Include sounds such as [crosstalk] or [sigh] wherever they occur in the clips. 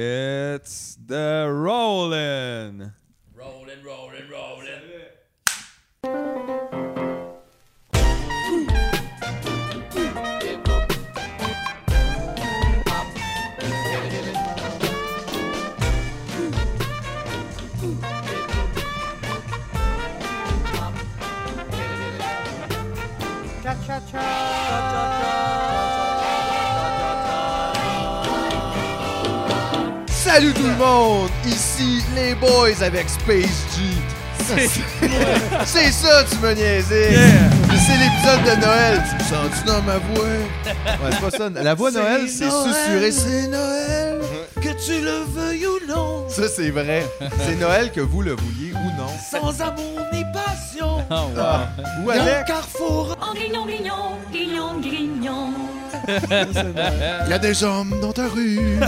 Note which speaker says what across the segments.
Speaker 1: It's the rollin'.
Speaker 2: Rollin', rollin', rollin'.
Speaker 3: Salut tout le monde, ici les boys avec Space [laughs] G. C'est ça, tu me niaisais. C'est l'épisode de Noël. Tu me sens-tu dans ma voix? Ouais, c'est pas ça. La voix
Speaker 4: C'est
Speaker 3: Noël, c'est Mhm.
Speaker 4: Noël.
Speaker 3: susurré. C'est Noël.
Speaker 4: Que tu le veuilles ou non,
Speaker 3: Ça, c'est vrai. C'est Noël que vous le vouliez ou non.
Speaker 4: sans amour ni passion,
Speaker 2: Oh, wow.
Speaker 3: Ah,
Speaker 5: [laughs]
Speaker 3: ou
Speaker 4: dans
Speaker 3: avec.
Speaker 4: le carrefour,
Speaker 6: En grignon, grignon, grignon,
Speaker 3: [laughs]
Speaker 6: grignon.
Speaker 3: Il y a des hommes dans ta [laughs] rue.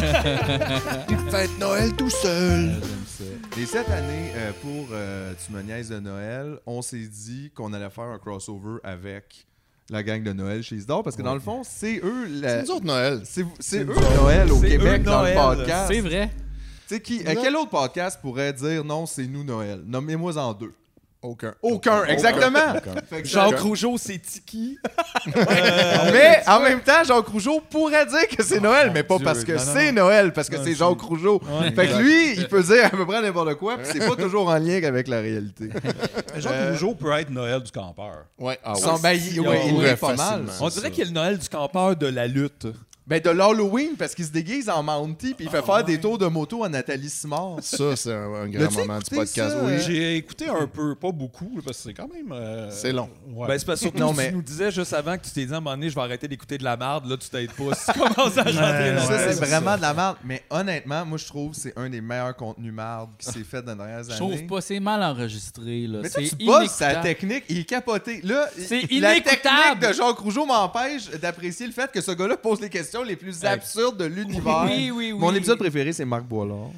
Speaker 3: Fête Noël tout seul. Euh, [laughs] Et cette année, euh, pour euh, Tu me niaises de Noël, on s'est dit qu'on allait faire un crossover avec la gang de Noël chez Isidore parce que dans le fond, c'est eux la-
Speaker 7: C'est nous autres Noël.
Speaker 3: C'est vous- c'est eux Noël au
Speaker 1: C'est
Speaker 3: Québec
Speaker 1: eux
Speaker 3: dans le
Speaker 1: Noël.
Speaker 3: podcast.
Speaker 2: C'est vrai.
Speaker 3: Tu sais qui, à quel autre podcast pourrait dire non, c'est nous Noël Nommez-moi en deux.
Speaker 7: Aucun.
Speaker 3: Aucun, exactement. Fait que
Speaker 2: Jacques
Speaker 3: Jacques-
Speaker 2: Rougeau, c'est Tiki.
Speaker 7: Euh,
Speaker 3: mais en même temps, Jacques Rougeau pourrait dire que c'est Noël, mais pas
Speaker 1: Dieu.
Speaker 3: parce que
Speaker 1: Non, non,
Speaker 3: c'est Noël, parce que
Speaker 1: Non,
Speaker 3: c'est
Speaker 1: c'est-
Speaker 3: Jacques Rougeau.
Speaker 1: Ouais.
Speaker 3: Fait que lui, il peut dire à peu près n'importe quoi, puis c'est pas toujours en lien avec la réalité.
Speaker 4: Euh,
Speaker 3: Euh,
Speaker 4: Jacques Rougeau peut être Noël du campeur.
Speaker 7: Ouais, ah
Speaker 3: Sans
Speaker 7: ouais.
Speaker 3: bailli, ouais, il
Speaker 7: aurait
Speaker 3: est pas mal.
Speaker 7: facilement.
Speaker 2: On dirait qu'il y a le Noël du campeur de la lutte.
Speaker 3: Ben de l'Halloween, parce qu'il se déguise en Mountie, puis il fait faire des tours de moto à Nathalie Simard.
Speaker 7: Ça, c'est un, un grand
Speaker 3: L'as-tu
Speaker 7: moment du
Speaker 3: écouté,
Speaker 7: podcast.
Speaker 3: ça?
Speaker 7: Oui.
Speaker 3: Euh,
Speaker 4: J'ai écouté un peu, pas beaucoup, parce que c'est quand même. euh,
Speaker 7: C'est long.
Speaker 4: ouais.
Speaker 2: Ben, c'est parce que surtout,
Speaker 3: Non,
Speaker 2: que
Speaker 3: mais-
Speaker 2: tu nous disais juste avant que tu t'es dit à un moment donné, je vais arrêter d'écouter de la marde. Là, tu t'aides pas. Si tu commences à rentrer dans
Speaker 3: ça,
Speaker 2: le-
Speaker 3: c'est vraiment de la merde. Mais honnêtement, moi, je trouve que c'est un des meilleurs contenus marde qui s'est fait dans les dernières années.
Speaker 8: Je trouve pas, c'est mal enregistré. Là.
Speaker 3: Mais toi,
Speaker 8: c'est
Speaker 3: tu bosses sa
Speaker 8: inécoutable.
Speaker 3: technique, il est capoté. Là, il-
Speaker 8: C'est
Speaker 3: la
Speaker 8: inécoutable.
Speaker 3: technique de Jacques Rougeau m'empêche d'apprécier le fait que ce gars-là pose les questions les plus absurdes de l'univers.
Speaker 8: Oui, oui, oui.
Speaker 3: Mon épisode préféré, c'est Marc Boilard.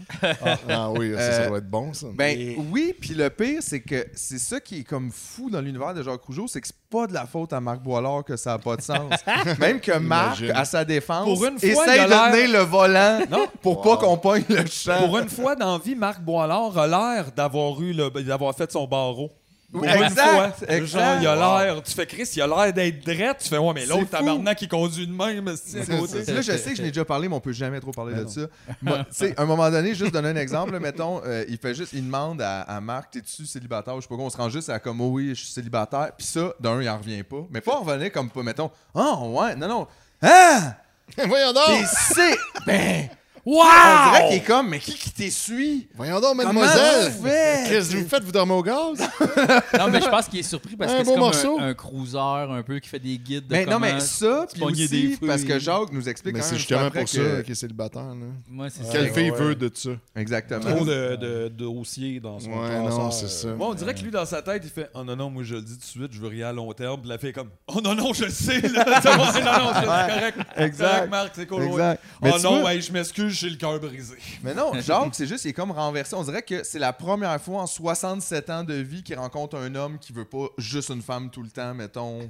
Speaker 7: Ah oui, ça,
Speaker 3: Euh,
Speaker 7: ça doit être bon, ça.
Speaker 3: Ben
Speaker 4: Et-
Speaker 3: oui, puis le pire, c'est que c'est ça qui est comme fou dans l'univers de Jacques Rougeau, c'est que c'est pas de la faute à Marc Boilard que ça a pas de sens. Même que Marc,
Speaker 7: Imagine.
Speaker 3: à sa défense,
Speaker 2: Pour une fois, il
Speaker 3: essaye
Speaker 2: a
Speaker 3: de
Speaker 2: l'air-
Speaker 3: tenir le volant
Speaker 2: Non.
Speaker 3: pour
Speaker 7: Wow.
Speaker 3: pas qu'on pogne le champ.
Speaker 2: Pour une fois dans la vie, Marc Boilard a l'air d'avoir eu le- d'avoir fait son barreau. Pour une
Speaker 3: exact,
Speaker 2: fois,
Speaker 3: exact.
Speaker 2: Genre, il a l'air. Tu fais Chris, il a l'air d'être drette. Tu fais, ouais, mais l'autre
Speaker 3: C'est fou.
Speaker 2: tabarnak qui conduit de même, c'est à côté.
Speaker 3: Là, je sais que je n'ai déjà parlé, mais on peut jamais trop
Speaker 7: Ben [laughs]
Speaker 3: parler de ça. Moi, tu sais, à un moment donné, juste donner un exemple, là, mettons, euh, il fait juste, il demande à, à Marc, t'es-tu célibataire ou je sais pas quoi, on se rend juste à comme, oh oui, je suis célibataire, puis ça, d'un, il en revient pas. Mais pas en revenir comme, pas, mettons, oh ouais, non, non, ah,
Speaker 7: voyons donc!
Speaker 3: t'es c'est, ben,
Speaker 8: Wow!
Speaker 3: on dirait qu'il est comme, mais qui qui t'essuie?
Speaker 7: Voyons donc,
Speaker 3: Comment
Speaker 7: mademoiselle!
Speaker 3: vous faites?
Speaker 7: Qu'est-ce que vous faites? Vous dormez au gaz?
Speaker 8: [laughs] Non, mais je pense qu'il est surpris
Speaker 3: [laughs]
Speaker 8: parce
Speaker 7: Un
Speaker 8: que
Speaker 7: beau
Speaker 8: c'est
Speaker 7: morceau.
Speaker 8: comme un, un cruiser un peu qui fait des guides de
Speaker 3: Mais
Speaker 8: comment...
Speaker 3: Ben, non, mais ça, puis
Speaker 8: pogner des
Speaker 3: aussi,
Speaker 8: fruits.
Speaker 3: parce que Jacques nous explique
Speaker 7: Mais
Speaker 3: quand
Speaker 7: c'est
Speaker 3: même
Speaker 7: justement
Speaker 3: après
Speaker 7: pour
Speaker 3: que-
Speaker 7: ça qu'il est célibataire. Là.
Speaker 8: Moi, c'est ça.
Speaker 7: Quelle
Speaker 4: ouais,
Speaker 7: fille
Speaker 4: ouais.
Speaker 7: veut de ça?
Speaker 3: Exactement.
Speaker 4: Trop de, de- de dossiers dans son
Speaker 7: Ouais,
Speaker 4: classeur,
Speaker 7: non, c'est ça.
Speaker 4: euh,
Speaker 2: Moi, on dirait que lui, dans sa tête, il fait Oh non, non, moi, je le dis tout de suite, je veux rien à long terme. Puis la fille est comme Oh non, non, je le sais, là. [laughs] non, non, c'est correct.
Speaker 3: Exact.
Speaker 2: Marc, c'est cool. ouais.
Speaker 3: Exact. Mais
Speaker 2: Oh
Speaker 3: tu
Speaker 2: non,
Speaker 3: vois-
Speaker 2: ouais, je m'excuse, j'ai le cœur brisé.
Speaker 3: Mais non, Jacques, c'est juste, il est comme renversé. On dirait que c'est la première fois en 67 ans de vie qu'il rencontre un homme qui veut pas juste une femme tout le temps, mettons.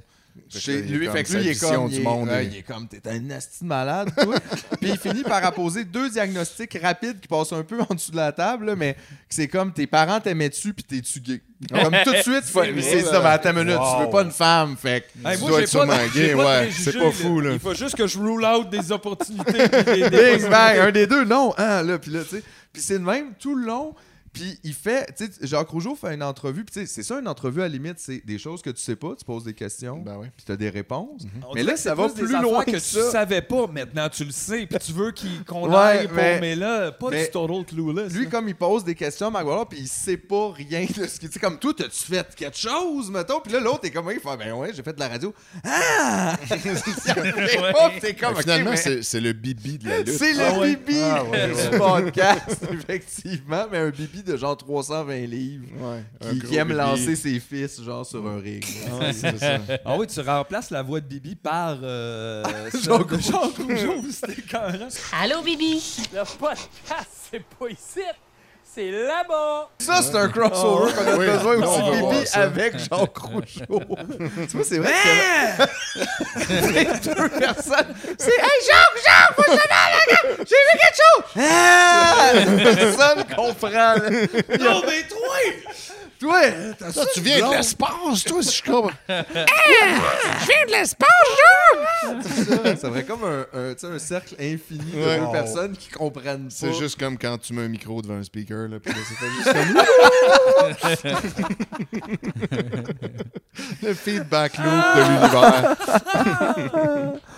Speaker 7: Fait que
Speaker 3: Chez
Speaker 7: là, il est
Speaker 3: lui,
Speaker 7: comme,
Speaker 3: fait que
Speaker 7: sa
Speaker 3: lui, il est
Speaker 7: vision
Speaker 3: comme,
Speaker 7: du
Speaker 3: il est,
Speaker 7: monde
Speaker 3: ouais,
Speaker 7: est-
Speaker 3: il est comme, t'es un asti de malade, toi. [laughs] Puis il finit par apposer deux diagnostics rapides qui passent un peu en dessous de la table, là, mais que c'est comme, tes parents t'aimaient-tu puis t'es-tu gay. Comme tout de [laughs]
Speaker 7: [laughs]
Speaker 3: suite, faut-
Speaker 7: vrai,
Speaker 3: c'est ça, mais attends une minute,
Speaker 4: Wow.
Speaker 3: tu veux pas une femme, fait
Speaker 2: [laughs]
Speaker 3: que-
Speaker 2: Hey,
Speaker 7: Tu
Speaker 2: moi,
Speaker 7: dois
Speaker 2: j'ai
Speaker 7: être
Speaker 2: pas de-
Speaker 7: sûrement
Speaker 2: j'ai
Speaker 7: gay,
Speaker 2: pas de
Speaker 7: ouais.
Speaker 2: préjugés,
Speaker 7: C'est pas fou,
Speaker 2: là.
Speaker 7: là.
Speaker 2: Il faut juste que je rule out des opportunités. puis des- des
Speaker 3: Big
Speaker 2: possibilités.
Speaker 3: Bang, un des deux, non. Ah, là, puis là, tu sais. Puis c'est le même tout le long. Puis il fait, tu sais, Jacques Rougeau fait une entrevue. Puis tu sais, c'est ça, une entrevue à la limite, c'est des choses que tu sais pas, tu poses des questions,
Speaker 7: Ben ouais.
Speaker 3: puis tu as des réponses.
Speaker 2: On
Speaker 3: Mais
Speaker 2: dirait
Speaker 3: là,
Speaker 2: que
Speaker 3: ça
Speaker 2: c'est
Speaker 3: va
Speaker 2: plus des
Speaker 3: plus
Speaker 2: affaires
Speaker 3: loin
Speaker 2: que
Speaker 3: que
Speaker 2: tu
Speaker 3: ça.
Speaker 2: savais pas, maintenant tu le sais, puis tu veux qu'il- qu'on
Speaker 3: Ouais,
Speaker 2: aille pour,
Speaker 3: mais-
Speaker 2: mais, là, pas
Speaker 3: mais-
Speaker 2: du total clueless.
Speaker 3: Lui,
Speaker 2: là.
Speaker 3: comme il pose des questions à Marc Wahlberg, puis il sait pas rien de ce qu'il dit. Comme, toi, t'as-tu fait quelque chose, mettons? Puis là, l'autre est comme, il fait, ben ouais, j'ai fait de la radio.
Speaker 7: [laughs]
Speaker 3: Ah! [laughs] C'est pas, puis t'es comme,
Speaker 7: Mais Ben, finalement,
Speaker 3: ok, mais-
Speaker 7: c'est c'est le bibi de la lutte.
Speaker 3: C'est le
Speaker 2: Ah ouais.
Speaker 3: bibi
Speaker 7: Ah ouais, ouais.
Speaker 3: [laughs] du podcast, effectivement, mais un bibi de genre 320 livres.
Speaker 7: Ouais, un
Speaker 3: qui,
Speaker 7: gros
Speaker 3: qui aime
Speaker 7: bibi. [laughs]
Speaker 3: lancer ses fils genre sur un ring.
Speaker 7: Ouais,
Speaker 3: [laughs]
Speaker 7: c'est ça.
Speaker 2: [laughs] Ah oui, tu remplaces la voix de Bibi par euh, celle de
Speaker 3: Jean
Speaker 2: Jean
Speaker 3: Rougeau.
Speaker 2: Rougeau, c'était carré.
Speaker 6: Allô, Bibi?
Speaker 9: Le podcast, c'est pas ici, c'est là-bas.
Speaker 3: Ça, c'est un crossover qu'on a
Speaker 7: Oui,
Speaker 3: besoin
Speaker 7: non, on va
Speaker 3: aussi,
Speaker 7: voir
Speaker 3: Bibi,
Speaker 7: ça.
Speaker 3: avec Jacques Rougeau. tu vois, c'est vrai que... c'est deux personnes. C'est « Hey, Jacques, Jacques, moi, je suis dans la gueule. J'ai vu quelque chose! Ah! Personne comprend. là.
Speaker 2: Non, mais toi!
Speaker 3: Toi, t'as Ah! ça,
Speaker 7: tu viens de l'espace, toi, si je
Speaker 3: [laughs]
Speaker 7: comprends.
Speaker 3: ça serait comme un, un, tu sais, un cercle infini de
Speaker 7: Ouais.
Speaker 3: deux
Speaker 7: Oh.
Speaker 3: personnes qui comprennent pas.
Speaker 7: C'est juste comme quand tu mets un micro devant un speaker, là, puis là, ça fait juste
Speaker 3: [laughs]
Speaker 7: comme... [laughs] Le feedback loop
Speaker 3: Ah!
Speaker 7: de l'univers.
Speaker 3: [laughs]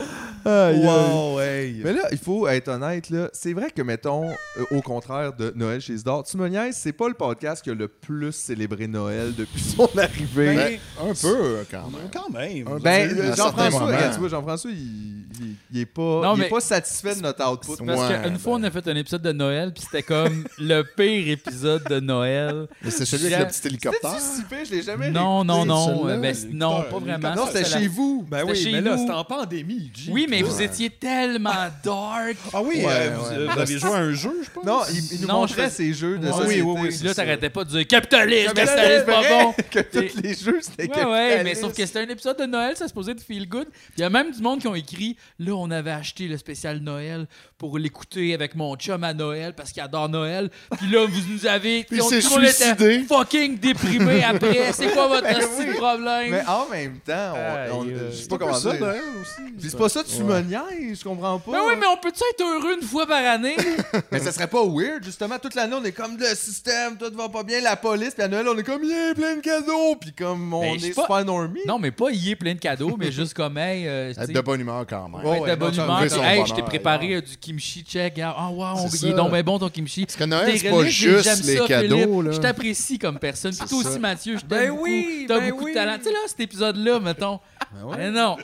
Speaker 3: Wow, hey. Mais là, il faut être honnête, là. C'est vrai que, mettons, euh, au contraire de Noël chez Isidore, tu me niaises, c'est pas le podcast qui a le plus célébré Noël depuis [laughs] son arrivée.
Speaker 7: Ben, un peu, quand même.
Speaker 4: Quand même.
Speaker 7: Un-
Speaker 3: Ben,
Speaker 7: vous avez eu à certains
Speaker 3: Jean-François,
Speaker 7: moments.
Speaker 3: regarde, tu vois, Jean-François, il, il, il est pas,
Speaker 8: Non,
Speaker 3: il est
Speaker 8: mais-
Speaker 3: pas satisfait de notre output.
Speaker 7: Ouais,
Speaker 8: Parce qu'une fois, on a fait un épisode de Noël, puis c'était comme le pire épisode de Noël.
Speaker 7: Mais c'est celui avec
Speaker 8: Jean-
Speaker 7: le petit
Speaker 3: C'était-tu
Speaker 7: hélicoptère.
Speaker 3: si pire? Je l'ai jamais
Speaker 8: Non, non,
Speaker 7: c'est
Speaker 8: non.
Speaker 7: celui-là,
Speaker 8: euh, ben, c- non, pas vraiment.
Speaker 3: Non, c'était
Speaker 8: C'est la-
Speaker 3: chez vous.
Speaker 2: Ben
Speaker 8: C'était
Speaker 2: oui,
Speaker 8: chez
Speaker 2: mais là,
Speaker 8: nous.
Speaker 2: c'était en pandémie, G.
Speaker 8: Oui, mais vous étiez tellement dark.
Speaker 4: Ah oui,
Speaker 7: Ouais,
Speaker 4: euh, vous,
Speaker 7: ouais.
Speaker 4: euh, vous avez joué à un jeu, je pense.
Speaker 3: Non, il, il nous
Speaker 8: Non,
Speaker 3: montrait
Speaker 8: je fais-
Speaker 3: ses jeux de
Speaker 8: Ouais,
Speaker 3: société.
Speaker 8: oui, oui, oui. Là,
Speaker 3: c'est
Speaker 8: t'arrêtais pas de dire capitaliste,
Speaker 3: ça.
Speaker 8: capitaliste, pas
Speaker 3: Vrai
Speaker 8: bon.
Speaker 3: [laughs] que tous les jeux, c'était
Speaker 8: Ouais, ouais, mais
Speaker 3: capitaliste.
Speaker 8: sauf que c'était un épisode de Noël, ça se posait de feel good. Il y a même du monde qui ont écrit Là, on avait acheté le spécial Noël pour l'écouter avec mon chum à Noël parce qu'il adore Noël. Puis là, vous nous avez.
Speaker 7: Puis il
Speaker 8: on-
Speaker 7: s'est
Speaker 8: tout le monde était
Speaker 7: suicidé.
Speaker 8: fucking déprimé après. C'est quoi votre
Speaker 3: Ben
Speaker 8: hostie de
Speaker 3: oui.
Speaker 8: problème
Speaker 3: Mais en même temps, on- on- je sais pas comment
Speaker 7: ça, ben, hein.
Speaker 3: dire.
Speaker 7: d'ailleurs, aussi.
Speaker 3: Puis c'est pas ça, tu
Speaker 7: Ouais.
Speaker 3: me niaises, je comprends pas.
Speaker 8: Ben oui, mais on peut-tu être heureux une fois par année
Speaker 3: [laughs] Mais ça serait pas weird, justement. Toute l'année, on est comme le système, tout va pas bien, la police, puis à Noël, on est comme, yeah, plein de cadeaux, puis comme on
Speaker 2: Ben,
Speaker 8: Mais Ben, je
Speaker 3: est
Speaker 8: sais pas-
Speaker 3: super normie.
Speaker 8: Non, mais pas y est plein de cadeaux, mais juste comme, hey, euh, tu
Speaker 7: [laughs] Être
Speaker 8: sais,
Speaker 7: de bonne humeur, quand même.
Speaker 3: Ouais.
Speaker 8: être de bonne
Speaker 3: non,
Speaker 8: humeur.
Speaker 7: trouver son
Speaker 8: comme, Hey, je
Speaker 7: bonheur
Speaker 8: t'ai préparé euh, du kimchi, check. Ah, ah, wow,
Speaker 7: C'est
Speaker 8: il est
Speaker 7: ça.
Speaker 8: donc bien bon ton kimchi.
Speaker 7: Parce que Noël,
Speaker 8: Tes
Speaker 7: c'est pas
Speaker 8: reliques,
Speaker 7: juste
Speaker 8: j'aime
Speaker 7: les
Speaker 8: ça,
Speaker 7: cadeaux,
Speaker 8: Philippe.
Speaker 7: là.
Speaker 8: Je t'apprécie comme personne. Puis toi
Speaker 7: ça.
Speaker 8: aussi, Mathieu, je t'aime
Speaker 2: Ben
Speaker 8: beaucoup.
Speaker 2: oui,
Speaker 8: T'as
Speaker 2: ben
Speaker 8: beaucoup
Speaker 2: oui.
Speaker 8: de talent. Tu sais, là, cet épisode-là, mettons.
Speaker 3: Ben
Speaker 8: Mais non,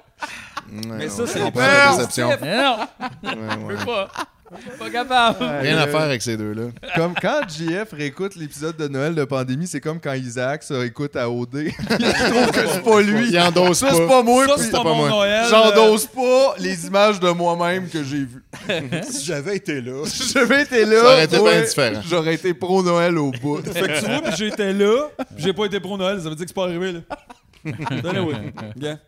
Speaker 7: Mais
Speaker 2: ça, c'est
Speaker 7: on
Speaker 2: les
Speaker 7: prend la
Speaker 2: peurs.
Speaker 7: perception. Ouais,
Speaker 8: mais non, je
Speaker 7: ouais.
Speaker 8: peux pas. Pas capable.
Speaker 7: Rien à faire avec ces deux-là.
Speaker 3: [laughs] Comme quand JF réécoute l'épisode de Noël de pandémie, c'est comme quand Isaac se réécoute à OD. [laughs] il trouve que c'est pas lui.
Speaker 7: Il endosse
Speaker 3: Ça,
Speaker 7: pas.
Speaker 3: c'est pas moi,
Speaker 2: Ça,
Speaker 3: puis
Speaker 2: c'est
Speaker 7: c'était
Speaker 2: pas
Speaker 7: pas
Speaker 2: mon
Speaker 7: moi.
Speaker 2: Noël. euh.
Speaker 3: j'endosse pas les images de moi-même que
Speaker 7: [laughs]
Speaker 3: j'ai vues.
Speaker 4: si j'avais été là.
Speaker 3: [laughs] Si J'avais été là.
Speaker 7: Ça aurait été
Speaker 3: ouais,
Speaker 7: bien différent.
Speaker 3: J'aurais été pro-Noël au bout.
Speaker 2: Fait que tu vois, puis j'étais là, puis j'ai pas été pro Noël, ça veut dire que c'est pas
Speaker 3: [laughs]
Speaker 2: arrivé, là. Donnez-moi. Bien.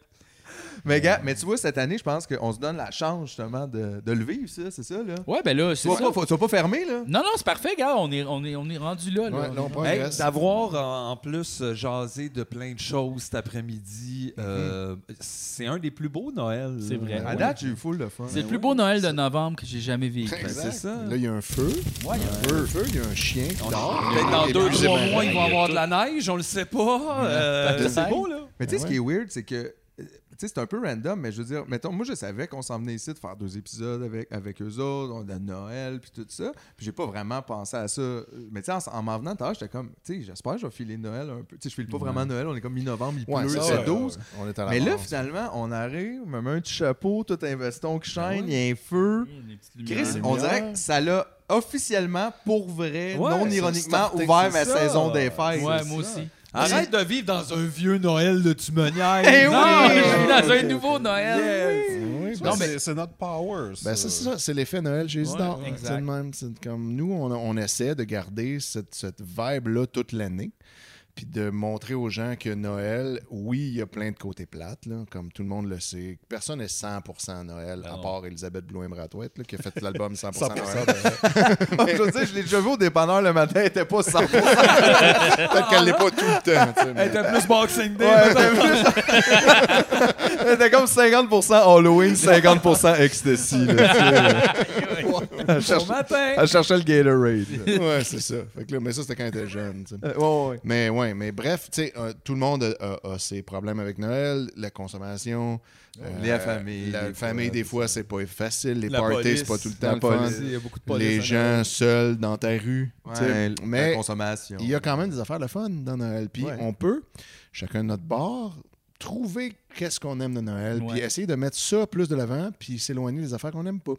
Speaker 3: mais, gars, mais tu vois, cette année, je pense qu'on se donne la chance, justement, de, de le vivre, ça, c'est ça, là.
Speaker 8: Ouais, ben là,
Speaker 3: Tu
Speaker 8: c'est
Speaker 3: vas,
Speaker 8: ça.
Speaker 3: pas, faut- tu vas pas fermer, là.
Speaker 8: Non, non, c'est parfait, gars. On est, on est, on est rendu là. là.
Speaker 7: Ouais,
Speaker 8: On
Speaker 7: non,
Speaker 8: est-
Speaker 7: pas
Speaker 2: Hey,
Speaker 7: reste.
Speaker 2: d'avoir en, en plus euh, jasé de plein de choses cet après-midi, euh, c'est un des plus beaux Noëls. Euh,
Speaker 8: C'est vrai.
Speaker 3: À
Speaker 8: Ouais.
Speaker 3: date, j'ai eu full de fun.
Speaker 8: C'est le plus beau Noël de novembre que j'ai jamais vécu.
Speaker 2: Ben, c'est ça.
Speaker 7: Ben Là, il y a un feu.
Speaker 8: Ouais, il y a
Speaker 7: un feu. il y a un chien qui dort.
Speaker 2: Ah Peut-être dans
Speaker 7: Et
Speaker 2: deux,
Speaker 7: puis,
Speaker 2: trois
Speaker 7: c'est
Speaker 2: mois,
Speaker 7: bien.
Speaker 2: il va y avoir de la neige, on le sait pas. Euh,
Speaker 8: Peut-être.
Speaker 2: c'est beau, là.
Speaker 3: Mais tu sais, ce
Speaker 7: Ben Ouais.
Speaker 3: qui est weird, c'est que. euh, Tu sais, c'est un peu random, mais je veux dire, mettons, moi, je savais qu'on s'en venait ici de faire deux épisodes avec, avec eux autres, on a Noël, puis tout ça. Puis j'ai pas vraiment pensé à ça. Euh, Mais tu sais, en, en m'en venant tout à l'heure, j'étais comme, tu sais, j'espère que je vais filer Noël un peu. Tu sais, je file pas vraiment Noël, on est comme mi-novembre, il
Speaker 7: Ouais,
Speaker 3: pleut,
Speaker 7: ça,
Speaker 3: c'est
Speaker 7: ouais,
Speaker 3: 12.
Speaker 7: ouais, On est à la
Speaker 3: Mais là,
Speaker 7: base.
Speaker 3: finalement, on arrive, on met un petit chapeau, tout un veston
Speaker 7: Ben
Speaker 3: qui shine, il y a un feu.
Speaker 2: Mmh,
Speaker 8: des petites
Speaker 3: Chris,
Speaker 8: lumières.
Speaker 3: on dirait que ça l'a officiellement, pour vrai,
Speaker 2: Ouais,
Speaker 3: non
Speaker 2: c'est
Speaker 3: ironiquement,
Speaker 2: starting,
Speaker 3: ouvert
Speaker 2: c'est
Speaker 3: ma
Speaker 2: ça.
Speaker 3: saison des fêtes.
Speaker 8: Ouais, moi aussi.
Speaker 2: Arrête de vivre dans un vieux Noël de Tumonière.
Speaker 3: Eh oui!
Speaker 8: Non, je
Speaker 3: Ouais,
Speaker 8: suis
Speaker 2: [laughs]
Speaker 8: dans
Speaker 3: ouais,
Speaker 8: un nouveau Noël.
Speaker 7: Oui,
Speaker 4: Non,
Speaker 7: ben,
Speaker 4: mais c'est notre power, ça.
Speaker 7: Ben, c'est ça, c'est l'effet Noël chez Isidore.
Speaker 8: ouais,
Speaker 7: C'est le même. C'est comme nous, on, on essaie de garder cette, cette vibe-là toute l'année. Puis de montrer aux gens que Noël, oui, il y a plein de côtés plates, là, comme tout le monde le sait. Personne n'est 100% Noël, à part Elisabeth Blouin-Bratouette, là, qui a fait l'album 100%, Noël.
Speaker 3: [laughs]
Speaker 7: ben
Speaker 3: je veux dire, je l'ai déjà vu au dépanneur le matin, elle était pas 100%.
Speaker 7: [laughs] Peut-être qu'elle l'est pas tout le temps. tu sais, mais-
Speaker 2: Elle était plus Boxing Day.
Speaker 3: Ouais, ben, t'as vu? C'était comme 50% Halloween, 50% Ecstasy. Là, tu sais. elle, cherchait, elle cherchait le Gatorade.
Speaker 7: [laughs]
Speaker 3: là.
Speaker 7: [laughs] ouais, c'est ça. Fait que là, mais ça, c'était quand elle était jeune. tu sais.
Speaker 3: Euh, ouais, ouais.
Speaker 7: Mais ouais, mais bref, tu sais, euh, tout le monde a, a- a ses problèmes avec Noël, la consommation, euh,
Speaker 3: La famille,
Speaker 7: La
Speaker 3: Oh, des
Speaker 7: famille,
Speaker 3: fois,
Speaker 7: des fois, c'est pas facile. Les
Speaker 2: La
Speaker 7: parties,
Speaker 2: police,
Speaker 7: c'est pas tout le
Speaker 3: la
Speaker 7: temps le fun.
Speaker 3: police, il y a beaucoup de police
Speaker 7: Les
Speaker 3: à
Speaker 7: gens seuls dans ta rue. tu sais.
Speaker 3: Ouais, la
Speaker 7: mais
Speaker 3: consommation.
Speaker 7: il y a quand même des affaires de fun dans Noël. Puis
Speaker 3: Ouais.
Speaker 7: on peut, chacun de notre bord, trouver qu'est-ce qu'on aime de Noël, puis
Speaker 8: Ouais.
Speaker 7: essayer de mettre ça plus de l'avant, puis s'éloigner des affaires qu'on n'aime pas.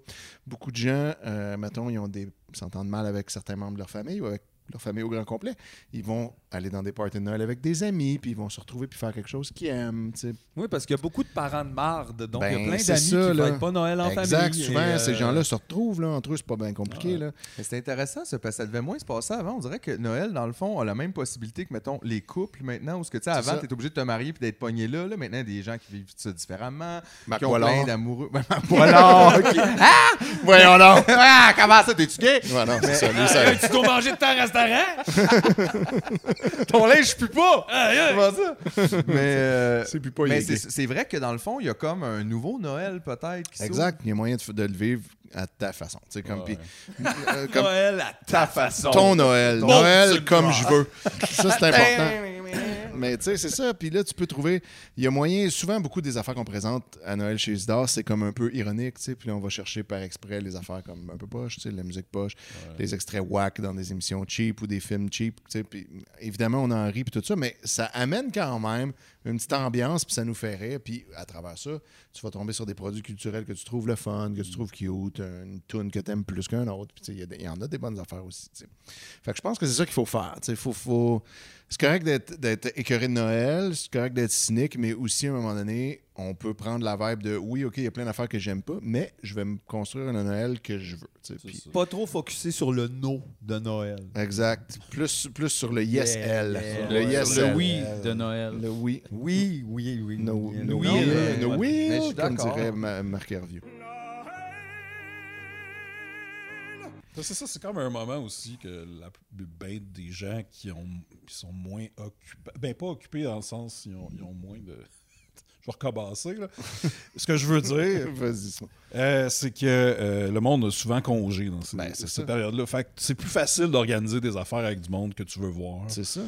Speaker 7: Beaucoup de gens, euh, mettons, ils ont des ils s'entendent mal avec certains membres de leur famille ou avec leur famille au grand complet, ils vont aller dans des parties de Noël avec des amis, puis ils vont se retrouver puis faire quelque chose qu'ils aiment. tu sais.
Speaker 2: Oui, parce qu'il y a beaucoup de parents de marde, donc il y
Speaker 7: Ben,
Speaker 2: a plein
Speaker 7: c'est
Speaker 2: d'amis qui
Speaker 7: ça, là.
Speaker 2: fêtent pas Noël en famille.
Speaker 7: Exact,
Speaker 2: et,
Speaker 7: souvent,
Speaker 2: euh,
Speaker 7: ces gens-là se retrouvent là, entre eux, c'est pas bien compliqué. là.
Speaker 3: Mais c'est intéressant, ça, parce que ça devait moins se passer avant. On dirait que Noël, dans le fond, a la même possibilité que, mettons, les couples maintenant, où ce que tu sais, avant,
Speaker 7: ça.
Speaker 3: t'es obligé de te marier puis d'être pogné là, là. Maintenant, il y a des gens qui vivent ça différemment,
Speaker 7: Marc
Speaker 3: qui ont
Speaker 7: Boilard.
Speaker 3: plein d'amoureux. [laughs] Ben, Marc Boilard, ok. Ah! Voyons donc! Ah! Comment ça, t'es-tu gay?
Speaker 7: Ouais, non, c'est ça, lui,
Speaker 3: [laughs]
Speaker 7: ça-
Speaker 2: Tu dois manger de temps en restaurant?
Speaker 3: Ton linge, je pue pas! Comment ça? [laughs] Mais, euh,
Speaker 7: C'est plus pas
Speaker 3: mais
Speaker 7: il est
Speaker 3: c'est
Speaker 7: gay.
Speaker 3: c'est vrai que, dans le fond, il y a comme un nouveau Noël, peut-être. qui s'ouvre.
Speaker 7: Exact, il y a moyen de, de le vivre à ta façon. tu sais, Comme, puis- euh, comme
Speaker 2: Noël à ta façon.
Speaker 7: ton Noël.
Speaker 2: Ton- tu le
Speaker 7: Noël comme
Speaker 2: vois.
Speaker 7: je veux. [laughs] Ça,
Speaker 2: [laughs]
Speaker 7: c'est important. [laughs] Mais tu sais, c'est ça. Puis là, tu peux trouver. Il y a moyen. Souvent, beaucoup des affaires qu'on présente à Noël chez Isidore, c'est comme un peu ironique. tu sais. Puis là, on va chercher par exprès les affaires comme un peu poche, tu sais, la musique poche, les extraits whack dans des émissions cheap ou des films cheap. tu sais. Puis évidemment, on en rit. Puis tout ça. Mais ça amène quand même une petite ambiance. Puis ça nous fait rire. Puis à travers ça, tu vas tomber sur des produits culturels que tu trouves le fun, que tu trouves cute, une tune que tu aimes plus qu'un autre. Puis tu sais, il y a des- il y, en a des bonnes affaires aussi. tu sais. Fait que je pense que c'est ça qu'il faut faire. tu sais. Faut, faut... C'est correct d'être, d'être écœuré de Noël, c'est correct d'être cynique, mais aussi à un moment donné, on peut prendre la vibe de oui, OK, il y a plein d'affaires que j'aime pas, mais je vais me construire un Noël que je veux. tu sais. Puis-
Speaker 2: Pas trop focusé sur le no de Noël. [laughs]
Speaker 7: exact. Plus, plus sur le yes,
Speaker 8: Yeah,
Speaker 7: elle.
Speaker 8: yeah.
Speaker 7: Le yes,
Speaker 8: Sur le
Speaker 7: elle.
Speaker 8: oui de Noël.
Speaker 7: Le oui.
Speaker 2: Oui, oui, oui.
Speaker 7: No, no,
Speaker 2: No
Speaker 7: will,
Speaker 2: will.
Speaker 7: no will,
Speaker 3: Mais je suis
Speaker 7: comme
Speaker 3: d'accord.
Speaker 7: dirait Ma- Marc Hervieux.
Speaker 4: Ça, C'est ça, c'est comme un moment aussi que la bête des gens qui, ont, qui sont moins occupés. Ben, pas occupés dans le sens, ils ont, ils ont moins de. Je vais recabasser, là. Ce que je veux dire,
Speaker 7: [laughs] Vas-y, ça.
Speaker 4: euh, c'est que euh, le monde a souvent congé dans ces,
Speaker 7: Ben, c'est ça.
Speaker 4: cette période-là. Fait que c'est plus facile d'organiser des affaires avec du monde que tu veux voir.
Speaker 7: C'est ça.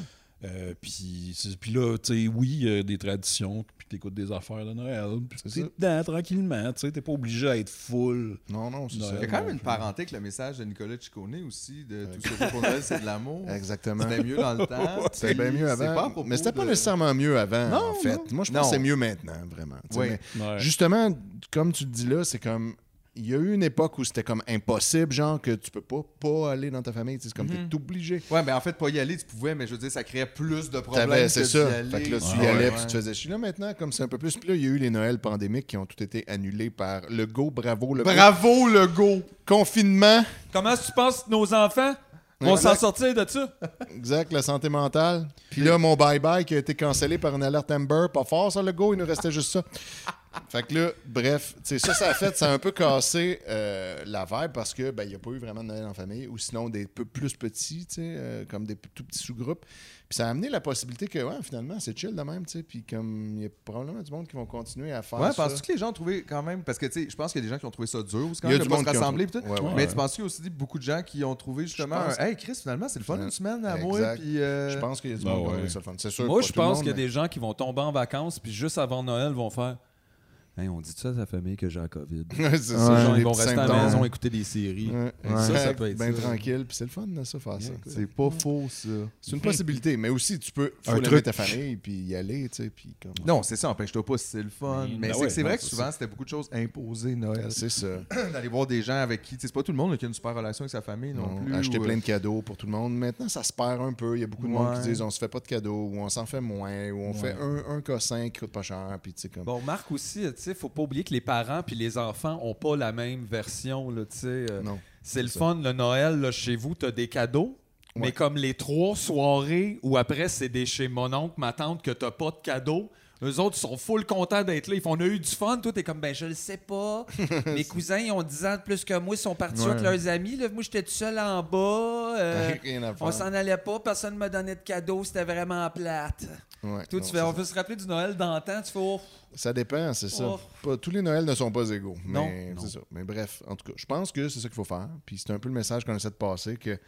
Speaker 4: Euh, puis c'est- puis là, tu sais, oui, euh, des traditions, puis t'écoutes des affaires de Noël, puis
Speaker 7: C'est
Speaker 4: t'es
Speaker 7: ça.
Speaker 4: dedans tranquillement, tu sais, t'es pas obligé à être full.
Speaker 7: Non, non, c'est
Speaker 4: Noël.
Speaker 3: Il y a quand même une parenté avec le message de Nicolas Ciccone aussi, de tout ce que pour Noël, c'est de l'amour.
Speaker 7: ça. Exactement.
Speaker 3: C'était mieux dans
Speaker 7: [laughs]
Speaker 3: le temps.
Speaker 7: C'était bien mieux
Speaker 3: C'est pas à
Speaker 7: avant.
Speaker 3: propos
Speaker 7: mais c'était pas
Speaker 3: de-
Speaker 7: nécessairement mieux avant, en fait. Moi, je pense
Speaker 3: Non.
Speaker 7: que c'est mieux maintenant, vraiment. Tu sais,
Speaker 3: Oui.
Speaker 7: mais
Speaker 4: Ouais.
Speaker 7: Justement, comme tu le dis là, c'est comme. Il y a eu une époque où c'était comme impossible, genre que tu peux pas pas aller dans ta famille. tu sais, C'est comme
Speaker 3: Mhm.
Speaker 7: t'es obligé.
Speaker 3: Ouais, mais en fait, pas y aller, tu pouvais, mais je veux dire, ça créait plus de problèmes.
Speaker 7: T'avais-
Speaker 3: que
Speaker 7: C'est
Speaker 3: d'y
Speaker 7: ça.
Speaker 3: aller.
Speaker 7: Fait que là, tu y
Speaker 3: Ouais,
Speaker 7: allais
Speaker 3: ouais.
Speaker 7: puis tu te faisais chier. Là, maintenant, comme c'est un peu plus. Puis là, il y a eu les Noëls pandémiques qui ont tout été annulés par le go, bravo, le go.
Speaker 3: Bravo, le go!
Speaker 7: Confinement.
Speaker 2: Comment tu penses que nos enfants vont s'en sortir de ça?
Speaker 7: Exact, la santé mentale. Puis là, mon bye-bye qui a été cancellé par une alerte Amber. Pas fort, ça, le go. Il nous restait juste ça. Fait que là, bref, tu sais, ça, ça a fait, ça a un peu cassé euh, la vibe parce que ben, il n'y a pas eu vraiment de Noël en famille ou sinon des peu plus petits, tu sais, euh, comme des p- tout petits sous-groupes. Puis ça a amené la possibilité que, ouais, finalement, c'est chill de même, tu sais. Puis comme il y a probablement du monde qui vont continuer à faire
Speaker 3: Ouais,
Speaker 7: ça.
Speaker 3: penses-tu que les gens ont trouvé quand même. Parce que, tu sais, je pense qu'il y a des gens qui ont trouvé ça dur aussi, quand
Speaker 7: Il y a
Speaker 3: même, de
Speaker 7: du
Speaker 3: pas
Speaker 7: monde
Speaker 3: se
Speaker 7: qui ont
Speaker 3: rassembler.
Speaker 7: trouvé-
Speaker 3: puis tout.
Speaker 7: Ouais, ouais,
Speaker 3: mais
Speaker 7: ouais.
Speaker 3: tu penses qu'il y a aussi beaucoup de gens qui ont trouvé justement.
Speaker 7: Je pense-
Speaker 3: un, Hey, Chris, finalement, c'est le fun
Speaker 7: Ouais.
Speaker 3: une semaine à moi.
Speaker 7: Exact.
Speaker 3: Puis. euh,
Speaker 7: Je pense qu'il y a du
Speaker 4: Ben
Speaker 7: monde qui va
Speaker 4: ouais.
Speaker 7: trouver ça le fun. C'est sûr.
Speaker 2: Moi,
Speaker 7: pas
Speaker 2: je
Speaker 7: tout le
Speaker 2: pense
Speaker 7: monde,
Speaker 2: qu'il y a
Speaker 7: mais-
Speaker 2: des gens qui vont tomber en vacances, puis juste avant Noël, vont faire Hey, on dit ça à ta famille que j'ai la COVID.
Speaker 7: [laughs] Ouais, c'est
Speaker 2: Ces
Speaker 7: ça,
Speaker 2: gens,
Speaker 7: les
Speaker 2: ils vont
Speaker 7: petits
Speaker 2: rester à la
Speaker 7: symptômes.
Speaker 2: maison, écouter des séries.
Speaker 7: Ouais,
Speaker 2: Ça, ça
Speaker 7: exact,
Speaker 2: peut être
Speaker 7: ben
Speaker 2: ça.
Speaker 7: tranquille, puis c'est le fun de ça faire ça.
Speaker 3: C'est pas faux, ça.
Speaker 7: C'est une possibilité, mais aussi tu peux faut
Speaker 4: Un
Speaker 7: l'aimer
Speaker 4: truc.
Speaker 7: ta famille puis y aller, tu sais, puis comme
Speaker 3: Non, c'est ça, empêche-toi pas si c'est le fun. Mais
Speaker 4: Ben
Speaker 3: c'est
Speaker 4: ouais,
Speaker 3: que c'est
Speaker 4: non,
Speaker 3: vrai que
Speaker 4: c'est
Speaker 3: souvent, c'était beaucoup de choses imposées, Noël.
Speaker 7: c'est ça.
Speaker 3: [coughs] D'aller voir des gens avec qui. tu sais, C'est pas tout le monde là, qui a une super relation avec sa famille non,
Speaker 7: Non,
Speaker 3: plus.
Speaker 7: acheter
Speaker 3: ou, euh,
Speaker 7: plein de cadeaux pour tout le monde. Maintenant, ça se perd un peu. Il y a beaucoup de monde qui
Speaker 3: Ouais.
Speaker 7: disent on se fait pas de cadeaux ou on s'en fait moins ou on fait un, un cossin qui coûte pas cher puis tu sais comme
Speaker 2: Bon, Marc aussi, tu sais, faut pas oublier que les parents puis les enfants ont pas la même version, là, tu sais. euh,
Speaker 7: non.
Speaker 2: C'est le fun, le Noël, là, chez vous, t'as des cadeaux.
Speaker 7: Ouais.
Speaker 2: Mais comme les trois soirées où après, c'est des chez mon oncle, ma tante, que t'as pas de cadeaux, eux autres, ils sont full contents d'être là. Ils font, on a eu du fun. Toi, t'es comme, ben, je le
Speaker 7: [laughs]
Speaker 2: sais pas. Mes cousins, ils ont 10 ans de plus que moi, ils sont partis
Speaker 7: Ouais. Ben,
Speaker 2: avec leurs amis. Là, moi, j'étais tout seul en bas. euh,
Speaker 7: Rien à faire.
Speaker 2: on s'en allait pas, personne me donnait de cadeaux, c'était vraiment plate.
Speaker 7: Ouais,
Speaker 2: Toi,
Speaker 7: non,
Speaker 2: tu
Speaker 7: c'est
Speaker 2: fais, on
Speaker 7: ça.
Speaker 2: veut se rappeler du Noël d'antan, tu fais, oh,
Speaker 7: Ça dépend, c'est ça.
Speaker 2: Oh.
Speaker 7: Pas- tous les Noëls ne sont pas égaux.
Speaker 2: Non,
Speaker 7: Mais,
Speaker 2: non.
Speaker 7: c'est ça. mais bref, en tout cas, je pense que c'est ça qu'il faut faire. Puis c'est un peu le message qu'on essaie de passer que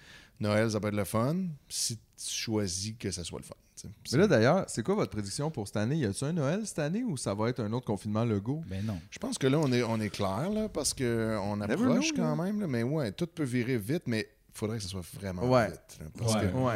Speaker 7: Noël, ça peut être le fun si tu choisis que ça soit le fun. tu sais.
Speaker 3: Mais là, d'ailleurs, c'est quoi votre prédiction pour cette année? Y a-tu un Noël cette année ou ça va être un autre confinement logo?
Speaker 8: Ben non.
Speaker 7: Je pense que là, on est, on est clair, là, parce qu'on
Speaker 3: Never
Speaker 7: approche
Speaker 3: know,
Speaker 7: quand même. là, mais ouais, tout peut virer vite, mais faudrait que ce soit vraiment
Speaker 3: Ouais.
Speaker 7: vite. là, parce,
Speaker 4: Ouais.
Speaker 7: que,
Speaker 3: Ouais.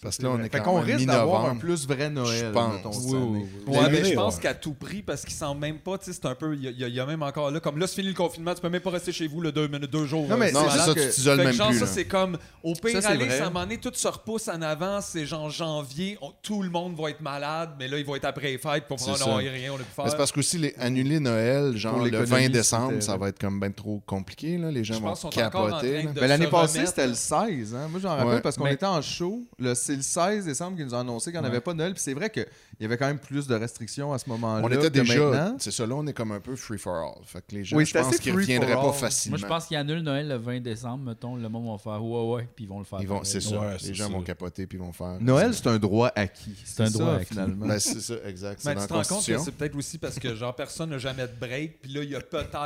Speaker 7: parce que là, on est
Speaker 3: Fait
Speaker 7: quand
Speaker 3: qu'on
Speaker 7: même
Speaker 3: risque d'avoir un
Speaker 7: mi-novembre.
Speaker 3: plus vrai Noël,
Speaker 7: je pense.
Speaker 3: mettons, cette
Speaker 7: Oui, oui,
Speaker 3: année.
Speaker 7: oui.
Speaker 2: Ouais, ben,
Speaker 4: Ouais.
Speaker 2: je pense qu'à tout prix, parce qu'ils sentent même pas, tu sais, c'est un peu. Il y, a- il y a- il y a même encore là, comme là, c'est fini le confinement, tu peux même pas rester chez vous le deux, minutes, deux jours.
Speaker 3: Non,
Speaker 2: euh,
Speaker 3: mais
Speaker 7: Non,
Speaker 3: c'est
Speaker 7: c'est
Speaker 3: malade
Speaker 7: ça,
Speaker 3: que-
Speaker 7: tu t'isoles
Speaker 2: Fait que
Speaker 7: même
Speaker 2: genre,
Speaker 7: plus.
Speaker 2: ça,
Speaker 7: là.
Speaker 2: c'est comme au pire,
Speaker 3: Ça, c'est
Speaker 2: aller,
Speaker 3: vrai.
Speaker 2: ça à un moment donné, tout se repousse en avant. C'est genre janvier, on- tout le monde va être malade, mais là, ils vont être après les fêtes pour
Speaker 7: C'est
Speaker 2: faire
Speaker 7: ça.
Speaker 2: non, il y a rien, on a pu
Speaker 7: Mais c'est
Speaker 2: faire.
Speaker 7: parce que aussi les, annuler Noël, genre
Speaker 3: Pour
Speaker 7: le
Speaker 3: l'économie,
Speaker 7: 20 décembre,
Speaker 3: c'était-
Speaker 7: ça va être comme bien trop compliqué. Là. Les gens
Speaker 2: Je
Speaker 7: vont
Speaker 2: pense qu'on est encore en
Speaker 7: capoter.
Speaker 2: train
Speaker 7: là.
Speaker 2: de
Speaker 3: Mais Ben, l'année
Speaker 2: se
Speaker 3: passée,
Speaker 2: remettre.
Speaker 3: c'était le 16. Hein? Moi, j'en rappelle
Speaker 7: Ouais.
Speaker 3: parce qu'on
Speaker 2: Mais-
Speaker 3: était en show. Le- C'est le 16 décembre qu'ils nous ont annoncé qu'on n'avait pas de Noël. Puis c'est vrai qu'il y avait quand même plus de restrictions à ce moment-là.
Speaker 7: On était
Speaker 3: que
Speaker 7: déjà.
Speaker 3: maintenant.
Speaker 7: C'est ça, là, on est comme un peu free for all. Fait que les gens,
Speaker 3: Oui,
Speaker 7: je
Speaker 3: c'est
Speaker 7: pense
Speaker 3: assez
Speaker 7: qu'ils
Speaker 3: free
Speaker 7: reviendraient
Speaker 3: for
Speaker 7: pas
Speaker 3: all.
Speaker 7: facilement.
Speaker 8: Moi, je pense qu'il annule Noël le 20 décembre, mettons. Le monde va faire ouais, ouais, puis ils vont le faire.
Speaker 7: Ils vont,
Speaker 8: pareil.
Speaker 7: c'est ça.
Speaker 4: Ouais,
Speaker 7: les
Speaker 4: c'est
Speaker 7: gens
Speaker 4: ça.
Speaker 7: vont capoter puis ils vont faire.
Speaker 3: Noël, c'est un droit acquis.
Speaker 8: C'est un
Speaker 3: ça,
Speaker 8: droit acquis.
Speaker 3: finalement.
Speaker 7: Ben, c'est ça, exact. C'est
Speaker 2: Mais
Speaker 7: dans
Speaker 2: tu
Speaker 7: la
Speaker 2: te rends compte que
Speaker 7: Constitution.
Speaker 2: c'est peut-être aussi parce que genre personne n'a jamais de break, puis là, il y a peut-être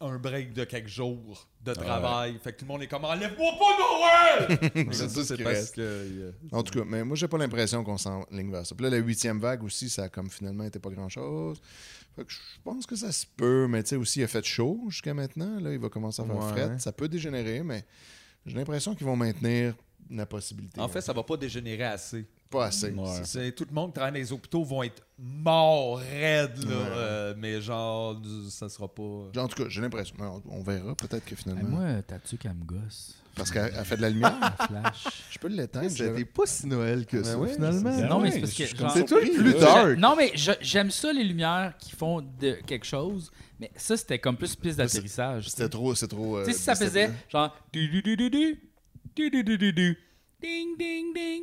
Speaker 2: un break de quelques jours de
Speaker 7: Ah
Speaker 2: travail. Fait que tout le monde est comme enlève-moi pas
Speaker 7: [laughs]
Speaker 2: Noël!
Speaker 7: C'est tout ce qui reste.
Speaker 3: euh,
Speaker 7: En tout cas, mais moi, j'ai pas l'impression qu'on s'enligne vers ça. Puis là, la huitième vague aussi, ça a comme finalement été pas grand-chose. Fait que je pense que ça se peut, mais tu sais, aussi, il a fait chaud jusqu'à maintenant. Là, il va commencer à faire
Speaker 3: Ouais.
Speaker 7: fret. Ça peut dégénérer, mais j'ai l'impression qu'ils vont maintenir la possibilité.
Speaker 2: en fait, ça va pas dégénérer assez.
Speaker 7: Pas assez.
Speaker 4: Ouais.
Speaker 2: C'est- Tout le monde qui travaille dans les hôpitaux vont être morts, raides, là. euh, mais genre, ça sera pas.
Speaker 7: En tout cas, j'ai l'impression. Mais On, on verra peut-être que
Speaker 8: Hey,
Speaker 7: finalement.
Speaker 8: moi, t'as-tu qu'elle me gosse?
Speaker 7: Parce qu'elle elle fait de la lumière.
Speaker 8: Flash.
Speaker 7: je peux l'éteindre. je
Speaker 3: C'était
Speaker 7: l'avais-
Speaker 3: pas si Noël que ça,
Speaker 7: oui,
Speaker 3: finalement.
Speaker 4: c'est-
Speaker 8: non, mais
Speaker 4: ouais,
Speaker 8: c'est parce
Speaker 4: Ben je
Speaker 8: que.
Speaker 4: suis comme
Speaker 8: genre-
Speaker 3: C'est toi le plus
Speaker 8: Je-
Speaker 3: dark.
Speaker 8: Non, mais je- j'aime ça, les lumières qui font de quelque chose, mais ça, c'était comme plus piste d'atterrissage.
Speaker 7: C'était trop. C'est trop. euh,
Speaker 8: Tu sais, si ça faisait
Speaker 7: déstabilisant.
Speaker 8: genre. du- du- du- du- du, du- du- du- du- du, Ding, ding, ding.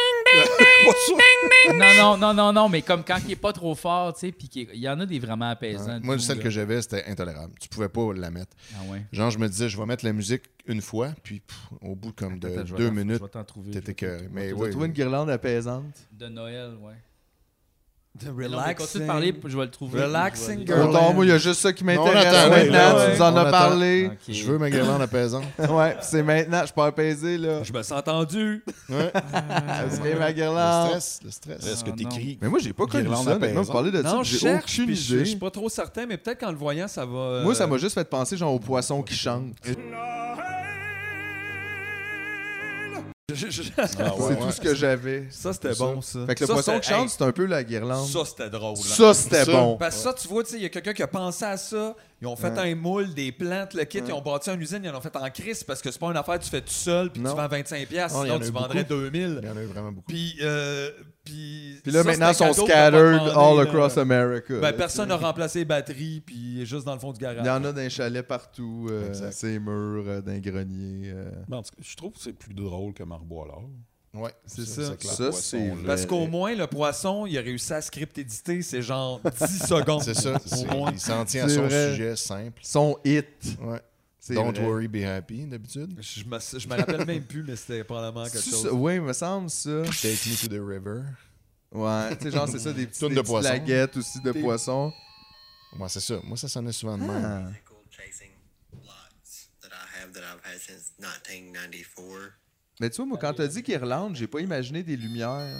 Speaker 3: Euh, [laughs]
Speaker 8: non, non, non, non, non, mais comme quand il est pas trop fort, tu sais, puis qu'il- il y en a des vraiment apaisants.
Speaker 7: Moi,
Speaker 8: tout,
Speaker 7: celle
Speaker 8: là.
Speaker 7: que j'avais, c'était intolérable. Tu pouvais pas la mettre.
Speaker 8: Ah ouais.
Speaker 7: Genre, je me disais, je vais mettre la musique une fois, puis pff, au bout comme de
Speaker 8: Attends, je vais
Speaker 7: deux
Speaker 8: t'en-
Speaker 7: minutes,
Speaker 8: je vais t'en trouver, je
Speaker 7: t'étais
Speaker 8: vais t'en
Speaker 7: que.
Speaker 8: trouver.
Speaker 7: Mais
Speaker 3: T'as
Speaker 7: oui.
Speaker 3: trouvé une guirlande apaisante.
Speaker 8: De Noël, ouais.
Speaker 2: The
Speaker 8: Mais là, on va continuer de parler, puis je vais le trouver.
Speaker 2: Relaxing
Speaker 8: Je vais-
Speaker 2: Girl.
Speaker 3: Autant, moi, il y a juste ça qui
Speaker 7: On
Speaker 3: m'intéresse
Speaker 7: attend,
Speaker 4: ouais,
Speaker 3: maintenant.
Speaker 4: ouais,
Speaker 3: Tu nous en
Speaker 7: ouais. On
Speaker 3: as
Speaker 7: attend.
Speaker 3: parlé.
Speaker 8: Ok.
Speaker 7: Je veux ma guirlande [laughs] apaisante.
Speaker 3: Ouais, c'est maintenant. Je peux apaiser, là.
Speaker 2: Je me sens tendu. [laughs]
Speaker 3: Parce que ma
Speaker 7: Le
Speaker 3: guirlande.
Speaker 7: stress, le stress.
Speaker 4: Est-ce que
Speaker 8: Ah,
Speaker 4: t'écris
Speaker 3: Mais moi, j'ai pas connu
Speaker 4: Guirlande
Speaker 3: ça. Maintenant,
Speaker 4: apaisante.
Speaker 3: vous parlez de ça.
Speaker 2: Non, je
Speaker 3: J'ai
Speaker 2: cherche,
Speaker 3: aucune
Speaker 2: puis je je suis
Speaker 3: idée.
Speaker 2: pas trop certain, mais peut-être qu'en le voyant, ça va. euh, Ah,
Speaker 3: Moi, ça m'a juste fait penser, genre, aux poissons qui chantent.
Speaker 2: [laughs] je- je-
Speaker 7: Ah, ouais,
Speaker 3: c'est
Speaker 7: ouais.
Speaker 3: tout ce que j'avais.
Speaker 2: Ça, c'était
Speaker 7: Ça.
Speaker 2: bon, ça.
Speaker 3: Fait que le
Speaker 2: Ça,
Speaker 3: poisson
Speaker 2: c'était-
Speaker 3: qui chante,
Speaker 2: hey,
Speaker 3: c'est un peu la guirlande.
Speaker 2: Ça, c'était drôle. hein.
Speaker 3: Ça, c'était
Speaker 7: Ça.
Speaker 3: bon.
Speaker 2: Parce que ça, tu vois, tu sais, il y a quelqu'un qui a pensé à ça. Ils ont fait un moule, des plantes, le kit. Ils ont bâti une usine, ils l'ont fait en crise parce que c'est pas une affaire que tu fais tout seul puis que
Speaker 3: Non.
Speaker 2: tu vends 25$, piastres,
Speaker 7: Non, Ah, il y en
Speaker 2: sinon
Speaker 7: a
Speaker 2: tu
Speaker 7: eu
Speaker 2: vendrais
Speaker 7: Il
Speaker 2: 2000.
Speaker 7: y en a eu vraiment beaucoup.
Speaker 2: Puis, euh, puis,
Speaker 3: Puis là,
Speaker 2: ça,
Speaker 3: maintenant, ils
Speaker 2: c'était un
Speaker 3: sont
Speaker 2: cadeau que t'as pas
Speaker 3: scattered all
Speaker 2: demandé, là.
Speaker 3: across America.
Speaker 2: Ben, personne n'a remplacé les batteries, puis il est juste dans le fond du garage.
Speaker 3: Il y en a dans les chalets partout, euh,
Speaker 7: Exact.
Speaker 3: ces murs, euh, dans les greniers. euh.
Speaker 4: Mais en tout cas, je trouve que c'est plus drôle que Marboileur.
Speaker 7: Ouais,
Speaker 2: C'est ça.
Speaker 7: c'est clair.
Speaker 3: Ça, c'est
Speaker 4: Poisson, là.
Speaker 2: Parce qu'au moins, le poisson, il a réussi à script éditer, c'est genre
Speaker 7: [laughs]
Speaker 2: 10 secondes.
Speaker 7: C'est ça. c'est-
Speaker 2: moins.
Speaker 7: Il s'en tient à
Speaker 3: C'est
Speaker 7: son
Speaker 3: vrai.
Speaker 7: sujet simple.
Speaker 3: Son hit.
Speaker 7: Ouais.
Speaker 3: C'est
Speaker 7: Don't
Speaker 3: vrai.
Speaker 7: worry, be happy, d'habitude.
Speaker 2: Je me, je me rappelle même plus, mais c'était probablement quelque
Speaker 3: C'est-tu
Speaker 2: chose.
Speaker 3: ça? Oui, il me semble ça.
Speaker 7: Take me to the river.
Speaker 3: Ouais, tu sais, genre, c'est ça,
Speaker 7: [laughs]
Speaker 3: des petites,
Speaker 7: Tourne
Speaker 3: des
Speaker 7: de
Speaker 3: petites
Speaker 7: poisson.
Speaker 3: laguettes aussi de poissons.
Speaker 7: Moi, c'est ça. Moi, ça sonnait souvent de même.
Speaker 3: Ah.
Speaker 10: gold chasing lots that I have that I've had since 1994.
Speaker 3: Mais tu vois, moi, quand t'as dit qu'Irlande, j'ai pas imaginé des lumières.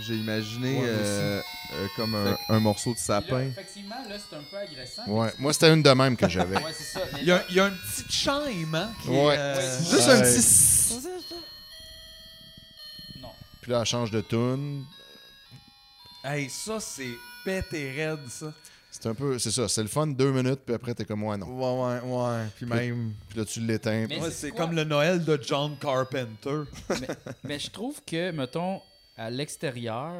Speaker 3: J'ai imaginé euh, euh, comme un, un morceau de sapin.
Speaker 8: effectivement, là, c'est un peu agressant.
Speaker 7: Ouais. Moi, c'était une de même que j'avais.
Speaker 8: c'est ça.
Speaker 2: Il y, a, il y a un petit chime, hein? qui est,
Speaker 7: Ouais.
Speaker 2: euh,
Speaker 3: Juste un petit... s-
Speaker 8: Non.
Speaker 7: Puis là, elle change de tune.
Speaker 2: Hey, ça, c'est bête et raide, ça.
Speaker 7: C'est un peu. C'est ça. C'est le fun, deux minutes, puis après, t'es comme, ouais,
Speaker 3: Ouais,
Speaker 7: non.
Speaker 3: ouais, ouais. Puis même...
Speaker 7: Puis là, tu l'éteins.
Speaker 8: Mais-
Speaker 7: puis-
Speaker 2: Ouais,
Speaker 8: c'est
Speaker 2: c'est
Speaker 8: quoi?
Speaker 2: comme le Noël de John Carpenter.
Speaker 3: [laughs]
Speaker 8: [laughs] Mais je trouve que, mettons, à l'extérieur,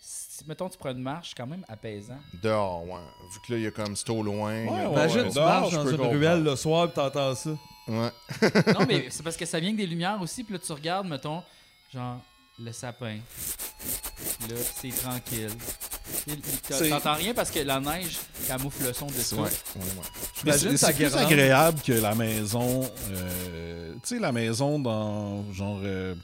Speaker 8: si, mettons, tu prends une marche, c'est quand même apaisant.
Speaker 7: Dehors, ouais. Vu que là, il y a comme c'est au loin. il y a- euh,
Speaker 4: Ouais,
Speaker 2: Imagine, tu
Speaker 4: dehors,
Speaker 2: marches
Speaker 4: je
Speaker 2: dans
Speaker 4: peux
Speaker 2: une
Speaker 4: comprendre.
Speaker 2: ruelle le soir et t'entends ça.
Speaker 7: ouais.
Speaker 8: [laughs] Non, [laughs] mais c'est parce que ça vient que des lumières aussi. Puis là, tu regardes, mettons, genre, le sapin. Là, c'est tranquille. Il- il-
Speaker 4: C'est-
Speaker 8: t'as- T'entends rien parce que la neige camoufle le son de ça.
Speaker 7: Ouais, ouais, ouais.
Speaker 4: Mais
Speaker 2: Imagine
Speaker 4: C'est
Speaker 2: ta
Speaker 4: c'est plus
Speaker 2: guirlande.
Speaker 4: agréable que la maison. euh, tu sais, la maison dans genre euh,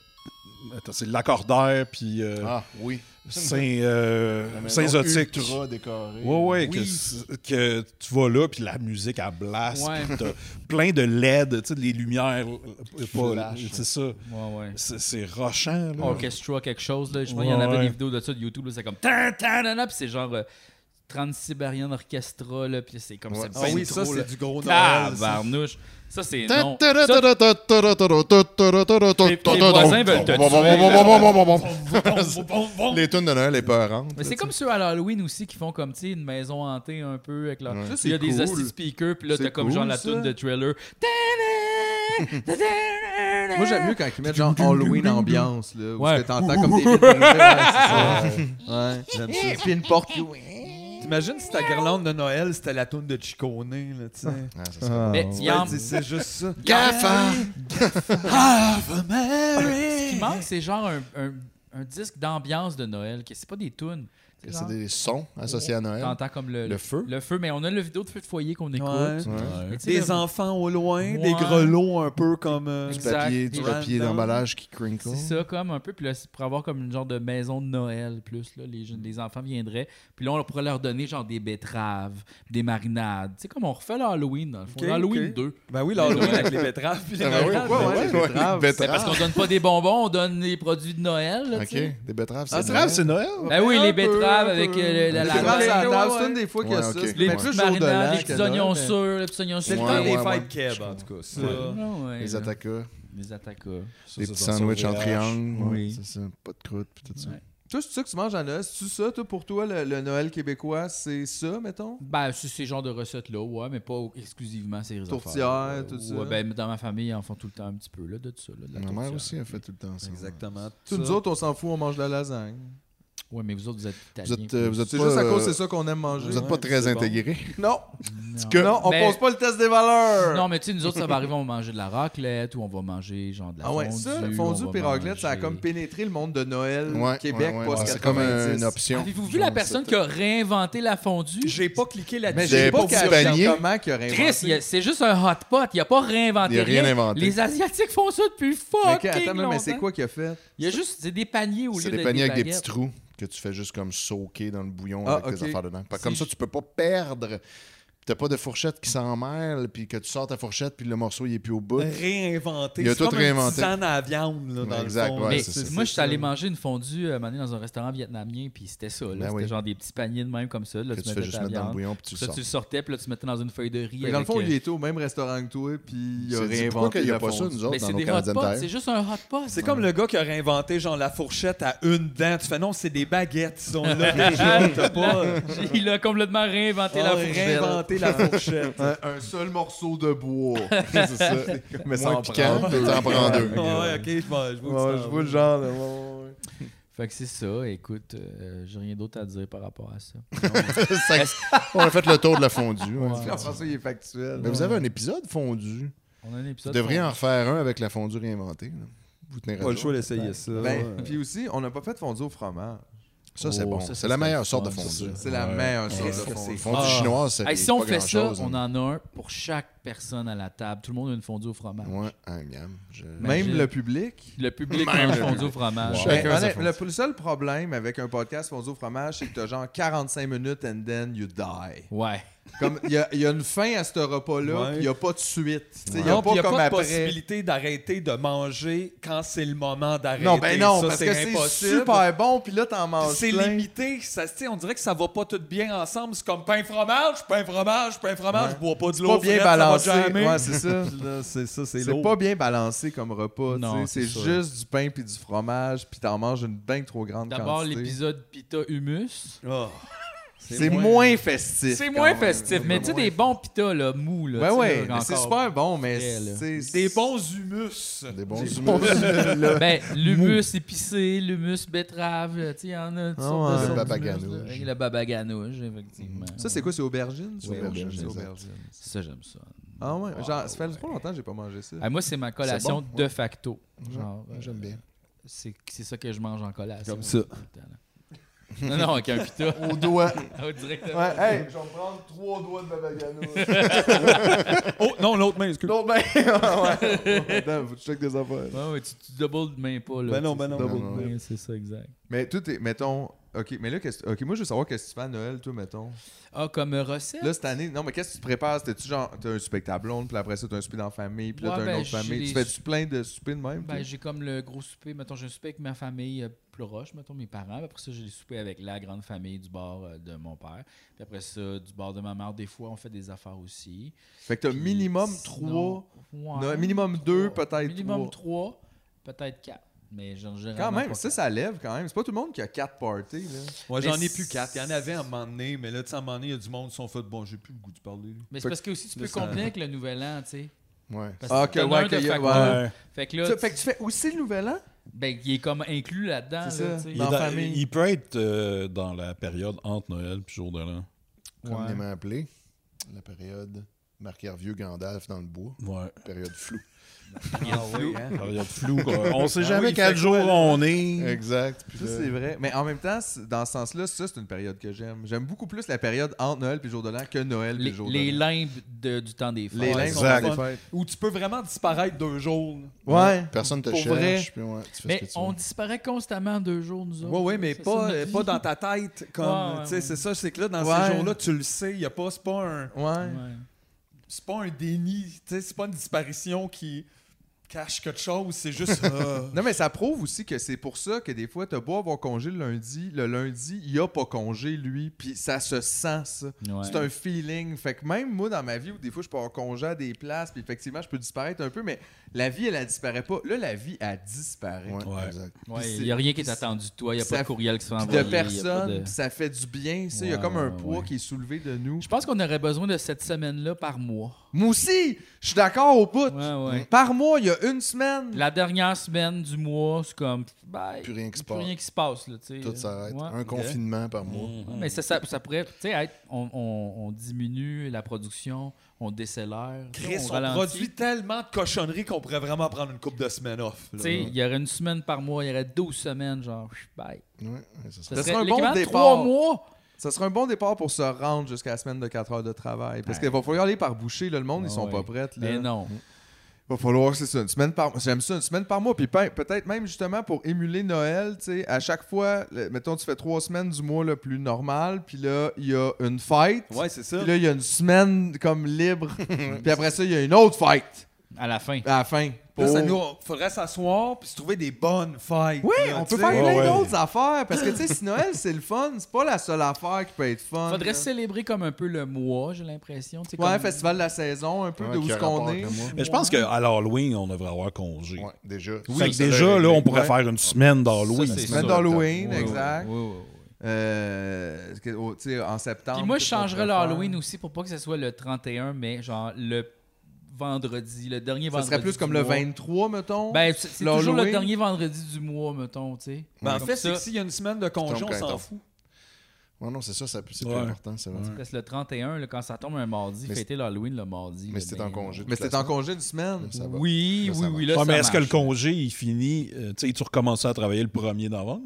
Speaker 4: attends, c'est l'accordaire, puis euh,
Speaker 7: Ah, oui.
Speaker 4: Saint, euh,
Speaker 7: La maison
Speaker 4: Saint-Zotique.
Speaker 7: Ultra décorée.
Speaker 4: Ouais, ouais,
Speaker 8: Oui.
Speaker 4: que c- Que, tu vas là, puis la musique, elle blast.
Speaker 8: Ouais.
Speaker 4: puis t'as plein de LED, tu sais, les lumières. euh, pas-
Speaker 7: Flash.
Speaker 4: C'est ça.
Speaker 8: Ouais, ouais.
Speaker 4: C'est, c'est rochant, là.
Speaker 8: Orchestra, quelque chose. Là. Je vois, il y en
Speaker 4: Mm. Ouais,
Speaker 8: avait
Speaker 4: ouais.
Speaker 8: des vidéos de ça de YouTube. là, C'est comme. tan, tan, nan, nan, Puis c'est genre. euh, Transsibérian Orchestra, là, puis c'est comme
Speaker 7: Ouais.
Speaker 8: c'est
Speaker 3: Ah
Speaker 8: bien
Speaker 3: oui, ça,
Speaker 8: trop, là.
Speaker 3: c'est du gros
Speaker 8: Ah,
Speaker 3: Noël. ça.
Speaker 8: barnouche. Ça, c'est non. [laughs] Ça,
Speaker 7: Les tunes de Noël est peurantes.
Speaker 8: Mais c'est comme ceux à Halloween aussi qui font comme tu sais, une maison hantée un peu avec leur.
Speaker 7: Ouais.
Speaker 3: Ça,
Speaker 8: Il y a
Speaker 3: c'est
Speaker 8: des hosties
Speaker 3: cool.
Speaker 8: speakers, puis là
Speaker 3: C'est
Speaker 8: t'as comme
Speaker 3: cool,
Speaker 8: genre la
Speaker 3: ça.
Speaker 8: tune de thriller.
Speaker 3: Moi, j'aime mieux quand ils mettent genre Halloween ambiance, là. Où
Speaker 8: Ouais.
Speaker 3: ouais. t'entends comme des vides brisées, ouais, c'est ça. Ouais, j'aime ça. Puis une porte. T'imagines si ta guirlande de Noël, c'était la toune de Chicone, là, tu sais.
Speaker 7: Ah, ça serait-
Speaker 8: Mais il y a-
Speaker 3: Ouais, c'est- C'est juste ça.
Speaker 7: Gaffa!
Speaker 3: Ah, Have a
Speaker 8: ce
Speaker 3: Mary!
Speaker 8: qui manque, c'est genre un, un, un disque d'ambiance de Noël, que c'est pas des tunes. C'est
Speaker 7: C'est
Speaker 8: genre,
Speaker 7: des sons associés à Noël.
Speaker 8: T'entends comme le,
Speaker 7: Le feu.
Speaker 8: Le feu, mais on a le vidéo de feu de foyer qu'on écoute.
Speaker 3: Ouais.
Speaker 8: Mais tu sais,
Speaker 3: Des
Speaker 8: le-
Speaker 3: enfants au loin,
Speaker 8: Ouais.
Speaker 3: des grelots un peu comme. euh,
Speaker 7: Du
Speaker 8: Exact.
Speaker 7: papier, du
Speaker 8: Et
Speaker 7: papier
Speaker 3: random.
Speaker 7: d'emballage qui crinkle.
Speaker 8: C'est ça, comme un peu. Puis là, c'est pour avoir comme une genre de maison de Noël, plus. Là, les, jeunes- les enfants viendraient. Puis là, on pourrait leur donner genre des betteraves, des marinades. Tu sais, comme on refait l'Halloween, dans le fond.
Speaker 3: Ok,
Speaker 8: L'Halloween
Speaker 3: ok.
Speaker 8: 2.
Speaker 3: Ben oui, l'Halloween avec les betteraves. Puis les
Speaker 7: Ah oui,
Speaker 3: betteraves.
Speaker 7: ouais,
Speaker 3: Ben
Speaker 7: ouais,
Speaker 3: les
Speaker 7: ouais,
Speaker 3: betteraves.
Speaker 7: les
Speaker 8: C'est parce qu'on donne pas des bonbons, on donne des produits de Noël. Là, tu
Speaker 7: OK,
Speaker 8: sais.
Speaker 7: des betteraves, c'est
Speaker 3: Ah, c'est
Speaker 7: Noël.
Speaker 4: c'est Noël.
Speaker 8: Ben oui,
Speaker 3: Un
Speaker 8: les
Speaker 3: peu,
Speaker 8: betteraves
Speaker 3: un
Speaker 8: avec
Speaker 3: peu.
Speaker 8: euh, la
Speaker 3: Les
Speaker 8: la-
Speaker 3: betteraves,
Speaker 8: la-
Speaker 3: ça
Speaker 8: la-
Speaker 3: adapte, c'est une des fois qu'il y a
Speaker 7: Ouais,
Speaker 3: ça.
Speaker 7: ok.
Speaker 3: c'est
Speaker 8: Les
Speaker 3: même
Speaker 8: petites
Speaker 3: plus jour de l'an
Speaker 8: marinades, les
Speaker 3: que
Speaker 8: petits
Speaker 3: Noël,
Speaker 8: oignons
Speaker 3: mais-
Speaker 8: sûrs, les petits oignons
Speaker 3: C'est le
Speaker 8: sûrs.
Speaker 3: temps
Speaker 7: Ouais,
Speaker 3: des
Speaker 7: ouais, ouais.
Speaker 3: fêtes keb, en tout cas. ça.
Speaker 8: Ah ouais,
Speaker 7: Les
Speaker 8: là.
Speaker 7: attaquas,
Speaker 8: Les attaquas.
Speaker 4: Ça,
Speaker 7: des
Speaker 4: ça,
Speaker 7: petits
Speaker 4: ça, ça,
Speaker 7: sandwichs en
Speaker 4: VH.
Speaker 7: triangle. ouais,
Speaker 8: Oui.
Speaker 7: c'est ça, Pas de croûte, puis tout ça.
Speaker 8: Ouais.
Speaker 3: Toi, c'est ça que tu manges à Noël. C'est ça, toi, pour toi, le, le Noël québécois, c'est ça, mettons?
Speaker 8: Ben, c'est ces genres de recettes-là, ouais, mais pas exclusivement ces recettes.
Speaker 3: Tourtière, tout ça.
Speaker 8: Ouais, ben, dans ma famille, ils en font tout le temps un petit peu, là, de ça. Là, de la
Speaker 7: Ma mère
Speaker 8: tourtière.
Speaker 7: aussi a fait tout le temps ça.
Speaker 3: Exactement.
Speaker 7: Ça.
Speaker 3: Nous autres, on s'en fout, on mange de la lasagne.
Speaker 8: Ouais, mais vous autres, vous êtes italiens.
Speaker 7: Vous êtes, euh, vous êtes
Speaker 3: C'est
Speaker 7: pas,
Speaker 3: juste à cause
Speaker 7: euh,
Speaker 3: c'est ça qu'on aime manger.
Speaker 7: Vous êtes
Speaker 3: Ouais,
Speaker 7: pas
Speaker 3: puis
Speaker 7: très
Speaker 3: c'est bon.
Speaker 7: intégrés.
Speaker 3: Non,
Speaker 8: Non.
Speaker 7: Que-
Speaker 3: non, on
Speaker 8: Mais-
Speaker 3: pose pas le test des valeurs.
Speaker 8: Non, mais tu sais, nous autres, ça va arriver, on va manger de la raclette ou on va manger genre de la
Speaker 3: ah ouais,
Speaker 8: fondue.
Speaker 3: ça,
Speaker 8: on
Speaker 3: fondue
Speaker 8: va
Speaker 3: puis raclette, ça a
Speaker 8: manger-
Speaker 3: comme pénétré le monde de Noël
Speaker 7: Ouais,
Speaker 3: Québec
Speaker 7: ouais, ouais,
Speaker 3: post
Speaker 7: ouais, C'est comme un-
Speaker 3: 90.
Speaker 7: une option.
Speaker 8: Avez-vous vu la personne qui a réinventé la fondue?
Speaker 3: J'ai pas cliqué là-dessus.
Speaker 7: Mais
Speaker 3: Je sais
Speaker 7: j'ai
Speaker 3: pas
Speaker 7: pas
Speaker 3: quel-
Speaker 7: petit panier.
Speaker 3: comment qu'il aurait
Speaker 8: Chris,
Speaker 3: inventé.
Speaker 8: il y a- c'est juste un hot pot. Il a pas réinventé
Speaker 7: Il a rien inventé.
Speaker 8: Les Asiatiques font ça depuis
Speaker 3: Mais
Speaker 8: fucking
Speaker 3: que- attends, mais,
Speaker 8: longtemps.
Speaker 3: c'est quoi qu'il a fait?
Speaker 8: Il y a juste c'est des paniers au lieu
Speaker 7: C'est
Speaker 8: de
Speaker 7: des paniers avec des petits
Speaker 8: baguettes.
Speaker 7: trous que tu fais juste comme soaker dans le bouillon
Speaker 3: Ah,
Speaker 7: avec tes
Speaker 3: ok.
Speaker 7: affaires dedans. Fait que Comme ça, tu peux pas perdre. T'as pas de fourchette qui s'en mêle, puis que tu sors ta fourchette, puis le morceau, il est plus au bout.
Speaker 3: Réinventé.
Speaker 7: Il a
Speaker 3: C'est
Speaker 7: tout
Speaker 3: comme une
Speaker 7: réinventé.
Speaker 3: tisane à la viande, là, dans
Speaker 7: Exact,
Speaker 3: le fond.
Speaker 7: ouais,
Speaker 8: mais
Speaker 7: c'est ça,
Speaker 8: moi, je suis allé manger une fondue euh, un moment donné, dans un restaurant vietnamien, puis c'était ça. là.
Speaker 7: Ben
Speaker 8: c'était
Speaker 7: oui.
Speaker 8: genre des petits paniers de même comme ça. Là,
Speaker 7: que tu
Speaker 8: mettais
Speaker 7: fais juste
Speaker 8: ta
Speaker 7: mettre dans le
Speaker 8: viande.
Speaker 7: bouillon, puis tu le
Speaker 8: Ça,
Speaker 7: sors.
Speaker 8: tu le sortais, puis là, tu le mettais dans une feuille de riz.
Speaker 3: Mais dans le
Speaker 8: avec,
Speaker 3: fond,
Speaker 8: euh,
Speaker 3: il était au même restaurant que toi, puis il
Speaker 7: C'est- c'est
Speaker 3: a
Speaker 7: pourquoi
Speaker 3: réinventé
Speaker 7: qu'il y a
Speaker 3: la
Speaker 7: pas ça,
Speaker 3: fondue.
Speaker 7: nous autres,
Speaker 8: Mais
Speaker 7: dans
Speaker 8: c'est
Speaker 7: nos
Speaker 8: des hot
Speaker 7: Canadiens
Speaker 8: pots,
Speaker 7: de
Speaker 8: c'est
Speaker 7: terre.
Speaker 8: juste un hot pot.
Speaker 3: C'est comme le gars qui a réinventé genre la fourchette à une dent. Tu fais non, c'est des baguettes. Ils sont
Speaker 8: [laughs]
Speaker 3: là déjà. T'as pas
Speaker 8: Il a complètement réinventé la
Speaker 3: Ah,
Speaker 8: fourchette.
Speaker 3: réinventé la fourchette.
Speaker 5: Un, un seul morceau
Speaker 8: [laughs]
Speaker 5: de bois.
Speaker 7: C'est ça.
Speaker 5: Mais ça
Speaker 7: Moins
Speaker 5: en
Speaker 7: piquant,
Speaker 5: prend.
Speaker 7: puis t'en prends deux.
Speaker 3: Ouais, ok, je vois, je vois où tu t'en vas.
Speaker 5: genre. là, ouais, ouais.
Speaker 8: [laughs] Fait que c'est ça. Écoute, euh, j'ai rien d'autre à dire par rapport
Speaker 7: [laughs]
Speaker 8: à ça.
Speaker 7: Ça- On a fait le tour de la fondue. ouais.
Speaker 3: [laughs] En français, il est factuel.
Speaker 7: Mais vous avez un épisode fondu.
Speaker 8: On a un
Speaker 7: Vous
Speaker 8: épisode.
Speaker 7: devriez
Speaker 8: sur-
Speaker 7: en refaire un avec la fondue réinventée. là. Vous tenez
Speaker 2: Pas le choix d'essayer ça.
Speaker 3: Ben,
Speaker 2: ouais.
Speaker 3: [laughs] Puis aussi, on n'a pas fait de fondue au fromage.
Speaker 7: Ça, c'est
Speaker 8: Oh,
Speaker 7: bon.
Speaker 8: ça,
Speaker 7: C'est
Speaker 8: ça
Speaker 7: la
Speaker 8: serait
Speaker 7: meilleure
Speaker 8: le
Speaker 7: sorte de
Speaker 8: fun, ça.
Speaker 7: fondue.
Speaker 3: C'est la meilleure chose
Speaker 8: Qu'est-ce
Speaker 3: de
Speaker 8: que
Speaker 3: fondue.
Speaker 7: La Fondue
Speaker 3: Ah.
Speaker 7: chinoise, c'est
Speaker 8: Hey, si on
Speaker 7: pas
Speaker 8: fait ça,
Speaker 7: grand-chose,
Speaker 8: on
Speaker 7: hein.
Speaker 8: en a un pour chaque personne à la table. Tout le monde a une fondue au fromage.
Speaker 7: Ouais, un miam. Je-
Speaker 3: Même
Speaker 8: Imagine.
Speaker 3: le public.
Speaker 8: Le public a une fondue au fromage.
Speaker 7: Wow.
Speaker 3: Ben,
Speaker 7: Chacun sa
Speaker 3: honnête,
Speaker 7: fondue.
Speaker 3: le, le seul problème avec un podcast fondue au fromage, c'est que t'as genre 45 minutes and then you die.
Speaker 8: Ouais.
Speaker 3: Comme il y, a- il y a une fin à ce repas-là,
Speaker 2: Ouais.
Speaker 3: puis il n'y a pas de suite. Il n'y
Speaker 7: Ouais.
Speaker 3: a
Speaker 7: Non,
Speaker 3: pas pas comme de après.
Speaker 2: possibilité d'arrêter de manger quand c'est le moment d'arrêter.
Speaker 3: Non, ben non,
Speaker 2: Ça,
Speaker 3: parce que c'est
Speaker 2: impossible.
Speaker 3: super bon, puis là, t'en manges
Speaker 2: C'est
Speaker 3: plein.
Speaker 2: limité, ça, tu sais, on dirait que ça va pas tout bien ensemble. C'est comme pain fromage, pain fromage, pain fromage, je bois pas de
Speaker 3: C'est
Speaker 2: l'eau.
Speaker 3: pas bien
Speaker 2: frette, ça va
Speaker 3: balancé.
Speaker 2: jammer.
Speaker 3: Ouais, c'est ça.
Speaker 2: [laughs] Là, c'est ça, c'est
Speaker 3: C'est
Speaker 2: l'eau.
Speaker 3: pas bien balancé comme repas. tu
Speaker 8: Non,
Speaker 3: sais.
Speaker 8: c'est
Speaker 3: C'est
Speaker 8: sûr.
Speaker 3: juste du pain puis du fromage, puis t'en manges une dingue trop grande
Speaker 8: D'abord,
Speaker 3: quantité.
Speaker 8: l'épisode Pita Humus.
Speaker 3: C'est moins festif.
Speaker 8: C'est
Speaker 3: quand
Speaker 8: moins
Speaker 3: même.
Speaker 8: festif, mais tu sais, des bons pitas, là, mous, là.
Speaker 3: Ben
Speaker 8: tu sais,
Speaker 3: ouais,
Speaker 8: là,
Speaker 3: mais c'est
Speaker 8: encore.
Speaker 3: super bon, mais
Speaker 8: frais, là.
Speaker 3: c'est
Speaker 2: Des bons humus.
Speaker 7: Des bons humus.
Speaker 8: Ben, l'humus épicé, l'humus betterave, là, tu sais, il y en a. toutes
Speaker 3: Ah
Speaker 8: sortes de
Speaker 3: ouais.
Speaker 8: sortes
Speaker 7: Le
Speaker 8: d'humus,
Speaker 7: babaganouche.
Speaker 8: là. Et le babaganouche, effectivement.
Speaker 3: Ça, c'est quoi C'est aubergine
Speaker 7: Oui, aubergine,
Speaker 3: C'est
Speaker 7: exact.
Speaker 3: aubergine.
Speaker 8: Ça, j'aime ça.
Speaker 3: Ah ouais, genre, ça fait trop longtemps que j'ai pas mangé ça.
Speaker 8: Ah, moi, c'est ma collation
Speaker 7: C'est bon,
Speaker 8: de facto. Genre, euh,
Speaker 7: J'aime bien.
Speaker 8: C'est c'est ça que je mange en collation.
Speaker 3: Comme ça.
Speaker 8: Tout le temps, là. [laughs] Non, non, avec un pita.
Speaker 11: Au doigt.
Speaker 7: [laughs]
Speaker 8: Ah ouais, directement.
Speaker 11: Ouais, hey, je vais me prendre trois doigts de Babagano.
Speaker 7: [laughs]
Speaker 1: Oh, non, l'autre main, excuse.
Speaker 11: non, ben,
Speaker 8: [laughs]
Speaker 11: ouais. Attends, faut que je check des affaires.
Speaker 8: Ouais, ouais, tu, tu double main pas, là.
Speaker 1: Ben non, ben non.
Speaker 11: Double
Speaker 7: non,
Speaker 11: dip.
Speaker 8: Ouais, c'est ça, exact.
Speaker 3: Mais tout est. Mettons. Ok, mais là, qu'est-ce- ok, moi, je veux savoir qu'est-ce que tu fais à Noël, toi, mettons.
Speaker 8: Ah, comme recette?
Speaker 3: Là, cette année, non, mais qu'est-ce que tu prépares? T'as-tu genre, t'as un souper avec ta blonde, puis après ça, t'as un souper dans la famille, puis là,
Speaker 8: Ouais,
Speaker 3: t'as
Speaker 8: ben,
Speaker 3: une autre famille. Tu
Speaker 8: j'ai des
Speaker 3: fais-tu plein de soupers de même?
Speaker 8: Ben,
Speaker 3: toi?
Speaker 8: j'ai comme le gros souper. Mettons, j'ai un souper avec ma famille euh, plus proche, mettons mes parents. Puis Après ça, j'ai des soupers avec la grande famille du bord euh, de mon père. Puis après ça, du bord de ma mère. Des fois, on fait des affaires aussi.
Speaker 3: fait que t'as
Speaker 8: Puis
Speaker 3: minimum
Speaker 8: sinon-
Speaker 3: trois.
Speaker 8: Ouais,
Speaker 3: Non, minimum deux, peut-être
Speaker 8: Minimum trois, peut-être quatre. Mais j'en
Speaker 3: Quand même, ça, ça lève quand même. C'est pas tout le monde qui a quatre parties, là.
Speaker 1: Moi,
Speaker 8: Mais
Speaker 1: j'en ai
Speaker 8: c'est-
Speaker 1: plus quatre. Il y en avait à un moment donné, mais là, tu sais, à un moment donné, il y a du monde qui sont fait bon, j'ai plus le goût de parler. là.
Speaker 8: Mais c'est parce que aussi, tu peux
Speaker 1: Là, ça-
Speaker 8: combiner avec le nouvel an, tu sais.
Speaker 7: Ouais.
Speaker 8: Parce
Speaker 3: Ah,
Speaker 8: que
Speaker 3: que
Speaker 8: t'en as
Speaker 3: ouais,
Speaker 8: un de
Speaker 3: que y a-
Speaker 8: chaque
Speaker 3: ouais.
Speaker 8: bord.
Speaker 4: Ouais.
Speaker 8: Fait que là,
Speaker 3: Ça, fait que tu fais aussi le nouvel an?
Speaker 8: ben, il est comme inclus là-dedans.
Speaker 3: C'est
Speaker 8: là,
Speaker 3: ça.
Speaker 8: tu sais.
Speaker 4: Il, est
Speaker 3: Dans la
Speaker 4: dans-
Speaker 3: famille.
Speaker 4: il peut être euh, dans la période entre Noël et jour de l'an.
Speaker 7: communément appelé la période Marc Hervieux Gandalf dans le bois,
Speaker 4: Ouais.
Speaker 7: période
Speaker 1: [laughs]
Speaker 7: floue.
Speaker 1: Ben,
Speaker 4: Période floue.
Speaker 3: [laughs]
Speaker 4: quoi. On sait
Speaker 3: Ben
Speaker 7: Ah
Speaker 4: jamais
Speaker 7: oui,
Speaker 4: quel
Speaker 7: fait
Speaker 4: jour
Speaker 7: quoi, là?
Speaker 4: on est.
Speaker 7: Exact. Puis
Speaker 3: Ça,
Speaker 7: là-
Speaker 3: c'est vrai. Mais en même temps, c'est- dans ce sens-là, ça, c'est une période que j'aime. J'aime beaucoup plus la période entre Noël puis jour de l'an que Noël puis
Speaker 8: Les,
Speaker 3: jour
Speaker 8: les
Speaker 3: de l'an.
Speaker 8: limbes de- du temps des fêtes.
Speaker 3: Les
Speaker 8: Ouais,
Speaker 3: limbes
Speaker 8: sont
Speaker 7: exact.
Speaker 8: fun.
Speaker 1: Où tu peux vraiment disparaître deux jours.
Speaker 3: Ouais.
Speaker 7: Personne te
Speaker 3: Pour
Speaker 7: cherche.
Speaker 3: vrai.
Speaker 7: puis ouais, tu fais ce
Speaker 8: Mais
Speaker 7: que tu
Speaker 8: on
Speaker 7: veux.
Speaker 8: disparaît constamment en deux jours, nous autres.
Speaker 1: Oui, oui, mais
Speaker 8: C'est
Speaker 1: pas,
Speaker 8: ça,
Speaker 1: euh,
Speaker 8: notre
Speaker 1: pas
Speaker 8: vie.
Speaker 1: dans ta
Speaker 8: [laughs]
Speaker 1: tête. Comme,
Speaker 8: Ouais, ouais,
Speaker 1: tu sais,
Speaker 8: ouais.
Speaker 1: c'est ça, c'est que là, dans
Speaker 3: Ouais.
Speaker 1: ces jours-là, tu le sais, il y a pas, c'est pas un,
Speaker 3: Ouais.
Speaker 8: Ouais.
Speaker 1: c'est pas un déni, tu sais, c'est pas une disparition qui cache quelque chose, c'est
Speaker 7: [laughs]
Speaker 1: juste. euh,
Speaker 3: Non, mais ça prouve aussi que c'est pour ça que des fois, t'as beau avoir congé le lundi, le lundi, il a pas congé, lui, puis ça se sent, ça.
Speaker 8: Ouais.
Speaker 3: C'est un feeling. Fait que même moi, dans ma vie, où des fois, je peux avoir congé à des places, puis effectivement, je peux disparaître un peu, mais la vie, elle, elle disparaît pas. Là, la vie, elle disparaît.
Speaker 7: Ouais,
Speaker 4: Ouais.
Speaker 7: exact.
Speaker 8: Ouais,
Speaker 3: c'est-
Speaker 8: il n'y a rien qui est attendu de toi, il n'y a
Speaker 3: ça-
Speaker 8: pas de courriel qui se fait
Speaker 3: Puis
Speaker 8: envoyer.
Speaker 3: de
Speaker 8: il y a pas
Speaker 3: personne,
Speaker 8: de-
Speaker 3: puis ça fait du bien, ça. Il y a
Speaker 8: Ouais,
Speaker 3: comme un
Speaker 8: ouais,
Speaker 3: poids
Speaker 8: ouais.
Speaker 3: qui est soulevé de nous.
Speaker 8: Je pense qu'on aurait besoin de cette semaine-là par mois.
Speaker 3: Moi aussi, je suis d'accord au bout.
Speaker 8: Ouais, ouais.
Speaker 3: Par mois, il y a une semaine.
Speaker 8: La dernière semaine du mois, c'est comme. bye.
Speaker 7: Plus rien qui se
Speaker 8: Plus
Speaker 7: passe.
Speaker 8: rien qui se passe. Là, tu sais.
Speaker 7: Tout s'arrête.
Speaker 8: Ouais.
Speaker 7: Un confinement par mois.
Speaker 3: Mm,
Speaker 8: Mais ça, ça, ça pourrait. Tu sais, être- on, on- on diminue la production, on décélère.
Speaker 1: Chris,
Speaker 8: on
Speaker 1: on,
Speaker 8: ralentit.
Speaker 1: produit tellement de cochonneries qu'on pourrait vraiment prendre une coupe de semaine off. là.
Speaker 8: Tu sais, il y aurait une semaine par mois, il y aurait 12 semaines, genre, pff, bye.
Speaker 7: Ouais, ouais, ça
Speaker 8: Ça,
Speaker 3: Ça
Speaker 8: serait,
Speaker 3: serait un bon
Speaker 8: l'équivalent de
Speaker 3: départ.
Speaker 8: trois mois.
Speaker 3: Ça serait un bon départ pour se rendre jusqu'à la semaine de 4 heures de travail. Parce qu'il va falloir aller par boucher, là, le monde,
Speaker 8: Ouais,
Speaker 3: ils sont pas
Speaker 8: Ah ouais.
Speaker 3: prêts. Là. Mm.
Speaker 8: Mais non.
Speaker 3: va falloir, c'est ça, une semaine par mois. J'aime ça, une semaine par mois. Puis pe- peut-être même justement pour émuler Noël, tu sais, à chaque fois, le- mettons, tu fais trois semaines du mois le plus normal, puis là, il y a une fête.
Speaker 1: Ouais, c'est ça.
Speaker 3: Puis là, il y a une semaine comme
Speaker 8: [laughs]
Speaker 3: libre. puis après ça, il y a une autre fête
Speaker 8: À la fin.
Speaker 3: à la fin.
Speaker 1: Là, ça
Speaker 7: Oh.
Speaker 3: Pour-
Speaker 1: nous, faudrait s'asseoir puis se trouver des bonnes fêtes.
Speaker 3: Oui,
Speaker 1: là,
Speaker 3: on peut
Speaker 1: tu
Speaker 3: faire
Speaker 1: sais.
Speaker 4: Ouais,
Speaker 3: plein
Speaker 4: ouais.
Speaker 3: d'autres affaires. Parce que, tu sais, si Noël, c'est le fun, c'est pas la seule affaire qui peut être fun.
Speaker 8: Faudrait
Speaker 3: là.
Speaker 8: célébrer comme un peu le mois, j'ai l'impression. tu sais,
Speaker 3: Ouais,
Speaker 8: comme-
Speaker 3: festival de la saison, un peu
Speaker 7: Ouais,
Speaker 3: de où
Speaker 7: qui
Speaker 3: ce
Speaker 7: a
Speaker 3: qu'on
Speaker 7: rapport
Speaker 3: est.
Speaker 7: avec moi.
Speaker 4: Mais je pense qu'à l'Halloween, on devrait avoir congé.
Speaker 7: Ouais, déjà.
Speaker 4: Fait que déjà, là, on pourrait faire une semaine
Speaker 8: Ça,
Speaker 4: d'Halloween.
Speaker 8: c'est
Speaker 3: Semaine
Speaker 8: sûr.
Speaker 3: d'Halloween,
Speaker 8: Ouais, ouais,
Speaker 3: exact.
Speaker 8: ouais, ouais, ouais.
Speaker 3: Euh, que- au- tu sais, en septembre.
Speaker 8: Puis moi, je
Speaker 3: qu'est-ce qu'on
Speaker 8: changerais
Speaker 3: pourrait faire?
Speaker 8: l'Halloween aussi pour pas que ce soit le 31, mais genre le vendredi, le dernier
Speaker 3: Ça
Speaker 8: vendredi.
Speaker 3: serait plus
Speaker 8: du
Speaker 3: comme le
Speaker 8: mois.
Speaker 3: 23, mettons.
Speaker 8: Ben, c'est c'est toujours le
Speaker 3: L'Halloween.
Speaker 8: dernier vendredi du mois, mettons, tu sais.
Speaker 1: Ben, en
Speaker 8: Comme
Speaker 1: fait,
Speaker 8: ça,
Speaker 1: c'est que s'il y a une semaine de congé, on
Speaker 7: Tombe
Speaker 1: s'en
Speaker 7: printemps.
Speaker 1: fout.
Speaker 7: Ouais, non, c'est ça, ça c'est plus
Speaker 4: Ouais.
Speaker 7: important. c'est vrai.
Speaker 8: tu laisses le 31, là, quand ça tombe un mardi,
Speaker 7: Mais
Speaker 8: fêter l'Halloween le mardi.
Speaker 7: Mais
Speaker 8: là,
Speaker 7: si t'es
Speaker 8: ben,
Speaker 7: en congé. toute
Speaker 3: mais
Speaker 7: la
Speaker 3: c'était en
Speaker 7: semaine,
Speaker 3: congé une semaine.
Speaker 7: ça va.
Speaker 8: Oui,
Speaker 7: Là, ça
Speaker 8: oui,
Speaker 7: marche.
Speaker 8: oui, là,
Speaker 4: Ouais,
Speaker 8: ça
Speaker 4: mais est-ce que le
Speaker 8: marche.
Speaker 4: congé, il finit, euh, tu sais, tu recommences à travailler le 1er novembre?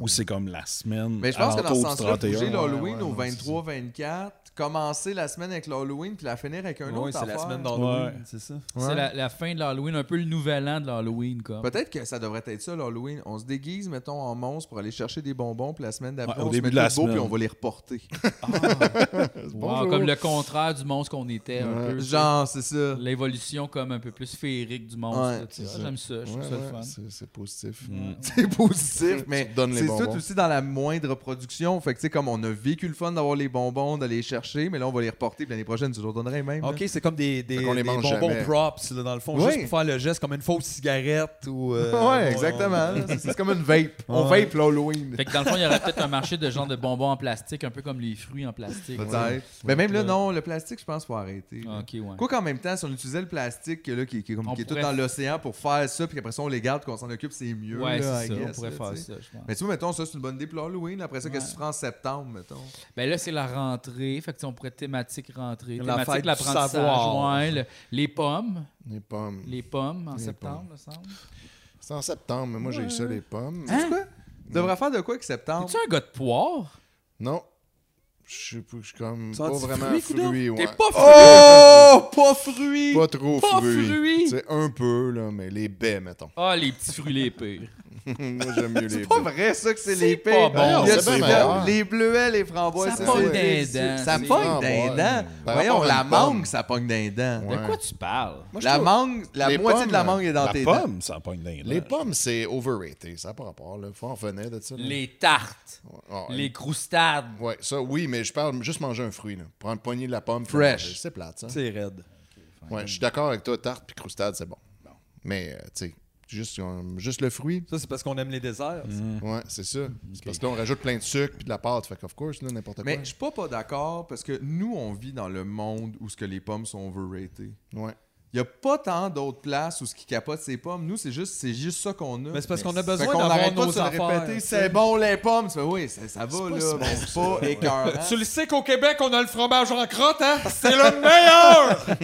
Speaker 4: Ou c'est comme la semaine
Speaker 3: Mais je pense que dans ce
Speaker 4: alentour du
Speaker 3: sens-là,
Speaker 4: 31?
Speaker 3: bouger l'Halloween
Speaker 7: ouais,
Speaker 3: au
Speaker 7: non,
Speaker 3: 23, 24, commencer la semaine avec l'Halloween puis la finir avec un
Speaker 1: Ouais,
Speaker 3: autre
Speaker 1: c'est la
Speaker 3: affaire.
Speaker 1: semaine d'Halloween,
Speaker 4: Ouais.
Speaker 1: c'est ça.
Speaker 8: C'est la, la fin de l'Halloween, un peu le nouvel an de l'Halloween,
Speaker 1: Ah
Speaker 8: comme.
Speaker 3: Peut-être que ça devrait être ça l'Halloween. On se déguise, mettons, en monstre pour aller chercher des bonbons, puis la semaine d'après,
Speaker 4: Ouais, au
Speaker 3: on
Speaker 4: début
Speaker 3: se met
Speaker 4: de la
Speaker 3: tout beau,
Speaker 4: semaine.
Speaker 3: puis on va
Speaker 1: [laughs]
Speaker 3: les reporter.
Speaker 8: Ah.
Speaker 1: Ah.
Speaker 3: [laughs]
Speaker 8: Wow,
Speaker 7: Bonjour.
Speaker 8: comme le contraire du monstre qu'on était, un peu. tu sais.
Speaker 3: Genre, c'est ça.
Speaker 8: L'évolution comme un peu plus féerique du monstre.
Speaker 3: Ouais,
Speaker 8: là, tu sais.
Speaker 7: c'est
Speaker 8: Ah,
Speaker 7: ça.
Speaker 8: J'aime ça, je trouve
Speaker 7: Ouais,
Speaker 8: ça
Speaker 7: ouais,
Speaker 8: le fun.
Speaker 7: c'est- C'est positif. [laughs]
Speaker 3: C'est positif,
Speaker 7: Tu
Speaker 3: mais
Speaker 7: te
Speaker 3: c'est
Speaker 7: donnes les
Speaker 3: tout
Speaker 7: bonbons.
Speaker 3: aussi dans la moindre production. Fait que, tu sais, comme on a vécu le fun d'avoir les bonbons, d'aller les chercher, mais là, on va les reporter, puis l'année prochaine, tu nous donnerais même. là.
Speaker 1: Ok, c'est comme des, des,
Speaker 7: Fait qu'on les
Speaker 1: des
Speaker 7: mange
Speaker 1: bonbons
Speaker 7: jamais.
Speaker 1: props, là, dans le fond,
Speaker 3: Oui.
Speaker 1: juste pour faire le geste, comme une fausse cigarette ou. euh,
Speaker 3: [laughs]
Speaker 2: [laughs]
Speaker 3: ouais, exactement. là. C'est- C'est comme une vape. On
Speaker 1: Ouais.
Speaker 3: vape l'Halloween.
Speaker 8: Fait que dans le fond, il y aurait peut-être un marché de genre de bonbons en plastique, un peu comme les fruits en plastique.
Speaker 3: Peut-être.
Speaker 8: Ouais.
Speaker 3: Mais même là, non, le plastique, je pense, faut arrêter. là.
Speaker 8: Ah, Ok, ouais.
Speaker 3: Quoi qu'en même temps, si on utilisait le plastique là, qui, qui est, comme,
Speaker 8: On
Speaker 3: qui est tout
Speaker 8: pourrait-
Speaker 3: dans l'océan pour faire ça, puis après ça, on les garde, qu'on s'en occupe, c'est mieux.
Speaker 8: Ouais,
Speaker 3: là,
Speaker 8: c'est
Speaker 3: I
Speaker 8: ça.
Speaker 3: guess,
Speaker 8: on pourrait
Speaker 3: là,
Speaker 8: faire
Speaker 3: tu sais.
Speaker 8: ça, je pense.
Speaker 3: Mais tu vois, mettons, ça, c'est une bonne idée pour l'Halloween. Après ça, qu'est-ce que
Speaker 8: Ouais.
Speaker 3: tu feras en septembre, mettons?
Speaker 8: Ben là, c'est la rentrée. Fait que, tu sais, on pourrait thématique rentrée.
Speaker 1: La
Speaker 8: thématique
Speaker 1: fête du
Speaker 8: l'apprentissage,
Speaker 1: savoir.
Speaker 8: ouais, le- les pommes.
Speaker 7: Les pommes.
Speaker 8: Les pommes en
Speaker 7: Les
Speaker 8: septembre,
Speaker 7: pommes.
Speaker 8: me semble.
Speaker 7: C'est en septembre, mais moi j'ai eu ça, les pommes.
Speaker 8: Hein?
Speaker 3: Tu devrais faire de quoi que septembre?
Speaker 8: Tu un gars de poire?
Speaker 7: Non. Je sais pas, je suis comme
Speaker 3: Sens
Speaker 7: pas
Speaker 3: du
Speaker 7: vraiment
Speaker 3: fruit, coudonc?
Speaker 7: fruit.
Speaker 8: T'es
Speaker 7: Ouais.
Speaker 8: pas
Speaker 3: Oh! Pas fruit!
Speaker 7: Pas trop
Speaker 8: Pas
Speaker 7: fruit.
Speaker 8: fruit!
Speaker 7: C'est un peu, là, mais les baies, mettons.
Speaker 8: Ah, les petits fruits les pires.
Speaker 7: Moi, j'aime mieux les
Speaker 3: C'est pas
Speaker 7: baies.
Speaker 3: vrai, ça, que c'est
Speaker 8: C'est
Speaker 3: les
Speaker 8: pas
Speaker 3: pires.
Speaker 8: bon.
Speaker 3: Il y a
Speaker 7: C'est bien
Speaker 3: du blanc.
Speaker 7: meilleur.
Speaker 3: les bleuets, les framboises.
Speaker 8: Ça
Speaker 3: c'est
Speaker 8: pogne
Speaker 3: sûr.
Speaker 8: des dents.
Speaker 3: Ça
Speaker 7: C'est
Speaker 3: pogne des
Speaker 7: framboise.
Speaker 3: dents.
Speaker 7: Par
Speaker 3: Voyons,
Speaker 7: rapport à
Speaker 3: la
Speaker 7: une pomme.
Speaker 3: mangue, ça pogne des dents.
Speaker 8: De
Speaker 7: Ouais.
Speaker 8: quoi tu parles?
Speaker 7: Moi, je
Speaker 3: La
Speaker 7: trouve-
Speaker 3: mangue, la
Speaker 7: les
Speaker 3: moitié de la
Speaker 7: pommes,
Speaker 3: mangue est dans
Speaker 4: La
Speaker 3: tes dents.
Speaker 4: pomme, ça pogne d'un
Speaker 7: Les pommes, c'est overrated. Ça n'a pas rapport, là. Faut en revenir de ça. là.
Speaker 8: Les tartes,
Speaker 7: Ah,
Speaker 8: les croustades.
Speaker 7: Ouais, ça, oui, mais je parle juste manger un fruit. Là. Prendre une poignée de la pomme. puis
Speaker 3: Fresh.
Speaker 7: la manger. C'est plate, ça.
Speaker 2: C'est raide.
Speaker 7: Ouais, je suis d'accord avec toi. Tarte puis croustade, c'est bon. Mais, euh, tu sais, juste, euh, juste le fruit.
Speaker 2: Ça, c'est parce qu'on aime les desserts. ça.
Speaker 7: Ouais, c'est ça. C'est parce que là, on rajoute plein de sucre puis de la pâte. Fait qu'of course, là, n'importe quoi.
Speaker 3: Mais je suis pas pas d'accord parce que nous, on vit dans le monde où ce que les pommes sont overrated.
Speaker 7: Ouais.
Speaker 3: Il n'y a pas tant d'autres places où ce qui capote c'est les pommes. Nous, c'est juste, c'est juste ça qu'on a.
Speaker 2: Mais c'est parce
Speaker 3: Mais
Speaker 2: qu'on a
Speaker 3: Fait
Speaker 2: besoin
Speaker 3: qu'on
Speaker 2: d'avoir
Speaker 3: arrête pas
Speaker 2: nos
Speaker 3: de se le
Speaker 2: affaires.
Speaker 3: répéter, c'est bon les pommes. Tu fais, oui, ça, ça va, là. mais C'est pas, écœurant.
Speaker 2: Tu le sais qu'au Québec, on a le fromage en crotte, hein? C'est le
Speaker 3: [laughs]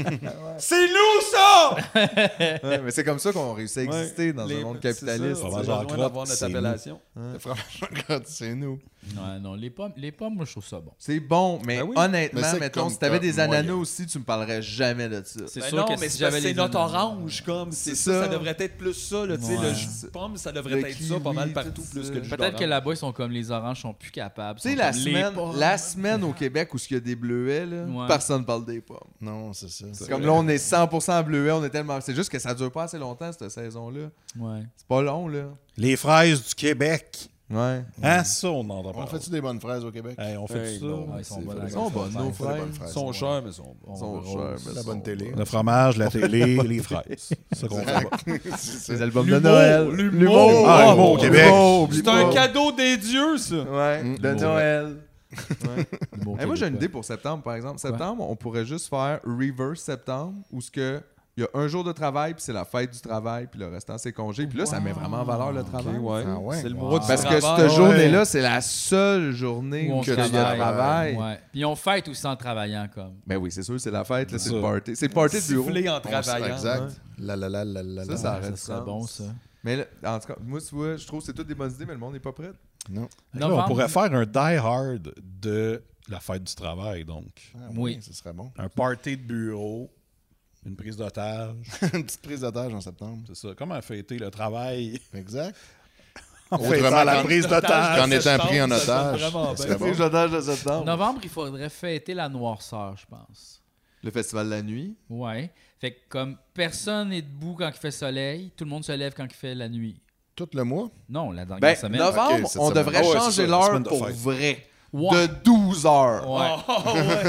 Speaker 2: meilleur! c'est nous, ça!
Speaker 3: Ouais, mais c'est comme ça qu'on réussit à exister dans
Speaker 2: Les-
Speaker 3: un monde
Speaker 2: c'est ça,
Speaker 3: capitaliste.
Speaker 2: On a
Speaker 4: Fromage en
Speaker 2: besoin
Speaker 4: crotte,
Speaker 2: d'avoir notre
Speaker 4: c'est nous.
Speaker 2: appellation.
Speaker 3: Hein?
Speaker 7: Le fromage en crotte, c'est nous.
Speaker 8: Ouais, non, les pommes, les pommes, moi, je trouve ça bon.
Speaker 3: C'est bon, mais
Speaker 2: Ben oui.
Speaker 3: honnêtement,
Speaker 7: Mais c'est
Speaker 3: mettons,
Speaker 7: comme
Speaker 3: si t'avais
Speaker 7: comme
Speaker 3: des
Speaker 7: moyen.
Speaker 3: ananas aussi, tu me parlerais jamais de ça.
Speaker 8: C'est
Speaker 2: Ben
Speaker 8: sûr
Speaker 2: non,
Speaker 8: que
Speaker 2: mais
Speaker 8: si
Speaker 2: c'est parce
Speaker 8: j'avais
Speaker 2: que
Speaker 8: les
Speaker 2: c'est notre
Speaker 8: ananas-
Speaker 2: orange, comme. C'est
Speaker 3: C'est
Speaker 2: ça.
Speaker 3: ça.
Speaker 2: Ça devrait être plus ça, là. Tu sais,
Speaker 8: Ouais.
Speaker 2: le jus de pomme, ça devrait
Speaker 3: Le
Speaker 2: être ça pas
Speaker 3: kiwi,
Speaker 2: mal
Speaker 3: tout
Speaker 2: partout,
Speaker 3: ça.
Speaker 2: plus que le jus
Speaker 8: Peut-être que
Speaker 2: d'orange.
Speaker 8: là-bas, ils sont comme les oranges, sont plus capables.
Speaker 3: Tu sais,
Speaker 8: sont
Speaker 3: la
Speaker 8: comme
Speaker 3: semaine,
Speaker 8: Les pommes.
Speaker 3: la semaine au Québec où il y a des bleuets, là,
Speaker 8: Ouais.
Speaker 3: personne ne parle des pommes.
Speaker 7: Non, c'est ça.
Speaker 3: C'est comme là, on est 100% bleuets, on est tellement. C'est juste que ça dure pas assez longtemps, cette saison-là.
Speaker 8: Ouais.
Speaker 3: C'est pas long, là.
Speaker 4: Les fraises du Québec.
Speaker 3: Ouais.
Speaker 4: Hein, ça, on en entend
Speaker 7: On
Speaker 4: pas.
Speaker 7: fait-tu des bonnes fraises au Québec?
Speaker 4: Hey, on fait
Speaker 2: Hey,
Speaker 4: tout ça.
Speaker 2: non.
Speaker 8: Ouais, ils sont bonnes.
Speaker 3: Ils sont bonnes, nos
Speaker 7: Pas des
Speaker 3: frères.
Speaker 7: bonnes fraises,
Speaker 2: Ils sont
Speaker 7: ouais.
Speaker 2: chers, mais ils sont bons.
Speaker 3: Ils sont
Speaker 7: Rose,
Speaker 3: chers, mais
Speaker 7: La
Speaker 3: ils
Speaker 7: bonne
Speaker 3: sont
Speaker 7: télé.
Speaker 4: Le fromage, la télé, les fraises. C'est ça qu'on fait. pas.
Speaker 3: [laughs] Les albums de Noël.
Speaker 2: L'humour!
Speaker 4: Ah,
Speaker 2: Ah,
Speaker 4: l'humour au
Speaker 2: bon,
Speaker 4: Québec.
Speaker 2: C'est un cadeau des dieux, ça!
Speaker 3: Ouais, de
Speaker 7: l'humour.
Speaker 3: Noël. Ouais.
Speaker 8: Bon,
Speaker 3: Hey, moi, j'ai une
Speaker 8: Québécois.
Speaker 3: idée pour septembre, par exemple. Septembre, on pourrait juste faire reverse septembre, où ce que il y a un jour de travail, puis c'est la fête du travail, puis le restant, c'est congé. Puis là, ça met vraiment en valeur le travail.
Speaker 2: ouais.
Speaker 7: Ah ouais.
Speaker 2: C'est le
Speaker 7: Wow.
Speaker 2: mois du
Speaker 3: Parce que
Speaker 2: travail.
Speaker 3: cette journée-là, c'est la seule journée
Speaker 8: Où on
Speaker 3: que tu y a
Speaker 8: travaille.
Speaker 3: travail.
Speaker 8: Ouais. Puis on fête aussi en travaillant, comme.
Speaker 3: Ben oui, c'est sûr, c'est la fête, là, c'est
Speaker 4: Ouais.
Speaker 3: le party. C'est le party de bureau.
Speaker 2: Siffler en
Speaker 7: On-
Speaker 2: travaillant.
Speaker 7: Exact. La la la la la
Speaker 3: Ça,
Speaker 7: la.
Speaker 3: ça
Speaker 8: Ouais,
Speaker 3: aurait
Speaker 8: ça
Speaker 3: du
Speaker 8: serait
Speaker 3: sens.
Speaker 8: bon, ça.
Speaker 3: Mais là, en tout cas, moi, tu vois, je trouve que c'est toutes des bonnes idées, mais le monde n'est pas prêt.
Speaker 4: Là, on pourrait faire un die-hard de la fête du travail, donc.
Speaker 7: Ah
Speaker 8: Oui.
Speaker 7: Ce serait bon.
Speaker 4: Un party de bureau, une prise d'otage.
Speaker 7: [laughs] Une petite prise d'otage en septembre.
Speaker 4: C'est ça. Comment fêter le travail [laughs]
Speaker 7: Exact.
Speaker 4: en
Speaker 7: Autrement,
Speaker 4: fêtant la
Speaker 7: quand-
Speaker 4: prise d'otage?
Speaker 7: Qu'en étant pris en
Speaker 2: ça sonne
Speaker 7: otage.
Speaker 2: vraiment
Speaker 7: ce
Speaker 2: bien.
Speaker 7: serait bon.
Speaker 3: d'otage de septembre.
Speaker 8: Novembre, il faudrait fêter la noirceur, je pense.
Speaker 3: Le festival de la nuit.
Speaker 8: Ouais. Fait que comme personne n'est debout quand il fait soleil, tout le monde se lève quand il fait la nuit.
Speaker 7: Tout le mois.
Speaker 8: Non, la dernière
Speaker 3: Ben,
Speaker 8: semaine.
Speaker 3: novembre,
Speaker 7: Ok, cette semaine.
Speaker 3: on
Speaker 7: Oh,
Speaker 3: devrait
Speaker 4: Ah ouais, c'est
Speaker 3: changer
Speaker 4: ça, la
Speaker 3: l'heure
Speaker 4: semaine de
Speaker 3: pour
Speaker 4: fête.
Speaker 3: vrai. De
Speaker 8: Ouais. [laughs]
Speaker 3: 12 heures.
Speaker 8: Ouais.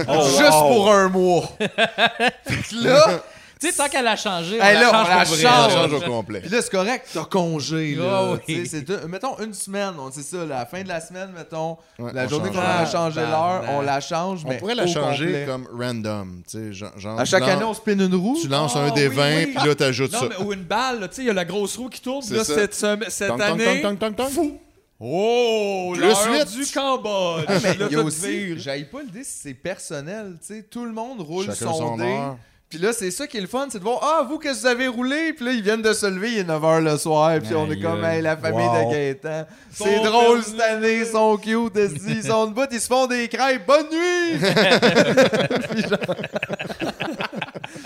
Speaker 3: [laughs]
Speaker 8: Oh,
Speaker 3: Juste pour un
Speaker 8: [laughs]
Speaker 3: mois. fait que [laughs] là,
Speaker 8: Tu sais, tant qu'elle a changé, on
Speaker 3: Hey,
Speaker 8: la
Speaker 3: là, on
Speaker 8: change
Speaker 3: la
Speaker 8: pour vrai,
Speaker 3: change.
Speaker 8: là.
Speaker 7: On change au complet.
Speaker 3: puis là c'est correct, t'as congé.
Speaker 8: Ah
Speaker 3: Là,
Speaker 8: oui.
Speaker 3: Tu sais, c'est un- mettons une semaine, on c'est ça, la fin de la semaine, mettons,
Speaker 7: Ouais,
Speaker 3: la
Speaker 7: on
Speaker 3: journée
Speaker 7: change
Speaker 3: qu'on a
Speaker 8: Ah,
Speaker 7: l'heure.
Speaker 3: changé l'heure, on la change.
Speaker 7: On
Speaker 3: mais
Speaker 7: pourrait la
Speaker 3: au
Speaker 7: changer
Speaker 3: complet.
Speaker 7: comme random. tu sais, gen- genre,
Speaker 3: À chaque
Speaker 7: tu lan-
Speaker 3: année, on spin une roue.
Speaker 7: Tu lances
Speaker 2: Ah,
Speaker 7: un des
Speaker 2: oui,
Speaker 7: 20,
Speaker 2: oui.
Speaker 7: puis là, t'ajoutes
Speaker 2: Non,
Speaker 7: ça.
Speaker 2: mais ou une balle, là, tu sais, il y a la grosse roue qui tourne.
Speaker 7: C'est
Speaker 2: Là,
Speaker 7: ça.
Speaker 2: cette, sem- cette
Speaker 7: Tong, tong,
Speaker 2: année.
Speaker 7: tong, tong, tong, tong.
Speaker 2: Oh,
Speaker 7: Plus
Speaker 2: l'heure
Speaker 7: huit.
Speaker 2: du Cambodge.
Speaker 3: Ah, mais
Speaker 2: Là,
Speaker 3: il y a
Speaker 2: tout
Speaker 3: aussi,
Speaker 2: vire.
Speaker 3: j'aille pas l'idée si c'est personnel, tu sais, tout le monde roule
Speaker 7: Chacun
Speaker 3: son,
Speaker 7: son
Speaker 3: dé.
Speaker 7: heure.
Speaker 3: Puis là, c'est ça qui est le fun, c'est de voir, ah, vous, qu'est-ce que vous avez roulé? Puis là, ils viennent de se lever, il est 9h le soir, puis on est
Speaker 8: Aïe,
Speaker 3: comme,
Speaker 8: aïe.
Speaker 3: hey, la famille
Speaker 4: Wow.
Speaker 3: de Gaëtan. C'est
Speaker 2: Sont
Speaker 3: drôle
Speaker 2: perdus.
Speaker 3: cette année, ils sont cute, esti,
Speaker 2: [laughs]
Speaker 3: ils sont de bout, ils se font des crêpes, bonne nuit! [laughs] Puis genre-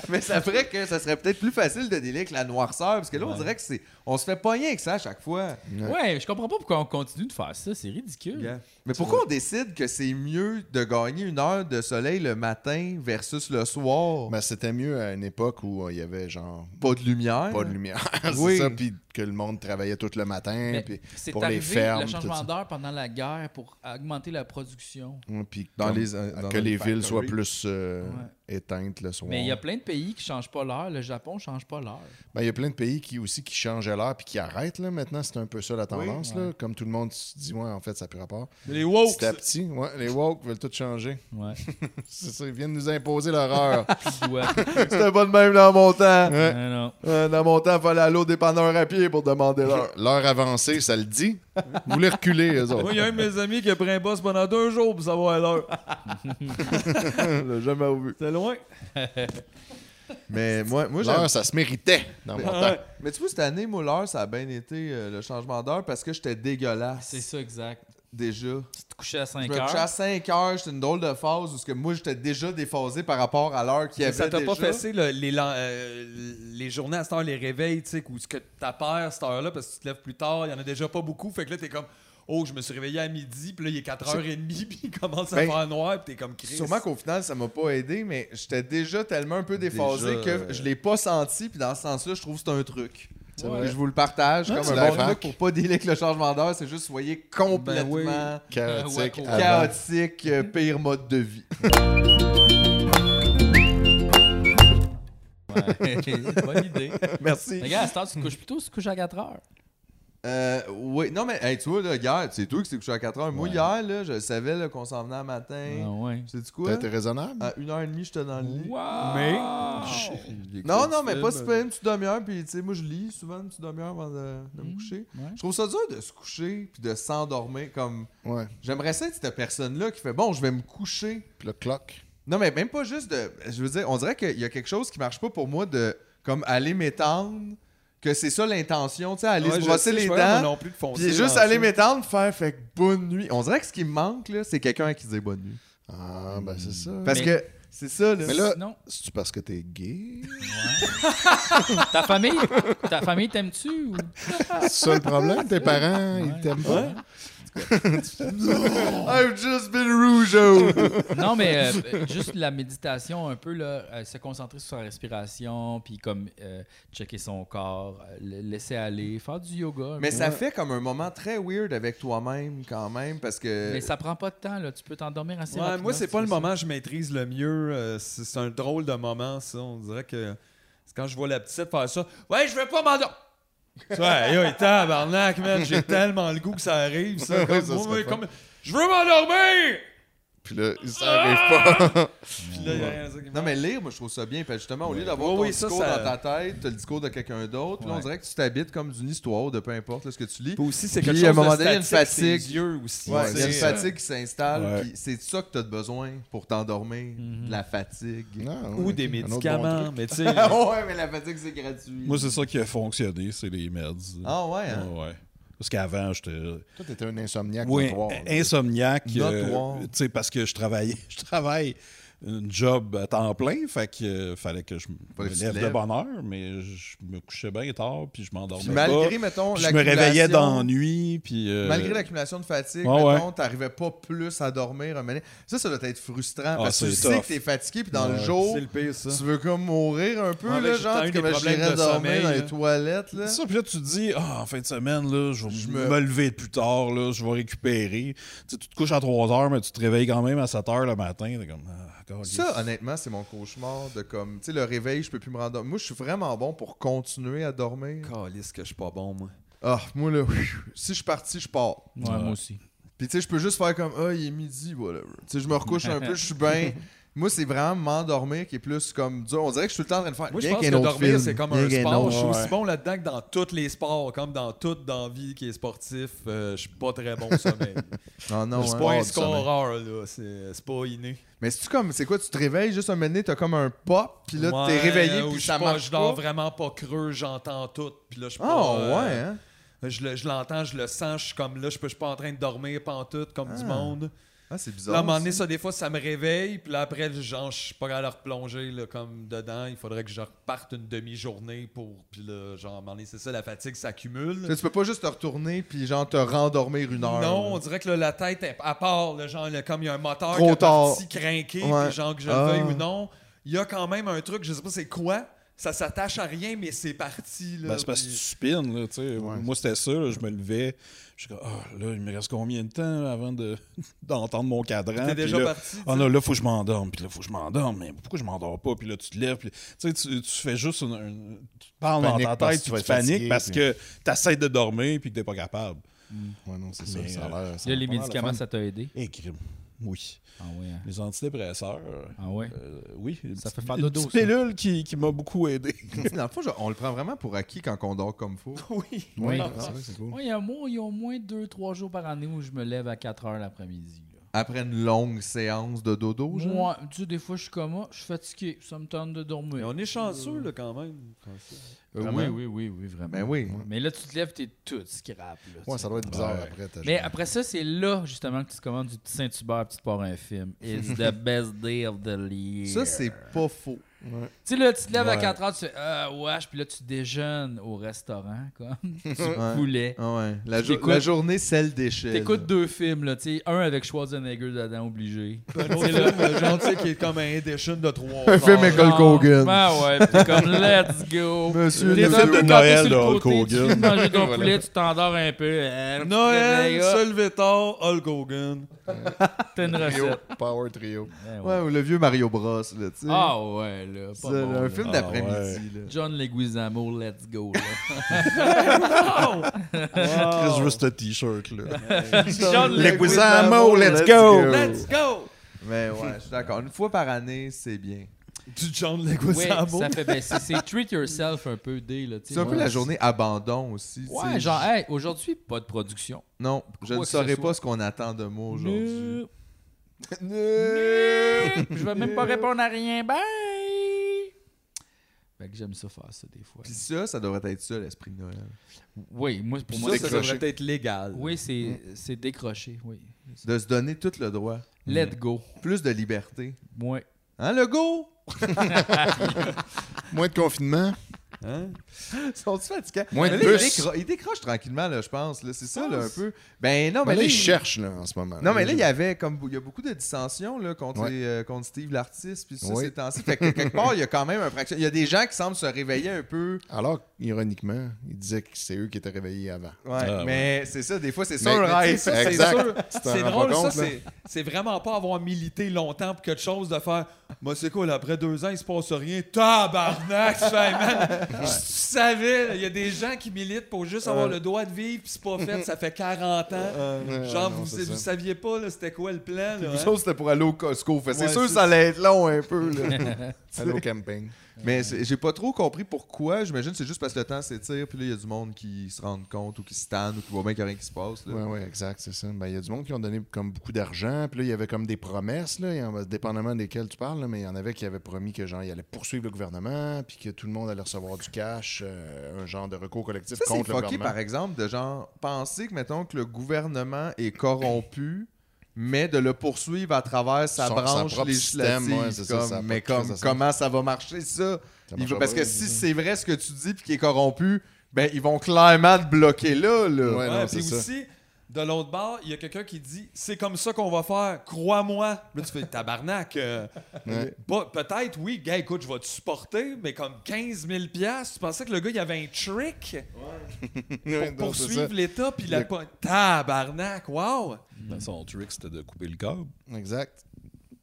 Speaker 3: Mais ça ferait que ça serait peut-être plus facile de délire que la noirceur, parce que là, on dirait que c'est. On se fait pas rien que ça à chaque fois.
Speaker 8: Ouais, je comprends pas pourquoi on continue de faire ça, c'est ridicule.
Speaker 3: Mais pourquoi on décide que c'est mieux de gagner une heure de soleil le matin versus le soir?
Speaker 7: Ben, c'était mieux à une époque où euh, il y avait genre
Speaker 3: pas de lumière.
Speaker 7: pas de lumière, [laughs] [laughs] c'est
Speaker 3: Oui.
Speaker 7: ça, puis que le monde travaillait tout le matin,
Speaker 8: Mais
Speaker 7: puis
Speaker 8: C'est
Speaker 7: pour
Speaker 8: arrivé
Speaker 7: les fermes,
Speaker 8: le
Speaker 7: tout
Speaker 8: changement
Speaker 7: ça.
Speaker 8: d'heure pendant la guerre pour augmenter la production.
Speaker 7: Ouais, puis
Speaker 3: Dans
Speaker 7: comme-
Speaker 3: les, euh, dans
Speaker 7: que
Speaker 3: les
Speaker 7: les villes soient
Speaker 3: factories.
Speaker 7: plus euh,
Speaker 8: Ouais.
Speaker 7: éteintes le soir.
Speaker 8: Mais il y a plein de pays qui changent pas l'heure. Le Japon change pas l'heure.
Speaker 7: Ben, il y a plein de pays qui aussi qui changent à l'heure puis qui arrêtent là, maintenant, c'est un peu ça la tendance là, comme tout le monde se dit ouais en fait ça n'a plus rapport.
Speaker 2: Les woke.
Speaker 7: Petit à petit, ouais, les woke veulent tout changer.
Speaker 3: [laughs]
Speaker 8: Ouais.
Speaker 7: [laughs] C'est ça, ils viennent nous imposer leur heure.
Speaker 8: [laughs] Ouais.
Speaker 3: C'était pas de même dans mon temps.
Speaker 7: Ouais.
Speaker 8: Non, non.
Speaker 3: Euh, Dans mon temps, il fallait aller au dépanneur à pied pour demander l'heure.
Speaker 7: [laughs] L'heure avancée, ça le dit. Vous voulez reculer eux autres.
Speaker 2: Moi, il y a un de mes amis qui a pris un boss pendant deux
Speaker 3: [laughs]
Speaker 2: jours pour savoir l'heure.
Speaker 3: Je l'ai jamais revu.
Speaker 2: C'était loin.
Speaker 3: Mais moi, moi
Speaker 7: L'heure,
Speaker 3: j'aime-
Speaker 7: ça se méritait dans mon temps.
Speaker 3: Mais tu vois, cette année, moi, l'heure, ça a bien été euh, le changement d'heure parce que j'étais dégueulasse
Speaker 8: C'est ça, exact.
Speaker 3: déjà.
Speaker 8: Tu te couchais à
Speaker 3: Je
Speaker 8: 5
Speaker 3: me couchais à
Speaker 8: heures.
Speaker 3: 5 heures, j'étais une drôle de phase où ce que moi, j'étais déjà déphasé par rapport à l'heure qu'il y
Speaker 2: Mais
Speaker 3: avait
Speaker 2: ça t'a pas
Speaker 3: déjà.
Speaker 2: passé le- les, lan- euh, les journées à cette heure, les réveils, tu sais, où ce que t'as peur cette heure-là parce que tu te lèves plus tard, il y en a déjà pas beaucoup. Fait que là, t'es comme, oh, je me suis réveillé à midi, puis là, il est 4h30, [laughs] puis il commence à
Speaker 3: Ben,
Speaker 2: faire noir, puis t'es comme Chris.
Speaker 3: Sûrement qu'au final, ça m'a pas aidé, mais j'étais déjà euh, tellement un peu déphasé
Speaker 2: Déjà,
Speaker 3: que je l'ai pas senti. Puis dans ce sens-là, je trouve que c'est un truc.
Speaker 7: C'est vrai.
Speaker 3: Et Je vous le partage
Speaker 7: Ouais,
Speaker 3: comme
Speaker 7: c'est
Speaker 3: un bon
Speaker 7: vrai.
Speaker 3: truc pour pas dealer avec le changement d'heure. C'est juste soyez complètement
Speaker 7: Chaotique.
Speaker 8: ouais,
Speaker 7: avant.
Speaker 3: chaotique, euh, pire mode de vie.
Speaker 8: [laughs] Bonne idée.
Speaker 3: [laughs] Merci.
Speaker 8: Mais gars, à cette heure, tu te couches plus tôt, tu te couches à 4
Speaker 3: [laughs]
Speaker 8: heures.
Speaker 3: Euh, oui, non, mais hey, tu vois, là, hier, c'est toi qui t'es couché à 4 h Moi,
Speaker 8: Ouais.
Speaker 3: hier, là, je savais là, qu'on s'en venait le
Speaker 2: Ah,
Speaker 3: matin.
Speaker 8: ouais.
Speaker 3: C'est du
Speaker 7: T'as
Speaker 3: quoi?
Speaker 7: été raisonnable?
Speaker 3: À 1h30, j'étais dans le lit.
Speaker 8: Mais.
Speaker 3: Non, non, mais pas si pas une petite demi-heure. Puis, tu sais, moi, je lis souvent une petite demi-heure avant de, de
Speaker 2: Hmm.
Speaker 3: me coucher.
Speaker 8: ouais.
Speaker 3: Je trouve ça dur de se coucher puis de s'endormir. Comme,
Speaker 7: Ouais.
Speaker 3: j'aimerais ça être cette personne-là qui fait bon, je vais me coucher.
Speaker 7: Puis le clock.
Speaker 3: Non, mais même pas juste de. Je veux dire, on dirait qu'il y a quelque chose qui marche pas pour moi de, comme, aller m'étendre. Que c'est ça l'intention, tu sais, [laughs] aller
Speaker 2: Ouais,
Speaker 3: se
Speaker 2: je
Speaker 3: brosser
Speaker 2: sais,
Speaker 3: les
Speaker 2: je vois, moi
Speaker 3: dents.
Speaker 2: non plus de foncer
Speaker 3: Puis juste
Speaker 2: dans
Speaker 3: aller
Speaker 2: ça.
Speaker 3: m'étendre, faire fait que
Speaker 2: [laughs]
Speaker 3: bonne nuit. On dirait que ce qui me manque, là, c'est quelqu'un qui dit bonne nuit.
Speaker 7: Ah, ben c'est ça.
Speaker 3: Parce
Speaker 8: Mais-
Speaker 3: que c'est ça, là.
Speaker 7: Mais là-
Speaker 8: Non.
Speaker 7: C'est-tu parce que t'es gay?
Speaker 8: Ta famille, ta famille t'aime-tu ou.
Speaker 7: C'est ça le problème? Tes parents, ils t'aiment pas? [laughs]
Speaker 3: [laughs] I've just been oh! rougeau.
Speaker 8: [laughs] Non, mais euh, juste la méditation, un peu, là, euh, se concentrer sur sa respiration, puis comme euh, checker son corps, euh, le- laisser aller, faire du yoga. un
Speaker 3: Mais
Speaker 8: peu.
Speaker 3: ça fait comme un moment très weird avec toi-même quand même parce que [laughs]
Speaker 8: Mais ça prend pas de temps, là. Tu peux t'endormir assez
Speaker 2: Ouais,
Speaker 8: rapidement
Speaker 2: moi, c'est
Speaker 8: si
Speaker 2: pas
Speaker 8: tu
Speaker 2: le
Speaker 8: fais ça.
Speaker 2: moment que je maîtrise le mieux. euh, c'est c'est un drôle de moment, ça. On dirait que c'est quand je vois la petite faire ça. Ouais, je veux pas m'endormir. Tu vois, aïe, aïe, tabarnak, man. J'ai tellement le goût que ça arrive, ça.
Speaker 7: [laughs] Ouais,
Speaker 2: Comme,
Speaker 7: ça
Speaker 2: moi,
Speaker 7: serait
Speaker 2: moi, comme, je veux m'endormir!
Speaker 7: Puis là, ça arrive
Speaker 3: Ah!
Speaker 7: pas.
Speaker 2: [laughs] Puis là, il y a rien à dire qui
Speaker 3: Non,
Speaker 2: marche.
Speaker 3: mais lire, moi, je trouve ça bien. Parce que justement, au lieu d'avoir
Speaker 2: Oui,
Speaker 3: ton
Speaker 2: oui, ça,
Speaker 3: discours
Speaker 2: ça-
Speaker 3: dans ta tête, t'as le discours de quelqu'un d'autre. Là, on
Speaker 2: Ouais.
Speaker 3: dirait que tu t'habites comme d'une histoire, de peu importe là, ce que tu lis.
Speaker 2: Puis aussi, c'est
Speaker 3: Puis,
Speaker 2: quelque
Speaker 3: à un
Speaker 2: chose de
Speaker 3: moment donné, il y a une
Speaker 2: statique, c'est les
Speaker 3: fatigue.
Speaker 2: yeux aussi.
Speaker 3: Ouais,
Speaker 2: tu
Speaker 3: il y a une
Speaker 2: sais.
Speaker 3: fatigue qui s'installe.
Speaker 4: Ouais.
Speaker 3: puis C'est de ça que t'as de besoin pour t'endormir. De la fatigue.
Speaker 7: Ah, ouais,
Speaker 2: Mm-hmm. Ou
Speaker 7: ok.
Speaker 2: des
Speaker 7: Un autre bon
Speaker 2: médicaments, mais
Speaker 3: [laughs]
Speaker 2: tu sais. euh,
Speaker 3: ouais, mais la fatigue, c'est gratuit.
Speaker 4: Moi, c'est ça qui a fonctionné, c'est les meds.
Speaker 3: Ah ouais, hein?
Speaker 4: Ouais, ouais. Parce qu'avant, j'étais.
Speaker 7: truc. Toi, t'étais un insomniaque
Speaker 4: Oui,
Speaker 7: notoire, là.
Speaker 4: insomniaque. euh,
Speaker 3: Notoire.
Speaker 4: tu sais, parce que je travaillais, [laughs] je travaille un job à temps plein, fait que euh, fallait que je
Speaker 3: Fallait
Speaker 4: me
Speaker 3: que tu te
Speaker 4: lève de
Speaker 3: lèves.
Speaker 4: bonne heure, mais je me couchais bien tard, puis je m'endormais
Speaker 3: Puis malgré,
Speaker 4: pas.
Speaker 3: mettons,
Speaker 4: Puis je me réveillais
Speaker 3: l'accumulation-
Speaker 4: d'ennui, puis... euh,
Speaker 3: Malgré l'accumulation de fatigue,
Speaker 4: Ouais,
Speaker 3: mettons, t'arrivais pas plus à dormir un moment donné. Ça, ça doit être frustrant.
Speaker 4: Ah,
Speaker 3: parce que tu
Speaker 4: c'est
Speaker 3: sais
Speaker 4: tough.
Speaker 3: que t'es fatigué, puis dans le
Speaker 4: Ouais,
Speaker 3: jour,
Speaker 2: C'est le pire, ça.
Speaker 3: tu veux comme mourir un peu,
Speaker 2: Ouais,
Speaker 3: là,
Speaker 2: mais
Speaker 3: genre,
Speaker 2: j'ai tant
Speaker 3: tu
Speaker 2: eu des
Speaker 3: comme
Speaker 2: problèmes
Speaker 3: j'irais
Speaker 2: de
Speaker 3: dormir
Speaker 2: sommeil,
Speaker 3: dans les
Speaker 2: là.
Speaker 3: toilettes, là.
Speaker 4: euh, C'est ça, puis là, tu te dis, ah, en fin de semaine, là, je vais
Speaker 3: Je me-
Speaker 4: me... lever plus tard, là, je vais récupérer. Tu, sais, tu te couches à 3 heures, mais tu te réveilles quand même à 7 heures le matin. T'es comme, ah, God, yes.
Speaker 3: Ça, honnêtement, c'est mon cauchemar de comme, tu sais, le réveil, je peux plus me rendormir. Moi, je suis vraiment bon pour continuer à dormir.
Speaker 2: Calisse que je suis pas bon, moi.
Speaker 3: Ah, moi, là, si je suis parti, je pars.
Speaker 8: Ouais, moi aussi.
Speaker 3: Puis, tu sais, je peux juste faire comme, ah, il est midi, whatever. Tu sais, je me recouche un peu, je suis
Speaker 8: [laughs]
Speaker 3: bien. Moi, c'est vraiment m'endormir qui est plus comme dur. On dirait que je suis tout le temps en train de faire.
Speaker 2: Moi, je
Speaker 3: Bien
Speaker 2: pense
Speaker 3: qu'un
Speaker 2: que
Speaker 3: autre
Speaker 2: dormir,
Speaker 3: film,
Speaker 2: c'est comme
Speaker 3: bien
Speaker 2: un
Speaker 3: qu'un
Speaker 2: sport.
Speaker 3: autre.
Speaker 2: Je suis
Speaker 4: ouais.
Speaker 2: aussi bon là-dedans que dans tous les sports, comme dans toute dans vie qui est sportif. euh, je suis pas très bon au sommeil.
Speaker 3: Non, non,
Speaker 2: je suis
Speaker 3: hein.
Speaker 2: pas
Speaker 3: [laughs] Ah,
Speaker 2: un
Speaker 3: du sommeil.
Speaker 2: scoreur, là. C'est c'est pas inné.
Speaker 3: Mais c'est comme, c'est quoi, tu te réveilles juste un moment donné, t'as comme un pop, puis là,
Speaker 2: Ouais,
Speaker 3: t'es réveillé,
Speaker 2: euh, ou
Speaker 3: puis
Speaker 2: je
Speaker 3: ça
Speaker 2: sais pas,
Speaker 3: marche
Speaker 2: Je dors
Speaker 3: pas.
Speaker 2: vraiment pas creux, j'entends tout. Puis là, je suis
Speaker 3: Ah,
Speaker 2: pas, euh,
Speaker 3: ouais, hein?
Speaker 2: Je le- je l'entends, je le sens, je suis comme là, je peux- je suis pas en train de dormir pantoute comme du
Speaker 3: Ah.
Speaker 2: monde.
Speaker 3: Ah, c'est
Speaker 2: Là, à un
Speaker 3: bizarre.
Speaker 2: moment donné,
Speaker 3: ça.
Speaker 2: ça, des fois, ça me réveille, puis là, après, genre, je suis pas capable de replonger, là, comme dedans. Il faudrait que je reparte une demi-journée pour. Puis là, genre, à un moment donné, c'est ça, la fatigue s'accumule.
Speaker 3: Tu peux pas juste te retourner, puis genre te rendormir une heure.
Speaker 2: Non,
Speaker 3: là.
Speaker 2: on dirait que là, la tête, est à part, là, genre, là, comme il y a un moteur
Speaker 3: Trop
Speaker 2: qui est
Speaker 3: tard.
Speaker 2: parti crinqué, puis
Speaker 3: Ouais.
Speaker 2: genre que je
Speaker 3: Ah.
Speaker 2: le veuille ou non, il y a quand même un truc, je sais pas c'est quoi, ça s'attache à rien, mais c'est parti. Là,
Speaker 4: Ben, c'est parce que tu
Speaker 2: puis-
Speaker 4: spines, là, tu sais.
Speaker 7: Ouais.
Speaker 4: Moi, c'était ça, là, je me levais. Je suis comme, ah, là, il me reste combien de temps là, avant de- [laughs] d'entendre mon cadran?
Speaker 2: T'es
Speaker 4: Puis
Speaker 2: déjà
Speaker 4: là,
Speaker 2: parti.
Speaker 4: Ah non, là, faut que je m'endorme, puis là, faut que je m'endorme, mais pourquoi je m'endors pas? Puis là, tu te lèves, puis tu sais, tu, tu fais juste une, une- Tu te parles
Speaker 7: Panique
Speaker 4: dans ta
Speaker 7: parce que
Speaker 4: tête,
Speaker 7: tu
Speaker 4: puis
Speaker 7: vas
Speaker 4: tu
Speaker 7: être fatigué,
Speaker 4: paniques parce
Speaker 7: puis- Mm.
Speaker 4: que t'essaies de dormir, puis que t'es pas capable.
Speaker 7: Ouais, non, c'est ça.
Speaker 4: Mais, euh,
Speaker 7: ça a l'air- ça a
Speaker 8: Là, les
Speaker 7: pas l'air
Speaker 8: médicaments,
Speaker 7: le fun. Eh,
Speaker 8: ça t'a aidé.
Speaker 4: Et crime. Oui.
Speaker 8: Ah ouais. hein.
Speaker 4: Les antidépresseurs. euh,
Speaker 8: Ah ouais.
Speaker 4: euh, oui, une
Speaker 8: Ça
Speaker 4: petite-
Speaker 8: fait faire
Speaker 4: une
Speaker 8: dodo,
Speaker 4: petite
Speaker 8: ça.
Speaker 4: pilule qui, qui m'a beaucoup
Speaker 3: [laughs]
Speaker 4: aidé.
Speaker 3: Dans le fond, genre, on le prend vraiment pour acquis quand on dort comme faut.
Speaker 2: Oui.
Speaker 7: Oui,
Speaker 8: Oui.
Speaker 4: Ah,
Speaker 7: c'est vrai que c'est cool.
Speaker 8: Moi, il y a au moins- il y a au moins 2-3 jours par année où je me lève à 4 heures l'après-midi. là.
Speaker 3: après une longue séance de dodo, genre?
Speaker 8: Moi, tu sais, des fois, je suis comme moi, je suis fatigué, ça me tente de dormir.
Speaker 2: Mais on est chanceux, là, quand même.
Speaker 8: Euh, oui, oui, oui, oui, vraiment.
Speaker 3: Ben oui.
Speaker 8: Mais là, tu te lèves, t'es tout scrap. Là, tu
Speaker 7: Ouais,
Speaker 8: sais.
Speaker 7: ça doit être bizarre après. ta
Speaker 8: Mais
Speaker 7: journée.
Speaker 8: après ça, c'est là, justement, que tu te commandes du petit Saint-Hubert puis tu te pars un film. It's the best day of the year.
Speaker 3: Ça, c'est pas faux.
Speaker 8: Tu sais, là, tu te lèves à
Speaker 3: Ouais.
Speaker 8: 4 heures, tu fais Ah, wesh, puis là, tu déjeunes au restaurant, comme tu
Speaker 3: [laughs] Ouais.
Speaker 8: voulais.
Speaker 3: Ah ouais. La,
Speaker 8: Tu
Speaker 3: jo-
Speaker 8: t'écoutes-
Speaker 3: la journée, celle d'échelle.
Speaker 8: T'écoutes deux films, là, tu sais, un avec Schwarzenegger dedans, obligé.
Speaker 2: C'est là, euh, genre, tu sais, qui est comme un edition de trois.
Speaker 7: Un film avec Hulk Hogan.
Speaker 8: Ben ouais, pis t'es comme let's [laughs] go.
Speaker 7: Monsieur,
Speaker 8: T'es
Speaker 7: le-
Speaker 8: en train de
Speaker 4: Noël
Speaker 8: gâter sur
Speaker 4: de
Speaker 8: le
Speaker 4: Hulk
Speaker 8: côté,
Speaker 4: Hogan.
Speaker 8: Tu manges ton
Speaker 4: [laughs] Voilà.
Speaker 8: poulet, tu t'endors un peu. euh,
Speaker 2: Noël,
Speaker 8: petit réveil,
Speaker 2: se lever tard, Hulk Hogan.
Speaker 8: hop, T'as une
Speaker 7: Trio,
Speaker 8: recette.
Speaker 7: Power Trio.
Speaker 8: Ben ouais.
Speaker 3: Ouais, ou le vieux Mario Bros, là, tu sais.
Speaker 8: Ah ouais, là. Pas
Speaker 3: Ça, là,
Speaker 8: bon,
Speaker 3: un
Speaker 8: là.
Speaker 3: film
Speaker 4: Ah
Speaker 3: d'après-midi,
Speaker 8: John Leguizamo, let's go. là.
Speaker 4: Chris,
Speaker 8: Ah.
Speaker 4: juste ce t-shirt, là.
Speaker 8: [laughs] John
Speaker 7: Les Guisamo,
Speaker 8: Leguizamo.
Speaker 7: let's go!
Speaker 2: Let's go!
Speaker 3: là. Mais ouais, je suis d'accord. Une fois par année, c'est bien.
Speaker 2: Du John
Speaker 8: Ouais,
Speaker 2: Leguizamo.
Speaker 8: ça fait ben, c'est- c'est
Speaker 2: [laughs]
Speaker 8: treat yourself un peu dé là. tu sais.
Speaker 3: C'est un peu la journée abandon aussi. tu
Speaker 8: Ouais,
Speaker 3: sais.
Speaker 8: genre hey, aujourd'hui pas de production.
Speaker 3: [laughs] Non, je ne
Speaker 8: que ce
Speaker 3: saurais
Speaker 8: soit.
Speaker 3: pas ce qu'on attend de moi aujourd'hui.
Speaker 8: Nope. Nope. Je vais même pas répondre à rien. Bye. Fait que j'aime ça faire ça des fois.
Speaker 3: Puis ça, ça devrait être ça, l'esprit de Noël.
Speaker 8: Oui, moi pour
Speaker 2: Puis
Speaker 8: moi
Speaker 2: ça,
Speaker 8: c'est
Speaker 2: ça
Speaker 7: décroché.
Speaker 2: devrait être légal.
Speaker 8: Oui, c'est c'est décroché, oui.
Speaker 3: De se donner tout le droit. Mm.
Speaker 8: Let go.
Speaker 3: Plus de liberté.
Speaker 8: Moi.
Speaker 3: Hein, le
Speaker 8: [laughs]
Speaker 3: go?
Speaker 7: [laughs] Moins de confinement.
Speaker 3: Ils sont fatigués.
Speaker 7: Moins de
Speaker 3: Hein? Mais là, ils,
Speaker 7: bus.
Speaker 3: décro- ils décrochent tranquillement, là, je pense. là. C'est ça, là, un
Speaker 7: penses?
Speaker 3: peu. Ben non,
Speaker 7: Mais
Speaker 3: mais
Speaker 7: là,
Speaker 3: là,
Speaker 7: ils
Speaker 3: il-
Speaker 7: cherchent là, en ce moment.
Speaker 3: Non, mais là, il y avait comme il y a beaucoup de dissensions là, contre,
Speaker 7: Ouais.
Speaker 3: les, euh, contre Steve l'artiste, puis ça,
Speaker 7: Oui.
Speaker 3: ces temps-ci. Fait que quelque part, il y a quand même un fraction. Il y a des gens qui semblent se réveiller un peu.
Speaker 7: Alors, ironiquement, il disait que c'est eux qui étaient réveillés avant.
Speaker 3: Ouais,
Speaker 4: Ah,
Speaker 3: mais c'est ça, des fois, c'est ça
Speaker 7: Mais-
Speaker 3: le
Speaker 7: mais
Speaker 3: rêve.
Speaker 7: tu sais,
Speaker 3: Ça, c'est
Speaker 7: hein. exact.
Speaker 3: sûr.
Speaker 7: Tu t'en
Speaker 2: C'est
Speaker 7: rends
Speaker 2: drôle,
Speaker 7: pas
Speaker 2: ça,
Speaker 7: compte, là?
Speaker 2: c'est- c'est vraiment pas avoir milité longtemps pour quelque chose de faire. Moi, c'est cool, après deux ans, il se passe rien. Tabarnak, Simon! Tu savais, là, il y a des gens qui militent pour juste avoir le droit de vivre, puis c'est pas fait, ça fait 40 ans.
Speaker 7: Euh. ouais,
Speaker 2: Genre,
Speaker 7: non,
Speaker 2: vous,
Speaker 7: c'est ça.
Speaker 2: vous saviez pas, là, c'était quoi le plan, là,
Speaker 7: Nous
Speaker 2: hein?
Speaker 7: autres, c'était pour aller au Costco. Fait, c'est
Speaker 3: Ouais,
Speaker 7: sûr que
Speaker 3: c'est-
Speaker 7: ça allait être long un peu. Là. aller au camping.
Speaker 3: Mais c'est- j'ai pas trop compris pourquoi. J'imagine c'est juste parce que le temps s'étire, puis là, il y a du monde qui se rend compte ou qui se tanne ou qui voit bien qu'il n'y a rien qui se passe. là.
Speaker 7: Oui, oui, exact, c'est ça. Ben, Il y a du monde qui ont donné comme beaucoup d'argent. Puis là, il y avait comme des promesses, là, il y en- dépendamment desquelles tu parles, là, mais il y en avait qui avaient promis que genre, ils allaient poursuivre le gouvernement, puis que tout le monde allait recevoir du cash, euh, un genre de recours collectif
Speaker 3: Ça, c'est
Speaker 7: contre le
Speaker 3: fucké,
Speaker 7: gouvernement.
Speaker 3: par exemple, de genre penser que, mettons, que le gouvernement est corrompu, mais de le poursuivre à travers sa
Speaker 7: Son- sa
Speaker 3: branche
Speaker 7: propre
Speaker 3: législative.
Speaker 7: système, ouais, c'est ça,
Speaker 3: comme,
Speaker 7: ça a pas
Speaker 3: mais
Speaker 7: de crise
Speaker 3: comme,
Speaker 7: de sens.
Speaker 3: comment ça va marcher, ça?
Speaker 7: Ça
Speaker 3: Il
Speaker 7: marchera
Speaker 3: veut- parce
Speaker 7: pas,
Speaker 3: que
Speaker 7: ça.
Speaker 3: si c'est vrai ce que tu dis puis qu'il est corrompu, ben ils vont clairement te bloquer là. là.
Speaker 7: Ouais,
Speaker 2: Ouais,
Speaker 7: non, c'est
Speaker 2: puis
Speaker 7: ça.
Speaker 2: aussi, de l'autre bord, il y a quelqu'un qui dit c'est comme ça qu'on va faire, crois-moi. Là, tu fais tabarnak. euh,
Speaker 7: Ouais.
Speaker 2: pas- Peut-être, oui, gars, écoute, je vais te supporter, mais comme 15 000 Tu pensais que le gars, il avait un trick
Speaker 7: [laughs] Ouais,
Speaker 2: pour
Speaker 7: non, c'est ça.
Speaker 2: poursuivre l'État, puis la
Speaker 7: Le-
Speaker 2: po- Tabarnak, wow!
Speaker 8: Mm.
Speaker 4: Ben, son trick, c'était de couper le câble.
Speaker 7: Exact.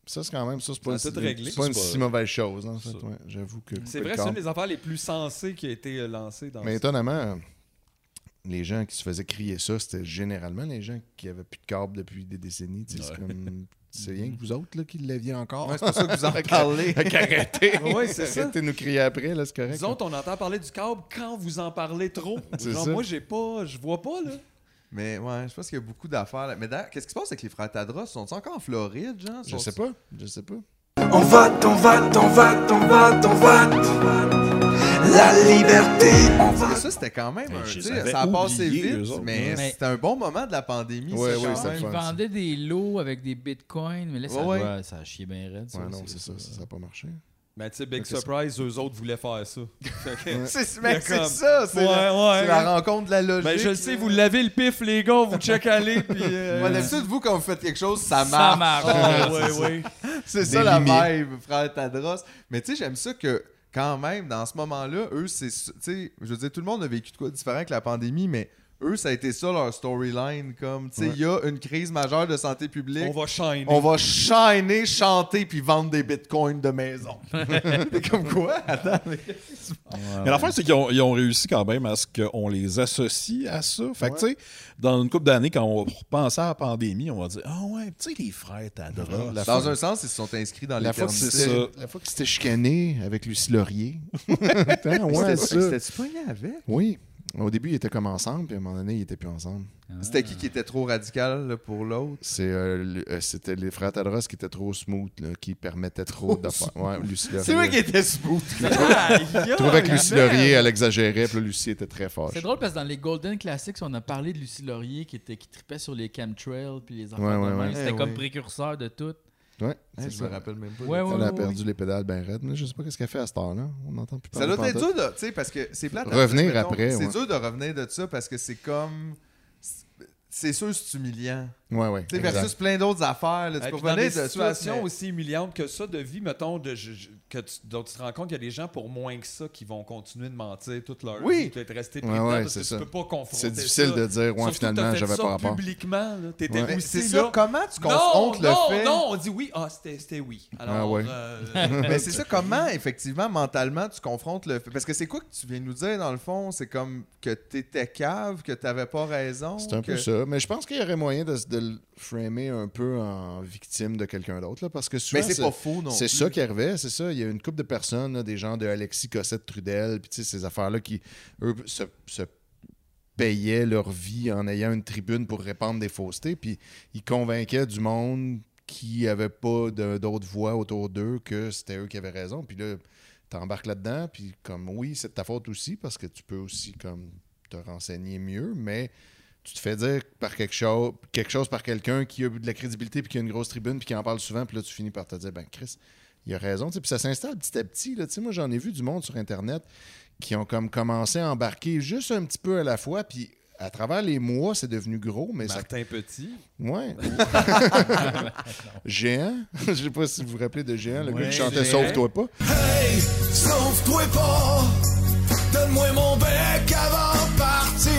Speaker 7: Ça, c'est quand même, ça, c'est pas,
Speaker 2: Ça a
Speaker 7: une,
Speaker 2: tout réglé.
Speaker 7: c'est pas une
Speaker 4: C'est pas-
Speaker 7: si mauvaise chose. hein, en fait,
Speaker 4: Ça.
Speaker 7: ouais, J'avoue que.
Speaker 2: C'est
Speaker 7: couper
Speaker 2: vrai,
Speaker 7: le
Speaker 2: c'est une
Speaker 7: câble.
Speaker 2: des affaires les plus sensées qui a été euh, lancée dans
Speaker 7: Mais
Speaker 2: ce-
Speaker 7: étonnamment, euh, les gens qui se faisaient crier ça, c'était généralement les gens qui avaient plus de câble depuis des décennies. tu sais, C'est comme. C'est rien que vous autres là, qui l'aviez encore.
Speaker 3: Ouais, c'est pour ça que vous [laughs] en parlez.
Speaker 7: Arrêtez.
Speaker 3: [laughs]
Speaker 2: Ouais, c'est ça.
Speaker 7: Arrêtez de nous crier après, là, c'est correct.
Speaker 2: Disons, on entend parler du câble quand vous en parlez trop.
Speaker 7: [laughs] C'est
Speaker 2: Genre,
Speaker 7: ça.
Speaker 2: moi, j'ai pas, je vois pas, là.
Speaker 3: Mais ouais, je pense qu'il y a beaucoup d'affaires. là. Mais d'ailleurs, qu'est-ce qui se passe avec les frères Tadros? Sont-ils encore en Floride, genre?
Speaker 7: Je
Speaker 3: Sont-
Speaker 7: sais pas, je sais pas.
Speaker 12: On va, on va, on va, on va, on va. La liberté, on va.
Speaker 3: Parce que ça, c'était quand même
Speaker 4: Hey,
Speaker 3: un.
Speaker 4: je
Speaker 3: tu
Speaker 4: les
Speaker 3: sais,
Speaker 4: avais
Speaker 3: Ça a passé
Speaker 4: oubliés,
Speaker 3: vite,
Speaker 4: eux autres.
Speaker 3: mais
Speaker 8: Mais-
Speaker 3: c'était un bon moment de la pandémie.
Speaker 7: Ouais,
Speaker 3: ça,
Speaker 7: ouais,
Speaker 3: quand
Speaker 7: c'est
Speaker 3: même.
Speaker 8: Ils
Speaker 7: fun,
Speaker 8: vendaient des lots avec des bitcoins, mais là ça,
Speaker 3: Ouais, ouais.
Speaker 8: doit- ça a chié bien raide. ça,
Speaker 7: Ouais, non,
Speaker 8: c'est-
Speaker 7: c'est ça, ça n'a pas marché.
Speaker 2: Mais tu sais, Big
Speaker 7: Ok, c'est-
Speaker 2: Surprise, eux autres voulaient faire
Speaker 7: [laughs]
Speaker 2: ça. Fait que-
Speaker 3: [laughs] C'est mec,
Speaker 2: Il y a
Speaker 3: c'est
Speaker 2: comme-
Speaker 3: ça, c'est
Speaker 2: Ouais,
Speaker 3: la,
Speaker 2: ouais,
Speaker 3: c'est la
Speaker 2: ouais.
Speaker 3: rencontre de la logique.
Speaker 2: Ben, je le sais, vous l'avez le pif, les gars, on vous
Speaker 3: [laughs]
Speaker 2: check aller, puis. euh,
Speaker 3: Ouais, D'habitude, vous, quand vous faites quelque chose, ça
Speaker 8: Ça
Speaker 3: marche.
Speaker 8: marche.
Speaker 2: Ah, ouais, ouais.
Speaker 3: C'est
Speaker 7: Des
Speaker 3: ça la
Speaker 7: limites.
Speaker 3: vibe, frère Tadros. Mais tu sais, j'aime ça que, quand même, dans ce moment-là, eux, c'est. Tu sais, je veux dire, tout le monde a vécu de quoi de différent avec la pandémie, mais eux, ça a été ça leur storyline. Comme, tu sais, il y a une crise majeure de santé publique.
Speaker 2: On va shiner.
Speaker 3: On va shiner, chanter, puis vendre des bitcoins
Speaker 2: [laughs]
Speaker 3: de maison. C'est comme quoi? Attends, mais-
Speaker 4: Mais l'affaire, c'est qu'ils ont, ils ont réussi quand même à ce qu'on les associe à ça. Fait que, tu sais, dans une couple d'années, quand on va repenser à la pandémie, on va dire Ah ouais, tu sais, les frères Tadros. la
Speaker 3: Dans
Speaker 4: fois-
Speaker 3: un sens, ils se sont inscrits dans
Speaker 7: La fois que
Speaker 3: l'éternité.
Speaker 4: ça.
Speaker 7: c'était- la fois que
Speaker 3: [laughs]
Speaker 7: c'était chicané avec Lucie Laurier. Putain, ouais, ça.
Speaker 3: tu pogné avec?
Speaker 7: Oui. Au début, ils étaient comme ensemble, puis à un moment donné, ils étaient plus ensemble.
Speaker 2: Ah.
Speaker 3: C'était qui qui était trop radical là, pour l'autre?
Speaker 7: C'est, euh, le- euh, c'était les frères Tadros qui étaient trop smooth, là, qui permettaient trop
Speaker 3: [laughs]
Speaker 7: d'affaires. Ouais, Lucie
Speaker 3: C'est
Speaker 7: Laurier.
Speaker 3: vrai qu'il était smooth.
Speaker 7: Je trouvais que
Speaker 3: Ah,
Speaker 7: Lucie Laurier, elle exagérait, puis là, Lucie était très forte.
Speaker 8: C'est drôle parce que dans les Golden Classics, on a parlé de Lucie Laurier qui, était, qui tripait sur les chemtrails puis les enfants
Speaker 7: Ouais, ouais,
Speaker 8: de même.
Speaker 7: ouais.
Speaker 8: C'était
Speaker 7: Eh
Speaker 8: comme
Speaker 7: oui.
Speaker 8: précurseur de tout.
Speaker 7: Ouais,
Speaker 2: Hein,
Speaker 3: Hey,
Speaker 7: c'est
Speaker 3: Eh, je
Speaker 7: ça.
Speaker 3: me rappelle même pas.
Speaker 8: Ouais,
Speaker 7: elle
Speaker 8: ouais,
Speaker 7: a [laughs]
Speaker 8: ouais,
Speaker 7: perdu les pédales ben raides. mais Je sais pas qu'est-ce qu'elle fait à cette heure-là. On n'entend plus
Speaker 3: Ça
Speaker 7: parler.
Speaker 3: doit être
Speaker 7: pantoute.
Speaker 3: dur, là, tu sais, parce que c'est plate.
Speaker 7: Revenir
Speaker 3: mettons,
Speaker 7: après,
Speaker 3: C'est
Speaker 7: ouais.
Speaker 3: dur de revenir de ça parce que c'est comme. C'est sûr, c'est humiliant.
Speaker 7: Ouais, ouais,
Speaker 3: Tu sais,
Speaker 7: exact.
Speaker 3: versus plein d'autres affaires, là, tu
Speaker 2: Et
Speaker 3: peux
Speaker 2: puis dans
Speaker 3: revenir
Speaker 2: des
Speaker 3: de ça,
Speaker 2: situations
Speaker 3: mais-
Speaker 2: aussi humiliantes que ça, de vie, mettons, de, je- je- que tu, dont tu te rends compte qu'il y a des gens pour moins que ça qui vont continuer de mentir toute leur
Speaker 3: Oui.
Speaker 2: vie, puis être resté
Speaker 7: Ouais,
Speaker 2: pris dedans
Speaker 7: ouais,
Speaker 2: parce
Speaker 7: c'est
Speaker 2: que
Speaker 7: ça.
Speaker 2: tu peux pas confronter
Speaker 7: C'est difficile
Speaker 2: ça.
Speaker 7: de dire, ouais,
Speaker 2: Surtout que
Speaker 7: finalement,
Speaker 2: t'as fait
Speaker 7: j'avais
Speaker 2: ça
Speaker 7: pas rapport.
Speaker 2: publiquement, là, t'étais
Speaker 7: Ouais. Mais
Speaker 2: aussi
Speaker 3: c'est ça,
Speaker 2: là.
Speaker 3: comment tu
Speaker 2: Non,
Speaker 3: confrontes le
Speaker 2: non,
Speaker 3: fait?
Speaker 2: Non, on dit oui, ah, c'était c'était oui. Alors,
Speaker 3: Ah ouais.
Speaker 7: [laughs]
Speaker 2: euh,
Speaker 3: Mais c'est ça, comment effectivement mentalement tu confrontes le fait? Parce que c'est quoi que tu viens nous dire dans le fond? C'est comme que t'étais cave, que t'avais pas raison.
Speaker 7: C'est un peu
Speaker 3: que-
Speaker 7: ça. Mais je pense qu'il y aurait moyen de, se- de le framer un peu en victime de quelqu'un d'autre. là, Parce que souvent,
Speaker 3: Mais c'est pas faux non
Speaker 7: C'est
Speaker 3: plus.
Speaker 7: ça qui arrivait, c'est ça. Il y a une couple de personnes, là, des gens de Alexis Cossette Trudel, puis tu sais, ces affaires-là qui, eux, se, se payaient leur vie en ayant une tribune pour répandre des faussetés. Puis ils convainquaient du monde qui n'avait pas de- d'autre voix autour d'eux que c'était eux qui avaient raison. Puis là, t'embarques là-dedans, puis comme oui, c'est de ta faute aussi, parce que tu peux aussi comme te renseigner mieux, mais tu te fais dire par quelque chose, quelque chose par quelqu'un qui a de la crédibilité, puis qui a une grosse tribune, puis qui en parle souvent, puis là, tu finis par te dire, ben Chris, il a raison, tu sais, puis ça s'installe petit à petit, là, tu sais, moi, j'en ai vu du monde sur Internet qui ont comme commencé à embarquer juste un petit peu à la fois, puis à travers les mois, c'est devenu gros, mais ça
Speaker 2: Martin Petit.
Speaker 4: [laughs]
Speaker 7: Ouais. [laughs] Géant. Je sais pas si vous vous rappelez de Géant, le
Speaker 2: Ouais,
Speaker 7: gars qui chantait
Speaker 2: Géant.
Speaker 7: Sauve-toi pas.
Speaker 12: Hey, sauve-toi pas. Donne-moi mon bec avant de partir.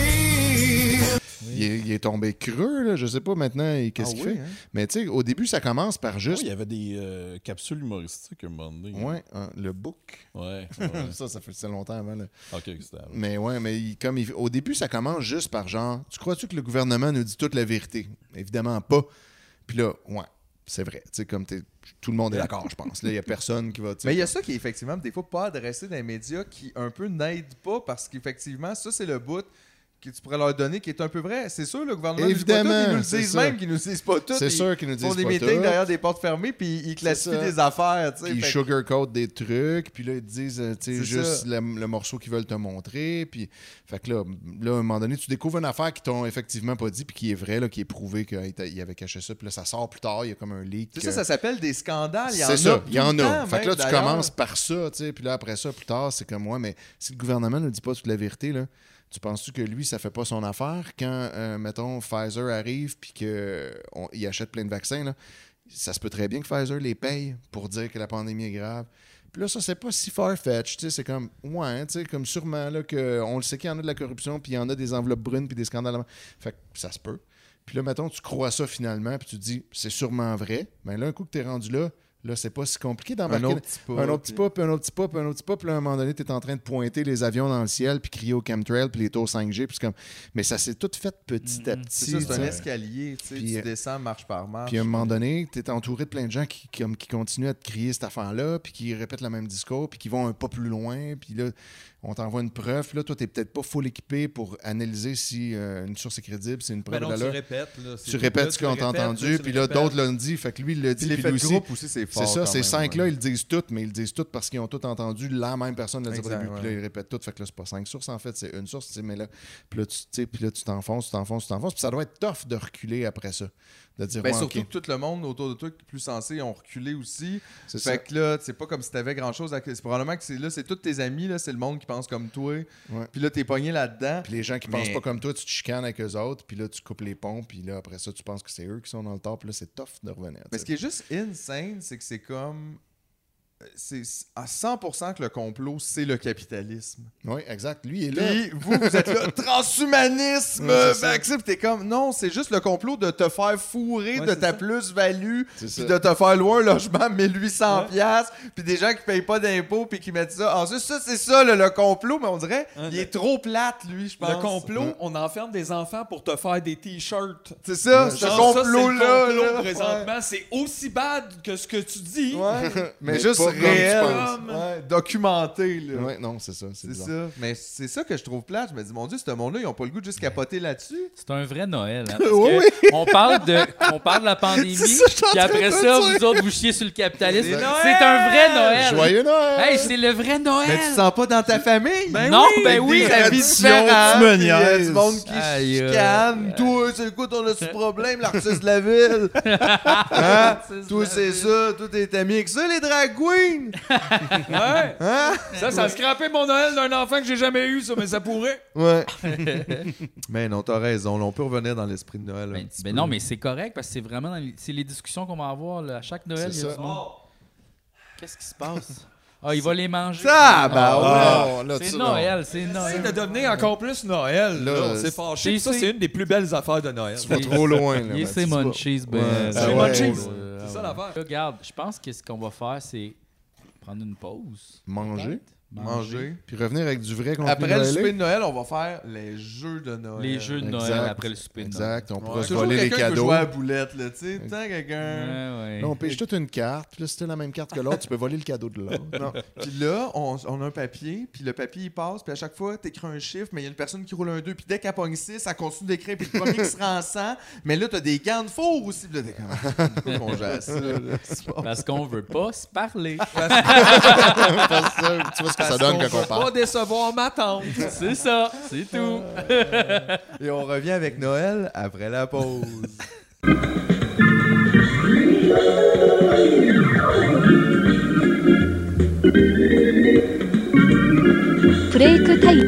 Speaker 7: Il, est, il est tombé creux, là. Je sais pas maintenant il- qu'est-ce
Speaker 4: Ah
Speaker 7: qu'il
Speaker 4: oui,
Speaker 7: fait.
Speaker 4: hein?
Speaker 7: Mais tu sais, au début, ça commence par
Speaker 4: Ouais,
Speaker 7: juste.
Speaker 4: il y avait des euh, capsules humoristiques à un moment donné.
Speaker 7: Ouais, hein, le book. [laughs]
Speaker 4: Ouais.
Speaker 7: ça, ça fait ça longtemps avant. là.
Speaker 4: Ok, c'était avant.
Speaker 7: Mais ouais, mais il- comme il- au début, ça commence juste par genre Tu crois-tu que le gouvernement nous dit toute la vérité Évidemment pas. Puis là, ouais, c'est vrai. Tu sais, comme t'es- tout le monde est d'accord, je pense. Là, il y a personne qui va. tu sais,
Speaker 3: Mais il y a ça qui est effectivement des fois pas adressé dans les médias qui un peu n'aide pas parce qu'effectivement, ça c'est le bout que tu pourrais leur donner qui est un peu vrai. C'est sûr, le gouvernement nous dit pas tout,
Speaker 7: Évidemment,
Speaker 3: ils nous le
Speaker 7: c'est
Speaker 3: disent
Speaker 7: ça.
Speaker 3: même qu'ils nous disent pas tout.
Speaker 7: C'est
Speaker 3: ils
Speaker 7: sûr qu'ils nous disent
Speaker 3: font des
Speaker 7: pas
Speaker 3: meetings
Speaker 7: tout.
Speaker 3: derrière des portes fermées puis ils classifient
Speaker 7: ça.
Speaker 3: des affaires. tu sais.
Speaker 7: Puis ils
Speaker 3: Fait que-
Speaker 7: sugarcoat des trucs, puis là, ils te disent, euh, tu sais,
Speaker 3: C'est
Speaker 7: juste
Speaker 3: ça.
Speaker 7: le, le morceau qu'ils veulent te montrer. Puis, fait que là, là, à un moment donné, tu découvres une affaire qu'ils t'ont effectivement pas dit, puis qui est vraie, là, qui est prouvée qu'ils avaient caché ça. Puis là, ça sort plus tard, il y a comme un leak.
Speaker 3: C'est ça,
Speaker 7: euh,
Speaker 3: ça s'appelle des scandales. Il y en
Speaker 7: c'est
Speaker 3: a
Speaker 7: ça, il y
Speaker 3: tout
Speaker 7: en
Speaker 3: le
Speaker 7: a.
Speaker 3: temps,
Speaker 7: Fait que là,
Speaker 3: même,
Speaker 7: tu
Speaker 3: d'ailleurs.
Speaker 7: commences par ça, tu sais, puis là, après ça, plus tard, c'est comme moi, mais si le gouvernement ne dit pas toute la vérité, là, tu penses-tu que lui, ça fait pas son affaire quand, euh, mettons, Pfizer arrive puis qu'il achète plein de vaccins, là, ça se peut très bien que Pfizer les paye pour dire que la pandémie est grave. Puis là, ça, c'est pas si far-fetched, tu sais, c'est comme, ouais, hein, tu sais, comme sûrement, là, que on le sait qu'il y en a de la corruption, puis il y en a des enveloppes brunes, puis des scandales. avant. Fait que ça se peut. Puis là, mettons, tu crois ça finalement, puis tu te dis, c'est sûrement vrai. Mais là, un coup que tu es rendu là, là, c'est pas si compliqué d'embarquer.
Speaker 3: Un autre petit pas,
Speaker 7: Un autre petit
Speaker 3: puis-
Speaker 7: pas, puis un autre petit pas, puis un autre petit pas. Puis là, à un moment donné, tu es en train de pointer les avions dans le ciel, puis crier au chemtrail, puis les tours 5G. Puis c'est comme... Mais ça s'est tout fait petit à petit.
Speaker 3: C'est ça, c'est
Speaker 7: tu
Speaker 3: un
Speaker 7: sais.
Speaker 3: escalier. tu sais,
Speaker 7: Puis,
Speaker 3: tu
Speaker 7: euh,
Speaker 3: descends marche par marche.
Speaker 7: Puis à un moment donné, tu es entouré de plein de gens qui, comme, qui continuent à te crier cette affaire-là, puis qui répètent le même discours, puis qui vont un pas plus loin. Puis là, on t'envoie une preuve. Puis là, toi, tu peut-être pas full équipé pour analyser si euh, une source est crédible, c'est une preuve
Speaker 2: Ben non,
Speaker 7: de
Speaker 2: tu
Speaker 7: la
Speaker 2: répètes. Là, c'est
Speaker 7: tu
Speaker 2: tout,
Speaker 7: répètes
Speaker 2: là,
Speaker 7: ce
Speaker 2: tu
Speaker 7: qu'on
Speaker 2: le
Speaker 7: t'a
Speaker 2: répètes,
Speaker 7: entendu,
Speaker 2: tu
Speaker 7: puis
Speaker 2: le
Speaker 7: là,
Speaker 2: répètes.
Speaker 7: d'autres l'ont dit. Fait que lui, il le dit, puis
Speaker 3: l'effet
Speaker 7: lui
Speaker 3: de
Speaker 7: aussi.
Speaker 3: groupe aussi, c'est fort
Speaker 7: ça,
Speaker 3: quand
Speaker 7: ces
Speaker 3: même,
Speaker 7: cinq-là,
Speaker 3: ouais.
Speaker 7: ils le disent toutes, mais ils le disent toutes parce qu'ils ont tous entendu la même personne le dire au
Speaker 3: Exact,
Speaker 7: début, puis là,
Speaker 3: ouais.
Speaker 7: ils répètent toutes. Fait que là, c'est pas cinq sources, en fait, c'est une source, tu sais, mais là, puis là, tu tu sais, puis là, tu t'enfonces, tu t'enfonces, tu t'enfonces, puis ça doit être tough de reculer après ça. De dire,
Speaker 3: Ben,
Speaker 7: ouais,
Speaker 3: surtout
Speaker 7: OK.
Speaker 3: que tout le monde autour de toi qui est plus sensé ont reculé aussi.
Speaker 7: C'est
Speaker 3: Fait
Speaker 7: ça.
Speaker 3: que là, c'est pas comme si t'avais grand chose à. C'est probablement que c'est là, c'est tous tes amis, là, c'est le monde qui pense comme toi.
Speaker 7: Ouais.
Speaker 3: Puis là, t'es pogné là-dedans.
Speaker 7: Puis les gens qui
Speaker 3: Mais-
Speaker 7: pensent pas comme toi, tu te chicanes avec eux autres, puis là, tu coupes les ponts, puis là, après ça, tu penses que c'est eux qui sont dans le tort, puis là, c'est tough de revenir. tu
Speaker 3: Mais ce
Speaker 7: sais.
Speaker 3: qui est juste insane, c'est que c'est comme. C'est à 100% que le complot, c'est le capitalisme.
Speaker 7: Oui, exact. Lui, il est là.
Speaker 3: Puis vous, vous
Speaker 7: [laughs]
Speaker 3: êtes là, transhumanisme,
Speaker 7: Ouais, c'est ça.
Speaker 3: vaccin. Puis t'es comme, non, c'est juste le complot de te faire fourrer
Speaker 2: Ouais,
Speaker 3: de
Speaker 2: c'est
Speaker 3: ta
Speaker 2: ça.
Speaker 3: plus-value,
Speaker 7: C'est ça.
Speaker 3: puis de te faire louer un logement à 1800$, piastres, puis des gens qui payent pas d'impôts, puis qui mettent ça. Ensuite, ça, c'est ça, le, le complot, mais on dirait,
Speaker 2: Hein,
Speaker 3: il
Speaker 2: le-
Speaker 3: est trop plate, lui, je pense.
Speaker 2: Le complot, on enferme des enfants pour te faire des t-shirts.
Speaker 3: C'est ça, ce
Speaker 2: Genre, ça, c'est le
Speaker 3: complot-là.
Speaker 2: complot,
Speaker 3: là.
Speaker 2: présentement, c'est aussi bad que ce que tu dis.
Speaker 7: [laughs]
Speaker 3: Ouais. Ouais. [laughs] Mais,
Speaker 7: Mais
Speaker 3: juste
Speaker 7: pas comme tu
Speaker 3: réel,
Speaker 7: penses.
Speaker 3: ouais, documenté. Là.
Speaker 7: Ouais, non, c'est ça. C'est
Speaker 3: C'est
Speaker 7: bizarre.
Speaker 3: ça. Mais c'est ça que je trouve plate. Je me dis, mon Dieu, ce monde-là, ils n'ont pas le goût de juste capoter là-dessus.
Speaker 8: C'est un vrai Noël.
Speaker 3: [laughs]
Speaker 8: hein, parce que on, parle de, on parle de la pandémie,
Speaker 3: C'est ça que je suis en
Speaker 8: puis
Speaker 3: train
Speaker 8: après
Speaker 3: de
Speaker 8: ça,
Speaker 3: dire.
Speaker 8: vous autres, vous chiez sur le capitalisme.
Speaker 3: C'est Noël!
Speaker 8: C'est un vrai Noël.
Speaker 7: Joyeux Noël!
Speaker 8: Hey, c'est le vrai Noël!
Speaker 3: Mais tu te sens pas dans ta famille.
Speaker 8: non, ben oui!
Speaker 3: Des avis
Speaker 8: tradition,
Speaker 3: différents.
Speaker 8: tu me
Speaker 3: puis Il y a
Speaker 8: niaises.
Speaker 3: du monde qui
Speaker 8: Aïe, euh,
Speaker 3: se
Speaker 8: aïe.
Speaker 3: calme. Toi, c'est quoi ton petit problème, l'artiste de la
Speaker 8: [laughs]
Speaker 3: ville? Hein? Toi, c'est ça. Toi, t'es ami avec ça, les drag queens.
Speaker 8: [laughs]
Speaker 2: Ouais.
Speaker 3: Hein?
Speaker 2: Ça, ça a scrappé mon Noël d'un enfant que j'ai jamais eu, ça, mais ça pourrait.
Speaker 8: [laughs]
Speaker 3: Ouais. mais non, t'as raison. là, on peut revenir dans l'esprit de Noël. un
Speaker 8: Ben,
Speaker 3: petit
Speaker 8: ben
Speaker 3: peu.
Speaker 8: non, mais c'est correct parce que c'est vraiment dans les, c'est les discussions qu'on va avoir là. à chaque Noël.
Speaker 7: C'est
Speaker 8: il y a
Speaker 7: ça.
Speaker 8: du monde. Qu'est-ce qui se passe? Ah, il va les manger.
Speaker 3: Ah, bah
Speaker 7: ouais. Oh, là,
Speaker 8: c'est
Speaker 7: tu-
Speaker 8: Noël, c'est
Speaker 2: C'est de
Speaker 8: Noël.
Speaker 2: devenir encore plus Noël. Là,
Speaker 7: Là,
Speaker 2: on s'est fâché.
Speaker 8: c'est-
Speaker 2: Ça, c'est une des plus belles affaires de Noël.
Speaker 7: Tu vas trop loin. Là,
Speaker 8: Il
Speaker 7: Matt, tu
Speaker 8: c'est
Speaker 7: vas-
Speaker 8: Munchies, ben.
Speaker 7: Ouais.
Speaker 2: C'est
Speaker 7: Ah ouais.
Speaker 2: Munchies. C'est ça l'affaire.
Speaker 8: Euh, Regarde, je pense que ce qu'on va faire, c'est prendre une pause.
Speaker 7: Manger,
Speaker 8: peut-être.
Speaker 3: Manger.
Speaker 7: puis revenir avec du vrai contenu
Speaker 3: Après le
Speaker 7: Noël.
Speaker 3: souper de Noël, on va faire les jeux de Noël.
Speaker 8: Les jeux de Noël
Speaker 7: Exact.
Speaker 8: après le souper de Noël.
Speaker 7: Exact, on pourra
Speaker 3: Ouais,
Speaker 7: se
Speaker 3: toujours
Speaker 7: voler les
Speaker 3: quelqu'un qui peut
Speaker 7: cadeaux.
Speaker 3: jouer à la boulette, là, tu sais. Tant quelqu'un.
Speaker 8: Ouais, ouais.
Speaker 7: Là, on pêche toute une carte, puis là, si t'as la même carte que l'autre, tu peux voler le cadeau de l'autre.
Speaker 3: Non. Puis là, on, on a un papier, puis le papier, il passe, puis à chaque fois, t'écris un chiffre, mais il y a une personne qui roule un 2, puis dès qu'elle pogne 6, elle continue d'écrire, puis le premier qui se rend 100, mais là, t'as des gants de four aussi, puis là, t'es comme... [laughs] Pourquoi qu'on gère ça, là? C'est pas-
Speaker 8: Parce qu'on veut pas
Speaker 3: [laughs]
Speaker 8: se parler.
Speaker 7: Parce que tu vois ce que ça donne quand on
Speaker 2: Pas
Speaker 7: parle.
Speaker 2: décevoir ma tante.
Speaker 8: [laughs] c'est ça, c'est tout.
Speaker 3: Et on revient avec Noël après la pause.
Speaker 12: 브레이크 타임.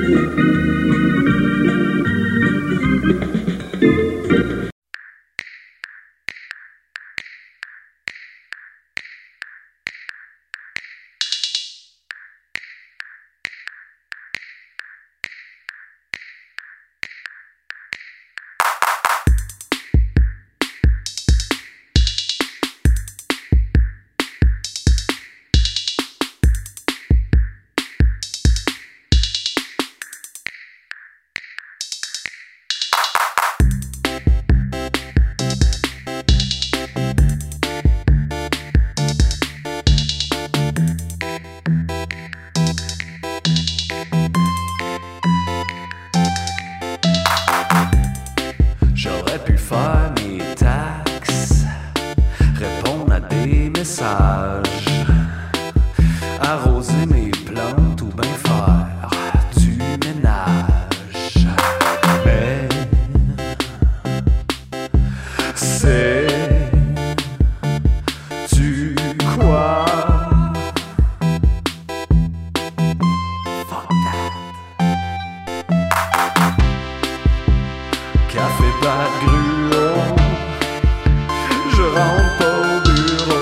Speaker 5: J'aurais pu faire mes taxes, répondre à des messages, arroser mes plantes ou bien faire du ménage. Mais c'est tu quoi? Fuck that.
Speaker 2: [laughs]
Speaker 5: Café pas gruau Je rentre pas au bureau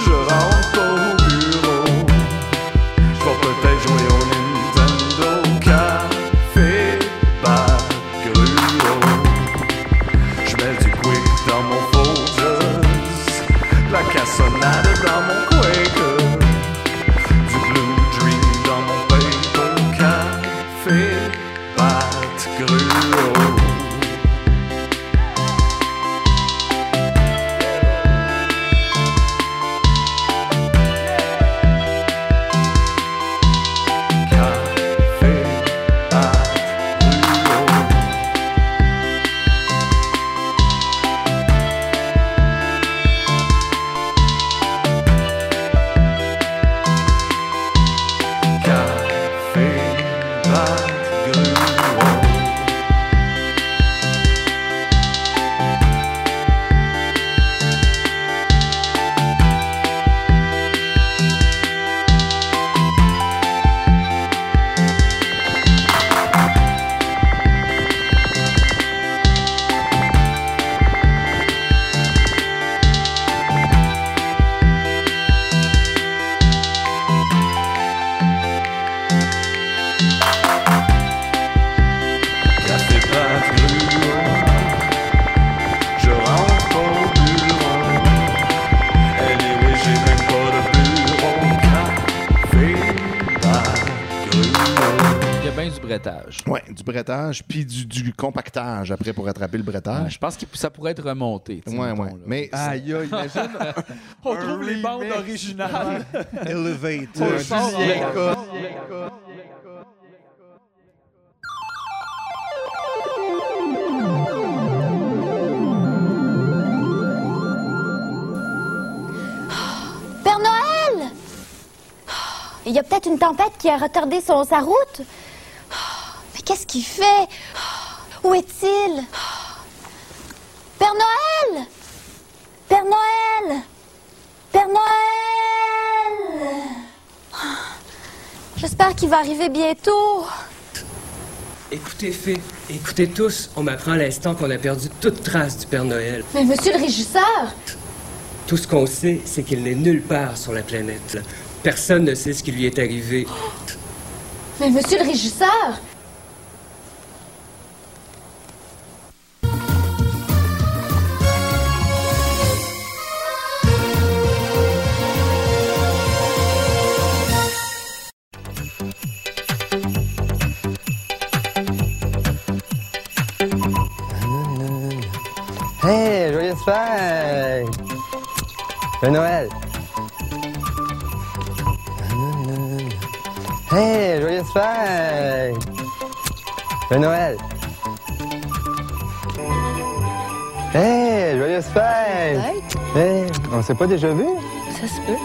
Speaker 5: Je oh.
Speaker 13: Je rentre au bureau. Anyway, j'ai même pas de bureau. Café par gruau.
Speaker 8: Euh, Il y a bien du brettage.
Speaker 7: Ouais, du brettage, puis du, du compactage après pour attraper le
Speaker 8: Ouais,
Speaker 7: brettage.
Speaker 8: je pense que ça pourrait être remonté. tu sais,
Speaker 7: Ouais,
Speaker 8: mettons,
Speaker 7: ouais.
Speaker 8: là.
Speaker 7: Mais
Speaker 14: Aïe, aïe,
Speaker 7: [laughs]
Speaker 14: imagine.
Speaker 15: On
Speaker 14: Un
Speaker 15: trouve les bandes
Speaker 14: remix.
Speaker 15: originales.
Speaker 14: Elevate.
Speaker 15: On le sort, on le
Speaker 14: Écosse.
Speaker 15: sort.
Speaker 9: Père Noël Oh, Il y a peut-être une tempête qui a retardé son, sa route. Oh, Mais qu'est-ce qu'il fait Oh, Où est-il Oh, Père Noël Père Noël Père Noël Oh, J'espère qu'il va arriver bientôt.
Speaker 16: Écoutez, Fé, écoutez tous, on m'apprend à l'instant qu'on a perdu toute trace du Père Noël.
Speaker 9: Mais monsieur le régisseur,
Speaker 16: Tout ce qu'on sait, c'est qu'il n'est nulle part sur la planète. Personne ne sait ce qui lui est arrivé.
Speaker 9: mais monsieur le régisseur,
Speaker 5: Hey, joyeuse fête! De Noël! Hey, joyeuse fête! De Noël! Hey, joyeuse fête! Hey, on s'est pas déjà vu?
Speaker 17: Ça se peut.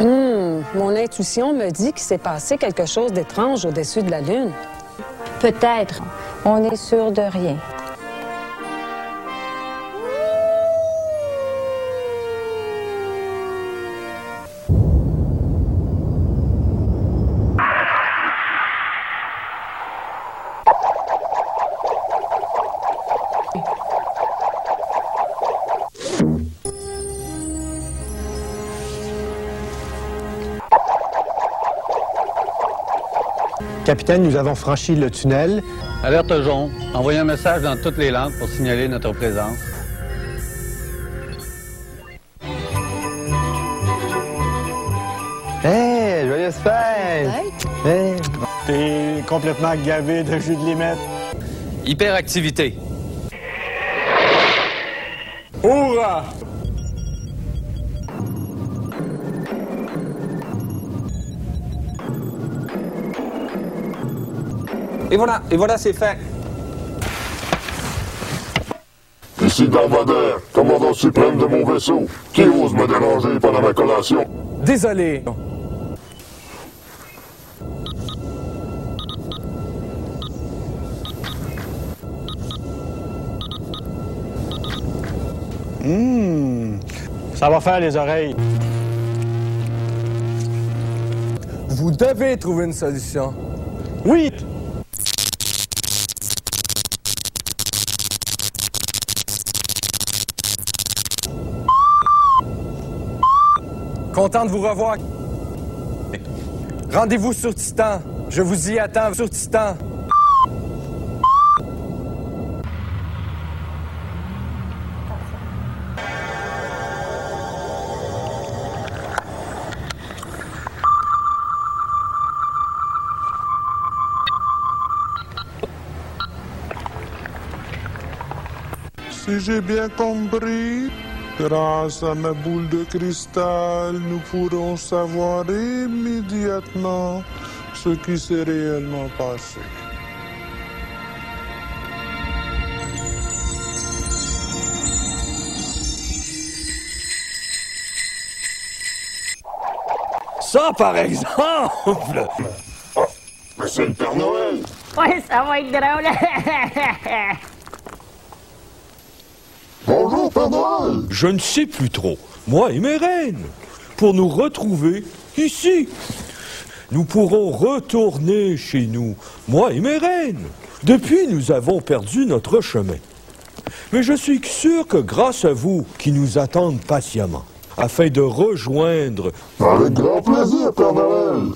Speaker 17: Hmm, mon intuition me dit qu'il s'est passé quelque chose d'étrange au-dessus de la Lune. Peut-être. On n'est sûr de rien.
Speaker 18: Capitaine, nous avons franchi le tunnel.
Speaker 19: Alerte jaune. Envoyez un message dans toutes les langues pour signaler notre présence.
Speaker 5: Hey, joyeuse fête! Hey!
Speaker 18: T'es complètement gavé de jus de limette.
Speaker 19: Hyperactivité.
Speaker 18: Hourra!
Speaker 19: [laughs] Et voilà, et voilà, c'est fait.
Speaker 20: Ici Darvader, commandant suprême de mon vaisseau. Qui ose me déranger pendant ma collation
Speaker 19: Désolé.
Speaker 18: Hum, Ça va faire les oreilles.
Speaker 2: Vous devez trouver une solution.
Speaker 18: Oui!
Speaker 2: Content de vous revoir. Rendez-vous sur Titan. Je vous y attends sur Titan.
Speaker 1: Si j'ai bien compris, grâce à ma boule de cristal, nous pourrons savoir immédiatement ce qui s'est réellement passé.
Speaker 2: Ça, par exemple!
Speaker 19: Ben, c'est le Père Noël.
Speaker 12: Ouais, ça va être
Speaker 18: [laughs]
Speaker 12: drôle.
Speaker 19: Bonjour, Père Noël.
Speaker 18: Je ne sais plus trop, moi et mes reines, pour nous retrouver ici. Nous pourrons retourner chez nous, moi et mes reines. Depuis, nous avons perdu notre chemin. Mais je suis sûr que grâce à vous qui nous attendent patiemment, afin de rejoindre...
Speaker 19: Avec grand plaisir, Père Noël.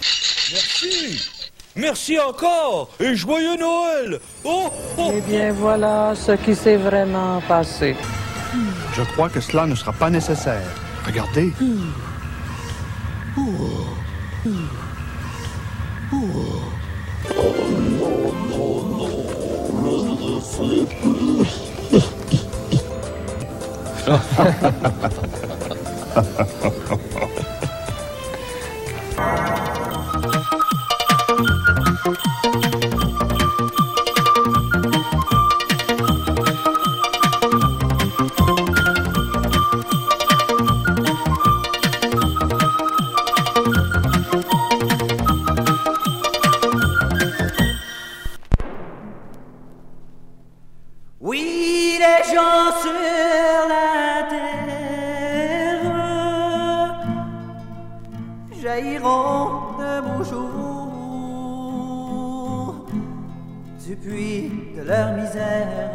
Speaker 18: Merci. Merci encore et joyeux Noël. Oh, oh.
Speaker 21: Eh bien, voilà ce qui s'est vraiment passé.
Speaker 22: Je crois que cela ne sera pas
Speaker 18: [laughs]
Speaker 22: nécessaire. Regardez.
Speaker 12: Oui, les gens sur la terre jailliront de mon jour du puits de leur misère,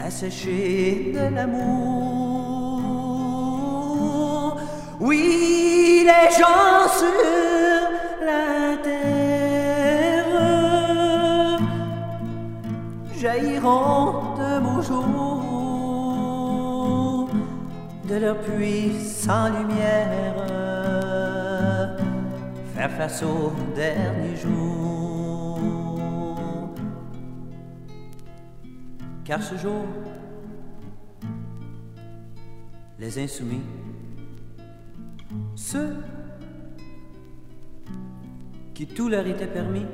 Speaker 12: asséchés de l'amour. Oui, les gens sur la terre jailliront de beaux jours, de leur puits sans lumière, faire face au dernier jour. Car ce jour, les insoumis, ceux qui tout leur était permis,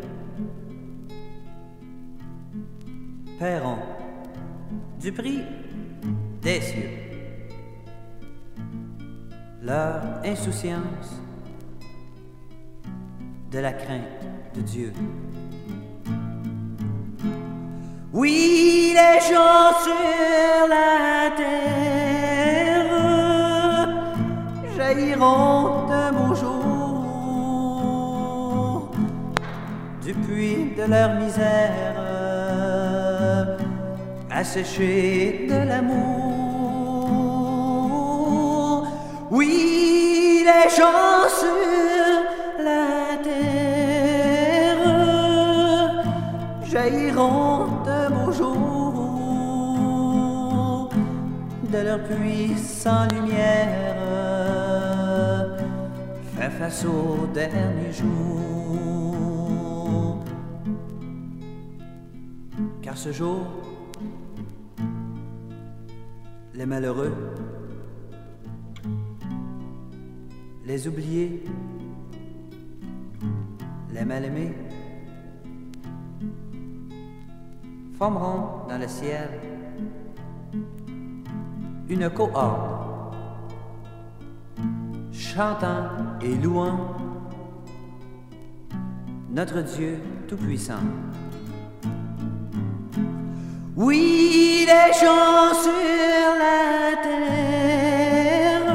Speaker 12: paieront du prix des cieux. Leur insouciance de la crainte de Dieu. Oui, les gens sur la terre jailliront de beaux jours du puits de leur misère, asséchés de l'amour. Oui, les gens sur la terre jailliront de beaux jours de leur puits sans lumière, faire face au dernier jour. Car ce jour, les malheureux, les oubliés, les mal-aimés, formeront dans le ciel une cohorte chantant et louant notre Dieu Tout-Puissant. Oui, les gens sur la terre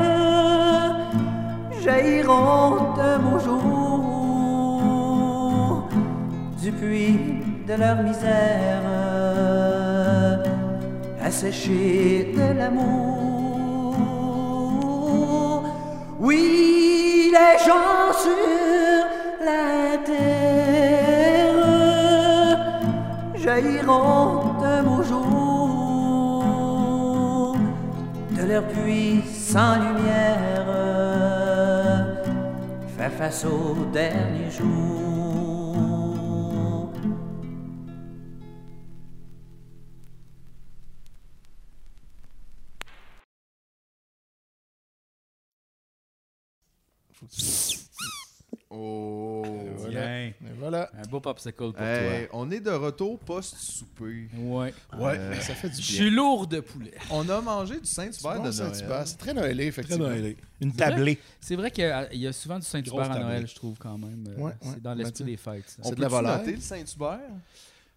Speaker 12: jailliront de beaux jours du puits de leur misère, asséchés de l'amour. Oui, les gens sur la terre jailliront de beaux jours de leur puits sans lumière, faire face au dernier jour.
Speaker 7: Oh.
Speaker 4: Voilà.
Speaker 7: vrai. Et voilà.
Speaker 8: Un beau popsicle pour
Speaker 3: Hey,
Speaker 8: toi.
Speaker 3: on est de retour post-souper.
Speaker 8: Ouais.
Speaker 3: Euh,
Speaker 7: ça fait du bien.
Speaker 8: Je suis lourd de poulet.
Speaker 3: On a mangé du Saint-Hubert
Speaker 7: bon,
Speaker 3: de
Speaker 7: Saint-Hubert.
Speaker 3: Noël.
Speaker 7: C'est très Noëlé, effectivement.
Speaker 4: Noëlé.
Speaker 7: Une
Speaker 8: C'est vrai-
Speaker 7: tablée.
Speaker 8: C'est vrai qu'il y a- il y, a souvent du Saint-Hubert
Speaker 7: Grosse
Speaker 8: à Noël,
Speaker 7: tablée.
Speaker 8: je trouve, quand même. Euh,
Speaker 7: Ouais, ouais.
Speaker 8: C'est dans l'esprit
Speaker 7: Ben,
Speaker 8: des fêtes. ça.
Speaker 3: On
Speaker 7: C'est de la
Speaker 3: peut-tu
Speaker 7: volaille.
Speaker 3: noter le Saint-Hubert?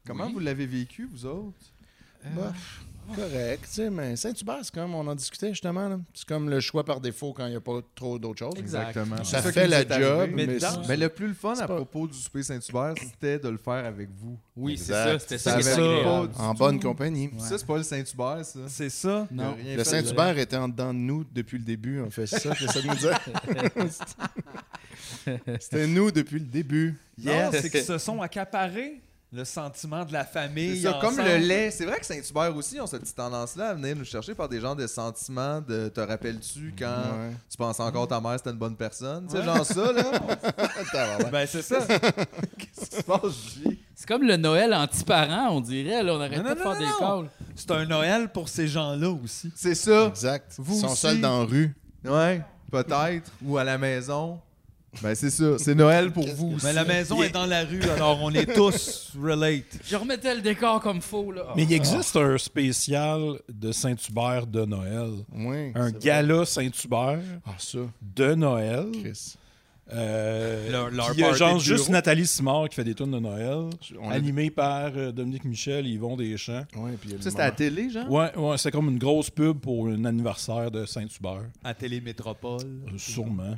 Speaker 3: Comment
Speaker 8: Oui.
Speaker 3: vous l'avez vécu, vous autres?
Speaker 7: Bah, correct, tu sais, mais Saint-Hubert, c'est comme on en discutait justement. là. C'est comme le choix par défaut quand il n'y a pas trop d'autres choses.
Speaker 3: Exactement.
Speaker 7: Ça
Speaker 3: C'est qui
Speaker 7: fait
Speaker 3: nous
Speaker 7: la
Speaker 3: est arrivé.
Speaker 7: job,
Speaker 3: Mais,
Speaker 7: mais,
Speaker 3: dans-
Speaker 7: c'est-
Speaker 3: mais le plus le fun
Speaker 7: c'est
Speaker 3: à
Speaker 7: pas-
Speaker 3: propos du souper Saint-Hubert, c'était de le faire avec vous.
Speaker 8: Oui, c'est
Speaker 7: Exact.
Speaker 8: ça. C'était ça. qui
Speaker 3: avait
Speaker 8: était
Speaker 3: pas
Speaker 8: agréable.
Speaker 3: du
Speaker 7: En
Speaker 3: tout-
Speaker 7: bonne compagnie.
Speaker 3: Puis Ça, c'est pas le Saint-Hubert, ça.
Speaker 2: C'est ça.
Speaker 3: Il a
Speaker 7: Non.
Speaker 3: rien
Speaker 7: Le
Speaker 3: fait.
Speaker 7: Saint-Hubert était en dedans de nous depuis le début, en fait. C'est ça que j'essaie de nous [laughs] dire. C'était nous depuis le début.
Speaker 2: Non, c'est
Speaker 7: [laughs]
Speaker 2: qu'ils se sont accaparés le sentiment de la famille.
Speaker 3: C'est ça, comme
Speaker 2: ensemble.
Speaker 3: le lait. C'est vrai que Saint-Hubert aussi ont cette petite tendance-là à venir nous chercher par des gens de sentiments de te rappelles-tu quand
Speaker 7: Ouais.
Speaker 3: tu penses encore ta mère c'était une bonne personne? Tu sais,
Speaker 7: Ouais.
Speaker 3: genre ça,
Speaker 2: [laughs]
Speaker 3: là.
Speaker 7: Ben,
Speaker 2: c'est
Speaker 3: [laughs]
Speaker 19: [laughs]
Speaker 2: ça.
Speaker 3: Qu'est-ce qui se passe, J?
Speaker 8: C'est comme le Noël anti-parent, on dirait. Là, on arrête
Speaker 2: Non, non,
Speaker 8: pas de faire
Speaker 2: non,
Speaker 8: des
Speaker 2: non.
Speaker 8: calls.
Speaker 2: C'est un Noël pour ces gens-là aussi.
Speaker 3: C'est ça.
Speaker 7: Exact.
Speaker 3: Vous
Speaker 7: Ils sont
Speaker 3: aussi.
Speaker 7: seuls dans la rue.
Speaker 3: Ouais, peut-être. Ou à la maison. Ben, c'est ça. C'est Noël pour vous aussi.
Speaker 2: Mais Ben, la maison est dans la rue, alors on est tous relate.
Speaker 8: Je remettais le décor comme faux. Là.
Speaker 4: Mais il existe un spécial de Saint-Hubert de Noël.
Speaker 7: Oui,
Speaker 4: un
Speaker 7: c'est
Speaker 4: gala Saint-Hubert
Speaker 7: Ah, ça.
Speaker 4: de Noël.
Speaker 7: Chris.
Speaker 4: Euh,
Speaker 2: Leur- leur
Speaker 4: puis il y a
Speaker 2: party
Speaker 4: genre
Speaker 2: de
Speaker 4: juste
Speaker 2: bureau.
Speaker 4: Nathalie Simard qui fait des tunes de Noël,
Speaker 7: on a-
Speaker 4: animée par euh, Dominique Michel et Yvon Deschamps.
Speaker 7: Ouais, puis il y a le
Speaker 3: Ça, c'était à la
Speaker 7: moment-
Speaker 3: télé, genre?
Speaker 4: Ouais, ouais, c'est comme une grosse pub pour un anniversaire de Saint-Hubert,
Speaker 2: À Télémétropole.
Speaker 4: euh, sûrement.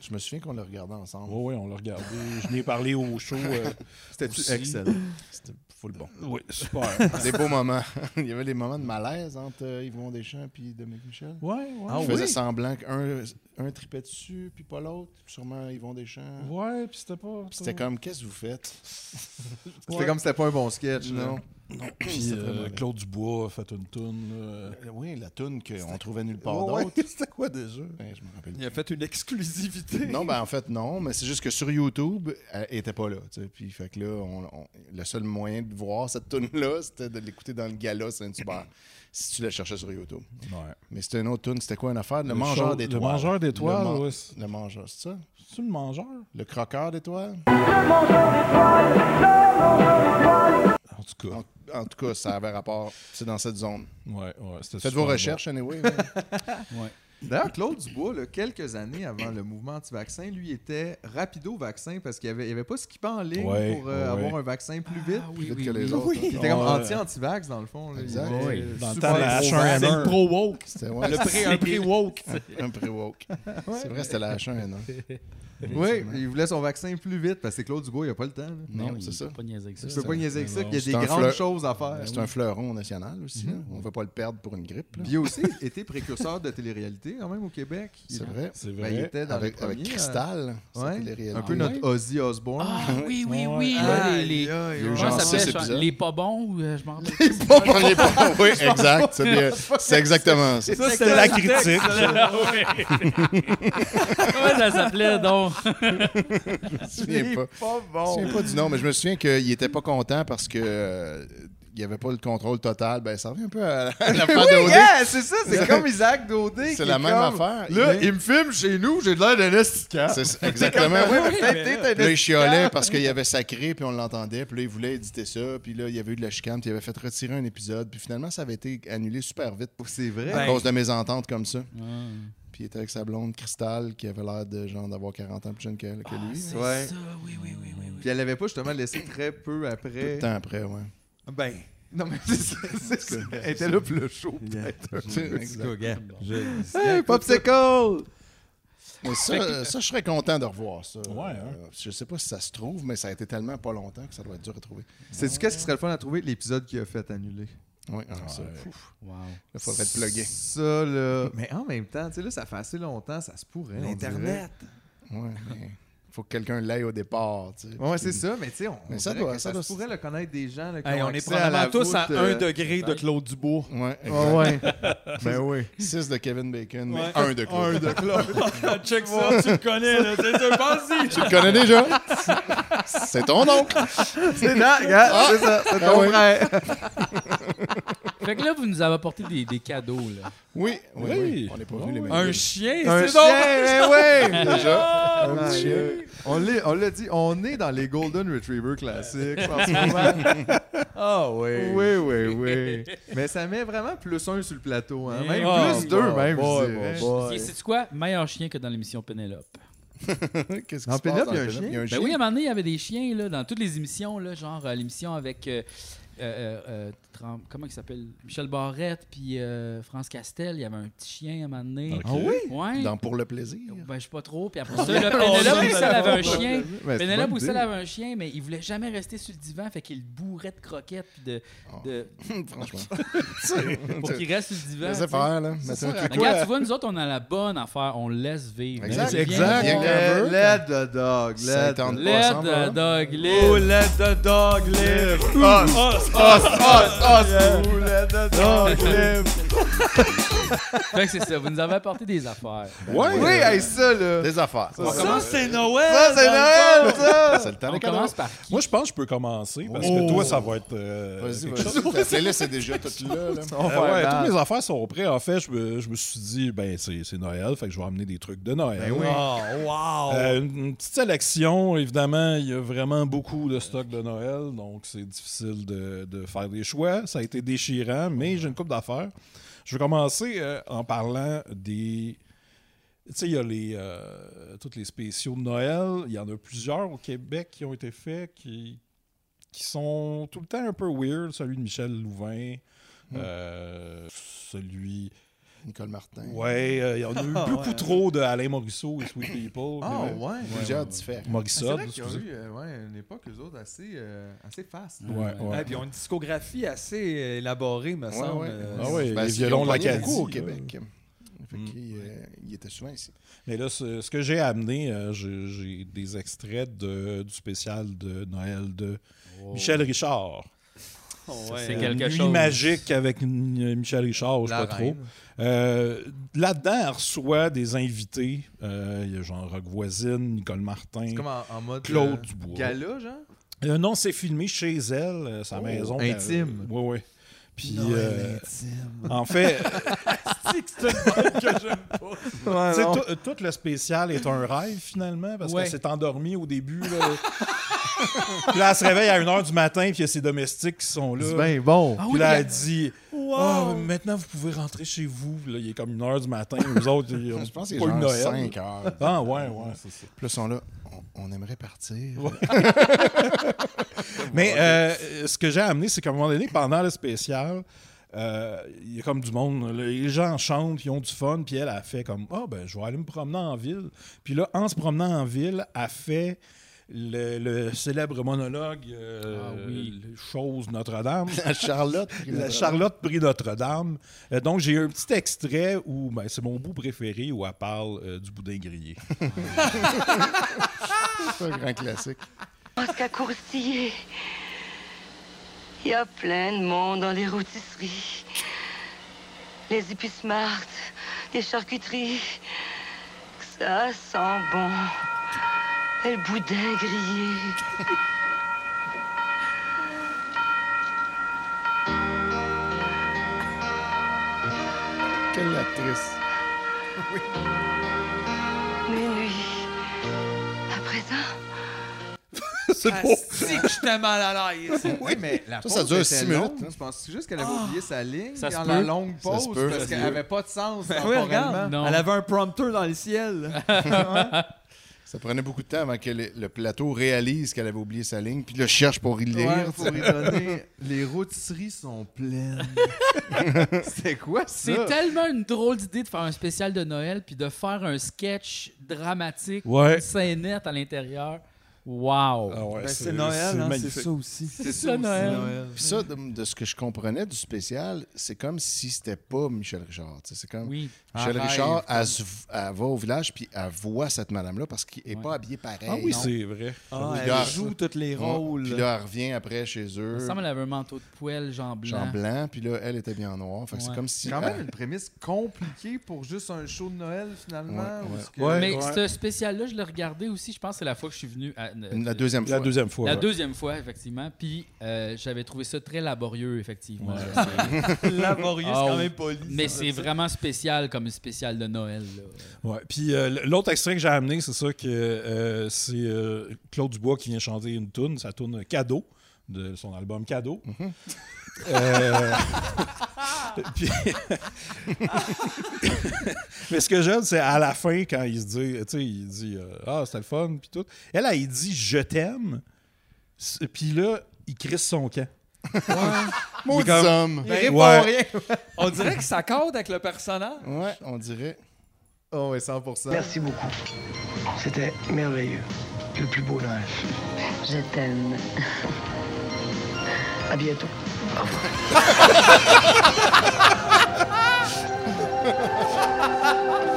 Speaker 7: Je me souviens qu'on le regardait ensemble.
Speaker 4: Oui, oui, on l'a regardé. Je n'ai parlé au show. euh,
Speaker 3: C'était-tu
Speaker 4: aussi.
Speaker 3: excellent?
Speaker 7: C'était full bon.
Speaker 4: Oui, [laughs] super.
Speaker 7: Des beaux moments. [laughs] Il y avait des moments de malaise entre euh, Yvon Deschamps et Dominique Michel.
Speaker 4: Ouais, ouais.
Speaker 7: Ils faisaient semblant qu'un un tripait dessus, puis pas l'autre. Sûrement Yvon Deschamps.
Speaker 4: Ouais, puis c'était pas.
Speaker 7: Puis C'était comme, qu'est-ce que
Speaker 4: [laughs]
Speaker 7: vous faites?
Speaker 3: C'était comme si c'était pas un bon sketch. là.
Speaker 7: Non.
Speaker 4: Puis
Speaker 7: C'était
Speaker 4: euh,
Speaker 7: vraiment-
Speaker 4: Claude Dubois a fait une toune. là.
Speaker 7: Euh, Oui, la toune qu'on trouvait nulle part
Speaker 3: Ouais,
Speaker 7: [laughs] d'autre.
Speaker 3: C'était quoi déjà?
Speaker 4: Ben,
Speaker 7: Ouais, je me rappelle.
Speaker 2: Il a fait une exclusivité.
Speaker 7: Non, ben en fait, non, mais c'est juste que sur YouTube, elle était pas là. tu sais. Puis fait que là, on- on- le seul moyen de voir cette tune-là, c'était de l'écouter dans le gala Saint-Hubert, si tu la cherchais sur YouTube.
Speaker 4: Ouais.
Speaker 7: Mais c'était une autre tune, c'était quoi une affaire? Le,
Speaker 4: Le show-
Speaker 7: mangeur d'étoiles.
Speaker 4: Le mangeur d'étoiles,
Speaker 7: Le, man-
Speaker 4: ouais, c'est-
Speaker 7: le mangeur, c'est ça?
Speaker 4: C'est-tu le mangeur?
Speaker 7: Le croqueur d'étoiles?
Speaker 4: En tout cas.
Speaker 7: En, en tout cas, ça avait rapport, c'est dans cette zone.
Speaker 4: Ouais, ouais, c'était
Speaker 7: Faites
Speaker 4: super
Speaker 7: vos
Speaker 4: bon.
Speaker 7: recherches,
Speaker 4: [laughs]
Speaker 7: anyway. là.
Speaker 3: D'ailleurs, Claude Dubois, là, quelques années avant le mouvement anti-vaccin, lui était rapido vaccin parce qu'il n'y avait, il y avait pas skippé en ligne
Speaker 4: Ouais,
Speaker 3: [laughs] pour euh,
Speaker 4: ouais.
Speaker 3: avoir un vaccin plus vite.
Speaker 8: Ah,
Speaker 7: Plus
Speaker 8: oui,
Speaker 7: vite
Speaker 8: oui,
Speaker 7: que les
Speaker 8: oui.
Speaker 7: autres.
Speaker 3: Il était comme
Speaker 4: Ouais.
Speaker 3: anti-anti-vax dans le fond. là. Il
Speaker 7: Exact.
Speaker 3: était
Speaker 7: Oui.
Speaker 4: Dans le
Speaker 3: super
Speaker 4: temps de la
Speaker 3: gros
Speaker 4: H1N1.
Speaker 3: vaccin.
Speaker 2: C'est le pro-woke.
Speaker 7: C'était ouais,
Speaker 2: Le pré- un pré-woke.
Speaker 7: c'était [laughs] un pré-woke. C'est vrai, c'était la H1N1.
Speaker 3: [laughs] Oui, il voulait son vaccin plus vite parce que Claude Dubois, il n'a pas le temps. là.
Speaker 7: Non,
Speaker 8: il
Speaker 7: c'est ça.
Speaker 8: peut Pas niaiser avec ça.
Speaker 3: Je peux pas niaiser avec ça,
Speaker 7: non.
Speaker 3: qu'il y a des
Speaker 7: C'est un
Speaker 3: grandes
Speaker 7: fleur.
Speaker 3: choses à faire.
Speaker 7: C'est un fleuron national aussi.
Speaker 8: Mhm.
Speaker 7: là. On ne veut pas le perdre pour une grippe. là.
Speaker 3: Puis il a aussi [laughs] été précurseur de télé-réalité quand même au Québec.
Speaker 7: C'est
Speaker 3: Il-
Speaker 7: vrai.
Speaker 4: C'est
Speaker 3: ben, il
Speaker 4: vrai.
Speaker 3: était dans les
Speaker 7: Avec,
Speaker 3: premiers,
Speaker 7: avec
Speaker 3: euh,
Speaker 7: Cristal,
Speaker 3: ouais,
Speaker 7: c'était les réalités.
Speaker 3: un peu notre Ozzy Osbourne.
Speaker 8: Ah oui, oui,
Speaker 3: Ouais.
Speaker 8: oui. là,
Speaker 3: Aïe,
Speaker 8: les, les-
Speaker 7: Il y
Speaker 3: aïe,
Speaker 7: a eu
Speaker 3: aïe.
Speaker 8: Comment
Speaker 7: genre
Speaker 8: ça
Speaker 7: six
Speaker 8: s'appelle, genre,
Speaker 7: épisodes.
Speaker 8: Les pas bons, ou, euh, je m'en rappelle.
Speaker 7: Bon, on est pas- Oui, exact.
Speaker 8: [laughs]
Speaker 7: C'est bien- c'est exactement ça.
Speaker 2: Ça,
Speaker 4: C'était la critique. [laughs]
Speaker 8: Comment ça s'appelait donc?
Speaker 7: Je me souviens pas. Je me souviens pas du nom, mais je me souviens qu'il était pas content parce que euh, il n'y avait pas le contrôle total. Ben, ça revient un peu à [laughs] la-
Speaker 3: [laughs]
Speaker 7: à l'affaire
Speaker 3: Oui,
Speaker 7: de OD.
Speaker 3: yeah, c'est ça, c'est
Speaker 7: [laughs]
Speaker 3: comme Isaac Daudé.
Speaker 7: C'est
Speaker 3: qui
Speaker 7: la
Speaker 3: est
Speaker 7: même
Speaker 3: comme,
Speaker 7: affaire.
Speaker 3: Là,
Speaker 7: Oui.
Speaker 3: il me filme chez nous, j'ai de l'air d'un estica.
Speaker 7: C'est [laughs] ça, exactement.
Speaker 3: Peut-être
Speaker 7: Puis Là, il chiolait parce qu'il avait sacré, puis on l'entendait. Puis là, il voulait éditer ça. Puis là, il y avait eu de la chicane, puis il avait fait retirer un épisode. Puis finalement, ça avait été annulé super vite
Speaker 3: C'est vrai.
Speaker 8: Ben,
Speaker 7: à cause de mes ententes comme ça.
Speaker 8: Ah.
Speaker 7: Puis il était avec sa blonde Cristal, qui avait l'air de genre d'avoir 40 ans plus jeune que, que lui.
Speaker 8: Ah, C'est
Speaker 3: Ouais.
Speaker 8: ça, oui, oui, oui, oui. oui.
Speaker 3: Puis elle l'avait pas justement laissé très peu
Speaker 7: Peu
Speaker 3: après.
Speaker 7: de temps après, ouais.
Speaker 2: Ben,
Speaker 3: Non, mais c'est ça. c'est ça. Elle était là pour le show, peut-être.
Speaker 7: C'est- exact.
Speaker 3: Hey, Popsicle!
Speaker 7: Mais ça, euh, ça, je serais content de revoir ça.
Speaker 4: Ouais, hein.
Speaker 7: Euh, je sais pas si ça se trouve, mais ça a été tellement pas longtemps que ça doit être dur à trouver.
Speaker 3: Sais-tu qu'est-ce qui serait le fun à trouver? L'épisode qu'il a fait annuler.
Speaker 7: Oui, alors ça,
Speaker 4: Ouais.
Speaker 7: fou,
Speaker 8: Wow.
Speaker 7: là, Ah, faudrait être plugué.
Speaker 3: Ça, là. Mais en même temps, tu sais, là, ça fait assez longtemps, ça se pourrait. L'Internet.
Speaker 7: Ouais, mais faut que quelqu'un l'aille au départ, tu sais.
Speaker 3: Ouais, c'est ça, mais tu sais, on.
Speaker 7: Mais ça
Speaker 3: dirait
Speaker 7: doit-
Speaker 3: que
Speaker 7: ça
Speaker 3: ça,
Speaker 7: doit-
Speaker 3: se pourrait le connaître des gens. Là, qui
Speaker 2: hey,
Speaker 3: ont
Speaker 2: on est
Speaker 3: accès à
Speaker 2: probablement
Speaker 3: la
Speaker 2: tous à
Speaker 3: voûte,
Speaker 2: 1
Speaker 3: euh,
Speaker 2: degré de Claude Dubois.
Speaker 7: Ouais,
Speaker 3: Ah
Speaker 7: exact.
Speaker 3: ouais. ben oui.
Speaker 7: 6 de Kevin Bacon, mais 1 de Claude.
Speaker 3: Un de
Speaker 8: [laughs]
Speaker 7: [laughs]
Speaker 2: [laughs]
Speaker 3: Claude.
Speaker 8: Ah,
Speaker 2: Ah, Check ça, tu le connais, là. C'est ça, vas-y.
Speaker 7: Tu le connais
Speaker 8: [laughs]
Speaker 7: déjà? C'est ton oncle.
Speaker 3: c'est là, regarde, c'est ça, c'est
Speaker 7: Ah
Speaker 3: ton
Speaker 7: ouais.
Speaker 3: frère.
Speaker 8: Fait que là, vous nous avez apporté des, des cadeaux. Là.
Speaker 7: Oui, oui,
Speaker 4: Oui.
Speaker 7: oui. On n'est pas venu les mêmes.
Speaker 2: chien,
Speaker 3: Un
Speaker 2: c'est donc-
Speaker 3: [laughs] chien, eh ouais!
Speaker 7: Déjà, un petit chien.
Speaker 3: On l'est- on l'a dit, on est dans les Golden Retriever classiques en ce [laughs] moment.
Speaker 2: Ah oui.
Speaker 3: Oui, oui, oui. Mais ça met vraiment plus un sur le plateau. Hein. Même
Speaker 2: Oh,
Speaker 3: plus deux,
Speaker 2: bon,
Speaker 3: même.
Speaker 2: bon,
Speaker 3: je dirais.
Speaker 2: bon,
Speaker 8: Et c'est quoi? Meilleur chien que dans l'émission Pénélope.
Speaker 7: [laughs] Qu'est-ce qui
Speaker 3: Dans
Speaker 7: se passe?
Speaker 3: Pénélope,
Speaker 7: dans
Speaker 3: il y a un
Speaker 7: Pénélope?
Speaker 3: chien?
Speaker 7: Il y a un
Speaker 8: Ben oui, à un moment donné, il y avait des chiens là, dans toutes les émissions, là, genre euh, l'émission avec. euh, euh, euh, Trem- comment il s'appelle Michel Barrette puis euh, France Castel, il y avait un petit chien à un moment donné.
Speaker 7: Ah oui?
Speaker 8: Ouais.
Speaker 7: Dans Pour le plaisir.
Speaker 8: Ben, je sais pas
Speaker 7: [laughs]
Speaker 3: [laughs]
Speaker 8: trop. Puis après ça, là,
Speaker 3: Oh,
Speaker 8: Pénélope Roussel avait un chien.
Speaker 7: Ben, c'est
Speaker 8: Pénélope
Speaker 7: une bonne
Speaker 8: Roussel
Speaker 7: idée.
Speaker 8: avait un chien, mais il voulait jamais rester sur le divan, fait qu'il le bourrait de croquettes puis de. de...
Speaker 7: Oh. [laughs]
Speaker 3: [laughs]
Speaker 7: Franchement.
Speaker 8: Pour qu'il reste sur le divan.
Speaker 7: Laissez
Speaker 8: tu sais.
Speaker 7: faire, là.
Speaker 8: C'est
Speaker 7: Mettez
Speaker 8: ça,
Speaker 7: un truc.
Speaker 8: Regarde, tu vois, nous autres, on a la bonne affaire. On laisse vivre.
Speaker 7: Exact,
Speaker 8: Viens,
Speaker 7: exact.
Speaker 8: viens,
Speaker 7: Viens
Speaker 8: viens.
Speaker 7: qu'à
Speaker 3: Euh,
Speaker 7: eux,
Speaker 3: Let the dog,
Speaker 7: Ça
Speaker 3: let
Speaker 7: tente
Speaker 3: the
Speaker 7: pas
Speaker 8: Let
Speaker 7: ensemble,
Speaker 8: the
Speaker 7: hein?
Speaker 8: dog
Speaker 3: Oh,
Speaker 8: live.
Speaker 3: let the dog live!
Speaker 7: Ouh, os,
Speaker 3: Us, us,
Speaker 7: os,
Speaker 3: us, us! Ooh, let the dog live!
Speaker 8: Fait que c'est ça, vous nous avez apporté des affaires.
Speaker 3: Oui, hey, ça, là!
Speaker 7: Ben Des affaires.
Speaker 3: Ça,
Speaker 2: Ça, c'est Noël!
Speaker 3: Ça, Ah c'est
Speaker 2: Ah dans le
Speaker 3: Noël,
Speaker 2: fond.
Speaker 3: ça!
Speaker 7: C'est le temps
Speaker 8: On
Speaker 7: des
Speaker 8: commence
Speaker 7: cadeaux.
Speaker 8: par
Speaker 4: Moi, je pense que je peux commencer parce
Speaker 7: Oh.
Speaker 4: que toi, ça va être. euh,
Speaker 7: [laughs] Vas-y,
Speaker 4: quelque
Speaker 7: vas-y. Ta playlist est déjà toute là. là.
Speaker 3: [laughs] On
Speaker 4: Euh,
Speaker 3: va
Speaker 4: ouais,
Speaker 3: dans-
Speaker 4: toutes mes affaires sont prêtes. En fait, je me, je me suis dit, ben, c'est c'est Noël, fait que je vais amener des trucs de Noël.
Speaker 3: Ben oui.
Speaker 2: Oh, wow!
Speaker 4: Euh, une, une petite sélection, évidemment, il y a vraiment beaucoup de stocks de Noël, donc c'est difficile de, de faire des choix. Ça a été déchirant, mais j'ai une coupe d'affaires. Je vais commencer euh, en parlant des. Tu sais, il y a les, euh, tous les spéciaux de Noël. Il y en a plusieurs au Québec qui ont été faits qui, qui sont tout le temps un peu weird. Celui de Michel Louvain, euh, celui.
Speaker 7: Mm. Nicole Martin.
Speaker 4: Ouais, euh, il y en a eu
Speaker 3: Ah,
Speaker 4: beaucoup
Speaker 3: ouais.
Speaker 4: trop de Alain Morisseau et Sweet People.
Speaker 3: Ah,
Speaker 4: mais-
Speaker 3: ouais. Ah,
Speaker 7: Plusieurs différents.
Speaker 3: C'est
Speaker 4: Morissette,
Speaker 3: vrai qu'ils ont
Speaker 4: excusez.
Speaker 3: eu euh, ouais, une époque, eux autres, assez, euh, assez fast.
Speaker 4: Ouais, ouais.
Speaker 2: Et puis ils ont une discographie assez euh, élaborée, me semble.
Speaker 7: ouais.
Speaker 2: Euh,
Speaker 4: Ah ouais,
Speaker 7: Ben,
Speaker 4: les
Speaker 7: c'est- ils ont
Speaker 4: violons de
Speaker 7: pogné
Speaker 4: l'Acadie.
Speaker 7: beaucoup au
Speaker 4: là.
Speaker 7: Québec. Fait qu'il, euh, il était souvent ici.
Speaker 4: Mais là, ce, ce que j'ai amené, euh, j'ai j'ai des extraits de- du spécial de Noël de Michel Richard.
Speaker 2: ouais.
Speaker 8: Oh. C'est
Speaker 4: Euh,
Speaker 8: quelque
Speaker 4: Nuit
Speaker 8: chose.
Speaker 4: magique avec euh, Michel Richard, je sais
Speaker 3: La
Speaker 4: pas trop.
Speaker 3: reine.
Speaker 4: Euh, Là-dedans, elle reçoit des invités. Euh, Il y a genre Rock Voisine, Nicole Martin.
Speaker 3: C'est comme en, en mode
Speaker 4: Claude
Speaker 3: euh,
Speaker 4: Dubois.
Speaker 3: gala, genre?
Speaker 4: Euh, non, c'est filmé chez elle, euh, sa maison.
Speaker 3: intime.
Speaker 4: Oui, oui. Puis,
Speaker 3: Noël
Speaker 4: euh, [laughs]
Speaker 3: intime.
Speaker 4: en fait,
Speaker 3: Ouais,
Speaker 4: [laughs] Tu sais,
Speaker 3: non.
Speaker 4: tout, tout le spécial est un rêve finalement parce
Speaker 8: Ouais.
Speaker 4: qu'elle s'est endormie au début. Là, Puis là, elle se réveille à 1h du matin puis il y a ses domestiques qui sont là.
Speaker 3: C'est
Speaker 7: Ben
Speaker 3: bien bon.
Speaker 4: Puis là, elle dit Ah, maintenant vous pouvez rentrer chez
Speaker 7: [laughs]
Speaker 4: vous. Puis là, il est comme 1h du matin. Nous autres, ils ont
Speaker 7: Je pense que
Speaker 4: pas eu de
Speaker 7: c'est genre
Speaker 4: Noël.
Speaker 7: 5 heures.
Speaker 4: Ah, ouais, ouais. c'est ça.
Speaker 7: Puis là, ils sont là. On, on aimerait partir.
Speaker 4: [laughs] Mais euh, ce que j'ai amené, c'est qu'à un moment donné, pendant le spécial, euh, il y a comme du monde. là, les gens chantent, ils ont du fun, puis elle a fait comme Ah, ben, je vais aller me promener en ville. Puis là, en se promenant en ville, a fait. Le, le célèbre monologue euh,
Speaker 8: Ah oui.
Speaker 4: les Choses
Speaker 8: [laughs]
Speaker 4: Notre-Dame.
Speaker 7: La Charlotte.
Speaker 4: La Charlotte Prix Notre-Dame. Euh, donc, j'ai un petit extrait où ben, c'est mon bout préféré où elle parle euh, du boudin grillé.
Speaker 7: C'est un grand classique.
Speaker 9: Jusqu'à Coursier. Il y a plein de monde dans les rôtisseries, les épices martes, les charcuteries. Ça sent bon. Et le boudin
Speaker 5: [laughs]
Speaker 9: grillé.
Speaker 7: Quelle actrice.
Speaker 9: Minuit. À présent,
Speaker 4: c'est
Speaker 2: Ah, si que j'étais mal
Speaker 7: [laughs]
Speaker 2: à l'aise.
Speaker 3: Oui, mais la
Speaker 7: Ça,
Speaker 3: pause
Speaker 7: ça dure
Speaker 3: était
Speaker 7: six minutes,
Speaker 3: longue.
Speaker 7: hein.
Speaker 3: Je pense juste qu'elle avait
Speaker 2: Ah.
Speaker 8: Ah!
Speaker 3: oublié sa ligne
Speaker 8: Ça se
Speaker 3: dans
Speaker 8: peut.
Speaker 3: la longue
Speaker 7: Ça se
Speaker 3: pause
Speaker 7: peut.
Speaker 3: parce
Speaker 7: Ça se
Speaker 3: qu'elle
Speaker 7: peut.
Speaker 3: n'avait pas de sens
Speaker 2: Ben oui, regarde.
Speaker 3: temporellement.
Speaker 8: Non.
Speaker 2: Elle [laughs] avait un prompteur dans
Speaker 7: [laughs]
Speaker 2: le ciel.
Speaker 7: Ça prenait beaucoup de temps avant que le, le plateau réalise qu'elle avait oublié sa ligne, puis le cherche pour y lire.
Speaker 3: Ouais,
Speaker 7: tu
Speaker 3: pour y donner, les rôtisseries sont
Speaker 7: [laughs]
Speaker 3: pleines. C'était quoi ça?
Speaker 8: C'est tellement une drôle d'idée de faire un spécial de Noël puis de faire un sketch dramatique,
Speaker 4: Ouais.
Speaker 8: une scénette à l'intérieur. Wow!
Speaker 4: Ah ouais,
Speaker 2: Ben, c'est Noël, hein, c'est
Speaker 4: magnifique.
Speaker 2: ça aussi.
Speaker 8: C'est ça, Noël.
Speaker 7: Puis ça, de, de ce que je comprenais du spécial, c'est comme si c'était pas Michel Richard. tu sais, C'est comme
Speaker 8: Oui.
Speaker 7: Michel
Speaker 3: Un
Speaker 7: Richard,
Speaker 3: rêve,
Speaker 7: elle, se- elle va au village puis elle voit cette madame-là parce qu'il n'est pas habillé pareil.
Speaker 4: Ah oui,
Speaker 7: Non.
Speaker 4: c'est vrai.
Speaker 2: Ah,
Speaker 7: Oui,
Speaker 2: elle
Speaker 7: gars.
Speaker 2: joue tous les
Speaker 7: Ouais.
Speaker 2: rôles.
Speaker 7: Puis là, elle revient après chez
Speaker 8: Il
Speaker 7: eux,
Speaker 8: me semble qu'elle avait un manteau de poêle, Jean Blanc.
Speaker 7: Jean blanc, puis là, elle était bien en noir. Fait que
Speaker 8: Ouais.
Speaker 7: c'est comme si. euh,
Speaker 3: C'est quand même
Speaker 7: elle-
Speaker 3: une prémisse compliquée pour juste un show de Noël, finalement.
Speaker 7: Ouais,
Speaker 3: où
Speaker 7: ouais.
Speaker 3: est-ce que-
Speaker 4: Ouais.
Speaker 8: Mais ce spécial-là, je l'ai regardé aussi, je pense que c'est la fois que je suis venu à euh,
Speaker 7: La deuxième
Speaker 4: La fois. deuxième fois,
Speaker 8: La
Speaker 4: ouais.
Speaker 8: deuxième fois, effectivement. Puis euh, j'avais trouvé ça très laborieux, effectivement.
Speaker 2: Ouais.
Speaker 8: [laughs] Je sais.
Speaker 2: Laborieux, c'est
Speaker 8: Ah,
Speaker 2: quand
Speaker 8: oui.
Speaker 2: même poli, ça.
Speaker 8: Mais c'est vraiment spécial comme spécial de Noël. là.
Speaker 4: Ouais. Puis euh, l- l'autre extrait que j'ai amené, c'est ça que euh, c'est euh, Claude Dubois qui vient chanter une tune, sa tune Cadeau de son album Cadeau.
Speaker 7: Mm-hmm.
Speaker 8: [laughs]
Speaker 4: Euh, puis-
Speaker 7: [laughs]
Speaker 4: [laughs] Mais ce que j'aime, c'est à la fin quand il se dit, tu sais, il dit euh, ah c'était le fun puis tout. Elle, elle, il dit je t'aime. S- Puis là, il crisse son camp.
Speaker 7: Maudits
Speaker 4: Il est comme-
Speaker 7: hommes.
Speaker 4: Ouais. [laughs]
Speaker 2: On dirait que ça corde avec le personnage.
Speaker 7: Ouais, on dirait.
Speaker 2: Ah
Speaker 7: Oh, ouais, 100%.
Speaker 9: Merci beaucoup. C'était merveilleux. Le plus beau Noël. Je t'aime.
Speaker 5: [laughs]
Speaker 9: À bientôt.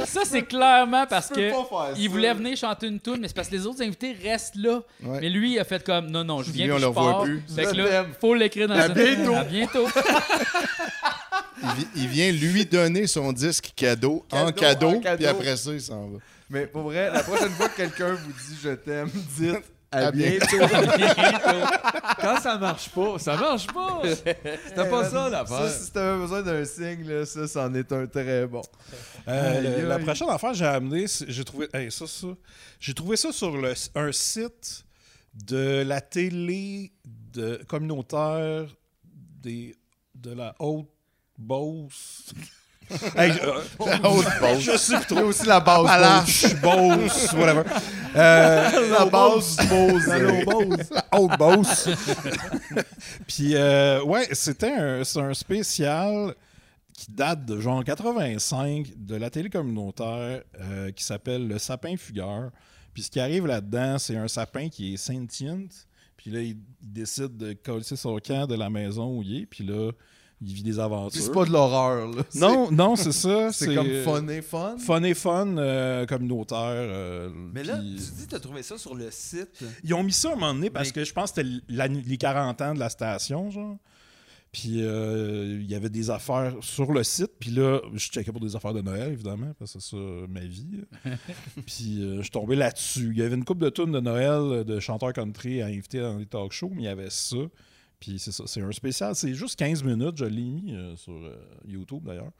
Speaker 8: Ça, c'est clairement parce
Speaker 23: Tu peux
Speaker 8: que
Speaker 23: pas faire
Speaker 8: il
Speaker 23: ça.
Speaker 8: voulait venir chanter une tune, mais c'est parce que les autres invités restent là. Mais lui, il a fait comme non, non, je viens
Speaker 7: Lui, on
Speaker 8: puis
Speaker 7: le
Speaker 8: je
Speaker 7: revoit
Speaker 8: pars.
Speaker 7: plus.
Speaker 8: Fait que
Speaker 7: Je
Speaker 8: là,
Speaker 7: t'aime.
Speaker 8: faut l'écrire dans
Speaker 7: À
Speaker 8: une-
Speaker 7: bientôt.
Speaker 3: [laughs]
Speaker 8: À bientôt.
Speaker 7: Il, vi- il vient lui donner son disque cadeau, en
Speaker 8: Cadeau,
Speaker 7: cadeau,
Speaker 8: en cadeau.
Speaker 7: puis après ça, il s'en va.
Speaker 3: Mais pour vrai, la prochaine fois que quelqu'un vous dit je t'aime, dites
Speaker 7: À
Speaker 3: à, bientôt.
Speaker 2: Quand ça marche pas, ça marche pas. C'était pas ça l'affaire.
Speaker 3: Ça, si t'avais besoin d'un signe, là, ça, c'en est un très bon.
Speaker 4: Euh,
Speaker 3: Aïe,
Speaker 4: le- la
Speaker 3: aïe.
Speaker 4: prochaine affaire que j'ai amenée, c'est- j'ai trouvé hey, ça, ça. J'ai trouvé ça sur le, un site de la télé de, communautaire des, de la haute Beauce. Hey, euh, [laughs]
Speaker 23: La Haute Beauce.
Speaker 4: Je sais plus trop.
Speaker 23: Il y a aussi la basse
Speaker 4: Appalaches,
Speaker 23: Beauce.
Speaker 4: Beauce, whatever.
Speaker 3: [laughs]
Speaker 4: Euh,
Speaker 23: La basse
Speaker 4: basse
Speaker 23: Beauce.
Speaker 4: La Haute
Speaker 3: [laughs]
Speaker 4: Beauce. La Haute Beauce. [laughs] Puis, euh, ouais, c'était un, c'est un spécial qui date de genre 85 de la télé communautaire euh, qui s'appelle Le sapin fugueur. Puis ce qui arrive là-dedans, c'est un sapin qui est sentient. Puis là, il, il décide de coller son camp de la maison où il est. Puis là, il vit des aventures.
Speaker 3: Puis c'est pas de l'horreur, là.
Speaker 4: Non,
Speaker 3: C'est-
Speaker 4: non, c'est euh, ça.
Speaker 3: [laughs] c'est comme fun et fun.
Speaker 4: Fun et fun euh, communautaire. euh,
Speaker 2: Mais là,
Speaker 4: puis-
Speaker 2: tu dis que t'as trouvé ça sur le site.
Speaker 4: ils ont mis ça à un moment donné parce que je pense que c'était la- les 40 ans de la station, genre. Puis euh, il y avait des affaires sur le site. Puis là, je checkais pour des affaires de Noël, évidemment, parce que c'est ça euh, ma [laughs] vie. puis euh, je suis tombé là-dessus. Il y avait une coupe de tunes de Noël euh, de chanteurs country à inviter dans les talk shows, mais il y avait ça. Puis c'est ça, c'est un spécial. C'est juste 15 minutes. Je l'ai mis euh, sur euh, YouTube, d'ailleurs.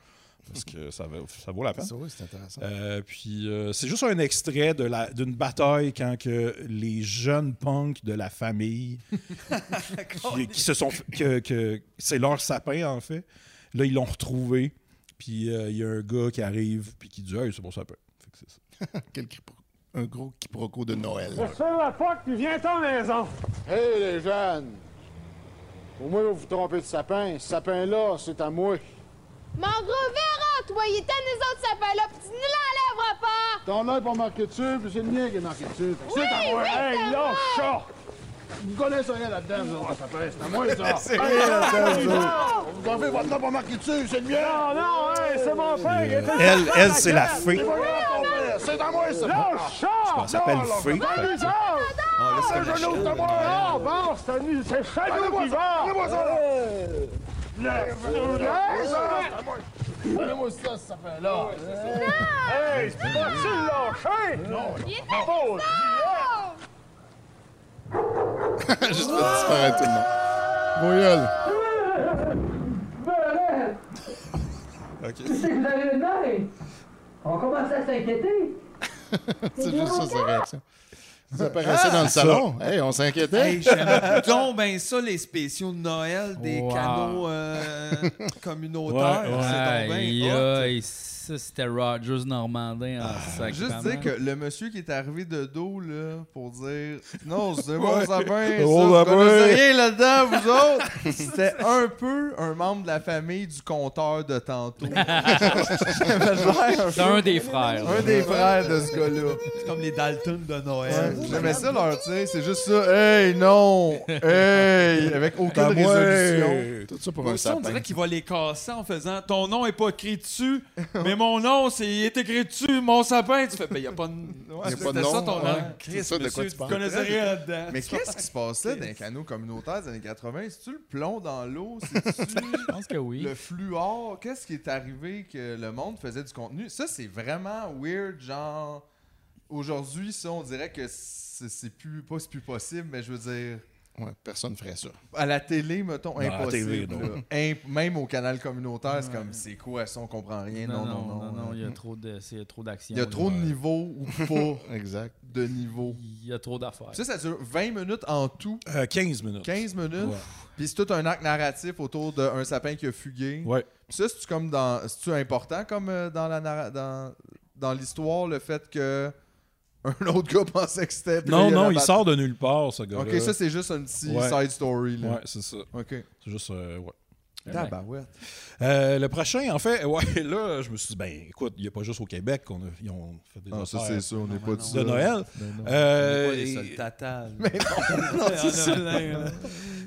Speaker 4: Parce que ça, va- ça vaut la peine.
Speaker 7: Ça, oui, c'est intéressant.
Speaker 4: Euh, puis euh, c'est juste un extrait de la- d'une bataille quand que les jeunes punks de la
Speaker 7: [laughs]
Speaker 4: famille qui, qui se sont que, que- c'est leur sapin en fait. Là ils l'ont retrouvé. Puis euh, il y a un gars qui arrive puis qui dit hey, c'est mon sapin. Fait que c'est ça.
Speaker 7: [laughs] Quel quiproquo. Un gros quiproquo de Noël.
Speaker 18: Je sais la fois que tu viens à ta maison.
Speaker 5: Hey les jeunes! Au moins, vous vous trompez de sapin. Ce sapin-là, c'est à moi.
Speaker 24: Mon gros verra, toi, il est à nous autres sapins-là, puis tu nous l'enlèveras pas!
Speaker 5: Ton œil pas marqué dessus, puis c'est le mien qui est marqué dessus. Fait que
Speaker 24: Oui,
Speaker 5: c'est à moi.
Speaker 24: oui,
Speaker 5: Hey,
Speaker 24: c'est à
Speaker 5: là,
Speaker 24: moi.
Speaker 5: chat! Vous connaissez rien là-dedans, vous autres, sapin. C'est à
Speaker 7: [laughs]
Speaker 5: moi, ça. C'est Hey, rien là, là-dedans, hey, vous autres. là, Vous avez votre nom pas marqué dessus, c'est le mien! Non, non, hey, c'est mon père, il était
Speaker 4: Elle-
Speaker 5: sur
Speaker 4: elle, c'est la
Speaker 5: gueule.
Speaker 4: fée.
Speaker 5: C'est pas grave, mon père, C'est à moi, ça! Là, chat!
Speaker 4: qu'on s'appelle fée, fait que-
Speaker 5: Ah, là, c'est c'est comme la chèvre, Ah, bon, c'est à nous, c'est chez nous qui va! Donnez-moi ça, là. Hey, ça, là. Donnez-moi ça, ce sapin-là! Hey, c'est
Speaker 3: [laughs]
Speaker 5: pas tu lâché? Non! Pauvre
Speaker 7: [laughs] Juste pour disparaître tout le monde. Bon, gueule.
Speaker 5: C'est que vous avez une oreille. On commence à s'inquiéter!
Speaker 7: C'est juste ça, sa réaction. Ça apparaissait dans le salon. Hey, on s'inquiétait.
Speaker 2: Ah!
Speaker 7: [laughs]
Speaker 2: Hey, j'aime donc bien ça, les spéciaux de Noël des
Speaker 8: Wow.
Speaker 2: canaux euh, communautaires. C'est donc
Speaker 8: Aïe,
Speaker 2: bien hot.
Speaker 8: aïe, ça, c'était Rogers Normandin en
Speaker 3: Ah,
Speaker 8: sac.
Speaker 3: Juste dire que le monsieur qui est arrivé de dos là, pour dire Non,
Speaker 7: [laughs]
Speaker 3: c'est mon
Speaker 5: Ouais.
Speaker 3: sapin, ça,
Speaker 5: Mon
Speaker 3: vous
Speaker 5: sapin.
Speaker 3: connaissez rien là-dedans,
Speaker 7: [laughs]
Speaker 3: vous autres. C'était un peu un membre de la famille du compteur de
Speaker 8: [laughs]
Speaker 3: tantôt. J'avais l'air
Speaker 8: C'est
Speaker 3: peu-
Speaker 8: un des frères.
Speaker 3: Un des frères de ce gars-là.
Speaker 2: C'est comme les Dalton de Noël.
Speaker 3: J'aimais ça leur tir, c'est juste ça. Hey, non! Hey! Avec aucune
Speaker 7: Ben ouais.
Speaker 3: résolution.
Speaker 7: Tout ça pour
Speaker 2: Ah, euh, Moi
Speaker 7: un
Speaker 2: aussi, on
Speaker 7: sapin.
Speaker 2: dirait qu'il va les casser en faisant Ton nom est pas
Speaker 7: [laughs]
Speaker 2: écrit dessus, mais mon nom, c'est il est écrit dessus, mon sapin. Tu fais Ben, y a pas de.
Speaker 3: Ouais,
Speaker 2: C'était
Speaker 3: c'était
Speaker 2: ça ton nom. Christ,
Speaker 3: Christ,
Speaker 2: monsieur,
Speaker 3: monsieur,
Speaker 2: tu connaissais rien là-dedans.
Speaker 3: Mais qu'est-ce qui se passait dans les canaux communautaires des années 80? C'est-tu le plomb dans l'eau? Je
Speaker 8: pense que oui.
Speaker 3: Le fluor? Qu'est-ce qui est arrivé que le monde faisait du contenu? Ça, c'est vraiment weird, genre... Aujourd'hui, ça, on dirait que c'est c'est plus, pas c'est plus possible, mais je veux dire.
Speaker 7: Ouais, personne ferait ça.
Speaker 3: À la télé, mettons,
Speaker 7: Non, à la
Speaker 3: impossible.
Speaker 7: télé, non.
Speaker 3: là. Imp- même au canal communautaire, c'est comme c'est quoi ça, on comprend rien. Non, non, non.
Speaker 1: non, il y a
Speaker 3: Mm.
Speaker 1: trop de- c'est trop d'action. euh.
Speaker 3: Il y a trop de
Speaker 1: là.
Speaker 3: niveaux ou
Speaker 1: [laughs]
Speaker 3: pas
Speaker 7: exact.
Speaker 3: de niveaux.
Speaker 1: Il y a trop d'affaires.
Speaker 3: Ça, ça dure 20 minutes en tout.
Speaker 4: 15 Euh, minutes.
Speaker 3: 15 minutes.
Speaker 4: Ouais.
Speaker 3: Puis c'est tout un arc narratif autour d'un sapin qui a fugué.
Speaker 4: Ouais.
Speaker 3: Puis ça, c'est-tu comme dans. C'est-tu important comme euh, dans la narra- dans, dans l'histoire, le fait que [laughs] un autre gars [laughs] pensait que c'était. puis là,
Speaker 4: Non,
Speaker 3: a
Speaker 4: non,
Speaker 3: la
Speaker 4: il
Speaker 3: batte-
Speaker 4: sort de nulle part, ce gars-là.
Speaker 3: Ok, ça, c'est juste un petit
Speaker 4: Ouais.
Speaker 3: side story. Là.
Speaker 4: Ouais, c'est ça.
Speaker 3: Ok.
Speaker 4: C'est juste, euh, ouais.
Speaker 3: Tabarouette.
Speaker 4: Euh, le prochain, en fait, [laughs] ouais, là, je me suis dit, ben, écoute, il n'y a pas juste au Québec qu'on a, ils ont fait des
Speaker 3: Ah, ça,
Speaker 4: affaires
Speaker 3: c'est sûr, on n'est pas
Speaker 4: de
Speaker 3: tout seul.
Speaker 4: Noël.
Speaker 3: Ben non.
Speaker 4: Euh,
Speaker 2: On n'est pas les
Speaker 4: et-
Speaker 2: seuls tatas, là.
Speaker 4: Mais
Speaker 2: [laughs]
Speaker 4: non, non, c'est
Speaker 2: Il y en a
Speaker 4: sûr.
Speaker 2: plein, là.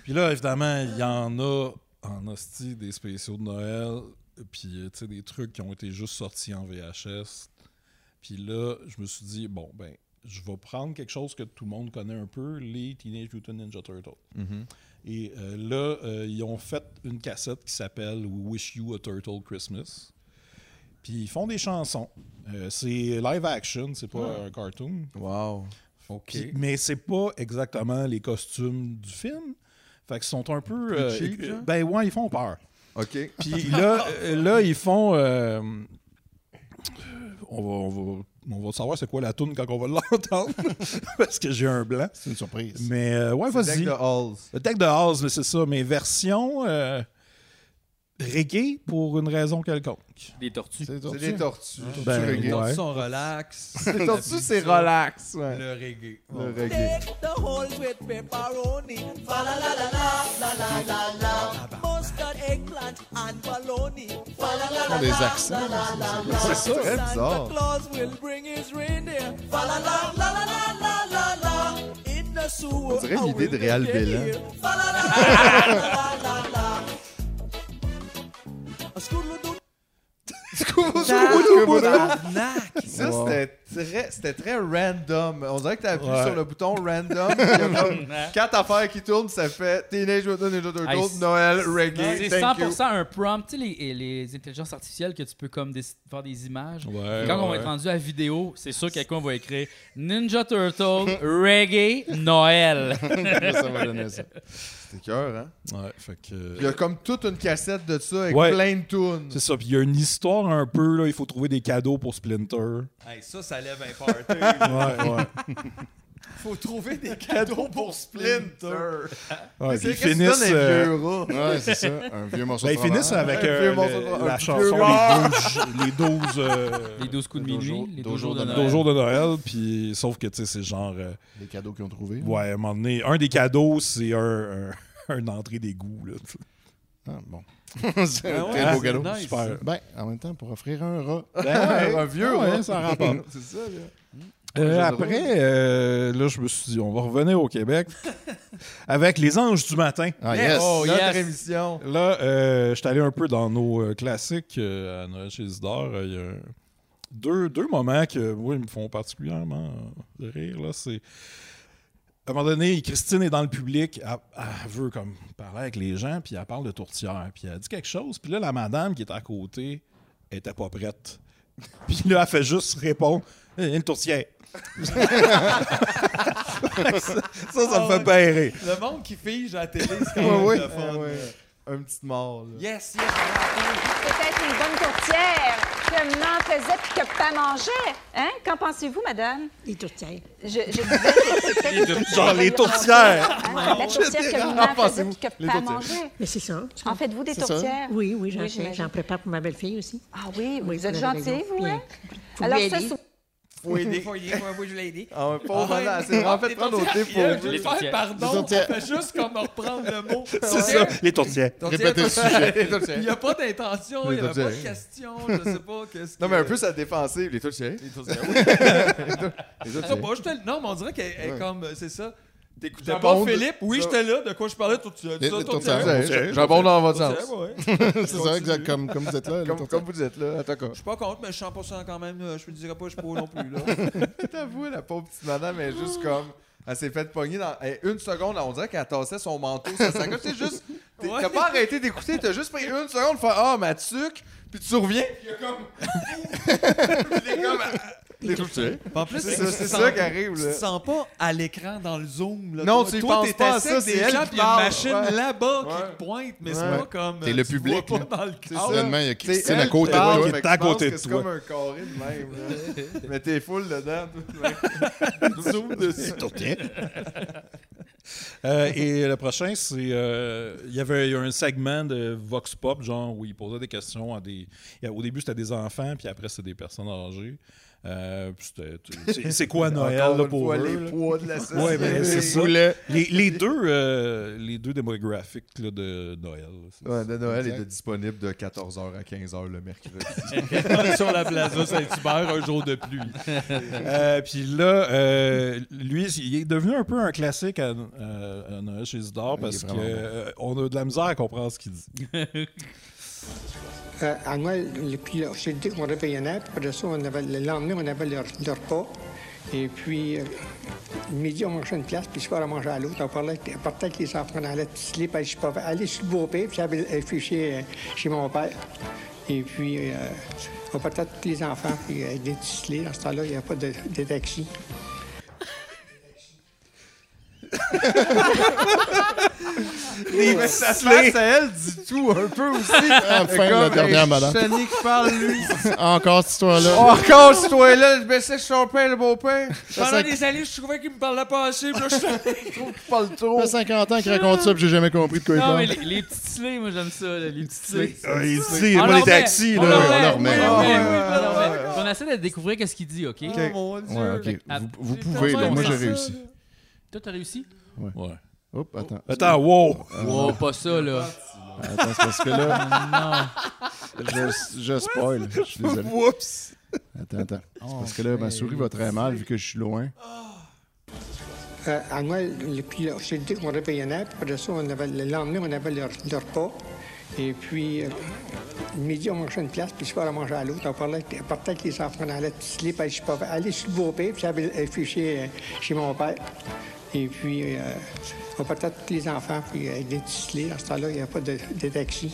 Speaker 4: Puis là, évidemment, il y en a en hostie des spéciaux de Noël, puis euh, tu sais, des trucs qui ont été juste sortis en VHS. Puis là, je me suis dit, bon, ben, je vais prendre quelque chose que tout le monde connaît un peu, les Teenage Mutant Ninja Turtles.
Speaker 3: Mhm.
Speaker 4: Et euh, là, euh, ils ont fait une cassette qui s'appelle Wish You a Turtle Christmas. Puis ils font des chansons. Euh, c'est live action, c'est pas
Speaker 3: Ah.
Speaker 4: un cartoon.
Speaker 3: Wow. OK.
Speaker 4: Puis- mais c'est pas exactement les costumes du film. Fait qu'ils sont un peu. euh,
Speaker 3: cheap,
Speaker 4: éc-
Speaker 3: genre?
Speaker 4: ben ouais, ils font peur.
Speaker 3: OK.
Speaker 4: Puis là, euh, là, ils font. euh, on, va, on, va, on va savoir c'est quoi la toune quand on va [laughs] l'entendre. parce que j'ai un blanc.
Speaker 7: C'est une surprise.
Speaker 4: Mais euh, ouais,
Speaker 3: C'est le
Speaker 4: vas-y.
Speaker 3: deck de Halls.
Speaker 4: Le deck de Halls, mais c'est ça. Mais version euh, reggae pour une raison quelconque.
Speaker 1: Des tortues.
Speaker 7: C'est
Speaker 3: C'est des tortues.
Speaker 4: Ben,
Speaker 3: Tortues reggae.
Speaker 4: ouais.
Speaker 2: Ils sont
Speaker 3: [laughs]
Speaker 2: relax.
Speaker 3: Les tortues, c'est relax. ouais.
Speaker 2: Le reggae.
Speaker 3: Le
Speaker 2: Ouais.
Speaker 3: reggae. Oh.
Speaker 6: The whole with pepperoni, fa la la la la la la la la. Mustard, eggplant and bologna, fa la la la
Speaker 7: Ils font des
Speaker 6: la la
Speaker 7: accents,
Speaker 6: la la la.
Speaker 7: c'est- c'est très bizarre.
Speaker 6: Santa Claus will bring his reindeer, fa la la la la la la la la. In the sewer,
Speaker 7: On dirait
Speaker 6: I
Speaker 7: l'idée de
Speaker 6: will
Speaker 7: Réal
Speaker 6: get
Speaker 7: Bélan.
Speaker 6: here, fa la la la la la la la. A
Speaker 7: [laughs]
Speaker 6: scoodle-doo.
Speaker 3: Ça,
Speaker 6: Wow.
Speaker 3: c'était très, c'était très random. On dirait que t'as appuyé
Speaker 4: Ouais.
Speaker 3: sur le bouton random. puis il y a comme quatre affaires qui tournent, ça fait Teenage Mutant Ninja
Speaker 1: Hey,
Speaker 3: Turtles,
Speaker 1: c'est-
Speaker 3: Noël, reggae.
Speaker 1: C'est
Speaker 3: thank
Speaker 1: 100%
Speaker 3: you.
Speaker 1: un prompt. Tu sais, les, les intelligences artificielles que tu peux comme déc- faire des images.
Speaker 4: Ouais,
Speaker 1: Quand on va
Speaker 4: ouais.
Speaker 1: être rendu à vidéo, c'est sûr que quelqu'un va écrire Ninja Turtle, [laughs] reggae,
Speaker 3: [laughs]
Speaker 1: Noël.
Speaker 7: ça va
Speaker 1: [laughs]
Speaker 7: donner ça.
Speaker 3: C'était cœur, hein?
Speaker 4: Ouais, fait que. euh,
Speaker 3: Il y a comme toute une cassette de ça avec
Speaker 4: Ouais.
Speaker 3: plein de tunes.
Speaker 4: C'est ça. Puis il y a une histoire un peu, là. Il faut trouver des cadeaux pour Splinter.
Speaker 2: Hey, ça, ça lève un party.
Speaker 4: [laughs]
Speaker 2: là.
Speaker 4: Ouais, ouais.
Speaker 2: Faut trouver
Speaker 5: [laughs]
Speaker 2: des cadeaux pour Splinter.
Speaker 4: Ouais, puis ils
Speaker 3: qu'est-ce que
Speaker 4: finissent.
Speaker 3: tu donnes, un
Speaker 4: euh,
Speaker 3: vieux rat?
Speaker 7: Ouais, c'est ça, un vieux morceau
Speaker 4: Ben,
Speaker 7: de
Speaker 4: ils finissent
Speaker 7: fromage.
Speaker 4: avec
Speaker 7: Un
Speaker 4: euh,
Speaker 7: vieux
Speaker 4: le-
Speaker 7: morceau de- Ah! un
Speaker 4: la
Speaker 7: vieux
Speaker 4: chanson
Speaker 7: rat.
Speaker 4: Les 12 les 12, euh,
Speaker 1: les 12 coups de
Speaker 7: Deux
Speaker 1: minuit,
Speaker 7: jours-
Speaker 1: les
Speaker 7: deux
Speaker 1: 12 jours de
Speaker 4: deux
Speaker 1: Noël.
Speaker 4: jours de Noël. Puis sauf que tu sais, c'est genre. euh,
Speaker 7: Les cadeaux qu'ils ont trouvés.
Speaker 4: ouais, à un moment donné, un des cadeaux, c'est un, un, une entrée d'égout. Là, tu sais.
Speaker 7: Ah, bon. c'est
Speaker 4: Ah
Speaker 7: un
Speaker 4: ouais,
Speaker 7: très beau
Speaker 4: c'est
Speaker 7: cadeau.
Speaker 4: nice, Super. ça.
Speaker 7: Ben, en même temps, pour offrir un rat.
Speaker 4: Ben ouais.
Speaker 7: un vieux
Speaker 4: Ah ouais,
Speaker 7: rat. [laughs]
Speaker 4: ça en
Speaker 5: [laughs]
Speaker 4: rapporte.
Speaker 7: c'est ça, là.
Speaker 4: Euh,
Speaker 7: Un jeu de
Speaker 4: après, euh, là, je me suis dit, on va revenir au
Speaker 7: [laughs]
Speaker 4: Québec avec les anges du matin.
Speaker 7: Ah, yes.
Speaker 3: Oh,
Speaker 7: Notre
Speaker 3: yes.
Speaker 7: émission.
Speaker 4: Là, euh, je suis allé un peu dans nos euh, classiques euh, à Noël chez Isidore. Euh, Il y a un- deux, deux moments que, oui, ils me font particulièrement euh, rire. Là, c'est... À un moment donné, Christine est dans le public, elle, elle veut comme parler avec les gens, puis elle parle de tourtière, puis elle dit quelque chose, puis là, la madame qui est à côté elle était pas prête. [laughs] Puis là, elle fait juste répondre Eh, une tourtière. [laughs] ça, [laughs] ça,
Speaker 2: Ah
Speaker 4: me fait
Speaker 2: ouais.
Speaker 4: bien rire.
Speaker 2: Le monde qui fige à la télé, c'est
Speaker 3: Ouais,
Speaker 2: quand même
Speaker 3: ouais.
Speaker 2: le fun.
Speaker 3: Ah, ouais. Un petit mort, là.
Speaker 2: Yes, yes, on
Speaker 17: Peut-être une bonne tourtière que maman faisait puis que pas mangeait. Hein? Qu'en pensez-vous, madame? Les tourtières.
Speaker 21: [laughs]
Speaker 17: Je, je disais que c'est peut-être une
Speaker 4: Genre les tourtières.
Speaker 17: Hein? La tourtière que maman faisait puis que pas mangeait.
Speaker 21: Mais c'est ça. je-
Speaker 17: En faites-vous des
Speaker 21: c'est ça.
Speaker 17: tourtières?
Speaker 21: Oui, oui, j'en
Speaker 17: Oui,
Speaker 21: fais.
Speaker 17: j'imagine.
Speaker 21: J'en prépare pour ma belle-fille aussi.
Speaker 17: Ah oui,
Speaker 21: Oui,
Speaker 17: vous êtes
Speaker 21: vous avez
Speaker 17: gentil,
Speaker 21: raison.
Speaker 17: vous, hein?
Speaker 21: Faut
Speaker 17: Alors,
Speaker 21: lui
Speaker 17: ça,
Speaker 21: aider.
Speaker 17: c'est-
Speaker 2: Faut aider, faut aider, faut aider, je l'ai aidé.
Speaker 3: Ah, ouais, pauvre madame, elle s'est vraiment fait prendre au thé pour-
Speaker 2: Je
Speaker 3: Les
Speaker 2: faire
Speaker 3: tourtières.
Speaker 2: pardon,
Speaker 3: Les tourtières.
Speaker 2: on fait juste comme reprendre le
Speaker 3: [laughs]
Speaker 2: mot.
Speaker 4: C'est ça, les tourtières.
Speaker 3: Répétez le
Speaker 5: [laughs]
Speaker 3: sujet.
Speaker 2: Il n'y a pas d'intention, Oh, il
Speaker 3: Les
Speaker 2: n'y avait pas de
Speaker 3: tourtières.
Speaker 2: question, je sais pas qu'est-ce que-
Speaker 3: Non, mais un peu sa défensive, les touchés. [laughs] Les touchés.
Speaker 2: Je sais pas, j'étais- Non, mais on dirait qu'elle est
Speaker 3: Ouais.
Speaker 2: comme. euh, C'est ça. T'écoutais pas
Speaker 3: J'abonde.
Speaker 2: Philippe? Oui,
Speaker 3: Ça-
Speaker 2: j'étais là. De quoi je parlais? Toi, tu as dit
Speaker 7: Les-
Speaker 2: ça,
Speaker 7: les
Speaker 2: toi, tu
Speaker 7: tourtières,
Speaker 2: as dit ça.
Speaker 7: tourtières.
Speaker 3: J'abonde dans votre
Speaker 2: Tourtière,
Speaker 3: sens.
Speaker 7: [laughs]
Speaker 2: ouais.
Speaker 7: C'est
Speaker 2: Continue.
Speaker 7: ça, exact, comme, comme vous êtes là. les
Speaker 3: Comme,
Speaker 7: tourtières.
Speaker 3: comme vous êtes là, attends quoi.
Speaker 2: Je suis pas contre, mais je suis 100% quand même. euh, Je me dirais pas, je suis pas non
Speaker 7: [laughs]
Speaker 2: plus. là.
Speaker 3: T'avoues, la pauvre petite madame, elle est
Speaker 2: Ah.
Speaker 3: juste comme. Elle s'est fait pogner dans. elle- une seconde, on dirait qu'elle tassait son manteau. Ça, ça comme c'est juste. t'es- T'as pas arrêté d'écouter, t'as juste pris une
Speaker 5: [laughs]
Speaker 3: seconde, fait Ah, ma tuque, puis tu reviens, puis il y a comme. il est comme. Les objets.
Speaker 2: En plus,
Speaker 3: C'est
Speaker 2: tu
Speaker 3: ça-
Speaker 2: te
Speaker 3: c'est
Speaker 2: sens-
Speaker 3: ça qui arrive,
Speaker 2: Tu
Speaker 3: là.
Speaker 2: te sens pas à l'écran dans le zoom. Là.
Speaker 3: Non,
Speaker 2: Toi-
Speaker 3: tu y
Speaker 2: toi,
Speaker 3: penses
Speaker 2: t'es
Speaker 3: pas à
Speaker 2: assis
Speaker 3: ça,
Speaker 2: avec
Speaker 3: c'est
Speaker 2: des
Speaker 3: elle
Speaker 2: gens,
Speaker 3: qui
Speaker 2: puis Il y a
Speaker 3: parle.
Speaker 2: une machine
Speaker 3: Ouais.
Speaker 2: là-bas qui
Speaker 3: Ouais.
Speaker 2: te pointe, mais
Speaker 3: Ouais.
Speaker 2: c'est pas comme.
Speaker 3: T'es
Speaker 2: euh,
Speaker 3: le
Speaker 2: tu vois
Speaker 3: public,
Speaker 2: pas
Speaker 3: là.
Speaker 2: dans le
Speaker 3: C'est
Speaker 2: cadre.
Speaker 3: soudainement, il y a
Speaker 2: T'sais,
Speaker 3: Christine à
Speaker 2: elle
Speaker 3: côté de
Speaker 2: parle,
Speaker 3: toi,
Speaker 2: fait
Speaker 3: qui
Speaker 2: que
Speaker 3: est à
Speaker 2: tu penses
Speaker 3: côté
Speaker 2: que
Speaker 3: de
Speaker 2: c'est
Speaker 3: toi.
Speaker 2: comme un-
Speaker 5: un carré de même.
Speaker 2: [laughs]
Speaker 5: là. Mais t'es full dedans. tout.
Speaker 3: [laughs]
Speaker 4: [laughs]
Speaker 5: Zoom dessus.
Speaker 4: Euh, et le prochain, c'est. euh, Il y avait il y a un segment de Vox Pop, genre, où il posait des questions à des. il y a- Au début, c'était des enfants, puis après, c'était des personnes âgées. Euh, puis c'était- tu- c'est- c'est quoi Noël
Speaker 5: Encore
Speaker 4: là,
Speaker 5: une
Speaker 4: pour
Speaker 5: fois,
Speaker 4: eux,
Speaker 5: les
Speaker 4: là?
Speaker 5: poids de la société.
Speaker 4: Ouais, ben, c'est
Speaker 5: Les
Speaker 4: ça.
Speaker 5: boulets.
Speaker 4: Les, les deux, euh, les deux démographiques là, de Noël. là, c'est-
Speaker 3: Ouais, de Noël
Speaker 4: Exact.
Speaker 3: est disponible de 14h à 15h
Speaker 2: [laughs]
Speaker 3: le mercredi.
Speaker 4: sur la plaza Saint-Hubert, un jour de pluie. [laughs] Euh, Puis là, euh, lui, il est devenu un peu un classique à, euh, à- à Noël chez Isidore parce
Speaker 11: est
Speaker 4: qu'on
Speaker 11: vraiment bon.
Speaker 4: a de la misère à comprendre ce qu'il dit.
Speaker 11: Euh, à Noël, le- puis là, chez le Dick, on réveillait puis après ça, on avait, le lendemain, on avait le, le repas. Et puis, euh, le midi, on mangeait une place, puis le soir, on mangeait à l'autre. On parlait, on partait avec les enfants dans la petite slip, puis je pouvais aller sur le beau-père, puis j'avais euh, chez, euh, chez mon père. Et puis, euh, on partait tous les enfants, puis euh, des petits slips. Dans ce temps-là, il n'y avait pas de, de taxi.
Speaker 5: Les mais sa face à elle dit tout un peu aussi.
Speaker 7: Enfin, la dernière madame.
Speaker 5: Sonny qui parle, lui.
Speaker 7: Encore cette histoire-là.
Speaker 5: Oh, encore, si toi là, je baissais sur son père, le beau-père.
Speaker 7: Pendant
Speaker 5: des années, je trouvais qu'il me parlait pas assez, puis là, je trouve qu'il parle
Speaker 7: Ça
Speaker 5: trop.
Speaker 7: fait 50 ans qu'il raconte ça, puis j'ai jamais compris de quoi il
Speaker 8: Non,
Speaker 7: parle.
Speaker 8: mais les, les petites slés, moi j'aime ça, là, les petites slés.
Speaker 7: Ah, les petites slés, pas les taxis, là, on leur remet.
Speaker 8: On,
Speaker 7: Ah, ouais,
Speaker 8: leur remet. Puis on essaie de découvrir qu'est-ce qu'il dit, OK?
Speaker 7: Ok.
Speaker 8: mon Dieu.
Speaker 7: Ouais, ok.
Speaker 8: Fait que, à-
Speaker 7: Vous- vous
Speaker 8: j'ai
Speaker 7: pouvez,
Speaker 8: fait
Speaker 7: là. Moi,
Speaker 8: ça.
Speaker 7: j'ai réussi.
Speaker 8: Toi, t'as réussi?
Speaker 7: Ouais. Oups, attends.
Speaker 4: Attends, wow!
Speaker 7: Euh,
Speaker 8: Wow, pas ça, là.
Speaker 7: Attends, c'est parce que là. Je, je spoil. Je suis désolé.
Speaker 5: Oups!
Speaker 7: Attends, attends.
Speaker 5: Oh,
Speaker 7: C'est parce que là, ma souris va très mal vu que je suis loin.
Speaker 11: Euh, à Noël, le- puis là, chez le Dick, on réveillait, puis après ça, on avait, le lendemain, on avait le, le repas. Et puis, euh, le midi, on mangeait une place, puis le soir, on mangeait à l'autre. On parlait, on partait avec les enfants dans la petite slip, puis je pouvais aller sur le beau-père, puis j'avais euh, puis chez, euh, chez mon père. Et puis, euh, on partait tous les enfants, puis euh, des petits slips. Dans ce temps-là, il n'y avait pas de, de taxi.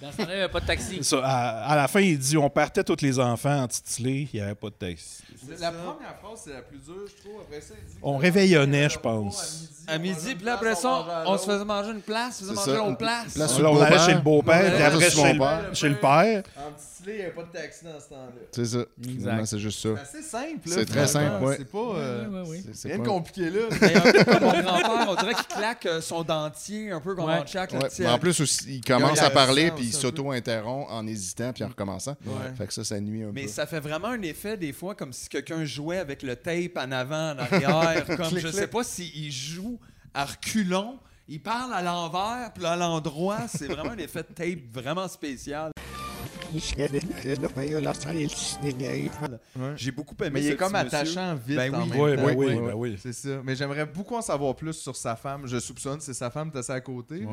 Speaker 8: Dans ce temps-là, il n'y avait pas de taxi.
Speaker 4: Ça,
Speaker 7: ah.
Speaker 4: à, à la fin, il dit on partait tous les enfants en titilé, il n'y avait pas de taxi.
Speaker 5: La première phrase, c'est la plus dure, je trouve. Après ça, il dit.
Speaker 4: On réveillonnait, je pense.
Speaker 5: À midi, puis là, après ça, on se faisait manger une place, on se faisait manger l'autre place.
Speaker 4: Là, on allait chez le beau-père, puis après
Speaker 7: sur mon
Speaker 4: chez le,
Speaker 7: père.
Speaker 4: chez le père.
Speaker 5: En petit slip, il n'y avait pas de taxi dans ce temps-là.
Speaker 7: C'est ça. Finalement, C'est juste ça.
Speaker 5: C'est assez simple, là,
Speaker 7: C'est très
Speaker 5: finalement.
Speaker 7: simple, ouais.
Speaker 5: C'est pas. euh,
Speaker 7: Ouais, ouais, ouais. C'est- c'est
Speaker 5: Rien de
Speaker 7: pas-
Speaker 5: compliqué, là. Mais un peu comme mon grand-père, on dirait qu'il claque euh, son dentier, un peu comme
Speaker 7: Ouais.
Speaker 5: on chaque.
Speaker 7: Ouais, mais en plus, aussi, il commence à parler, puis il s'auto-interrompt en hésitant, puis en recommençant.
Speaker 5: Ouais.
Speaker 7: Fait que ça, ça nuit un
Speaker 5: Mais
Speaker 7: peu.
Speaker 5: ça fait vraiment un effet des fois comme si quelqu'un jouait avec le tape en avant,
Speaker 7: [laughs]
Speaker 5: en arrière. comme
Speaker 7: Clic,
Speaker 5: je
Speaker 7: clic.
Speaker 5: sais pas s'il joue à reculons, il parle à l'envers, puis là, à l'endroit, c'est vraiment un effet de tape vraiment spécial. J'ai beaucoup aimé Mais il ce est comme petit monsieur. attachant vite. Ben en oui. même Ouais, temps. ben oui, ben oui.
Speaker 3: C'est ça. Mais j'aimerais beaucoup en savoir plus sur sa femme. Je soupçonne, c'est sa femme, t'as ça à côté.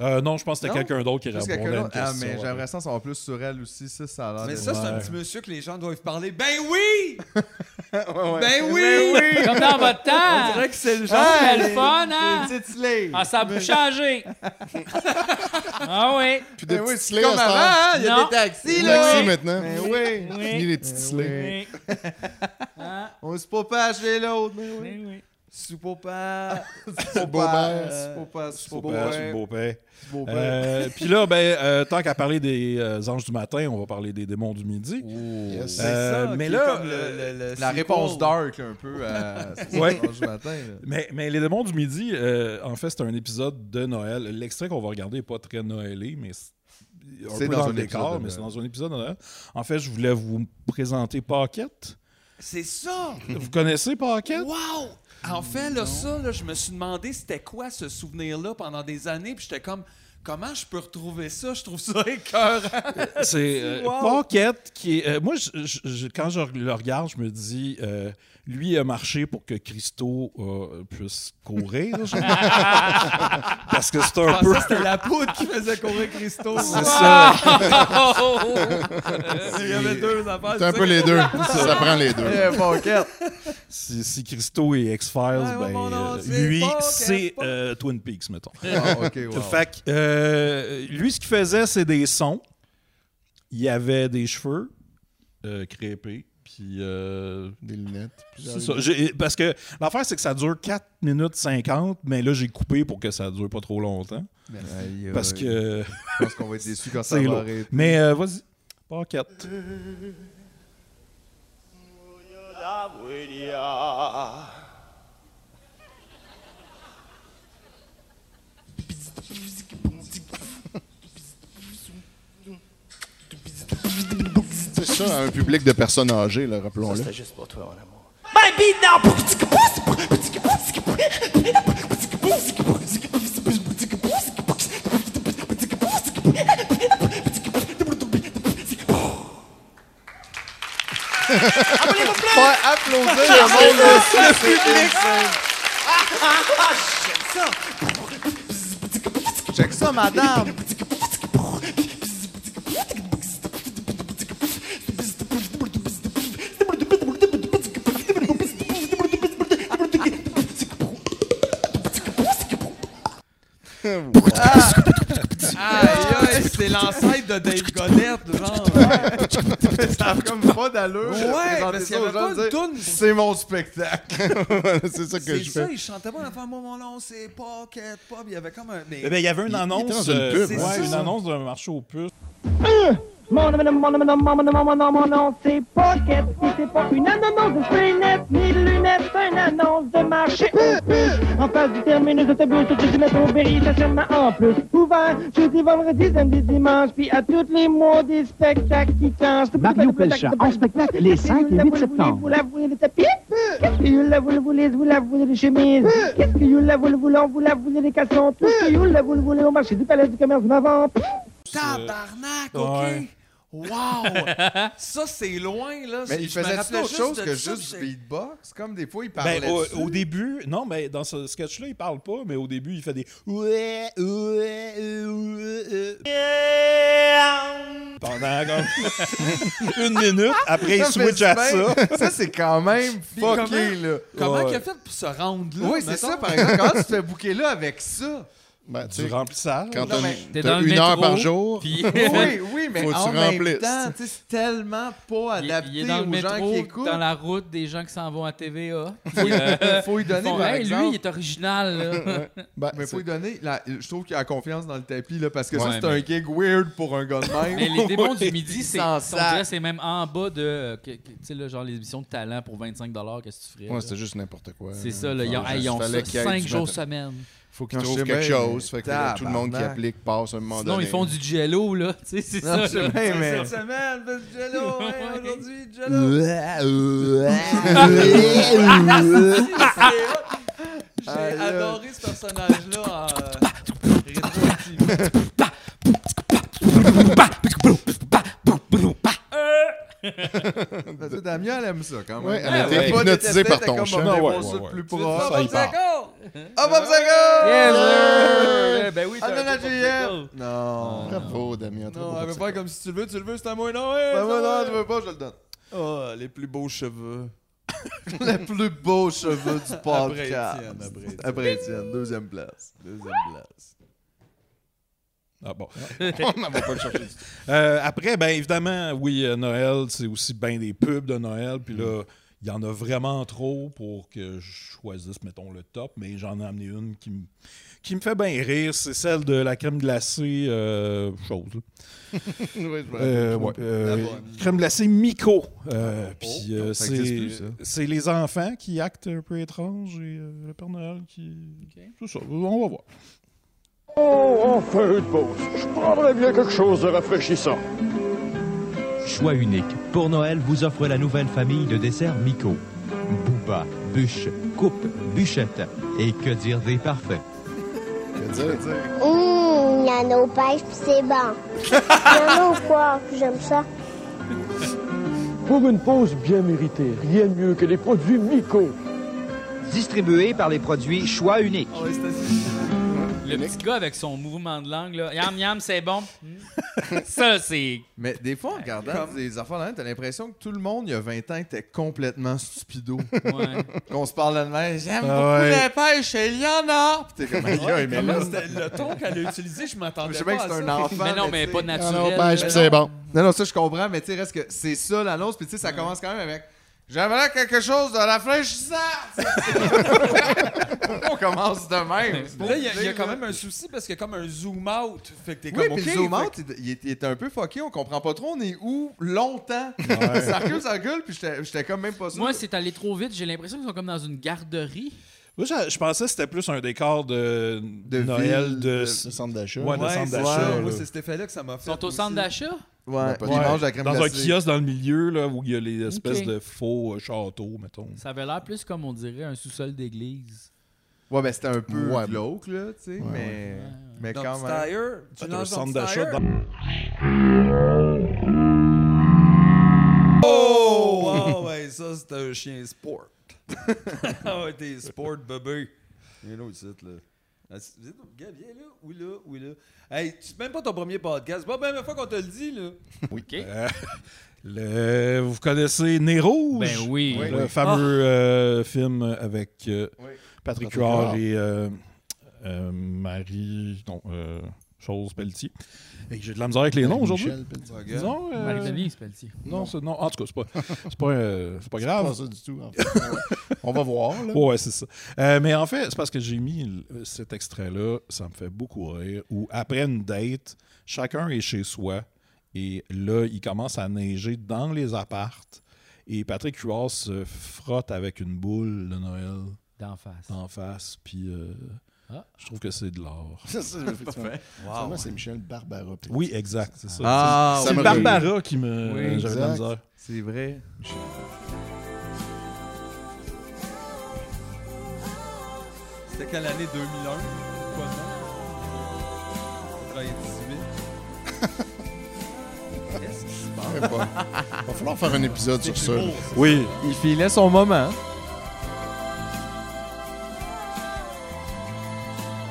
Speaker 4: Euh, non, je pense que c'était
Speaker 3: Non?
Speaker 4: quelqu'un d'autre qui
Speaker 3: Juste
Speaker 4: répondait à
Speaker 3: quelqu'un
Speaker 4: une
Speaker 3: d'autre? Ah,
Speaker 4: question,
Speaker 3: mais
Speaker 4: ouais.
Speaker 3: j'aimerais ça en savoir plus sur elle aussi. Ça, ça a l'air
Speaker 5: Mais
Speaker 3: Ah, de-
Speaker 5: ça, c'est un
Speaker 3: Ouais.
Speaker 5: petit monsieur que les gens doivent parler. Ben oui!
Speaker 3: ouais.
Speaker 5: Ben oui!
Speaker 3: Ben oui!
Speaker 8: Comme dans votre
Speaker 5: [laughs]
Speaker 8: temps.
Speaker 5: On dirait que c'est le genre.
Speaker 8: Ah,
Speaker 5: de-
Speaker 8: le fun, hein?
Speaker 5: C'est titulé.
Speaker 8: Ah, ça a beaucoup changé. ah oui.
Speaker 7: Puis des
Speaker 5: Ben oui,
Speaker 7: petites
Speaker 5: c'est
Speaker 7: slés,
Speaker 5: comme
Speaker 7: à cette heure.
Speaker 5: avant, hein, il y a
Speaker 8: Non.
Speaker 5: des taxis,
Speaker 7: Des
Speaker 5: là.
Speaker 7: taxis, maintenant.
Speaker 5: Ben
Speaker 7: Oui.
Speaker 5: oui.
Speaker 7: Oui. Fini les petites slés.
Speaker 5: Ben Oui.
Speaker 3: [laughs]
Speaker 5: On se pas pas chez l'autre, mais oui.
Speaker 8: oui.
Speaker 5: Sous-papa,
Speaker 7: Beau-père.
Speaker 5: sous-papa,
Speaker 4: Beau-père, c'est Euh, le
Speaker 5: sous-beau-père.
Speaker 4: beau-père.
Speaker 5: Beau-père.
Speaker 4: Euh, Puis là, ben, euh, tant qu'à parler des euh, anges du matin, on va parler des démons du midi.
Speaker 3: Yes.
Speaker 4: Euh,
Speaker 3: C'est ça,
Speaker 4: mais
Speaker 3: qui est
Speaker 4: là,
Speaker 3: comme le-
Speaker 4: euh,
Speaker 3: le- le- la réponse dark, un
Speaker 4: [laughs]
Speaker 3: peu, à- c'est ça,
Speaker 4: Ouais.
Speaker 3: l'ange du matin, là.
Speaker 4: Mais, mais les démons du midi, euh, en fait, c'est un épisode de Noël. L'extrait qu'on va regarder n'est pas très noëlé, mais c'est un
Speaker 3: C'est
Speaker 4: peu
Speaker 3: dans
Speaker 4: dans
Speaker 3: un
Speaker 4: le
Speaker 3: épisode
Speaker 4: décor,
Speaker 3: de
Speaker 4: mais c'est
Speaker 3: Noël.
Speaker 4: dans un épisode de Noël. En fait, je voulais vous présenter
Speaker 3: [laughs]
Speaker 4: Paquette.
Speaker 5: C'est ça!
Speaker 4: Vous connaissez Paquette?
Speaker 5: Wow! En fait, là, ça, là, je me suis demandé c'était quoi ce souvenir-là pendant des années, puis j'étais comme, comment je peux retrouver ça? Je trouve ça [laughs] écœurant!
Speaker 4: [laughs] C'est euh,
Speaker 5: Wow!
Speaker 4: Pocket qui est. euh, moi, je- je- je- quand je le regarde, je me dis, euh, lui a marché pour que Christo euh, puisse courir. je-
Speaker 5: [laughs]
Speaker 4: Parce que c'est un
Speaker 5: Je
Speaker 4: peu.
Speaker 5: pensais que Ah, c'était la poudre qui faisait courir Christo.
Speaker 4: C'est ça.
Speaker 5: [laughs] Il y avait deux affaires.
Speaker 7: C'est un
Speaker 5: tu
Speaker 7: peu
Speaker 5: sais.
Speaker 7: les deux. Ça prend les deux.
Speaker 5: Eh, Pocket.
Speaker 4: Si, si Christo et X-Files, ben, euh, lui, c'est euh, Twin Peaks, mettons.
Speaker 3: Ah, ok, wow.
Speaker 4: [laughs] Fait que, euh, lui, ce qu'il faisait, c'est des sons. Il avait des cheveux euh, crêpés, puis Puis. euh,
Speaker 7: Des lunettes.
Speaker 4: c'est ça. J'ai- Parce que l'affaire, c'est que ça dure 4 minutes 50, mais là, j'ai coupé pour que ça dure pas trop longtemps.
Speaker 3: Merci. Aïe,
Speaker 4: Parce
Speaker 3: aïe.
Speaker 4: que.
Speaker 3: Je pense qu'on va être déçus
Speaker 4: [laughs]
Speaker 3: quand ça
Speaker 4: C'est
Speaker 3: va
Speaker 4: lourd.
Speaker 3: arrêter.
Speaker 4: Mais euh, vas-y, pocket.
Speaker 7: C'est ça, un public de personnes âgées, là, rappelons-le.
Speaker 25: C'était juste pour toi, mon amour.
Speaker 5: My beat now.
Speaker 3: Faire applaudir le monde de ça, c'est
Speaker 5: Check ça, madame!
Speaker 2: Aïe, aïe, c'est l'ancêtre de Dave Goddard, genre.
Speaker 3: Ça a comme pas d'allure. de
Speaker 2: Ouais,
Speaker 3: présenter
Speaker 2: parce qu'il y
Speaker 3: ça aux
Speaker 2: avait
Speaker 3: gens,
Speaker 2: pas
Speaker 3: de
Speaker 2: une
Speaker 3: dire,
Speaker 2: toune.
Speaker 3: C'est mon [laughs] spectacle. c'est ça que
Speaker 2: C'est
Speaker 3: je
Speaker 2: ça,
Speaker 3: fais.
Speaker 2: il chantait pas la fin moment long, c'est Pocket Pop, il y avait comme un. mais-
Speaker 4: Eh ben, il y avait une annonce. euh,
Speaker 2: C'est
Speaker 4: ouais,
Speaker 2: ça.
Speaker 4: une annonce d'un marché aux puces.
Speaker 5: Mon nom, mon nom, mon nom, mon nom, mon nom, mon nom, c'est Pocket. Si c'est pas une annonce de fenêtre, ni de lunettes, c'est une annonce de marché. au plus. En face du terminus d'autobus, tout de suite, métro, Berry, stationnement en plus. Ouvert, jeudi, vendredi, samedi, dimanche, puis à tous les mois, des spectacles qui changent. Mario Pelchat, en spectacle, les 5 et 8 septembre. Vous la voulez, les tapis? Qu'est-ce que vous la voulez, vous les, vous la voulez, les chemises? Qu'est-ce que vous la voulez, vous la vous la voulez, les cassons? Tout ce que vous la voulez, vous voulez au marché du palais du commerce m'avant.
Speaker 9: Tá,
Speaker 2: Tabarnak, ok.
Speaker 4: Ouais.
Speaker 2: Wow! ça, c'est loin, là.
Speaker 3: Mais il
Speaker 2: Je me
Speaker 3: faisait
Speaker 2: rappelais
Speaker 3: autre
Speaker 2: juste
Speaker 3: chose
Speaker 2: de
Speaker 3: que
Speaker 2: ça,
Speaker 3: juste
Speaker 2: puis
Speaker 3: du
Speaker 2: j'ai-
Speaker 3: beatbox. Comme des fois, il parlait.
Speaker 4: Ben, au,
Speaker 3: dessus.
Speaker 4: au début, non, mais dans ce sketch-là, il parle pas, mais au début, il fait des ouais, ouais, ouais, ouais, ouais. pendant
Speaker 3: [laughs]
Speaker 4: comme [laughs] une minute. Après, il
Speaker 3: Non, mais
Speaker 4: switch à
Speaker 3: c'est
Speaker 4: ça.
Speaker 3: bien- [laughs] Ça, c'est quand même
Speaker 2: Puis
Speaker 3: fucké, là.
Speaker 2: Comment
Speaker 4: Ouais.
Speaker 2: il a fait pour se rendre là?
Speaker 3: Oui, c'est
Speaker 2: mettons?
Speaker 3: ça, par exemple. Comment tu te fais bouquer là avec ça?
Speaker 7: Ben, tu
Speaker 4: Du
Speaker 7: sais,
Speaker 4: remplissage.
Speaker 7: quand
Speaker 3: Non,
Speaker 7: t'as
Speaker 3: mais-
Speaker 7: une-
Speaker 8: T'es
Speaker 7: t'as
Speaker 8: dans le
Speaker 7: une
Speaker 8: métro,
Speaker 7: heure par jour,
Speaker 8: puis-
Speaker 7: [laughs]
Speaker 3: Oui, oui, mais
Speaker 7: Faut que
Speaker 3: en
Speaker 7: tu
Speaker 3: même
Speaker 7: remplisses.
Speaker 3: temps, tu sais, c'est tellement pas
Speaker 8: Il,
Speaker 3: adapté
Speaker 8: il est dans le
Speaker 3: aux gens
Speaker 8: métro,
Speaker 3: qui écoutent.
Speaker 8: dans la route des gens qui s'en vont à TVA.
Speaker 3: Faut y-
Speaker 8: Euh,
Speaker 3: [laughs] faut y donner,
Speaker 8: ils font,
Speaker 3: par
Speaker 8: Hey,
Speaker 3: exemple.
Speaker 8: lui, il est original. [laughs] là.
Speaker 3: [laughs]
Speaker 7: Ben,
Speaker 3: mais faut
Speaker 7: c'est-
Speaker 3: lui donner. la- je trouve qu'il a confiance dans le tapis, là, parce que ça,
Speaker 4: Ouais,
Speaker 3: c'est
Speaker 4: mais-
Speaker 3: un gig weird pour un gars de même.
Speaker 8: Mais les
Speaker 3: [laughs]
Speaker 8: démons du midi, c'est on
Speaker 3: Sans
Speaker 8: dirait,
Speaker 3: sac.
Speaker 8: c'est même en bas de euh, que- que- tu sais là, genre les émissions de talent pour 25 qu'est-ce que tu ferais
Speaker 7: Ouais,
Speaker 8: là?
Speaker 7: c'était juste n'importe quoi.
Speaker 8: C'est ça là, ils ont, hey, ils ont ça 5 jours semaine.
Speaker 7: Faut qu'ils
Speaker 3: Non, je
Speaker 7: trouvent
Speaker 3: sais
Speaker 7: quelque
Speaker 3: bien,
Speaker 7: chose.
Speaker 3: mais
Speaker 7: Fait que là, tout le monde qui
Speaker 3: tabarnak.
Speaker 7: applique passe à un moment
Speaker 8: Sinon
Speaker 7: donné.
Speaker 8: ils font du jello là, [laughs] tu sais c'est
Speaker 3: Non,
Speaker 8: ça.
Speaker 3: je sais
Speaker 8: là.
Speaker 3: bien, mais-
Speaker 2: Cette semaine, parce que
Speaker 3: [laughs]
Speaker 2: Jello, hein, aujourd'hui, Jello.
Speaker 7: du...
Speaker 2: J'ai adoré ce personnage-là en euh, rétroactivement.
Speaker 3: Parce que Damien, elle aime ça quand même.
Speaker 7: Ouais, elle
Speaker 3: a
Speaker 7: a été hypnotisée par ton chant.
Speaker 2: Ah
Speaker 3: On
Speaker 4: Ouais,
Speaker 3: va
Speaker 4: ouais, ouais.
Speaker 3: plus
Speaker 2: Tu veux du Bob
Speaker 3: proche.
Speaker 2: Obstacle?
Speaker 3: Ah, Bob Seger!
Speaker 2: Yes, sir! Ben oui,
Speaker 3: Ah,
Speaker 2: t'as
Speaker 3: non,
Speaker 2: un
Speaker 3: la
Speaker 2: Bob
Speaker 3: JF!
Speaker 2: Obstacle.
Speaker 3: Non.
Speaker 7: Bravo, Damien. très beau
Speaker 2: Non, elle veut
Speaker 7: personnage.
Speaker 2: faire comme si tu le veux, tu le veux, c'est à moi, non?
Speaker 3: Ben, moi, non, je veux pas, je le donne.
Speaker 2: Oh, les plus beaux cheveux.
Speaker 3: [laughs] Les plus beaux cheveux du podcast.
Speaker 2: Étienne, après Étienne.
Speaker 3: Après Étienne, deuxième place.
Speaker 2: Deuxième place.
Speaker 4: Ah bon.
Speaker 7: On n'en va pas le chercher du tout.
Speaker 4: [laughs] Euh, après, ben évidemment, oui, euh, Noël, c'est aussi bien des pubs de Noël. Puis là, il y en a vraiment trop pour que je choisisse, mettons, le top. Mais j'en ai amené une qui me qui me fait bien rire. C'est celle de la crème glacée euh, chose. là.
Speaker 7: Oui, je me
Speaker 4: Euh,
Speaker 7: rappelle.
Speaker 4: ouais, euh,
Speaker 3: La bonne.
Speaker 4: crème glacée Miko. Euh, puis euh,
Speaker 3: ça existe
Speaker 4: c'est-
Speaker 3: plus, ça.
Speaker 4: c'est les enfants qui actent un peu étrange et euh, le Père Noël qui. Tout ça. On va voir.
Speaker 26: Oh, enfin une pause. Je prendrais bien quelque chose de rafraîchissant.
Speaker 18: Choix unique. Pour Noël, vous offre la nouvelle famille de desserts Miko. Bouba, bûche, coupe, bûchette. Et que dire des parfaits?
Speaker 7: Que dire?
Speaker 27: Hum, nano pêche, pis c'est
Speaker 2: [laughs]
Speaker 27: bon. nano quoi, j'aime ça.
Speaker 26: Pour une pause bien méritée, rien de mieux que les produits Mico.
Speaker 18: Distribué par les produits Choix unique.
Speaker 8: Le petit gars avec son mouvement de langue là, yam yam c'est bon. Hmm.
Speaker 1: ça, c'est.
Speaker 3: Mais des fois, en regardant des affaires de même, t'as l'impression que tout le monde, il y a 20 ans, était complètement stupido.
Speaker 1: Ouais.
Speaker 3: Qu'on se parle de même. J'aime
Speaker 5: Ah ouais.
Speaker 3: beaucoup la pêche et il y en a. Puis t'es comme, aïe, aïe, mais là.
Speaker 5: c'était le ton qu'elle a utilisé, je m'attendais
Speaker 3: Je
Speaker 5: pas.
Speaker 3: sais bien que c'est
Speaker 5: à
Speaker 3: un
Speaker 5: ça.
Speaker 3: enfant. tu sais.
Speaker 7: Ah non, pêche, puis c'est bon.
Speaker 3: Non, non, ça, je comprends, mais tu sais, reste que c'est ça l'annonce, puis tu sais, ça commence quand même avec J'aimerais quelque chose de rafraîchissant. On commence de même.
Speaker 5: Là, il y, a- il y a quand même un souci parce qu'il y a comme un zoom out. Fait que t'es
Speaker 3: Oui,
Speaker 5: comme
Speaker 3: puis
Speaker 5: OK,
Speaker 3: le zoom
Speaker 5: fait
Speaker 3: out, il- il, est- il est un peu fucké, on comprend pas trop, on est où longtemps. [laughs] ça recule, ça recule, puis j'étais j'étais comme même pas sûr.
Speaker 8: Moi, c'est allé trop vite. J'ai l'impression qu'ils sont comme dans une garderie.
Speaker 4: Moi, je, je pensais que c'était plus un décor de, Noël
Speaker 7: ville,
Speaker 4: de,
Speaker 7: de- de centre d'achat.
Speaker 4: Ouais, de
Speaker 7: Ouais,
Speaker 4: centre
Speaker 7: ouais,
Speaker 4: d'achat.
Speaker 7: moi,
Speaker 4: là.
Speaker 7: c'est
Speaker 5: cet effet-là que ça m'a fait.
Speaker 8: Ils sont au centre d'achat?
Speaker 3: Ouais,
Speaker 4: Ouais.
Speaker 3: ils mangent la crème
Speaker 4: dans un
Speaker 3: glacée.
Speaker 4: kiosque dans le milieu là, où il y a les espèces
Speaker 8: Ok.
Speaker 4: de faux euh, châteaux, mettons.
Speaker 8: Ça avait l'air plus comme, on dirait, un sous-sol d'église.
Speaker 3: Ouais, ben c'était un peu
Speaker 4: Ouais.
Speaker 3: glauque, là, tu sais, mais, mais
Speaker 5: Dans
Speaker 3: quand
Speaker 5: le
Speaker 3: même.
Speaker 5: tire, tu
Speaker 3: Dans
Speaker 5: lances
Speaker 3: un
Speaker 5: dans
Speaker 3: centre
Speaker 5: le
Speaker 3: d'achat
Speaker 5: tire.
Speaker 3: dans-
Speaker 5: Oh! Ah [laughs] ouais, ça, c'est un chien [laughs] sport. ah ouais, t'es sport, bébé. Viens là, ici, là. Ah, c'est- Viens donc, gars, viens là, ou là, ou là. Hey, tu même pas ton premier podcast. Bon, ben, la fois qu'on te le dit, [laughs] là.
Speaker 4: Euh, le- vous connaissez Nez Rouge?
Speaker 8: Ben oui.
Speaker 4: Le
Speaker 8: Oui.
Speaker 4: fameux
Speaker 8: Ah.
Speaker 4: euh, film avec euh, Patrick
Speaker 7: Patrick
Speaker 4: Huard
Speaker 7: Huard.
Speaker 4: et euh, euh, Marie... Non, euh, Chose Pelletier. Et j'ai de la misère avec les noms aujourd'hui.
Speaker 7: Michel Pelletier.
Speaker 4: Dis donc, euh,
Speaker 8: Marie-Denise Pelletier.
Speaker 4: Non, c'est- non, en tout cas, c'est pas, c'est pas, euh, c'est pas
Speaker 7: C'est
Speaker 4: grave.
Speaker 7: pas ça du tout, en fait. [laughs] On va voir, là.
Speaker 4: Ouais, c'est ça. Euh, mais en fait, c'est parce que j'ai mis l- euh, cet extrait-là, ça me fait beaucoup rire, où après une date, chacun est chez soi et là, il commence à neiger dans les appartes et Patrick Huard se frotte avec une boule de Noël.
Speaker 8: D'en face.
Speaker 4: D'en face, puis euh,
Speaker 8: Ah.
Speaker 4: je trouve que c'est de l'art.
Speaker 7: Ça, [laughs] c'est effectivement.
Speaker 4: Parfait.
Speaker 7: Finalement, c'est Michel Barbara. Pelletier.
Speaker 4: Oui, exact, c'est ça.
Speaker 7: Ah,
Speaker 4: c'est
Speaker 7: oui.
Speaker 4: Barbara qui me...
Speaker 7: Oui,
Speaker 4: j'avais de la
Speaker 7: exact.
Speaker 4: misère.
Speaker 3: C'est vrai.
Speaker 5: C'était quelle année 2001? Quoi de même? 98. Qu'est-ce qui se
Speaker 7: Il
Speaker 5: passe?
Speaker 7: va va falloir faire un épisode sur ça. là.
Speaker 3: Oui, il filait son moment.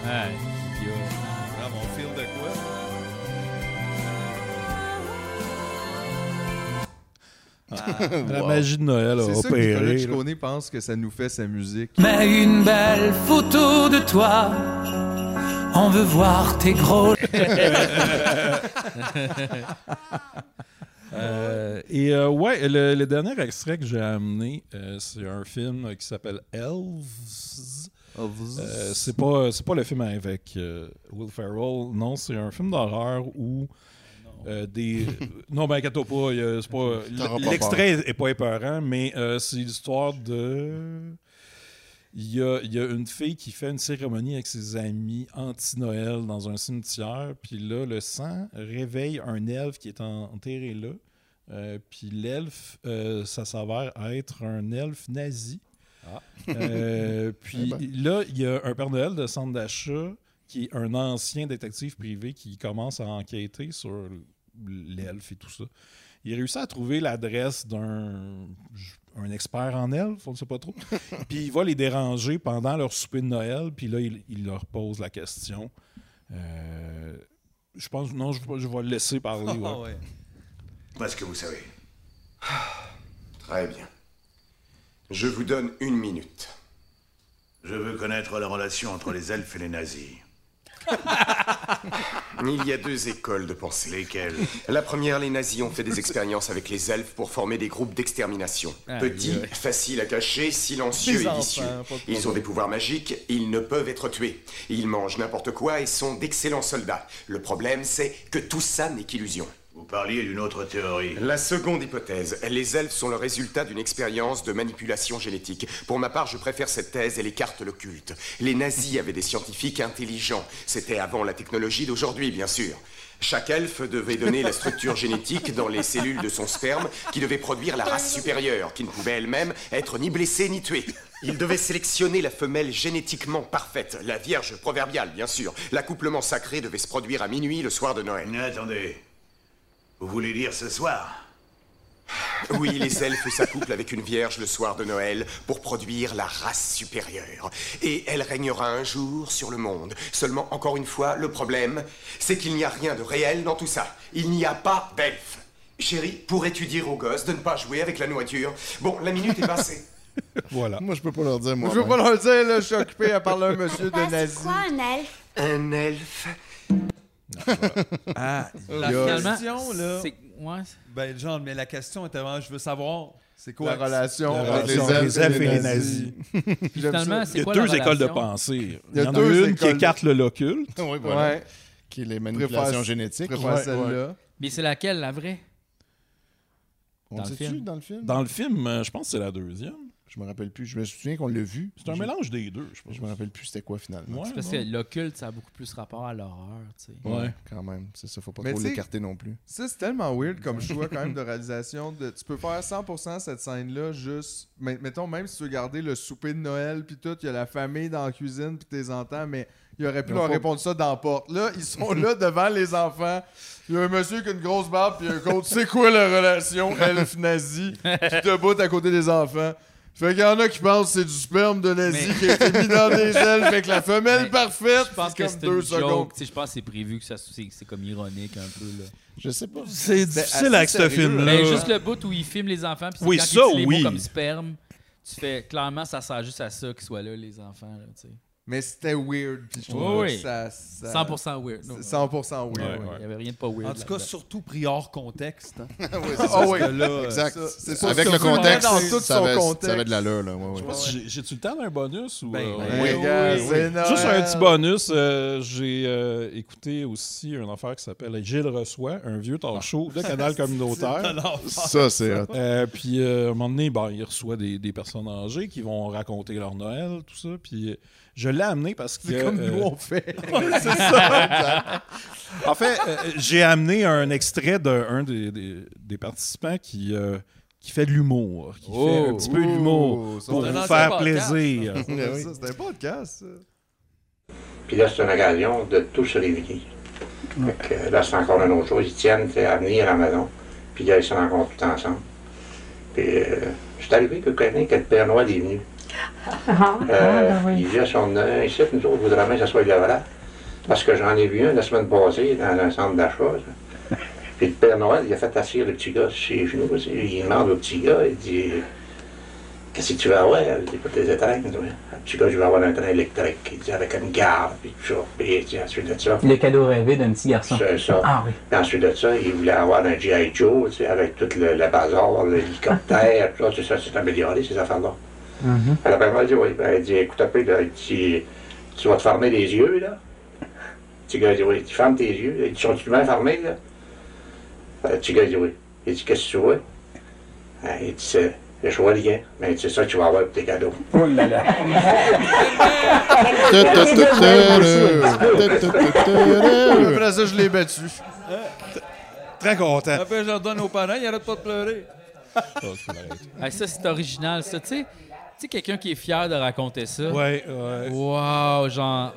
Speaker 3: hein.
Speaker 5: Ah, mon fil de quoi?
Speaker 4: Ah, La magie de Noël a
Speaker 3: C'est ça que
Speaker 4: opéré,
Speaker 3: Nicolas
Speaker 4: là.
Speaker 3: Ciccone pense que ça nous fait sa musique.
Speaker 28: Mais une belle photo de toi. On veut voir tes gros.
Speaker 7: [laughs]
Speaker 4: Euh, et euh, ouais, le, le dernier extrait que j'ai amené, euh, c'est un film qui s'appelle Elves. Euh, c'est pas c'est pas le film avec euh, Will Ferrell, non, c'est un film d'horreur où euh, des non ben inquiète-toi pas, il y a- c'est
Speaker 7: T'auras
Speaker 4: pas
Speaker 7: pas peur.
Speaker 4: l'extrait est pas épeurant, mais euh, c'est l'histoire de il y, a, il y a une fille qui fait une cérémonie avec ses amis anti-Noël dans un cimetière. Puis là, le sang réveille un elfe qui est en- enterré là. Euh, puis l'elfe, euh, ça s'avère être un elfe nazi. Euh, puis
Speaker 7: Eh
Speaker 4: là, il y a un Père Noël de centre d'achat qui est un ancien détective privé qui commence à enquêter sur l'elfe et tout ça. Il réussit à trouver l'adresse d'un un expert en elfe, on ne sait pas trop. puis il va les déranger pendant leur souper de Noël, puis là, il, il leur pose la question. Euh, je pense, non, je, je vais le laisser parler. ouais.
Speaker 29: Parce que vous savez. Très bien. Je vous donne une minute. Je veux connaître la relation entre les elfes et les nazis. [laughs] Il y a deux écoles de pensée. Lesquelles La première, les nazis ont fait des expériences avec les elfes pour former des groupes d'extermination.
Speaker 19: Aïe,
Speaker 29: Petits,
Speaker 19: aïe.
Speaker 29: faciles à cacher, silencieux
Speaker 19: Des
Speaker 29: et
Speaker 19: enfants,
Speaker 29: vicieux.
Speaker 19: pas de
Speaker 29: Ils ont
Speaker 19: problème.
Speaker 29: des pouvoirs magiques, ils ne peuvent être tués. Ils mangent n'importe quoi et sont d'excellents soldats. Le problème, c'est que tout ça n'est qu'illusion.
Speaker 19: Vous parliez d'une autre théorie.
Speaker 29: La seconde hypothèse, les elfes sont le résultat d'une expérience de manipulation génétique. Pour ma part, je préfère cette thèse, elle écarte le culte. Les nazis avaient des scientifiques intelligents. C'était avant la technologie d'aujourd'hui, bien sûr. Chaque elfe
Speaker 19: [laughs]
Speaker 29: devait donner la structure génétique dans les cellules de son sperme qui devait produire la race supérieure, qui ne pouvait elle-même être ni blessée ni tuée. Il devait sélectionner la femelle génétiquement parfaite, la vierge proverbiale, bien sûr. L'accouplement sacré devait se produire à minuit le soir de Noël.
Speaker 19: Attendez. Vous voulez dire ce soir
Speaker 29: Oui, les elfes s'accouplent avec une vierge le soir de Noël pour produire la race supérieure. Et elle régnera un jour sur le monde. Seulement, encore une fois, le problème, c'est qu'il n'y a rien de réel dans tout ça. Il n'y a pas d'elfes. Chérie, pourrais-tu dire aux gosses de ne pas jouer avec la nourriture Bon, la minute est passée.
Speaker 4: Voilà.
Speaker 7: Moi, je peux pas leur dire, moi.
Speaker 3: Je veux pas leur dire, là, je suis occupé à parler à un monsieur de nazi.
Speaker 30: Quoi, un elfe?
Speaker 29: Un elfe.
Speaker 5: Ah,
Speaker 1: La
Speaker 5: il y a-
Speaker 1: finalement,
Speaker 5: question, là.
Speaker 1: c'est- ouais.
Speaker 5: Ben, genre, mais la question était vraiment, je veux savoir, c'est quoi
Speaker 3: La relation
Speaker 5: La
Speaker 3: entre les
Speaker 5: relation
Speaker 3: elfes et les nazis. [laughs]
Speaker 2: [laughs]
Speaker 4: J'aime
Speaker 1: finalement,
Speaker 4: ça.
Speaker 1: c'est
Speaker 4: Il y a
Speaker 1: quoi la
Speaker 4: deux écoles de
Speaker 1: relation?
Speaker 4: pensée.
Speaker 3: Il y
Speaker 4: Il
Speaker 3: a
Speaker 4: y en a
Speaker 3: deux
Speaker 4: une qui
Speaker 3: écoles de-
Speaker 4: écarte le locule.
Speaker 7: Oui, voilà.
Speaker 3: Ouais.
Speaker 7: Qui est les manipulations
Speaker 3: Préfère-
Speaker 7: génétiques.
Speaker 3: préfère celle-là.
Speaker 1: Mais c'est laquelle, la vraie?
Speaker 7: On
Speaker 1: Dans
Speaker 7: le
Speaker 1: le
Speaker 7: sait-tu
Speaker 1: film.
Speaker 7: dans le film?
Speaker 4: Dans le film, euh, je pense que c'est la deuxième.
Speaker 7: Je me rappelle plus. Je me souviens qu'on l'a vu.
Speaker 4: C'est un
Speaker 7: Je-
Speaker 4: mélange des deux, je pense.
Speaker 7: Je me rappelle plus c'était quoi finalement.
Speaker 4: Ouais,
Speaker 1: C'est parce
Speaker 4: non?
Speaker 1: que l'occulte, ça a beaucoup plus rapport à l'horreur, tu sais.
Speaker 4: Ouais.
Speaker 7: Quand même, c'est ça. Faut pas
Speaker 3: Mais
Speaker 7: trop
Speaker 3: tu sais-
Speaker 7: l'écarter non plus.
Speaker 3: Ça, c'est tellement weird
Speaker 1: [laughs]
Speaker 3: comme choix quand même de réalisation. de- tu peux faire 100% cette scène-là juste... mais- mettons, même si tu veux garder le souper de Noël puis tout, il y a la famille dans la cuisine puis tes entends, mais il aurait pu
Speaker 7: Ils ont
Speaker 3: leur
Speaker 7: pas-
Speaker 3: répondre ça dans la porte. Là, ils sont
Speaker 1: [laughs]
Speaker 3: là devant les enfants. Il y a un monsieur qui a une grosse barbe puis un coach. C'est quoi la relation elf-nazi qui te bout à côté des enfants? Fait qu'il y en a qui pensent que c'est du sperme de nazi
Speaker 1: Mais-
Speaker 3: qui a été mis
Speaker 1: [laughs]
Speaker 3: dans des ailes. Fait que la femelle
Speaker 1: Mais
Speaker 3: parfaite,
Speaker 1: Je pense
Speaker 3: c'est
Speaker 1: que
Speaker 3: comme
Speaker 1: c'est une
Speaker 3: deux secondes.
Speaker 1: joke. tu sais, Je pense que c'est prévu que ça c'est c'est comme ironique un peu. Là.
Speaker 7: Je sais pas.
Speaker 3: Ben,
Speaker 4: C'est difficile avec ce film-là.
Speaker 1: Mais juste le bout où il filme les enfants, puis c'est
Speaker 4: Oui,
Speaker 1: quand
Speaker 4: ça,
Speaker 1: il dit les
Speaker 4: oui.
Speaker 1: mots comme sperme, tu fais clairement ça sert juste à ça qu'ils soient là les enfants là, tu sais.
Speaker 3: Mais c'était weird. Puis je
Speaker 1: Oui,
Speaker 3: trouve
Speaker 1: oui.
Speaker 3: que ça, ça-
Speaker 1: 100% Ah, weird. Non.
Speaker 3: c'est 100% weird.
Speaker 4: Ouais,
Speaker 3: ouais.
Speaker 4: ouais.
Speaker 1: Il y avait rien de pas weird.
Speaker 5: En tout cas,
Speaker 1: là-dedans.
Speaker 5: surtout pris hors contexte. hein.
Speaker 3: [laughs] Ah oui,
Speaker 5: Parce que là,
Speaker 7: Exact.
Speaker 5: ça-
Speaker 3: c'est
Speaker 7: C'est-
Speaker 3: ça,
Speaker 7: Avec
Speaker 3: ça
Speaker 7: le
Speaker 3: se voit
Speaker 7: contexte,
Speaker 3: dans tout
Speaker 7: ça
Speaker 3: son
Speaker 7: avait,
Speaker 3: contexte.
Speaker 7: ça avait de l'allure. Là, ouais, ouais.
Speaker 4: Je pense que j'ai- J'ai-tu le temps d'un bonus ou.
Speaker 5: Ben,
Speaker 4: euh,
Speaker 5: ben,
Speaker 4: ouais.
Speaker 3: Les gars, c'est Noël.
Speaker 4: Juste un petit bonus, euh, j'ai euh, écouté aussi une affaire qui s'appelle Gilles Reçoit, un vieux
Speaker 3: Ah.
Speaker 4: talk show
Speaker 3: [laughs]
Speaker 4: de canal communautaire.
Speaker 7: Ça, c'est hot.
Speaker 4: Euh, puis euh, à un moment donné, ben, il reçoit des, des personnes âgées qui vont raconter leur Noël, tout ça. Puis euh, je l'ai amené parce que.
Speaker 3: C'est comme
Speaker 4: euh,
Speaker 3: nous,
Speaker 4: [laughs]
Speaker 3: on fait.
Speaker 4: En fait, euh, j'ai amené un extrait d'un des, des, des participants qui, euh, qui fait de l'humour, qui fait un petit peu de l'humour
Speaker 3: Oh. Ouh, ça,
Speaker 4: pour
Speaker 3: c'est un
Speaker 4: vous
Speaker 3: ancien
Speaker 4: faire
Speaker 5: podcast.
Speaker 4: plaisir.
Speaker 3: Ça, C'était un podcast. ça.
Speaker 19: Puis là, c'est une occasion de tous réunir. Fait que là, c'est encore une autre chose. Ils tiennent à venir à la maison. Puis là, ils se rencontrent tout ensemble. Puis, euh, je suis arrivé que quelqu'un, que le Père Noël est venu. Euh,
Speaker 9: Ah, ben
Speaker 19: Il dit à son un ici, nous autres, voudrait bien que ça soit le vrai. Parce que j'en ai vu un la semaine passée dans un centre d'achat.
Speaker 9: [laughs]
Speaker 19: ça. Puis le Père Noël, il a fait assire le petit gars sur ses genoux. tu sais. Il demande au petit gars, il dit Qu'est-ce que tu veux avoir? Il dit, Pas tes étrennes. toi. Le petit gars, je veux avoir un train électrique. Il dit, avec une garde, puis tout ça. Puis il dit, ensuite de ça.
Speaker 9: Le cadeau rêvé d'un petit garçon.
Speaker 19: C'est ça.
Speaker 9: Ah oui.
Speaker 19: Puis ensuite de ça, il voulait avoir un G.I. Joe, tu sais, avec tout le, le bazar, l'hélicoptère,
Speaker 9: [laughs]
Speaker 19: tout ça, c'est ça, c'est amélioré, ces affaires-là.
Speaker 3: Mhm.
Speaker 19: Alors, ben, elle dit, oui. Ben, elle dit, écoute un peu, là, elle dit, tu vas te fermer les yeux, là. Le petit gars dit, oui. Tu fermes tes yeux. Elle dit, sont-tu bien fermés, là? Le petit gars dit, oui. Il dit, qu'est-ce que tu vois? Ah, Il dit, c'est- je vois rien. Mais c'est ça que tu vas avoir pour tes cadeaux.
Speaker 9: Oh là là.
Speaker 3: Après ça, je l'ai battu.
Speaker 4: Très content.
Speaker 5: Après, je leur donne aux parents, ils arrêtent pas
Speaker 3: [laughs]
Speaker 5: de pleurer.
Speaker 1: Ah, ça c'est original ça, tu sais. Tu sais quelqu'un qui est fier de raconter ça.
Speaker 4: Ouais, ouais.
Speaker 1: Wow, genre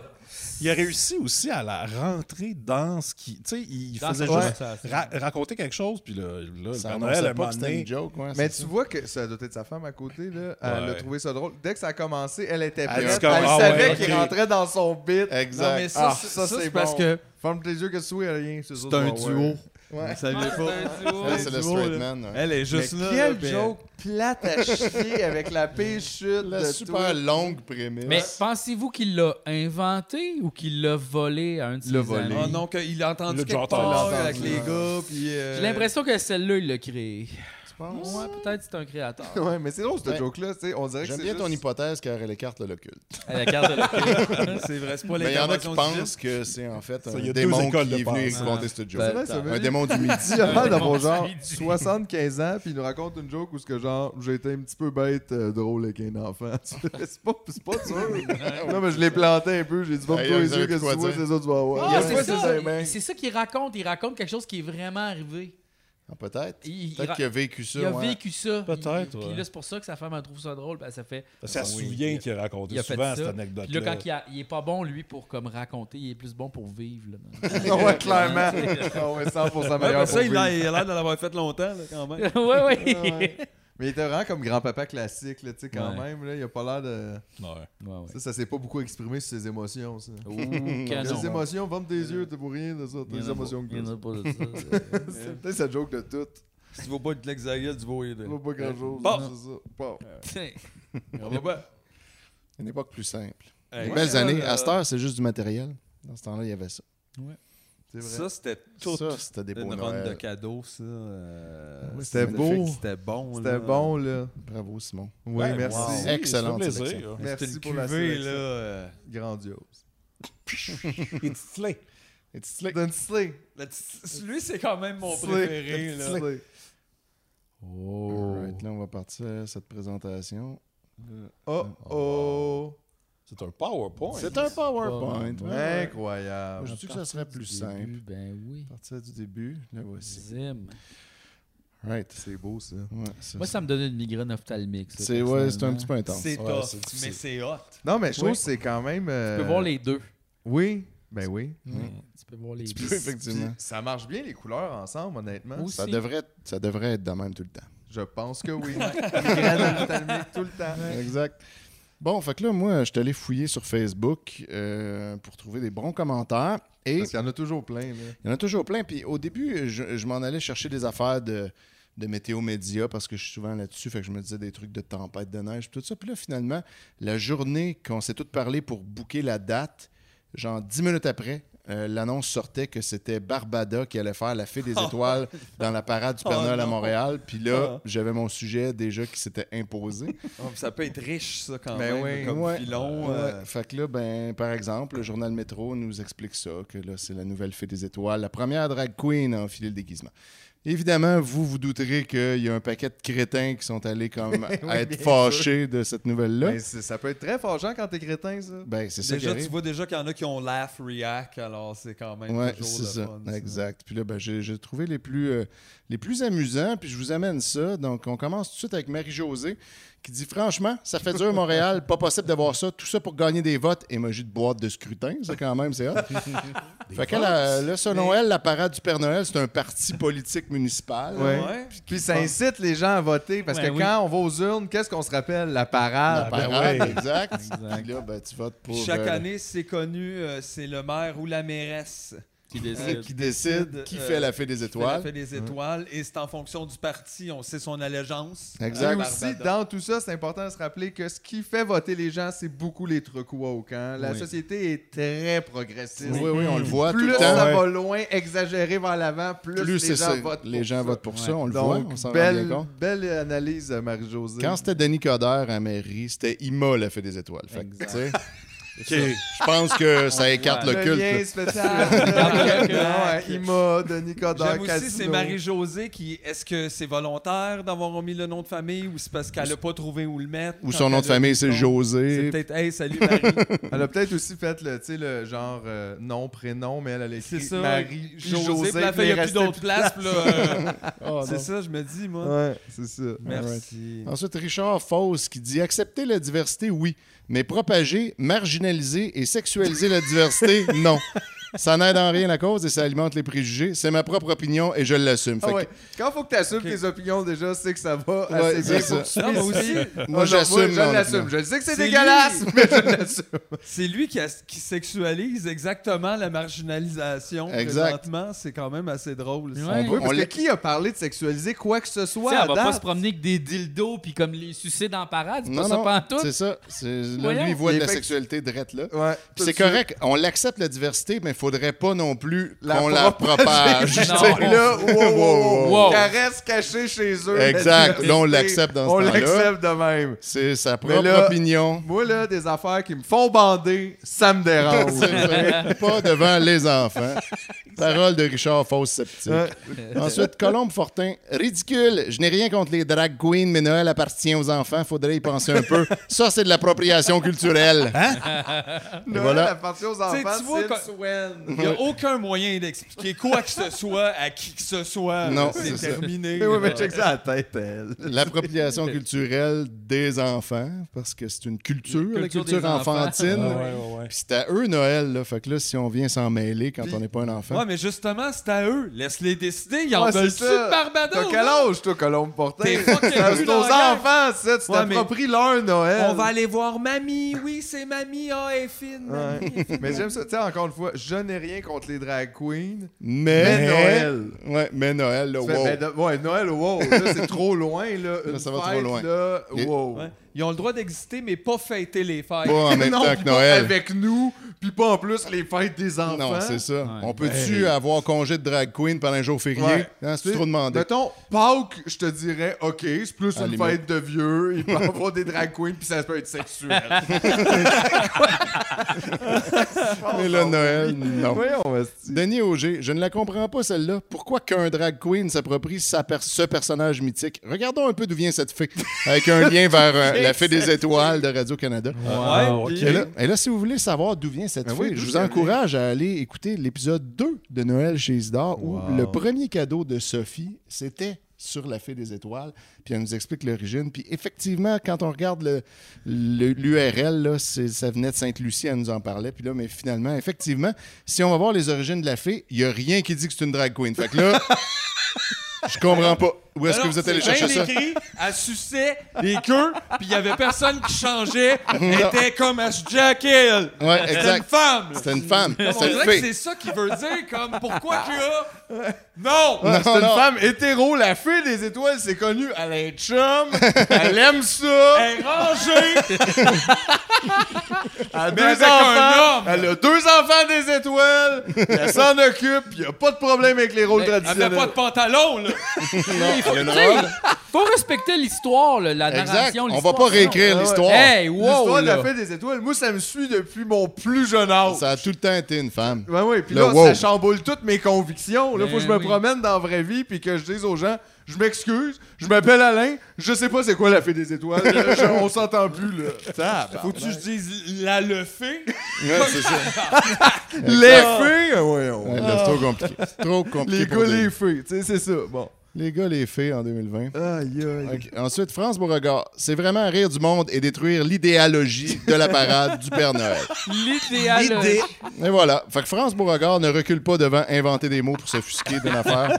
Speaker 4: Il a réussi aussi à la rentrer dans ce qui. Tu sais, il
Speaker 1: Dans
Speaker 4: faisait
Speaker 1: sa
Speaker 4: juste
Speaker 1: conversation.
Speaker 4: ra- raconter quelque chose, puis là, là le
Speaker 7: Ça
Speaker 4: Père
Speaker 7: annonçait
Speaker 4: Noël a
Speaker 7: pas que c'était
Speaker 4: mené.
Speaker 7: une joke. ouais,
Speaker 3: Mais
Speaker 7: c'est
Speaker 3: tu vois que ça doit être sa femme à côté, là. Elle
Speaker 4: Ouais.
Speaker 3: a trouvé ça drôle. Dès que ça a commencé, elle était
Speaker 4: Elle
Speaker 3: prête. Elle,
Speaker 4: dit comme, ah
Speaker 3: savait
Speaker 4: ouais,
Speaker 3: qu'il
Speaker 4: ok.
Speaker 3: rentrait dans son
Speaker 7: ça.
Speaker 3: bit.
Speaker 5: Non, mais
Speaker 7: Exact.
Speaker 5: ça,
Speaker 3: Ah,
Speaker 5: c'est-
Speaker 3: ça,
Speaker 5: ça,
Speaker 3: c'est
Speaker 5: c'est parce
Speaker 3: bon.
Speaker 5: que
Speaker 3: Ferme tes yeux que tu souris, rien. C'est ça,
Speaker 5: c'est un
Speaker 3: bon, ouais.
Speaker 5: duo.
Speaker 3: Ouais.
Speaker 5: Vous saviez pas.
Speaker 7: Ouais, c'est le straight man. ouais.
Speaker 5: Elle est juste
Speaker 3: Mais
Speaker 5: là.
Speaker 3: Quel
Speaker 5: là, puis-
Speaker 3: joke plate à chier avec la pire chute
Speaker 7: La
Speaker 3: de
Speaker 7: super
Speaker 3: tout.
Speaker 7: longue prémisse.
Speaker 1: Mais pensez-vous qu'il l'a inventé ou qu'il l'a volé à un de ses
Speaker 7: L'a volé.
Speaker 1: amis?
Speaker 5: Oh non, qu'il a entendu
Speaker 4: Le
Speaker 5: quelque
Speaker 4: genre,
Speaker 5: part
Speaker 4: il l'a
Speaker 5: avec
Speaker 4: entendu.
Speaker 5: les gars, puis... euh,
Speaker 1: J'ai l'impression que celle-là, il l'a créé.
Speaker 7: tu penses?
Speaker 1: Ouais, peut-être c'est un créateur.
Speaker 3: [laughs] Ouais, mais c'est drôle, ce
Speaker 7: [laughs] Ouais.
Speaker 3: joke-là. tu sais, On dirait que
Speaker 7: J'aime
Speaker 3: c'est
Speaker 7: bien ton
Speaker 3: juste-
Speaker 7: hypothèse car elle écarte le l'occulte.
Speaker 1: À la carte de
Speaker 3: [laughs]
Speaker 7: [laughs]
Speaker 5: C'est vrai, c'est pas
Speaker 7: Mais il y en a qui
Speaker 5: l'intervention du
Speaker 7: pensent que c'est en fait
Speaker 4: Ça, il y
Speaker 7: un
Speaker 4: a deux
Speaker 7: démon
Speaker 4: écoles de
Speaker 7: qui est venu
Speaker 4: pensée.
Speaker 7: raconter ce
Speaker 3: C'est vrai,
Speaker 7: joke.
Speaker 3: ça veut
Speaker 7: Un
Speaker 3: dire- [laughs]
Speaker 7: démon du midi.
Speaker 3: Il a l'air d'avoir
Speaker 1: Bon,
Speaker 3: genre
Speaker 1: ça dit.
Speaker 3: 75 ans, puis il nous raconte une joke où ce que genre j'ai été un petit peu bête, euh, drôle avec un enfant. [laughs] c'est pas, c'est pas
Speaker 7: [laughs]
Speaker 3: sûr. non, mais je l'ai planté un peu, j'ai dit, va me
Speaker 7: Hey,
Speaker 3: toi
Speaker 7: vous
Speaker 3: les
Speaker 7: avez
Speaker 3: yeux, qu'est-ce
Speaker 7: quoi
Speaker 3: que tu vois,
Speaker 7: dire?
Speaker 3: c'est ça, tu vas voir.
Speaker 1: Ah, c'est
Speaker 3: Ouais,
Speaker 1: ça,
Speaker 3: ben.
Speaker 1: c'est ça qu'il raconte. Il raconte quelque chose qui est vraiment arrivé.
Speaker 7: Ah, peut-être.
Speaker 8: Il- il
Speaker 7: Peut-être
Speaker 8: ra-
Speaker 7: qu'il a vécu ça.
Speaker 8: Il a
Speaker 7: ouais.
Speaker 8: vécu ça.
Speaker 4: Peut-être,
Speaker 8: Il- Puis
Speaker 4: ouais.
Speaker 8: là, c'est pour ça que sa femme, elle trouve ça drôle. Puis elle, ça fait.
Speaker 4: Parce qu'elle
Speaker 8: Ah
Speaker 4: se
Speaker 8: oui,
Speaker 4: souvient
Speaker 8: il-
Speaker 4: qu'il racontait
Speaker 8: il a fait
Speaker 4: souvent cette
Speaker 8: ça.
Speaker 4: anecdote-là.
Speaker 8: Puis là, quand il, a- il est pas bon, lui, pour comme raconter, il est plus bon pour vivre. Là,
Speaker 7: Ah ouais,
Speaker 8: [laughs]
Speaker 5: [laughs]
Speaker 7: clairement. Ah ouais, 100% meilleur
Speaker 5: Ouais, ben ça,
Speaker 7: pour
Speaker 5: il a
Speaker 7: vivre.
Speaker 5: il a l'air de l'avoir fait longtemps, là, quand même.
Speaker 8: [laughs] Ouais, ouais.
Speaker 3: Ah, Mais il était vraiment comme grand-papa classique, là, tu sais, quand
Speaker 7: Ouais.
Speaker 3: même. Là, il a pas l'air de.
Speaker 8: Ouais, ouais.
Speaker 3: Ça, ça s'est pas beaucoup exprimé sur ses émotions, ça.
Speaker 7: Ouh, canon.
Speaker 3: Les émotions, vente des yeux, t'es pour rien de ça.
Speaker 7: Il y
Speaker 3: Tes
Speaker 7: en a
Speaker 3: émotions
Speaker 7: pas-
Speaker 3: que
Speaker 7: il y en a
Speaker 3: t'as.
Speaker 5: [laughs]
Speaker 7: pas de ça.
Speaker 3: C'est peut-être sa joke de tout.
Speaker 5: Si tu vas pas être l'exaguel, tu vas aider.
Speaker 3: Il vaut pas grand-chose, c'est ça. Bon.
Speaker 7: Euh,
Speaker 5: [laughs] On va pas.
Speaker 7: Une époque plus simple.
Speaker 5: Hey,
Speaker 7: Des belles
Speaker 5: ça,
Speaker 7: années.
Speaker 3: Euh,
Speaker 5: là-
Speaker 7: À cette heure, c'est juste du matériel. Dans ce temps-là, il y avait ça. C'est vrai.
Speaker 5: Ça, c'était tout.
Speaker 7: Ça, c'était des beaux
Speaker 5: Une ronde
Speaker 7: Noël.
Speaker 5: de cadeaux, ça. euh,
Speaker 7: Oui,
Speaker 5: ça
Speaker 7: c'était
Speaker 5: fait
Speaker 7: beau.
Speaker 5: que C'était bon.
Speaker 7: C'était
Speaker 5: là.
Speaker 7: bon, là. Bravo, Simon.
Speaker 3: Oui, merci.
Speaker 7: Excellente
Speaker 3: Ça fait plaisir.
Speaker 7: sélection.
Speaker 5: hein. C'était
Speaker 3: Merci
Speaker 5: le
Speaker 3: pour la
Speaker 5: cuvée,
Speaker 3: sélection.
Speaker 5: là, euh,
Speaker 3: Grandiose.
Speaker 5: It's Slay.
Speaker 7: It's Slay.
Speaker 3: Don't Slay.
Speaker 5: La petite- Celui, c'est quand même mon
Speaker 3: Slay.
Speaker 5: préféré.
Speaker 3: Slay.
Speaker 5: là.
Speaker 7: Oh. Right, là, on va partir à cette présentation.
Speaker 3: Oh oh.
Speaker 4: C'est un PowerPoint.
Speaker 7: C'est un PowerPoint.
Speaker 3: PowerPoint.
Speaker 7: ouais. Moi,
Speaker 3: Incroyable.
Speaker 7: je dis que ça serait plus simple.
Speaker 8: ben oui.
Speaker 7: Partir du début, là voici.
Speaker 8: Zim.
Speaker 7: Right.
Speaker 3: C'est beau, ça.
Speaker 7: Ouais, c'est
Speaker 8: Moi, ça me donnait une migraine ophtalmique. ça,
Speaker 7: C'est- ouais, c'est un
Speaker 8: personnellement.
Speaker 7: petit peu intense.
Speaker 5: C'est
Speaker 7: Ouais,
Speaker 5: tough,
Speaker 7: c'est difficile.
Speaker 5: mais c'est hot.
Speaker 3: Non, mais je trouve
Speaker 7: Oui.
Speaker 3: que c'est quand même. euh,
Speaker 8: Tu peux voir les deux.
Speaker 3: Oui. Ben oui.
Speaker 8: Ouais, Tu peux voir les
Speaker 3: Tu
Speaker 8: deux.
Speaker 3: peux, effectivement. Ça marche bien les couleurs ensemble, honnêtement.
Speaker 7: Ça devrait, ça devrait être de même tout le temps.
Speaker 3: Je pense que oui. [laughs] Migraine ophtalmique tout le temps.
Speaker 7: Exact. Bon, fait que là, moi, je suis allé fouiller sur Facebook euh, pour trouver des bons commentaires. Et
Speaker 3: Parce qu'il y en a toujours plein. Là.
Speaker 7: Il y en a toujours plein. Puis au début, je, je m'en allais chercher des affaires de, de météo média parce que je suis souvent là-dessus. Fait que je me disais des trucs de tempête de neige, tout ça. Puis là, finalement, la journée qu'on s'est toutes parlé pour booker la date, genre 10 minutes après, euh, l'annonce sortait que c'était Barbada qui allait faire la
Speaker 3: [laughs]
Speaker 7: fée des
Speaker 3: Oh,
Speaker 7: étoiles dans la parade du Père
Speaker 5: Oh
Speaker 7: Noël à
Speaker 5: non.
Speaker 7: Montréal. Puis là,
Speaker 5: Ah.
Speaker 7: j'avais mon sujet déjà qui s'était imposé.
Speaker 5: Oh, ça peut être riche, ça, quand
Speaker 7: Ben
Speaker 5: même,
Speaker 7: oui,
Speaker 5: Ah, comme
Speaker 7: ouais,
Speaker 5: filon.
Speaker 7: ouais.
Speaker 5: euh,
Speaker 7: Fait que là, ben, par exemple, le journal Métro nous explique ça, que là, c'est la nouvelle fée des étoiles, la première drag queen à enfiler le déguisement. Évidemment, vous vous douterez qu'il y a un paquet de crétins qui sont allés
Speaker 5: [laughs]
Speaker 7: comme
Speaker 3: Oui,
Speaker 7: à être
Speaker 3: bien
Speaker 7: fâchés de cette nouvelle-là.
Speaker 5: Ben,
Speaker 3: Mais Ben, c'est- ça peut être très fâchant quand t'es crétin, ça.
Speaker 7: Ben, c'est ça qui
Speaker 5: Déjà,
Speaker 7: arrive.
Speaker 5: tu vois déjà qu'il y en a qui ont laugh, react, alors c'est quand même
Speaker 7: Ouais,
Speaker 5: toujours
Speaker 7: c'est
Speaker 5: le
Speaker 7: ça.
Speaker 5: fun.
Speaker 7: exact. Puis là, ben, j'ai j'ai trouvé les plus, euh, les plus amusants, puis je vous amène ça. Donc, on commence tout de suite avec Marie-Josée qui dit Franchement, ça fait dur, Montréal, pas possible d'avoir ça. Tout ça pour gagner des votes. Émoji de boîte de scrutin, ça quand même, c'est hot. fait qu'elle, euh, là, selon elle, la parade du Père Noël, c'est un parti politique municipal.
Speaker 3: Ouais. Puis, ça incite les gens à voter parce
Speaker 7: Ouais,
Speaker 3: que
Speaker 7: oui.
Speaker 3: quand on va aux urnes, qu'est-ce qu'on se rappelle La parade.
Speaker 7: La parade,
Speaker 3: Ben oui.
Speaker 7: exact. Puis là, ben, tu votes pour.
Speaker 5: Puis chaque
Speaker 7: euh,
Speaker 5: année, c'est connu, euh, c'est le maire ou la mairesse euh,
Speaker 8: qui
Speaker 7: décide. Qui décide qui fait la fée des étoiles.
Speaker 5: Qui fait la fée des étoiles. Et c'est en fonction du parti, on sait son allégeance.
Speaker 3: Exact.
Speaker 5: Euh,
Speaker 3: aussi,
Speaker 5: Barbada.
Speaker 3: dans tout ça, c'est important de se rappeler que ce qui fait voter les gens, c'est beaucoup les trucs woke. hein. La
Speaker 7: Oui.
Speaker 3: société est très progressiste.
Speaker 7: Oui, oui, on le voit tout
Speaker 3: Plus
Speaker 7: le temps.
Speaker 3: ça
Speaker 7: Ouais.
Speaker 3: va loin, exagéré vers l'avant, plus,
Speaker 7: Plus
Speaker 3: les
Speaker 7: c'est
Speaker 3: gens
Speaker 7: ça.
Speaker 3: votent
Speaker 7: Les
Speaker 3: pour
Speaker 7: gens
Speaker 3: ça.
Speaker 7: votent pour ça, on le
Speaker 3: Donc,
Speaker 7: voit, on s'en rend bien
Speaker 3: belle,
Speaker 7: compte.
Speaker 3: belle analyse, Marie-Josée.
Speaker 7: Quand c'était Denis Coderre à mairie, c'était Ima la fée des étoiles. Fait que, tu sais, c'est- Je pense que ça écarte le, culte.
Speaker 3: lien
Speaker 7: là. [laughs]
Speaker 3: spécial. Ouais, Ima, Denis Coderre,
Speaker 5: J'aime aussi, c'est
Speaker 3: Casino.
Speaker 5: Marie-Josée qui. Est-ce que c'est volontaire d'avoir mis le nom de famille ou c'est parce qu'elle n'a pas trouvé où le mettre
Speaker 7: Ou
Speaker 5: quand
Speaker 7: son nom
Speaker 5: elle
Speaker 7: de
Speaker 5: a
Speaker 7: famille,
Speaker 5: mis
Speaker 7: c'est
Speaker 5: le nom?
Speaker 7: José.
Speaker 5: C'est peut-être, hey, salut Marie.
Speaker 3: [laughs] Elle a peut-être aussi fait le, tu sais, le genre euh, nom, prénom, mais elle, elle a écrit
Speaker 5: C'est ça.
Speaker 3: Marie, puis
Speaker 5: José,
Speaker 3: José,
Speaker 5: puis la
Speaker 3: puis
Speaker 5: fille, il y a
Speaker 3: il restait
Speaker 5: plus d'autres
Speaker 3: de
Speaker 5: places, puis là,
Speaker 3: [laughs]
Speaker 5: euh,
Speaker 7: Oh,
Speaker 5: c'est
Speaker 7: non.
Speaker 5: ça, je me dis, moi.
Speaker 3: Ouais, c'est ça.
Speaker 5: Merci.
Speaker 7: Ensuite, Richard Fausse qui dit accepter la diversité, oui, mais propager, marginaliser et sexualiser la diversité, non. Ça n'aide en rien la cause et ça alimente les préjugés. C'est ma propre opinion et je l'assume. Fait
Speaker 3: Ah
Speaker 7: que-
Speaker 3: ouais. Quand faut que tu assumes tes opinions, déjà, c'est que ça va
Speaker 7: Ouais,
Speaker 3: assez
Speaker 7: c'est
Speaker 3: bien
Speaker 7: ça.
Speaker 3: pour que tu
Speaker 7: Non,
Speaker 3: puisses-
Speaker 7: moi aussi.
Speaker 3: Ah
Speaker 7: Moi,
Speaker 3: non, moi,
Speaker 7: j'assume
Speaker 3: Je
Speaker 7: mon
Speaker 3: l'assume. Je
Speaker 7: opinion.
Speaker 3: sais que c'est
Speaker 5: C'est
Speaker 3: dégueulasse,
Speaker 5: lui.
Speaker 3: mais je [laughs]
Speaker 2: [laughs]
Speaker 3: l'assume.
Speaker 5: C'est lui qui, a- qui sexualise exactement la marginalisation
Speaker 7: Exact.
Speaker 5: présentement. C'est quand même assez drôle. ça.
Speaker 8: Ouais.
Speaker 3: Oui, parce
Speaker 8: On
Speaker 3: que
Speaker 8: l'a-
Speaker 3: qui a parlé de sexualiser quoi que ce
Speaker 8: Tu
Speaker 3: soit
Speaker 8: sais,
Speaker 3: à
Speaker 8: elle va pas
Speaker 3: date?
Speaker 8: se promener avec des dildos puis comme les sucer dans la parade. C'est pas
Speaker 7: Non,
Speaker 8: ça
Speaker 7: non,
Speaker 8: pantoute.
Speaker 7: c'est ça. C'est- Là,
Speaker 8: Voyons.
Speaker 7: lui, il voit de la
Speaker 3: Effect-
Speaker 7: sexualité drette là.
Speaker 3: Ouais,
Speaker 7: Puis c'est
Speaker 3: tout de
Speaker 7: correct, on l'accepte la diversité, mais il faudrait pas non plus
Speaker 3: La
Speaker 7: qu'on la
Speaker 3: [laughs]
Speaker 7: propage.
Speaker 3: propager.
Speaker 7: Tu sais,
Speaker 3: Non. Là, wow, wow, wow.
Speaker 7: Wow.
Speaker 3: Caresse cachée chez eux.
Speaker 7: Exact. Là, on
Speaker 3: La
Speaker 7: l'accepte dans ce
Speaker 3: On
Speaker 7: temps-là.
Speaker 3: l'accepte de même.
Speaker 7: C'est sa
Speaker 3: Mais
Speaker 7: propre
Speaker 3: là,
Speaker 7: opinion.
Speaker 3: Moi, là,
Speaker 7: [laughs]
Speaker 3: des affaires qui me font bander, ça me dérange.
Speaker 7: pas devant les enfants. Parole de Richard Fausse Sceptique.
Speaker 4: Ouais.
Speaker 7: Ensuite, Colombe Fortin. Ridicule. Je n'ai rien contre les drag queens, mais Noël appartient aux enfants. Faudrait y penser un peu. Ça, c'est de l'appropriation culturelle.
Speaker 29: Hein?
Speaker 7: Et
Speaker 2: Hein [laughs]
Speaker 3: Noël
Speaker 7: voilà.
Speaker 3: appartient aux
Speaker 2: Tu sais,
Speaker 3: enfants,
Speaker 2: tu vois,
Speaker 3: c'est
Speaker 2: quand- Il n'y a aucun moyen d'expliquer quoi que ce soit à qui que ce soit.
Speaker 7: Non,
Speaker 2: là, c'est
Speaker 7: ça.
Speaker 2: terminé.
Speaker 7: tête, L'appropriation culturelle des enfants, parce que c'est une culture, la
Speaker 2: Culture
Speaker 7: culture
Speaker 2: des enfants.
Speaker 7: enfantine.
Speaker 2: Ah ouais, ouais, ouais.
Speaker 7: Puis c'est à eux Noël, là. Fait que là, si on vient s'en mêler quand on n'est pas un enfant.
Speaker 2: Ouais, mais justement, c'est à eux. Laisse-les décider. Ils
Speaker 7: Ouais,
Speaker 2: en
Speaker 7: c'est
Speaker 2: veulent-tu
Speaker 7: ça.
Speaker 2: de Barbado?
Speaker 7: T'as quel
Speaker 2: âge,
Speaker 3: toi, Colombe Portin?
Speaker 2: T'es fucking
Speaker 3: C'est
Speaker 2: plus
Speaker 3: aux
Speaker 2: dans la
Speaker 3: enfants, ça. Tu
Speaker 2: Ouais,
Speaker 3: t'appropries leur Noël.
Speaker 2: On va aller voir mamie. Oui, c'est mamie. Ah, elle est fine. mamie, elle est
Speaker 3: Ouais.
Speaker 2: fine.
Speaker 3: Mais j'aime ça. Tu sais, encore une fois, je n'ai rien contre les drag queens.
Speaker 7: Mais,
Speaker 3: Mais Noël.
Speaker 7: Ouais, mais Noël, là,
Speaker 3: Tu fais,
Speaker 7: wow.
Speaker 3: ben, de- ouais, Noël, wow. Là,
Speaker 7: [laughs]
Speaker 3: c'est trop loin. Là,
Speaker 7: Là,
Speaker 3: Une
Speaker 7: ça va trop
Speaker 3: fête,
Speaker 7: loin.
Speaker 3: Là,
Speaker 7: Et-
Speaker 3: wow.
Speaker 2: Ouais. Ils ont le droit d'exister, mais pas fêter les fêtes.
Speaker 7: Pas
Speaker 3: [laughs]
Speaker 7: en même
Speaker 3: Non,
Speaker 7: temps
Speaker 3: puis
Speaker 7: que
Speaker 3: pas
Speaker 7: Noël.
Speaker 3: Avec nous, puis pas en plus les fêtes des enfants.
Speaker 7: Non, c'est ça. on peut-tu
Speaker 3: Ben-
Speaker 7: avoir congé de drag queen pendant un jour férié?
Speaker 3: Ouais.
Speaker 7: Hein, c'est
Speaker 3: T'sais,
Speaker 7: trop demandé.
Speaker 3: Mettons, Pâques, je te dirais, OK, c'est plus
Speaker 7: À
Speaker 3: une
Speaker 7: la
Speaker 3: fête de vieux, il peut avoir des drag queens, puis ça peut être sexuel.
Speaker 7: [laughs]
Speaker 3: [laughs]
Speaker 7: Mais là, Noël, non.
Speaker 3: Voyons,
Speaker 7: Denis Auger, je ne la comprends pas celle-là. Pourquoi qu'un drag queen s'approprie sa per- ce personnage mythique? Regardons un peu d'où vient cette fée. Avec un lien vers euh,
Speaker 3: [laughs]
Speaker 7: la fée des étoiles de Radio-Canada.
Speaker 3: Ouais, Ah, ok.
Speaker 7: Ah, et, là, et là, si vous voulez savoir d'où vient cette
Speaker 3: Ben
Speaker 7: fée,
Speaker 3: oui, d'où
Speaker 7: je vous
Speaker 3: ça
Speaker 7: encourage à aller écouter l'épisode 2 de Noël chez Isidore
Speaker 3: Wow.
Speaker 7: où le premier cadeau de Sophie, c'était sur la fée des étoiles, puis elle nous explique l'origine. Puis effectivement, quand on regarde le- le- l'URL, là, c'est- ça venait de Sainte-Lucie, elle nous en parlait. Puis là, mais finalement, effectivement, si on va voir les origines de la fée, il n'y a rien qui dit que c'est une drag queen. Fait que là, je comprends pas. Où est-ce que
Speaker 2: Alors,
Speaker 7: vous êtes allé
Speaker 2: c'est
Speaker 7: chercher
Speaker 2: bien
Speaker 7: ça?
Speaker 2: écrit, elle suçait des queues, puis il y avait personne qui changeait. Elle
Speaker 7: Non.
Speaker 2: était comme Ash Jack Hill.
Speaker 7: Ouais,
Speaker 2: C'était
Speaker 7: exact.
Speaker 2: une femme.
Speaker 7: C'était une femme.
Speaker 2: Comme
Speaker 7: C'était
Speaker 2: on
Speaker 7: une
Speaker 2: dirait que
Speaker 7: fée.
Speaker 2: c'est ça qu'il veut dire, comme pourquoi qu'il y a. Non!
Speaker 3: Ouais, c'est
Speaker 7: Non,
Speaker 3: une
Speaker 7: non.
Speaker 3: femme hétéro, la fée des étoiles, c'est connu. Elle a un
Speaker 7: [laughs]
Speaker 3: chum, elle aime ça.
Speaker 2: Elle est rangée.
Speaker 3: [laughs] Elle a
Speaker 2: Mais
Speaker 3: deux
Speaker 2: avec un
Speaker 3: enfants.
Speaker 2: homme.
Speaker 3: Elle a deux enfants des étoiles. Elle s'en occupe. Il n'y a pas de problème avec les rôles
Speaker 2: Elle avait
Speaker 3: traditionnels.
Speaker 2: pas de
Speaker 7: [laughs]
Speaker 2: pantalon, là.
Speaker 5: Il faut,
Speaker 3: le
Speaker 5: tu sais,
Speaker 3: robe.
Speaker 5: faut respecter l'histoire, là, la
Speaker 3: Exact.
Speaker 5: narration.
Speaker 3: On va
Speaker 5: l'histoire,
Speaker 3: pas
Speaker 7: réécrire
Speaker 5: ça.
Speaker 7: l'histoire.
Speaker 5: Hey, wow,
Speaker 3: L'histoire de
Speaker 5: là.
Speaker 3: la fête des étoiles, moi, ça me suit depuis mon plus jeune âge.
Speaker 7: Ça a tout le temps été une femme.
Speaker 3: Ben oui, puis
Speaker 7: Le
Speaker 3: là,
Speaker 7: wow.
Speaker 3: ça chamboule toutes mes convictions. Là,
Speaker 7: Ben
Speaker 3: faut que je me
Speaker 7: oui.
Speaker 3: promène dans la vraie vie puis que je dise aux gens je m'excuse, je m'appelle Alain, je sais pas c'est quoi la fée des étoiles,
Speaker 7: [laughs]
Speaker 3: là, je- on s'entend plus, là.
Speaker 2: Faut que je dise la le fait.
Speaker 3: Ouais, c'est ça.
Speaker 7: Exact.
Speaker 3: [laughs] Les fées, ouais, ouais.
Speaker 7: Ouais, là, c'est trop compliqué. C'est Trop compliqué.
Speaker 3: Les
Speaker 7: pour
Speaker 3: gars,
Speaker 7: des-
Speaker 3: les fées, tu sais, c'est ça. Euh, Bon.
Speaker 7: Les gars, les fées en 2020.
Speaker 3: Aïe, aïe.
Speaker 7: Ok. Ensuite, France Beauregard. C'est vraiment rire du monde et détruire l'idéologie de la parade du Père Noël.
Speaker 5: L'idéal.
Speaker 7: Et voilà. Fait que France Beauregard ne recule pas devant inventer des mots pour s'offusquer d'une affaire.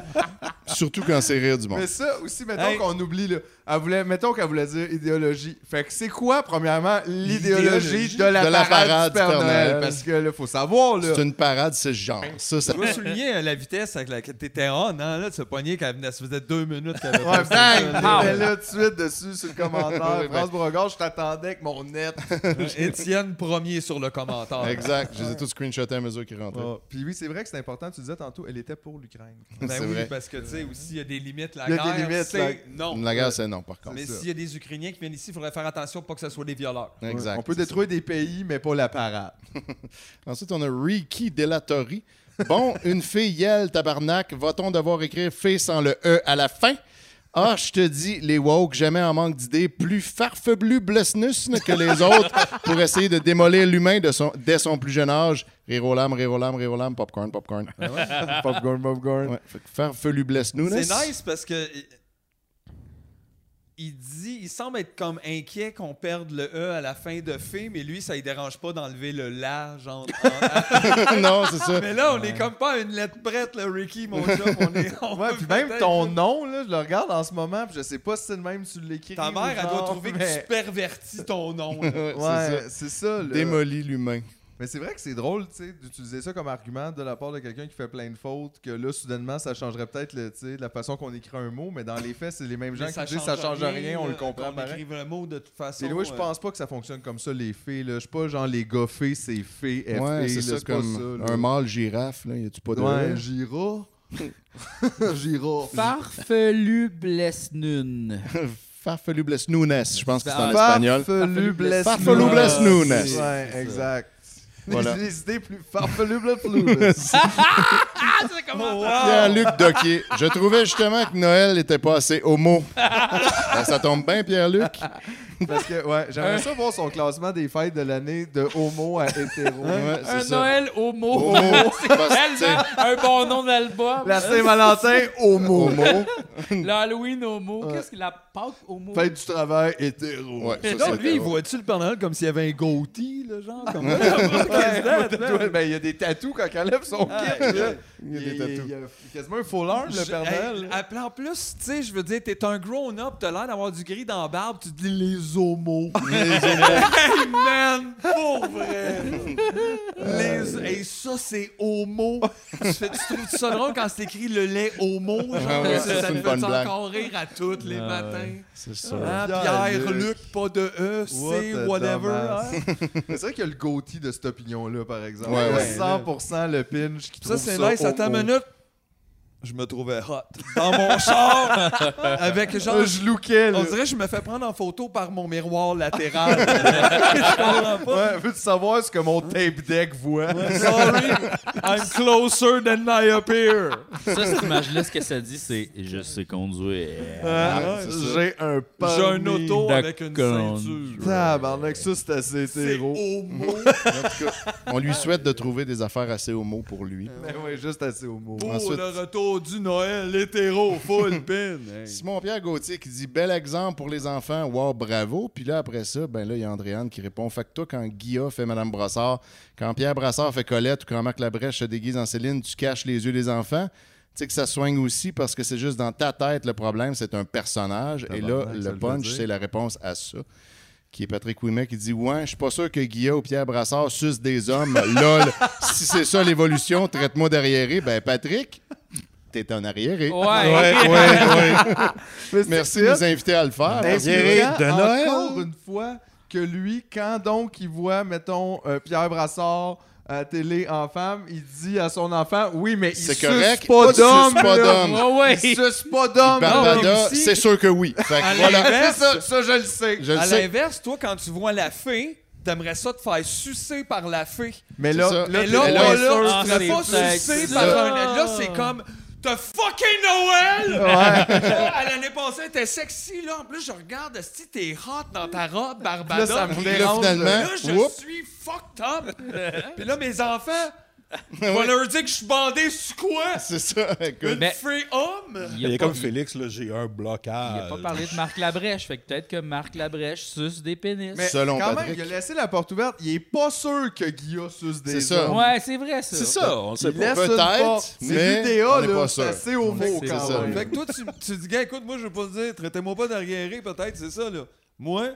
Speaker 7: Surtout quand c'est rire du monde.
Speaker 3: Mais ça aussi, mettons
Speaker 7: Hey.
Speaker 3: qu'on oublie, là. Elle voulait, mettons qu'elle voulait dire idéologie. Fait que c'est quoi, premièrement, l'idéologie de, la parade, du Père Noël?
Speaker 2: [laughs]
Speaker 3: Parce que là, faut savoir, là.
Speaker 7: C'est une parade, c'est ce genre. Ça, ça...
Speaker 2: Je veux souligner euh, la vitesse avec laquelle t'étais on, hein, là, tu as pogné qu'elle venait, ça faisait deux minutes qu'elle avait
Speaker 3: Ouais,
Speaker 2: posté ça, Ah, là.
Speaker 3: bang! Mais là, tout de suite dessus, sur le
Speaker 2: [laughs]
Speaker 3: commentaire.
Speaker 7: Ouais,
Speaker 3: France Beauregard, je t'attendais avec mon net.
Speaker 2: Euh, Étienne premier sur le commentaire.
Speaker 7: Exact. Je les ai tous screenshotés à mesure qu'ils rentraient.
Speaker 3: Ah, Puis oui, c'est vrai que c'est important. Tu disais tantôt, elle était pour l'Ukraine.
Speaker 2: Ben
Speaker 7: C'est
Speaker 2: oui,
Speaker 7: vrai.
Speaker 2: parce que tu sais aussi, il y a des limites. La
Speaker 7: Il y a
Speaker 2: guerre,
Speaker 7: des limites,
Speaker 2: c'est
Speaker 7: la-
Speaker 2: non.
Speaker 7: La guerre, c'est non, par contre.
Speaker 2: Mais
Speaker 7: C'est ça.
Speaker 2: s'il y a des Ukrainiens qui viennent ici, il faudrait faire attention pour pas que ce soit des violeurs.
Speaker 7: Exact.
Speaker 3: On peut détruire des pays, mais pas la parade.
Speaker 7: [laughs] Ensuite, on a Ricky Delatori.
Speaker 3: [laughs]
Speaker 7: Bon, une fille, yelle, tabarnak. Va-t-on devoir écrire fée sans le E à la fin? Ah, je te dis, les woke, jamais en manque d'idées, plus farfeblus blessnus que les
Speaker 3: [laughs]
Speaker 7: autres pour essayer de démolir l'humain de son, dès son plus jeune âge. Rirolam, rirolam, rirolam, popcorn, popcorn.
Speaker 3: Ah [laughs] popcorn, popcorn.
Speaker 7: Ouais, fait que farfelu blessnus.
Speaker 2: C'est nice parce que. il- Il dit, il semble être comme inquiet qu'on perde le E à la fin de fée, mais lui, ça ne dérange pas d'enlever le la, genre.
Speaker 3: [laughs]
Speaker 2: en-
Speaker 7: Non, c'est ça.
Speaker 2: Mais là, on est comme pas à une lettre prête, là, Ricky, mon chum. On est, on
Speaker 3: [laughs] Ouais,
Speaker 2: peut
Speaker 3: puis même
Speaker 2: peut-être-
Speaker 3: ton nom, là, je le regarde en ce moment, puis je sais pas si c'est le même que tu l'écris.
Speaker 2: Ta mère, elle doit trouver que tu pervertis ton nom. là.
Speaker 3: [laughs] Ouais, c'est ça. là.
Speaker 7: Démolit l'humain.
Speaker 3: Mais c'est vrai que c'est drôle, tu sais, d'utiliser ça comme argument de la part de quelqu'un qui fait plein de fautes, que là, soudainement, ça changerait peut-être le, tu sais, la façon qu'on écrit un mot, mais dans les faits, c'est les mêmes gens
Speaker 2: Mais
Speaker 3: qui disent ça change rien, on
Speaker 2: là,
Speaker 3: le comprend
Speaker 2: euh, qu'on
Speaker 3: pareil.
Speaker 2: écrive le mot de toute façon.
Speaker 3: Et là, ouais, je
Speaker 2: euh,
Speaker 3: pense pas que ça fonctionne comme ça, les fées. Là. Je suis pas genre les gars fées, c'est fées, F-E,
Speaker 7: Ouais, c'est
Speaker 3: là,
Speaker 7: ça,
Speaker 3: pas
Speaker 7: comme
Speaker 3: là.
Speaker 7: un mâle girafe, là. Y a-tu pas de
Speaker 3: Ouais,
Speaker 7: E?
Speaker 3: Gira. [laughs] Gira.
Speaker 5: Farfelu blessnun.
Speaker 7: Farfelu blessnunes, je pense que c'est
Speaker 3: Ah,
Speaker 7: en espagnol.
Speaker 3: Farfelu bless
Speaker 7: Farfelu blessnunes.
Speaker 3: Ouais, exact. [laughs]
Speaker 7: Voilà.
Speaker 3: Les, les idées plus farfelu bless
Speaker 8: Ah, c'est comment ça?
Speaker 7: Pierre-Luc Doquier. Je trouvais justement que Noël n'était pas assez homo. Ben, ça tombe bien, Pierre-Luc.
Speaker 3: Parce que, ouais, j'aimerais ça voir son classement des fêtes de l'année de homo à
Speaker 7: [laughs]
Speaker 3: hétéro.
Speaker 7: Ouais,
Speaker 8: Un
Speaker 2: [laughs]
Speaker 8: Noël homo. [laughs]
Speaker 3: Homo.
Speaker 8: c'est
Speaker 3: Parce-
Speaker 8: tellement un bon nom d'album.
Speaker 3: La Saint-Valentin, homo.
Speaker 8: [laughs] L'Halloween homo. Qu'est-ce qu'il a? Pâques homo.
Speaker 3: Fête du travail hétéro.
Speaker 7: Ouais,
Speaker 2: Mais
Speaker 7: ça,
Speaker 2: donc,
Speaker 7: c'est
Speaker 2: lui, il
Speaker 7: hétéro.
Speaker 2: voit-tu le Père Noël comme s'il y avait un goatee, là, genre?
Speaker 3: [laughs]
Speaker 2: Comme...
Speaker 3: Ouais,
Speaker 2: Qu'est-ce
Speaker 3: ouais,
Speaker 2: que
Speaker 3: ouais,
Speaker 2: c'est,
Speaker 3: ouais,
Speaker 2: là?
Speaker 3: ben, il y a des tatous quand il enlève son
Speaker 2: Ah,
Speaker 3: kit. là.
Speaker 7: Il y a des
Speaker 3: il-
Speaker 7: tatous.
Speaker 3: il y a quasiment un faux large, le
Speaker 2: Je-
Speaker 3: Père Noël.
Speaker 2: Hey, appelez en plus, tu sais, je veux dire, t'es un grown-up, t'as l'air d'avoir du gris dans la barbe, tu te dis les homos.
Speaker 3: Les
Speaker 2: hey man, pour vrai.
Speaker 5: Ah
Speaker 2: Les... Hey, ça, c'est homo. tu, fais- tu trouves ça drôle quand c'est écrit le lait homo? Genre,
Speaker 7: Ah ouais,
Speaker 2: ça,
Speaker 7: c'est
Speaker 2: ça
Speaker 7: une
Speaker 2: te
Speaker 7: bonne
Speaker 2: fait
Speaker 7: blague.
Speaker 2: encore rire à toutes les
Speaker 7: Ah
Speaker 2: matins.
Speaker 7: ouais, c'est sûr.
Speaker 2: Hein,
Speaker 3: Pierre-Luc.
Speaker 2: Pierre, Luc, pas de E, c'est
Speaker 3: What a
Speaker 2: whatever.
Speaker 3: dumbass.
Speaker 2: hein?
Speaker 3: [laughs] C'est vrai qu'il y a le goatee de cette opinion-là, par exemple.
Speaker 7: Ouais, ouais.
Speaker 3: 100% le pinch qui
Speaker 2: Ça,
Speaker 3: trouve ça
Speaker 2: c'est nice. Attends une minute. Je me trouvais hot. Dans [laughs]
Speaker 3: [laughs]
Speaker 2: mon char, avec genre.
Speaker 3: Je lookais, là.
Speaker 2: On dirait que je me fais prendre en photo par mon miroir latéral. [laughs] je comprends pas.
Speaker 3: Ouais, veux-tu savoir ce que mon tape deck voit?
Speaker 2: [laughs] Sorry, I'm closer than I appear.
Speaker 7: [laughs]
Speaker 5: Ça, cette image-là, ce que ça dit, c'est je sais conduire.
Speaker 3: Ah,
Speaker 5: C'est ça.
Speaker 3: J'ai un permis.
Speaker 2: J'ai un auto
Speaker 5: de
Speaker 2: avec une ceinture.
Speaker 5: conduire.
Speaker 3: Tabarnak, ça, c'est assez hétéro.
Speaker 2: homo.
Speaker 7: On lui souhaite de trouver des affaires assez homo pour lui.
Speaker 3: Ben ouais, juste assez homo.
Speaker 7: Ouais.
Speaker 2: Pour
Speaker 7: Ensuite-
Speaker 2: le retour du Noël hétéro, full pin. Hey.
Speaker 7: Simon-Pierre Gauthier qui dit bel exemple pour les enfants, wow, bravo. Puis là, après ça, ben là, il y a Andréane qui répond Fait que toi, quand Guilla fait Madame Brassard, quand Pierre Brassard fait Colette ou quand Marc Labrèche se déguise en Céline, tu caches les yeux des enfants. Tu sais que ça soigne aussi parce que c'est juste dans ta tête le problème, c'est un personnage. Et là,
Speaker 3: Tabarnak, ça
Speaker 7: le
Speaker 3: le
Speaker 7: punch,
Speaker 3: veut
Speaker 7: c'est la réponse à ça. Qui est Patrick Ouimet qui dit Ouais, je suis pas sûr que Guilla ou Pierre Brassard sucent des
Speaker 3: [laughs]
Speaker 7: hommes. Lol, si c'est ça l'évolution, traite-moi d'arriéré. Ben, Patrick, t'es en arriéré.
Speaker 8: Ouais.
Speaker 7: ouais, ouais. ouais.
Speaker 3: Mais c'est
Speaker 7: Merci de nous inviter à le faire. parce que-
Speaker 3: Inspirant,
Speaker 7: de Noël.
Speaker 3: Encore une fois, que lui, quand donc il voit, mettons, euh, Pierre Brassard à la télé en femme, il dit à son enfant Oui, mais il
Speaker 7: C'est
Speaker 3: suce
Speaker 7: correct,
Speaker 3: pas
Speaker 7: il suce
Speaker 3: d'homme.
Speaker 7: pas
Speaker 3: là.
Speaker 7: d'homme.
Speaker 8: Ouais, ouais.
Speaker 3: Il suce pas d'homme.
Speaker 7: Barbada,
Speaker 3: Non, mais Ah, aussi-
Speaker 7: c'est sûr que oui. Fait que
Speaker 3: À
Speaker 7: voilà.
Speaker 3: l'inverse, ça, ça, je le sais.
Speaker 7: Je le
Speaker 2: À
Speaker 7: sais.
Speaker 2: l'inverse, toi, quand tu vois la fée, t'aimerais ça te faire sucer par la fée.
Speaker 3: Mais
Speaker 7: C'est ça.
Speaker 3: là,
Speaker 2: Mais là,
Speaker 3: t'es
Speaker 2: là,
Speaker 3: pas
Speaker 2: là,
Speaker 3: sûr.
Speaker 2: tu te fais
Speaker 8: Ah,
Speaker 2: pas
Speaker 8: c'est
Speaker 2: sucer
Speaker 8: ça.
Speaker 2: par un. Là, c'est comme. T'as fucking Noël! Là, [laughs] à l'année passée, t'es sexy, là. En plus, je regarde, si t'es hot dans ta robe, Barbada.
Speaker 3: Là, ça me
Speaker 2: Puis
Speaker 3: dérange,
Speaker 2: Là,
Speaker 7: là.
Speaker 2: là, je
Speaker 7: Oups.
Speaker 2: suis fucked up. Puis là, mes enfants,
Speaker 7: [laughs] Ouais,
Speaker 2: on leur dire que je suis bandé sur
Speaker 7: [laughs]
Speaker 2: quoi?
Speaker 7: C'est ça, écoute.
Speaker 2: Une
Speaker 8: Mais-
Speaker 2: fée homme?
Speaker 4: Il est
Speaker 5: pas-
Speaker 4: comme Félix, là, j'ai un blocage.
Speaker 1: Euh,
Speaker 8: Il a pas parlé de Marc Labrèche, fait que peut-être que Marc Labrèche suce des pénis.
Speaker 3: Mais
Speaker 7: Selon
Speaker 3: quand même,
Speaker 7: Patrick.
Speaker 3: il a laissé la porte ouverte. Il est pas sûr que Guilla suce des
Speaker 7: C'est ça.
Speaker 3: hommes.
Speaker 8: Ouais, c'est vrai ça.
Speaker 4: C'est ça, on sait
Speaker 3: Il
Speaker 4: pas.
Speaker 3: laisse une
Speaker 7: Peut-être,
Speaker 3: porte.
Speaker 7: mais
Speaker 3: C'est
Speaker 7: on
Speaker 3: l'UDA,
Speaker 7: n'est pas
Speaker 3: là.
Speaker 7: sûr.
Speaker 3: C'est assez homo
Speaker 7: C'est
Speaker 3: quand
Speaker 7: ça.
Speaker 3: même.
Speaker 2: Fait que toi, tu, tu dis, gars, écoute, moi, je veux pas te dire, traitez-moi pas d'arriéré, peut-être, c'est ça, là. Moi,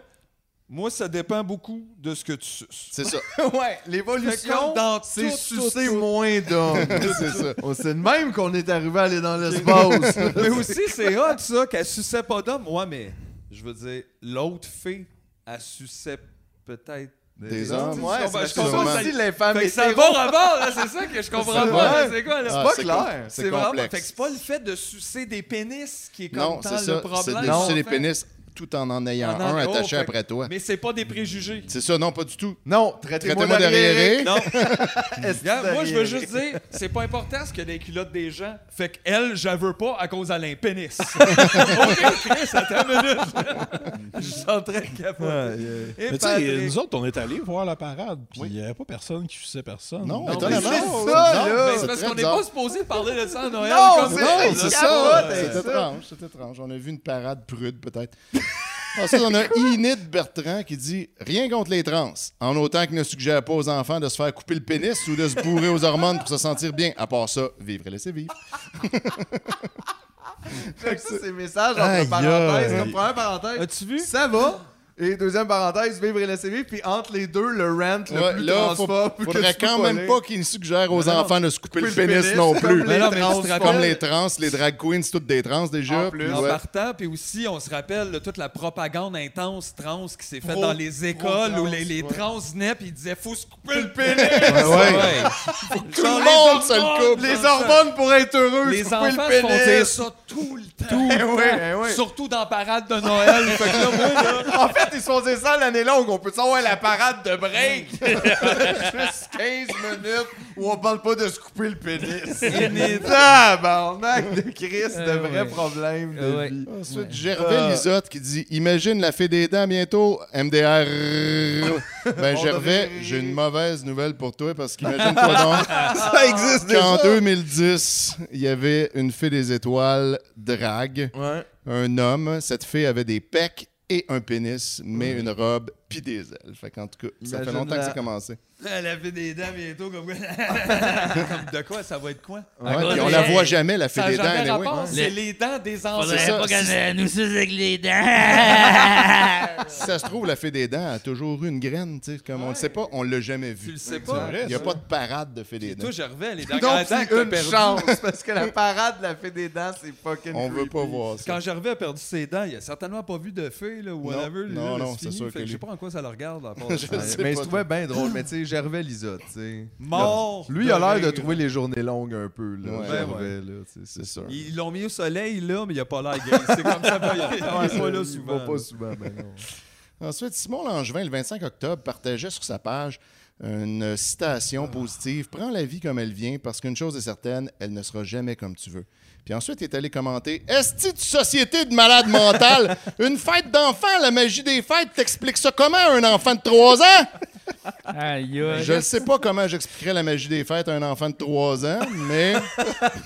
Speaker 2: moi, ça dépend beaucoup de ce que tu suces.
Speaker 7: C'est
Speaker 2: [laughs]
Speaker 7: ça.
Speaker 2: Fait
Speaker 3: Ouais,
Speaker 2: comme
Speaker 3: l'évolution,
Speaker 2: dans
Speaker 3: c'est
Speaker 2: tout,
Speaker 3: sucer
Speaker 2: tout, tout.
Speaker 3: moins d'hommes.
Speaker 7: [laughs] C'est ça.
Speaker 3: On sait de même qu'on est arrivé à aller dans l'espace.
Speaker 2: [laughs] Mais aussi, c'est hot, ça, qu'elle suçait pas d'homme. Ouais, mais je veux dire, l'autre fée, elle suçait peut-être.
Speaker 7: Des hommes.
Speaker 3: Ouais,
Speaker 2: Ben,
Speaker 3: c'est
Speaker 2: je comprends
Speaker 3: sûrement.
Speaker 2: pas si
Speaker 3: les femmes
Speaker 2: Fait que ça va rapport, là, c'est ça que je comprends
Speaker 3: C'est
Speaker 2: pas. là,
Speaker 3: vrai.
Speaker 2: C'est quoi, là?
Speaker 7: Ah,
Speaker 3: pas
Speaker 7: c'est
Speaker 3: clair.
Speaker 7: com-
Speaker 2: C'est
Speaker 7: C'est
Speaker 2: vraiment-
Speaker 7: complexe.
Speaker 2: Fait que c'est pas le fait de sucer des pénis qui est comme
Speaker 7: Non,
Speaker 2: tant
Speaker 7: c'est
Speaker 2: le
Speaker 7: ça. C'est
Speaker 2: problème.
Speaker 7: de
Speaker 2: Non,
Speaker 7: sucer les
Speaker 2: fait-
Speaker 7: pénis tout en en ayant
Speaker 2: En en-
Speaker 7: un
Speaker 2: oh,
Speaker 7: attaché
Speaker 2: fait-
Speaker 7: après toi.
Speaker 2: Mais c'est pas des préjugés.
Speaker 7: C'est ça, non, pas du tout.
Speaker 3: Non, traitez-moi
Speaker 7: Traitez-moi
Speaker 3: d'arriéré.
Speaker 7: d'arriéré. [laughs]
Speaker 2: Non,
Speaker 3: [laughs] Est-ce
Speaker 2: Regarde,
Speaker 3: que
Speaker 2: moi, je veux
Speaker 3: d'arriéré?
Speaker 2: juste dire, c'est pas important ce qu'il y a dans les culottes des gens. Fait qu'elle, j'en veux pas à cause d'un
Speaker 7: [laughs]
Speaker 2: pénis. [laughs] ok, Chris, attends une minute. je suis en train de capoter. Et
Speaker 4: Mais tu
Speaker 2: Patrick,
Speaker 4: sais, nous autres, on est allés voir la parade, puis il n'y avait pas personne qui suçait personne.
Speaker 7: Non,
Speaker 4: mais
Speaker 7: étonnamment.
Speaker 3: c'est
Speaker 7: Non,
Speaker 3: ça,
Speaker 7: non,
Speaker 3: là.
Speaker 7: c'est
Speaker 2: c'est parce
Speaker 7: très
Speaker 2: qu'on n'est
Speaker 7: bizarre.
Speaker 2: pas supposé parler de ça à Noël.
Speaker 3: Non,
Speaker 2: comme
Speaker 3: c'est-
Speaker 2: ça. Ah,
Speaker 3: Hey,
Speaker 7: c'est
Speaker 3: c'est
Speaker 7: ça.
Speaker 3: capote,
Speaker 7: C'est
Speaker 3: c'est ça.
Speaker 7: étrange, c'est étrange. On a vu une parade prude, peut-être. [laughs] Ensuite, on a Inid Bertrand qui dit Rien contre les trans, en autant qu'ils ne suggèrent pas aux enfants de se faire couper le pénis ou de se bourrer aux hormones pour se sentir bien. À part ça, vivre et laisser vivre.
Speaker 3: J'aime ça, ces messages
Speaker 7: Aïe,
Speaker 3: entre parenthèses.
Speaker 7: aïe.
Speaker 3: Comme première parenthèse,
Speaker 2: As-tu vu?
Speaker 3: ça va. Et deuxième parenthèse, vivre et laisser vivre. Puis entre les deux, le rant le
Speaker 7: Ouais,
Speaker 3: plus
Speaker 7: là, faut,
Speaker 3: transphobe que
Speaker 7: faudrait
Speaker 3: tu peux
Speaker 7: quand même
Speaker 3: lire.
Speaker 7: pas qu'ils suggèrent aux
Speaker 3: Non, non.
Speaker 7: enfants de se couper
Speaker 3: Couper
Speaker 7: le pénis, non
Speaker 3: comme
Speaker 7: plus.
Speaker 3: les
Speaker 2: non, mais tu te
Speaker 3: transphobes.
Speaker 7: Comme les trans, les drag queens, c'est toutes des trans déjà.
Speaker 3: En plus.
Speaker 7: puis
Speaker 2: En
Speaker 7: ouais.
Speaker 2: partant, puis aussi, on se rappelle de toute la propagande intense trans qui s'est faite
Speaker 3: Pro-
Speaker 2: dans les écoles où
Speaker 3: pro-trans,
Speaker 2: les, les
Speaker 3: ouais.
Speaker 2: trans venaient puis ils disaient faut se couper le pénis.
Speaker 7: Ouais, ouais. Tout
Speaker 2: Genre,
Speaker 7: le
Speaker 2: les
Speaker 7: monde se le
Speaker 2: hormones,
Speaker 7: coupe.
Speaker 3: Les hormones pour être heureux.
Speaker 2: Les
Speaker 3: se couper
Speaker 2: enfants
Speaker 3: le
Speaker 2: se font dire
Speaker 3: pénis.
Speaker 2: ça tout
Speaker 7: [laughs]
Speaker 2: le temps.
Speaker 3: [laughs] Eh ouais, eh ouais.
Speaker 2: Surtout dans la parade de Noël. Fait que là, moi, là,
Speaker 3: En fait, ils se font dire [laughs] ça l'année longue. On peut savoir la parade de break. Juste 15 minutes où Ou on parle pas de se couper le pénis.
Speaker 2: Init.
Speaker 3: Tabarnak de Christ, de
Speaker 7: Eh
Speaker 2: Ah
Speaker 3: vrais
Speaker 2: ouais.
Speaker 3: problèmes de
Speaker 2: Ah ouais.
Speaker 3: vie.
Speaker 2: Ensuite, Ouais.
Speaker 7: Gervais
Speaker 3: Ah.
Speaker 7: Lisotte qui dit Imagine la fée des dents bientôt,
Speaker 3: [laughs]
Speaker 7: MDR. ben,
Speaker 3: On
Speaker 7: Gervais,
Speaker 3: devrait-
Speaker 7: j'ai une mauvaise nouvelle pour toi parce
Speaker 3: [laughs]
Speaker 7: qu'imagine-toi
Speaker 2: [laughs]
Speaker 7: donc.
Speaker 3: Ça existe
Speaker 7: Qu'en
Speaker 3: déjà.
Speaker 7: 2010, il y avait une fée des étoiles drague,
Speaker 3: Ouais.
Speaker 7: un homme. Cette fée avait des pecs et un pénis, mais une robe pis des ailes. Fait qu'en tout cas, ça fait
Speaker 3: Imagine
Speaker 7: longtemps que
Speaker 3: la-
Speaker 7: ça a
Speaker 2: [laughs]
Speaker 7: commencé.
Speaker 2: Elle a fait des dents bientôt comme [laughs] quoi. comme de quoi ça va être quoi
Speaker 7: Ouais, puis on la voit jamais, la fée
Speaker 2: Ça a
Speaker 7: des dents,
Speaker 2: jamais
Speaker 7: anyway.
Speaker 2: rapport,
Speaker 7: Ouais. Les-
Speaker 2: C'est les dents des
Speaker 7: Faudrait
Speaker 2: anciens.
Speaker 7: C'est ça, pas qu'elle c'est-
Speaker 8: nous suce avec les dents.
Speaker 7: [laughs] Si ça se trouve, la fée des dents a toujours eu une graine, tu sais, comme on le sait pas, on l'a jamais vu.
Speaker 2: Tu le sais pas.
Speaker 7: Il n'y a
Speaker 2: Ouais.
Speaker 7: pas de parade de fée des dents.
Speaker 2: Toi,
Speaker 7: [laughs]
Speaker 2: Gervais, les
Speaker 3: Donc,
Speaker 2: dernières dents
Speaker 3: c'est
Speaker 2: que t'as
Speaker 3: une
Speaker 2: perdues.
Speaker 3: chance, parce que la parade de la fée des dents, c'est fucking
Speaker 7: On veut
Speaker 3: creepy.
Speaker 7: pas voir ça.
Speaker 2: Quand Gervais a perdu ses dents, il a certainement pas vu de feuilles là, ou
Speaker 7: Non,
Speaker 2: whatever. lui,
Speaker 7: non,
Speaker 2: là,
Speaker 7: non, c'est
Speaker 2: fini.
Speaker 7: sûr
Speaker 2: Fait
Speaker 7: que
Speaker 2: que Je
Speaker 7: lui-
Speaker 2: sais pas en quoi ça le
Speaker 7: [laughs]
Speaker 2: regarde. à part
Speaker 7: Je
Speaker 2: ça.
Speaker 7: sais
Speaker 3: Ouais, mais je trouvais bien drôle. Mais tu sais, Gervais Lisotte, tu sais.
Speaker 2: Mort
Speaker 3: Lui, il
Speaker 2: de
Speaker 3: a l'air de
Speaker 2: rire.
Speaker 3: trouver les journées longues un peu, là.
Speaker 2: Ouais.
Speaker 3: Gervais,
Speaker 2: Ben
Speaker 3: là, tu sais, c'est sûr.
Speaker 2: Ils l'ont mis au soleil là, mais il a pas l'air gay. C'est comme ça.
Speaker 7: [laughs]
Speaker 2: Il est pas là
Speaker 3: Il
Speaker 2: souvent.
Speaker 3: va pas souvent, ben
Speaker 2: [laughs]
Speaker 3: non.
Speaker 7: Ensuite, Simon Langevin, le 25 octobre, partageait sur sa page une citation positive. Prends la vie comme elle vient, parce qu'une chose est certaine, elle ne sera jamais comme tu veux. Puis ensuite, il est allé commenter Est-ce de société de malade mentale Une fête d'enfant, la magie des fêtes, t'expliques ça comment à un enfant de 3 ans
Speaker 8: Aïe, aïe.
Speaker 7: Je ne sais pas comment j'expliquerais la magie des fêtes à un enfant de 3 ans, mais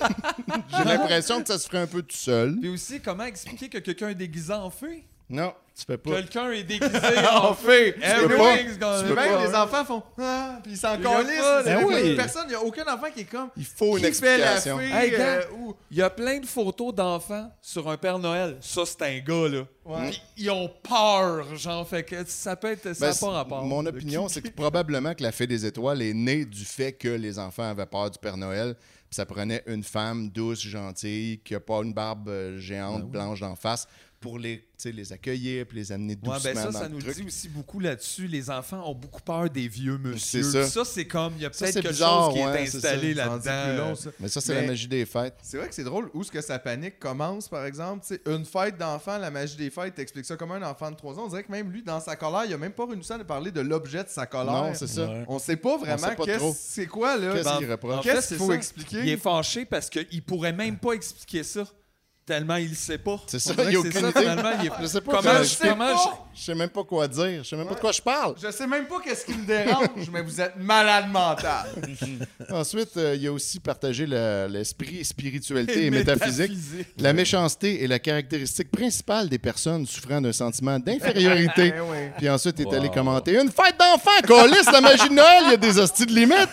Speaker 8: [laughs]
Speaker 7: j'ai l'impression que ça se ferait un peu tout seul.
Speaker 2: Puis aussi, comment expliquer que quelqu'un est déguisé en feu?
Speaker 7: Non, tu fais pas.
Speaker 2: Quelqu'un
Speaker 7: [laughs]
Speaker 2: est déguisé en
Speaker 3: En
Speaker 2: feu.
Speaker 3: fait,
Speaker 2: Everything's gonna
Speaker 3: tu peux
Speaker 2: be
Speaker 3: même les
Speaker 2: alright.
Speaker 3: enfants font ah, puis ils s'en
Speaker 2: Il y a pas
Speaker 3: calissent.
Speaker 2: de- Ben oui.
Speaker 3: Personne, il n'y a aucun enfant qui est comme
Speaker 7: Il faut une
Speaker 3: qui fait la
Speaker 7: explication.
Speaker 3: fée,
Speaker 2: Hey,
Speaker 3: euh,
Speaker 2: gars, il y a plein de photos d'enfants sur un Père Noël. Ça, c'est un gars, là.
Speaker 3: Ouais.
Speaker 2: Puis ils ont peur, genre. Fait que ça peut être... Ça
Speaker 7: Ben,
Speaker 2: n'a pas
Speaker 7: c'est-
Speaker 2: rapport.
Speaker 7: Mon opinion,
Speaker 2: [laughs]
Speaker 7: c'est que probablement que la fée des étoiles est née du fait que les enfants avaient peur du Père Noël. Puis ça prenait une femme douce, gentille, qui n'a pas une barbe euh,
Speaker 2: Ben
Speaker 7: géante, blanche d'en face, pour les, tu sais, les accueillir puis les amener doucement
Speaker 2: Ouais, ben ça,
Speaker 7: dans
Speaker 2: ça
Speaker 7: le
Speaker 2: nous
Speaker 7: truc.
Speaker 2: dit aussi beaucoup là-dessus. Les enfants ont beaucoup peur des vieux
Speaker 7: C'est
Speaker 2: monsieur.
Speaker 7: ça.
Speaker 2: Puis Ça, c'est comme... Il y a
Speaker 7: Ça,
Speaker 2: peut-être
Speaker 7: c'est
Speaker 2: quelque
Speaker 7: bizarre,
Speaker 2: chose qui
Speaker 7: ouais,
Speaker 2: est
Speaker 7: c'est
Speaker 2: installé
Speaker 7: ça.
Speaker 2: là-dedans.
Speaker 3: Ça en dit plus long, ça.
Speaker 7: Mais ça, c'est la
Speaker 3: Mais-
Speaker 7: magie des fêtes.
Speaker 3: C'est vrai que c'est drôle où est-ce que sa panique commence, par exemple. tu sais, une fête d'enfant, la magie des fêtes, t'expliques ça comme un enfant de 3 ans. On dirait que même lui, dans sa colère, il a même pas réussi à parler de l'objet de sa colère.
Speaker 7: Non, c'est ça. Ouais.
Speaker 3: On sait pas
Speaker 7: On
Speaker 3: vraiment
Speaker 7: sait pas
Speaker 3: qu'est-ce-
Speaker 7: trop.
Speaker 3: c'est quoi, là.
Speaker 7: Qu'est-ce
Speaker 3: Ben,
Speaker 7: qu'il reproche?
Speaker 2: En fait,
Speaker 3: Qu'est-ce
Speaker 2: c'est
Speaker 3: qu'il faut
Speaker 2: ça.
Speaker 3: expliquer?
Speaker 2: Il est fâché parce qu'il pourrait même pas expliquer ça. Tellement il le sait pas.
Speaker 7: C'est ça,
Speaker 2: On dirait
Speaker 7: il y a
Speaker 2: que
Speaker 7: aucune
Speaker 2: c'est
Speaker 7: idée.
Speaker 2: ça, finalement, il est-
Speaker 7: [laughs] Je sais pas
Speaker 2: Comment
Speaker 7: quoi-
Speaker 2: je-
Speaker 7: je sais
Speaker 2: comment
Speaker 7: pas.
Speaker 2: je-
Speaker 7: Je sais même pas quoi dire.
Speaker 2: [laughs]
Speaker 7: Je sais même pas de quoi je parle.
Speaker 3: Je sais même pas qu'est-ce qui me dérange, mais vous êtes malade mental.
Speaker 7: Ensuite, euh, il a aussi partagé le- l'esprit, spiritualité et,
Speaker 3: Et
Speaker 7: métaphysique.
Speaker 3: métaphysique.
Speaker 7: La méchanceté est la caractéristique principale des personnes souffrant d'un sentiment d'infériorité.
Speaker 3: Eh oui.
Speaker 7: Puis ensuite, il est allé
Speaker 3: Wow.
Speaker 7: commenter Une fête d'enfants, [laughs] Colis, la magie de Noël, il y a des hosties de limite.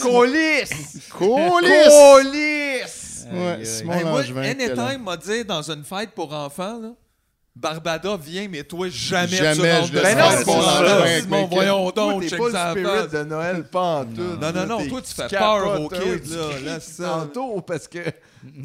Speaker 3: Colis!
Speaker 7: Colis!
Speaker 3: Colis!
Speaker 7: Ouais, Simon
Speaker 2: Hey, moi,
Speaker 7: Langevin, quel
Speaker 2: anytime
Speaker 7: homme.
Speaker 2: m'a dit dans une fête pour enfants, là, Barbada vient, mais toi, jamais, tu
Speaker 7: Jamais
Speaker 2: rentres
Speaker 7: je
Speaker 2: de Ben
Speaker 7: laisse
Speaker 2: ce
Speaker 7: faire
Speaker 2: fête.
Speaker 7: Simon
Speaker 2: Simon,
Speaker 7: Langevin avec
Speaker 2: Simon,
Speaker 7: mes kids.
Speaker 2: voyons donc,
Speaker 3: Toi, t'es
Speaker 2: check
Speaker 3: pas
Speaker 2: ça
Speaker 3: le
Speaker 2: la face.
Speaker 3: spirit de Noël pantoute.
Speaker 2: Non, non, non,
Speaker 3: T'es-
Speaker 2: toi, tu fais peur aux
Speaker 3: capotes, hein,
Speaker 2: kids,
Speaker 3: tu
Speaker 2: là,
Speaker 3: cries
Speaker 2: là, c'est ça. Mm-hmm.
Speaker 3: tantôt parce que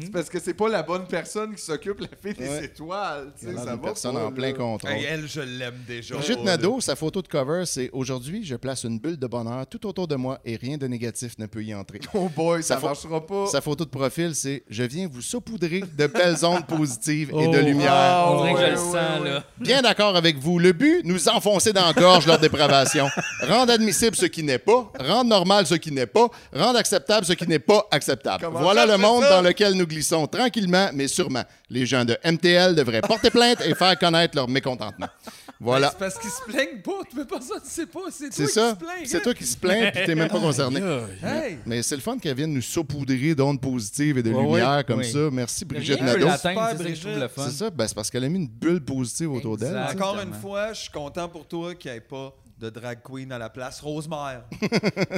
Speaker 3: c'est parce que c'est pas la bonne personne qui s'occupe la fée des
Speaker 7: Ouais.
Speaker 3: étoiles, tu
Speaker 7: Il y a
Speaker 3: sais,
Speaker 7: l'air
Speaker 3: ça
Speaker 7: d'une
Speaker 3: va
Speaker 7: personne
Speaker 3: pas,
Speaker 7: en plein
Speaker 3: là.
Speaker 7: contrôle.
Speaker 2: Hey, elle, je l'aime déjà.
Speaker 7: Brigitte
Speaker 2: Oh,
Speaker 7: Nadeau, sa photo de cover, c'est Aujourd'hui, je place une bulle de bonheur tout autour de moi et rien de négatif ne peut y entrer.
Speaker 3: Oh boy,
Speaker 7: Sa
Speaker 3: ça
Speaker 7: pho-
Speaker 3: marchera pas.
Speaker 7: Sa photo de profil, c'est Je viens vous saupoudrer de belles ondes positives et
Speaker 8: Oh.
Speaker 7: de lumière.
Speaker 8: Ah, on dirait que je le
Speaker 3: ouais,
Speaker 8: sens,
Speaker 3: ouais,
Speaker 8: là.
Speaker 7: Bien d'accord avec vous. Le but, nous enfoncer dans la gorge leur dépravation. Rendre admissible ce qui n'est pas, rendre normal ce qui n'est pas, rendre acceptable ce qui n'est pas acceptable.
Speaker 3: Comment
Speaker 7: voilà
Speaker 3: ça,
Speaker 7: le
Speaker 3: c'est
Speaker 7: monde
Speaker 3: ça?
Speaker 7: dans lequel nous glissons tranquillement, mais sûrement. Les gens de MTL devraient porter plainte et faire connaître leur mécontentement. Voilà.
Speaker 2: C'est parce qu'ils se plaignent pas. Tu peux pas ça, tu sais pas. Ben, C'est
Speaker 7: C'est
Speaker 2: toi
Speaker 7: ça.
Speaker 2: qui se plains. hein?
Speaker 7: C'est toi qui se plains puis t'es même pas concerné.
Speaker 2: Hey.
Speaker 7: Mais c'est le fun qu'elle vienne nous saupoudrer d'ondes positives et de
Speaker 8: Ouais,
Speaker 7: lumière
Speaker 8: ouais.
Speaker 7: comme
Speaker 8: Oui.
Speaker 7: ça. Merci Brigitte
Speaker 8: Rien peut
Speaker 7: Nadeau.
Speaker 8: l'atteindre,
Speaker 2: Super,
Speaker 8: c'est ça que je trouve le
Speaker 2: Brigitte.
Speaker 8: fun.
Speaker 7: C'est ça, ben, c'est parce qu'elle a mis une bulle positive autour d'elle. tu sais.
Speaker 2: Encore une fois, je suis content pour toi qu'il n'y ait pas de drag queen à la place Rosemère.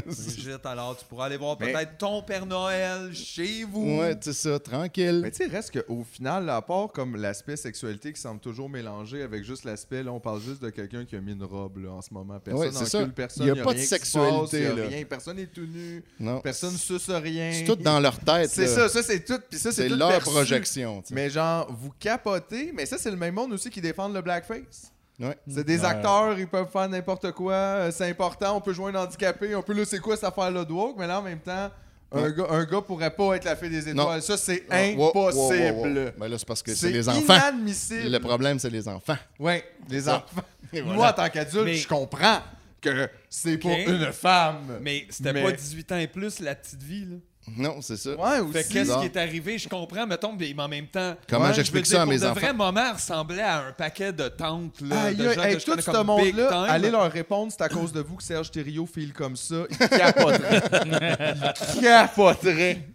Speaker 2: Brigitte, alors tu pourras aller voir
Speaker 3: Mais-
Speaker 2: peut-être ton Père Noël chez vous.
Speaker 7: Ouais, c'est ça, tranquille.
Speaker 3: Mais tu sais, reste qu'au final, là, à part comme l'aspect sexualité qui semble toujours mélangé avec juste l'aspect, là, on parle juste de quelqu'un qui a mis une robe là, en ce moment. Personne
Speaker 7: Ouais,
Speaker 3: en
Speaker 7: c'est ça.
Speaker 3: cul, personne.
Speaker 7: Il y a pas de
Speaker 3: rien qui se passe,
Speaker 7: sexualité,
Speaker 3: il y a
Speaker 7: là.
Speaker 3: rien, personne n'est tout nu.
Speaker 7: Non.
Speaker 3: Personne ne suce rien.
Speaker 7: C'est tout dans leur tête.
Speaker 3: C'est
Speaker 7: là.
Speaker 3: ça, ça c'est tout. Puis ça, c'est
Speaker 7: C'est
Speaker 3: tout
Speaker 7: leur
Speaker 3: perçu.
Speaker 7: projection, tu sais.
Speaker 3: Mais genre, vous capotez, mais ça, c'est le même monde aussi qui défend le blackface.
Speaker 7: Ouais.
Speaker 3: C'est des
Speaker 31: Ouais.
Speaker 3: acteurs, ils peuvent faire n'importe quoi, euh, c'est important, on peut jouer un handicapé, on peut là, c'est quoi cette affaire-là de woke, mais là, en même temps, un
Speaker 7: Non.
Speaker 3: gars, un gars pourrait pas être la fée des étoiles.
Speaker 7: Non.
Speaker 3: Ça, c'est
Speaker 7: Ah, wow, wow, wow, wow.
Speaker 3: impossible.
Speaker 7: Ben là, c'est parce que
Speaker 3: C'est
Speaker 7: c'est les enfants.
Speaker 3: inadmissible.
Speaker 7: Le problème, c'est les enfants.
Speaker 3: Ouais, les
Speaker 7: Ça.
Speaker 3: enfants.
Speaker 7: Et
Speaker 3: Moi,
Speaker 7: voilà.
Speaker 3: en tant qu'adulte,
Speaker 2: Mais-
Speaker 3: je comprends que c'est pas
Speaker 2: Ok.
Speaker 3: une femme.
Speaker 2: Mais c'était pas 18 ans et plus, la petite vie, là.
Speaker 7: Non, c'est ça.
Speaker 2: Ouais, ou
Speaker 7: C'est
Speaker 2: qu'est-ce
Speaker 7: bizarre.
Speaker 2: qui est arrivé, je comprends, mettons, mais mais en même temps.
Speaker 7: Comment
Speaker 2: Ouais,
Speaker 7: j'explique
Speaker 2: je veux dire,
Speaker 7: ça à mes
Speaker 2: pour
Speaker 7: enfants?
Speaker 2: De vrai, maman ressemblait à un paquet de tantes, là.
Speaker 3: Aïe,
Speaker 2: de
Speaker 3: aïe,
Speaker 2: gens
Speaker 3: hey,
Speaker 2: que je
Speaker 3: tout
Speaker 2: connais
Speaker 3: ce
Speaker 2: comme big
Speaker 3: monde-là,
Speaker 2: time.
Speaker 3: allez leur répondre, c'est à cause de vous que Serge Thériault file comme ça. Il capoterait. Il capoterait.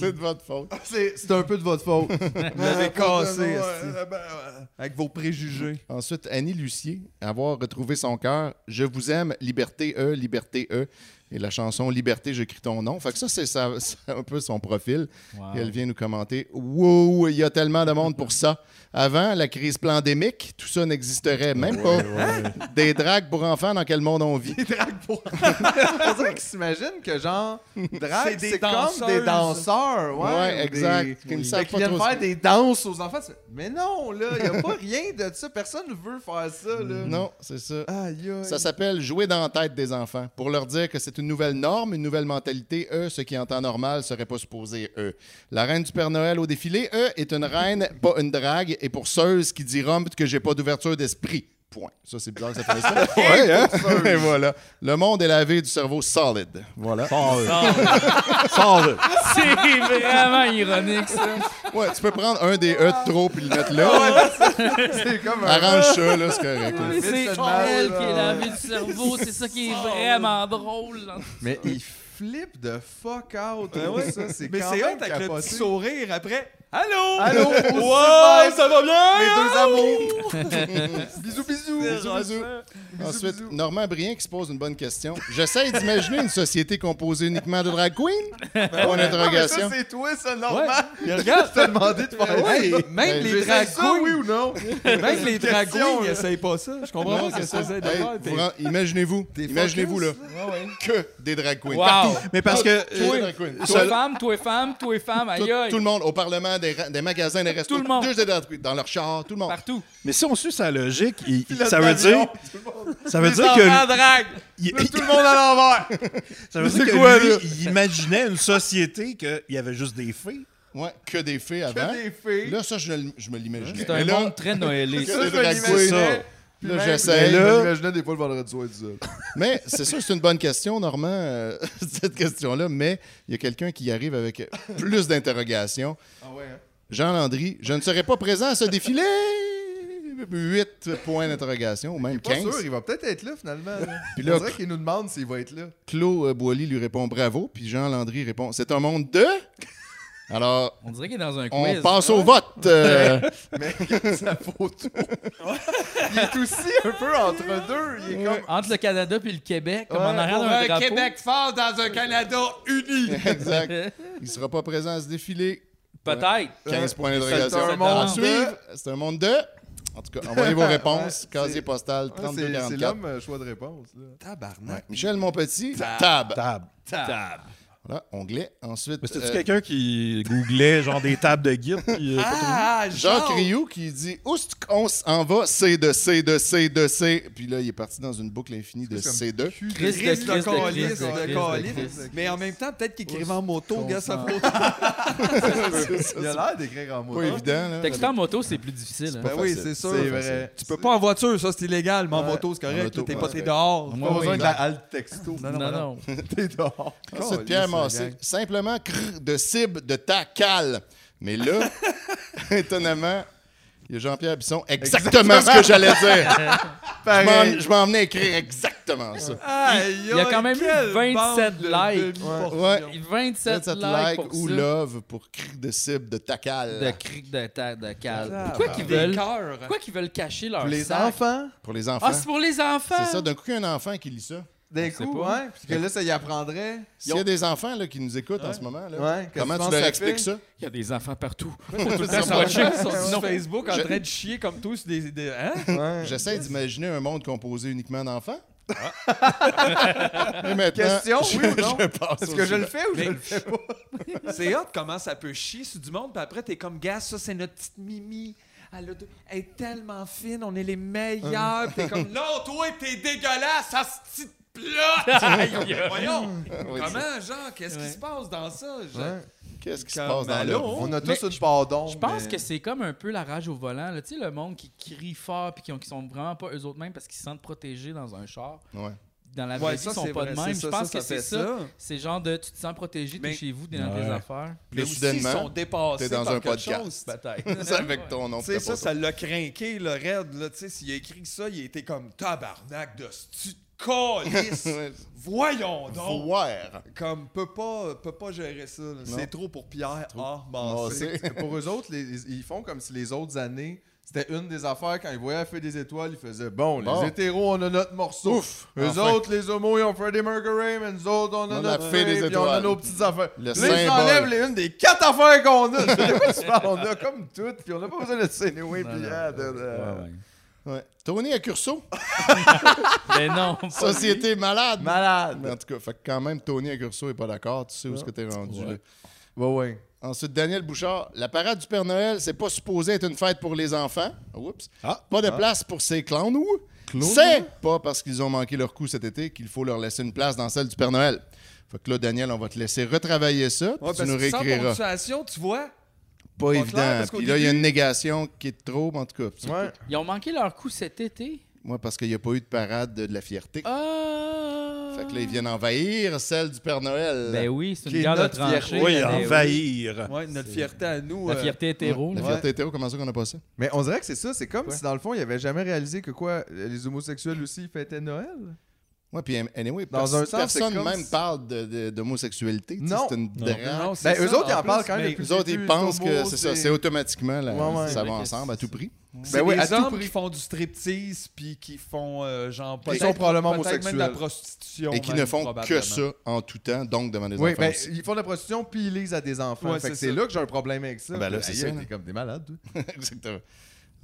Speaker 7: C'est de votre faute.
Speaker 3: [laughs] C'est c'est un peu de votre faute.
Speaker 2: Vous l'avez cassé,
Speaker 3: Ouais,
Speaker 2: esti.
Speaker 3: ouais, ouais, ouais. Avec vos préjugés.
Speaker 7: Ensuite, Annie Lucier, avoir retrouvé son cœur. Je vous aime, liberté E, liberté E. Et la chanson Liberté, j'écris ton nom. Fait que ça, c'est sa- c'est un peu son profil.
Speaker 1: Wow.
Speaker 7: Et elle vient nous commenter Wow, il y a tellement de monde pour ça. Avant la crise pandémique, tout ça n'existerait même pas. Des dragues pour enfants, dans quel monde on vit
Speaker 3: [laughs] C'est vrai qu'ils s'imaginent que genre drague,
Speaker 7: C'est des
Speaker 3: c'est comme des
Speaker 7: danseuses.
Speaker 3: danseurs, ouais,
Speaker 7: Ouais,
Speaker 3: ou des-
Speaker 7: exact. Qu'ils ne
Speaker 3: Fait
Speaker 7: savent
Speaker 3: qu'ils
Speaker 7: pas
Speaker 3: viennent
Speaker 7: trop
Speaker 3: faire
Speaker 7: ce-
Speaker 3: des danses aux enfants. Tu fais, Mais non, là, il n'y a pas rien de ça. Personne ne veut faire ça, là.
Speaker 7: Mm-hmm. Non, c'est ça.
Speaker 3: Aïe, aïe.
Speaker 7: Ça s'appelle jouer dans la tête des enfants pour leur dire que c'est une nouvelle norme, une nouvelle mentalité. Eux, ce qui en temps normal serait pas supposé eux. La reine du Père Noël au défilé, eux, est une reine, pas une drague, et pour ceux qui diront que j'ai pas d'ouverture d'esprit. Point. Ça, c'est bizarre que ça fasse ça.
Speaker 3: Ouais, hein?
Speaker 7: Et voilà. Le monde est lavé du cerveau solide. Voilà. [laughs]
Speaker 3: Solid.
Speaker 1: Solid.
Speaker 8: [laughs]
Speaker 1: C'est vraiment ironique, ça.
Speaker 7: Ouais, tu peux prendre un des E de trop puis le mettre là. [laughs]
Speaker 3: c'est comme un-
Speaker 7: Arrange ça, là, c'est correct. là.
Speaker 8: Mais c'est elle qui
Speaker 3: mal,
Speaker 8: est
Speaker 3: là.
Speaker 8: lavée du cerveau, c'est ça qui est vraiment drôle. dans tout
Speaker 3: Mais
Speaker 8: ça.
Speaker 3: il flippe de fuck out.
Speaker 2: Ouais, Ah ouais.
Speaker 3: Ça, c'est
Speaker 2: Mais
Speaker 3: quand
Speaker 2: c'est
Speaker 3: même
Speaker 2: hot avec le
Speaker 3: capoté.
Speaker 2: petit sourire après. Allô?
Speaker 3: Allô?
Speaker 2: Wow, ça va bien?
Speaker 3: Mes
Speaker 7: [laughs]
Speaker 3: deux amours! bisous, bisous!
Speaker 7: Bisous, Ah, bisous. Ensuite, Normand Brien qui se pose une bonne question. [laughs] J'essaie d'imaginer une société composée uniquement de drag queens? Bonne
Speaker 3: Ah,
Speaker 7: Ben, interrogation.
Speaker 3: mais ça, c'est toi, ça, normal.
Speaker 2: Puis regarde,
Speaker 3: je t'ai demandé de faire
Speaker 2: Ouais,
Speaker 3: ça.
Speaker 2: même
Speaker 7: Ben,
Speaker 2: les
Speaker 3: j'essaie
Speaker 2: drag
Speaker 3: ça,
Speaker 2: queens.
Speaker 3: oui ou non?
Speaker 2: Même les drag queens,
Speaker 3: Question,
Speaker 2: ils
Speaker 3: là.
Speaker 2: essayent pas ça. Je comprends
Speaker 7: Non,
Speaker 2: pas ce que
Speaker 7: c'est
Speaker 2: ça
Speaker 7: ça.
Speaker 2: faisait
Speaker 7: Hey,
Speaker 2: d'avoir.
Speaker 7: vous ren- Imaginez-vous, imaginez-vous là, que des drag queens. Partout.
Speaker 1: Mais parce que-
Speaker 7: Que des
Speaker 1: Toi-
Speaker 7: drag queens.
Speaker 8: Toi
Speaker 7: Seul-
Speaker 8: femme, toi femme, toi femme,
Speaker 7: tout,
Speaker 8: aïe aïe.
Speaker 7: tout le monde, au Parlement, des, ra- des magasins, des restos,
Speaker 8: Tout le monde.
Speaker 7: juste des drag queens, dans leur char, tout le monde.
Speaker 8: Partout.
Speaker 4: Mais si on suit sa logique, il-
Speaker 7: Pilote
Speaker 4: ça veut
Speaker 7: d'avion,
Speaker 4: dire. Ça veut dire que.
Speaker 2: drague!
Speaker 4: Il-
Speaker 3: Tout le
Speaker 2: [laughs]
Speaker 3: monde à l'envers!
Speaker 4: [laughs] Ça veut
Speaker 3: C'est
Speaker 4: dire que
Speaker 3: quoi,
Speaker 4: lui,
Speaker 3: là?
Speaker 4: il imaginait une société qu'il y avait juste des filles.
Speaker 7: Ouais, que des filles avant.
Speaker 3: des filles.
Speaker 7: Là, ça, je, le- je me l'imagine.
Speaker 1: C'est un
Speaker 7: Mais là,
Speaker 1: monde très
Speaker 3: [laughs]
Speaker 1: noëlé.
Speaker 7: que
Speaker 1: ça.
Speaker 7: des
Speaker 3: je
Speaker 7: drag
Speaker 3: l'imaginais.
Speaker 7: queens.
Speaker 3: Puis
Speaker 7: Là,
Speaker 3: même-
Speaker 7: j'essaie.
Speaker 3: Mais là-
Speaker 7: là.
Speaker 3: J'imaginais des fois le vendredi soir tout seul.
Speaker 7: Mais c'est sûr, c'est une bonne question, Normand, euh, [laughs] cette question-là. Mais il y a quelqu'un qui arrive avec plus d'interrogations.
Speaker 3: Ah ouais, hein?
Speaker 7: Jean Landry, je ne serai pas présent à ce défilé. 8 points d'interrogation, ou même
Speaker 3: Pas
Speaker 7: 15.
Speaker 3: sûr, il va peut-être être là finalement. là.
Speaker 7: Puis
Speaker 3: On
Speaker 7: là,
Speaker 3: dirait qu'il nous demande s'il va être là.
Speaker 7: Claude euh, Boilly lui répond bravo, puis Jean Landry répond c'est un monde
Speaker 3: [laughs]
Speaker 7: de. Alors,
Speaker 1: On dirait qu'il est dans un
Speaker 7: on
Speaker 1: quiz. hein?
Speaker 7: passe au vote. euh,
Speaker 3: [laughs] Mais ça
Speaker 1: [laughs]
Speaker 3: vaut tout. il est aussi un peu entre deux. Il est comme.
Speaker 1: Entre le Canada puis le Québec, comme
Speaker 3: Ouais,
Speaker 1: en arrière
Speaker 2: Pour
Speaker 1: d'un
Speaker 2: un
Speaker 1: drapeau.
Speaker 2: Québec fort dans un Canada uni!
Speaker 7: exact. Il sera pas présent à ce défilé.
Speaker 1: Peut-être.
Speaker 7: 15 points
Speaker 3: C'est un
Speaker 7: d'interrogation.
Speaker 3: monde
Speaker 7: À suivre, C'est un monde de. En tout cas, envoyez
Speaker 3: [laughs]
Speaker 7: vos réponses. Casier postal
Speaker 3: Ouais, c'est- c'est
Speaker 7: 3244.
Speaker 3: l'homme euh, choix de réponse. Là.
Speaker 7: Ouais. Michel Monpetit, tab. Tab. Voilà, onglet. Ensuite,
Speaker 4: Mais c'était-tu
Speaker 7: euh,
Speaker 4: quelqu'un qui googlait genre des tables de guide? Puis, euh, pas trouvé?
Speaker 7: Ah! Jean Criou qui dit Où est-ce qu'on s'en va C de C de C de C. Puis là, il est parti dans une boucle infinie de C2.
Speaker 1: Chris de
Speaker 2: Chris
Speaker 1: Chris
Speaker 2: de
Speaker 1: de Chris
Speaker 2: Calis,
Speaker 1: de Chris
Speaker 2: de
Speaker 1: de
Speaker 2: Calis.
Speaker 1: Chris.
Speaker 2: Mais en même temps, peut-être qu'il écrivait en moto, gars, ça faut. [laughs]
Speaker 3: Il a l'air d'écrire en mode. Ah,
Speaker 7: Pas évident, là.
Speaker 1: Texte en moto, c'est plus difficile. hein.
Speaker 3: pas
Speaker 2: Ben oui,
Speaker 3: facile.
Speaker 2: c'est sûr. Ben,
Speaker 3: C'est vrai.
Speaker 2: Tu peux pas en voiture, ça c'est illégal, mais en moto c'est
Speaker 7: En
Speaker 2: correct.
Speaker 7: moto,
Speaker 2: là, T'es
Speaker 7: ouais,
Speaker 2: pas
Speaker 7: c'est
Speaker 2: t'es dehors.
Speaker 3: Pas besoin de la halte texto.
Speaker 2: Non,
Speaker 1: Non,
Speaker 2: non, non. [laughs]
Speaker 1: non.
Speaker 3: T'es dehors.
Speaker 1: Oh,
Speaker 7: Ensuite, Pierre Massé. Simplement crrr, de cible de ta cale.
Speaker 1: [laughs]
Speaker 7: Mais là, étonnamment, il y a Jean-Pierre Bisson. Exactement, ce que
Speaker 3: [laughs]
Speaker 1: [laughs]
Speaker 7: j'allais dire. Je m'en-
Speaker 3: Pareil.
Speaker 7: je m'en venais écrire exactement ça.
Speaker 2: Aïe,
Speaker 1: Il y a quand même eu
Speaker 2: quelle
Speaker 1: 27
Speaker 2: bande de
Speaker 1: likes.
Speaker 2: demi-portions.
Speaker 7: Ouais.
Speaker 1: 27
Speaker 7: 27
Speaker 1: likes
Speaker 7: likes
Speaker 1: pour
Speaker 7: ou
Speaker 1: ça.
Speaker 7: love pour cri de cible de ta cale.
Speaker 1: De cric de terre de
Speaker 2: Ah,
Speaker 1: cale. Pourquoi
Speaker 2: bah.
Speaker 1: qu'ils
Speaker 2: Des
Speaker 1: veulent,
Speaker 2: cœurs.
Speaker 1: pourquoi qu'ils veulent cacher leur
Speaker 3: Pour les
Speaker 1: sac?
Speaker 3: enfants,
Speaker 7: Pour les enfants.
Speaker 8: Ah, c'est pour les enfants.
Speaker 7: c'est ça, d'un coup, il y a un enfant qui lit ça.
Speaker 3: d'un
Speaker 1: sait
Speaker 3: coup,
Speaker 1: pas.
Speaker 3: ouais. hein? Parce que là, ça y apprendrait.
Speaker 7: S'il y a des enfants là, qui nous écoutent en ce moment, là,
Speaker 3: Ouais, qu'est-ce
Speaker 7: comment
Speaker 3: que
Speaker 7: tu
Speaker 3: tu
Speaker 7: leur
Speaker 3: penses
Speaker 7: expliques
Speaker 3: ça
Speaker 7: ça?
Speaker 1: Il y a des enfants
Speaker 3: [laughs]
Speaker 1: partout.
Speaker 2: Ils sont sur Facebook en
Speaker 7: Je-
Speaker 2: train de chier comme tous sur des. des- Hein?
Speaker 3: Ouais.
Speaker 7: J'essaie d'imaginer un monde composé uniquement d'enfants. Et maintenant,
Speaker 3: Ah. Question, oui ou non?
Speaker 7: je passe
Speaker 3: Est-ce
Speaker 7: au
Speaker 3: que je
Speaker 7: suivant.
Speaker 3: le fais ou je
Speaker 2: Mais-
Speaker 3: le fais
Speaker 2: [laughs]
Speaker 3: pas?
Speaker 2: C'est hot comment ça peut chier sur du monde, puis après, t'es comme, gars, ça, c'est notre petite Mimi. Elle, a deux- elle est tellement fine, on est les meilleurs. Puis t'es comme, non, toi, t'es dégueulasse, ça se petite
Speaker 7: [laughs]
Speaker 2: plate. Voyons, comment, genre, qu'est-ce qui se passe dans ça? Je-
Speaker 7: Qu'est-ce qui se
Speaker 2: Comme
Speaker 7: passe dans
Speaker 2: allô?
Speaker 7: l'eau?
Speaker 3: On a
Speaker 8: Mais
Speaker 3: tous une part d'ombre.
Speaker 8: Je pense
Speaker 3: mais-
Speaker 8: que c'est comme un peu la rage au volant. là. Tu sais, le monde qui crie fort puis qui, ont- qui sont vraiment pas eux autres mêmes parce qu'ils se sentent protégés dans un char.
Speaker 7: Ouais.
Speaker 1: dans la
Speaker 2: Ouais,
Speaker 1: vraie vie,
Speaker 2: ça,
Speaker 1: ils sont
Speaker 2: c'est
Speaker 1: pas
Speaker 2: vrai.
Speaker 1: de même.
Speaker 2: C'est
Speaker 1: Je
Speaker 2: ça,
Speaker 1: pense
Speaker 2: ça
Speaker 1: que
Speaker 2: fait
Speaker 1: c'est
Speaker 2: ça.
Speaker 1: ça. C'est genre de tu te sens protégé, t'es chez vous, t'es dans
Speaker 2: Ouais.
Speaker 1: tes affaires.
Speaker 2: Mais aussi, ils sont dépassés
Speaker 7: t'es dans
Speaker 2: par
Speaker 7: un
Speaker 2: quelque
Speaker 7: podcast.
Speaker 2: chose,
Speaker 7: [laughs]
Speaker 2: peut-être.
Speaker 7: C'est avec ton nom,
Speaker 2: Tu sais,
Speaker 7: t'as
Speaker 2: ça,
Speaker 7: pas
Speaker 2: ça
Speaker 7: ça.
Speaker 2: l'a craqué, le raide. Là, tu sais, s'il a écrit ça, il était comme tabarnak de stu calice.
Speaker 7: [laughs] Ouais.
Speaker 2: Voyons donc.
Speaker 7: Voir.
Speaker 2: Comme, peut pas, peut pas gérer ça. là.
Speaker 3: Non.
Speaker 2: C'est trop pour Pierre A.
Speaker 3: Bon,
Speaker 2: Massé.
Speaker 7: [laughs]
Speaker 3: c'est- Ah, pour eux autres, les- ils ils font comme si les autres années, c'était une des affaires quand ils voyaient la feu des étoiles, ils faisaient
Speaker 7: [laughs]
Speaker 3: bon,
Speaker 7: Bon.
Speaker 3: les hétéros, on a notre morceau.
Speaker 7: Ouf!
Speaker 3: Eux
Speaker 7: Enfin.
Speaker 3: autres, les homos, ils ont Freddie Mercury, mais nous autres, on a
Speaker 7: On a
Speaker 3: notre
Speaker 7: la fée des
Speaker 3: fille, puis on a
Speaker 7: étoiles.
Speaker 3: nos petites affaires.
Speaker 7: Le
Speaker 3: Là, ils
Speaker 7: symbole.
Speaker 3: enlèvent les, une des quatre affaires qu'on a. De quoi tu parles? On a comme toutes, puis on n'a pas besoin de s'énouer, puis ah, de- de-
Speaker 7: Ouais. Tony à
Speaker 1: [laughs]
Speaker 7: Curso?
Speaker 1: Mais Ben non. pas
Speaker 7: Société malade.
Speaker 3: Malade.
Speaker 7: Mais en tout cas, fait que quand même, Tony à Curso n'est pas d'accord. Tu sais
Speaker 2: Ah.
Speaker 7: où est-ce que t'es rendu.
Speaker 3: Ouais.
Speaker 7: là. Ensuite, Daniel Bouchard. La parade du Père Noël, c'est pas supposé être une fête pour les enfants. Oups. pas de
Speaker 3: ah.
Speaker 7: place pour ces clowns, ou?
Speaker 3: Clowns, hein?
Speaker 7: C'est pas parce qu'ils ont manqué leur coup cet été qu'il faut leur laisser une place dans celle du Père Noël. Fait que là, Daniel, on va te laisser retravailler ça, puis
Speaker 2: Ouais,
Speaker 7: tu
Speaker 2: parce
Speaker 7: nous
Speaker 2: que sans
Speaker 7: réécriras.
Speaker 2: ponctuation, tu vois.
Speaker 7: Pas,
Speaker 2: clair,
Speaker 7: évident.
Speaker 2: parce qu'au
Speaker 7: puis là, il y a
Speaker 2: début-
Speaker 7: une négation qui est trop, en tout cas. Moi,
Speaker 1: Ils ont manqué leur coup cet été.
Speaker 7: parce qu'il n'y a pas eu de parade de, de la fierté.
Speaker 1: Ah!
Speaker 7: Fait que là, ils viennent envahir celle du Père Noël.
Speaker 1: Ben oui, c'est une
Speaker 7: Qui est
Speaker 1: guerre de
Speaker 7: notre
Speaker 1: tranchées.
Speaker 7: fierté.
Speaker 1: Ben oui.
Speaker 2: Ouais, notre fierté à nous.
Speaker 3: euh,
Speaker 1: La fierté hétéro.
Speaker 7: euh, La
Speaker 1: là.
Speaker 7: fierté hétéro, comment ça qu'on a passé?
Speaker 3: Mais on dirait que c'est ça, c'est comme
Speaker 7: Quoi?
Speaker 3: si dans le fond, ils n'avaient jamais réalisé que quoi, euh, les homosexuels aussi fêtaient Noël.
Speaker 7: Ouais, puis anyway,
Speaker 3: Dans
Speaker 7: pers-
Speaker 3: un sens, c'est
Speaker 7: personne
Speaker 3: comme
Speaker 7: même
Speaker 3: si-
Speaker 7: parle de- de- d'homosexualité. tu sais,
Speaker 3: Non.
Speaker 7: C'est une
Speaker 3: Non.
Speaker 7: drague.
Speaker 3: Non, c'est Ben, eux ça, autres, ils en en parlent plus, quand même mais- depuis
Speaker 7: Eux
Speaker 3: le
Speaker 7: autres,
Speaker 3: début,
Speaker 7: ils pensent que
Speaker 3: homo,
Speaker 7: c'est ça,
Speaker 3: c'est-
Speaker 7: c'est automatiquement, là,
Speaker 3: Ouais, ouais.
Speaker 7: ça va
Speaker 3: C'est vrai que
Speaker 7: ensemble à tout prix.
Speaker 2: C'est
Speaker 7: Ben oui,
Speaker 2: des
Speaker 7: à tout
Speaker 2: hommes qui
Speaker 7: prix.
Speaker 2: font du striptease puis qui font euh, genre
Speaker 3: Qui
Speaker 2: peut-être-
Speaker 3: sont probablement
Speaker 2: peut-être
Speaker 3: homosexuels.
Speaker 2: même de la prostitution
Speaker 7: Et qui
Speaker 2: même,
Speaker 7: ne font que
Speaker 2: probablement.
Speaker 7: ça en tout temps, donc devant les
Speaker 3: Oui,
Speaker 7: enfants.
Speaker 3: ben,
Speaker 7: aussi.
Speaker 3: ils font de la prostitution puis ils lisent à des enfants.
Speaker 7: Ouais,
Speaker 3: Fait que
Speaker 7: c'est
Speaker 3: c'est
Speaker 7: ça.
Speaker 3: là que j'ai un problème avec ça.
Speaker 7: Ah ben là, c'est
Speaker 3: Aïe,
Speaker 7: ça,
Speaker 3: t'es
Speaker 7: là.
Speaker 3: comme des malades. toi.
Speaker 7: [laughs] Exactement.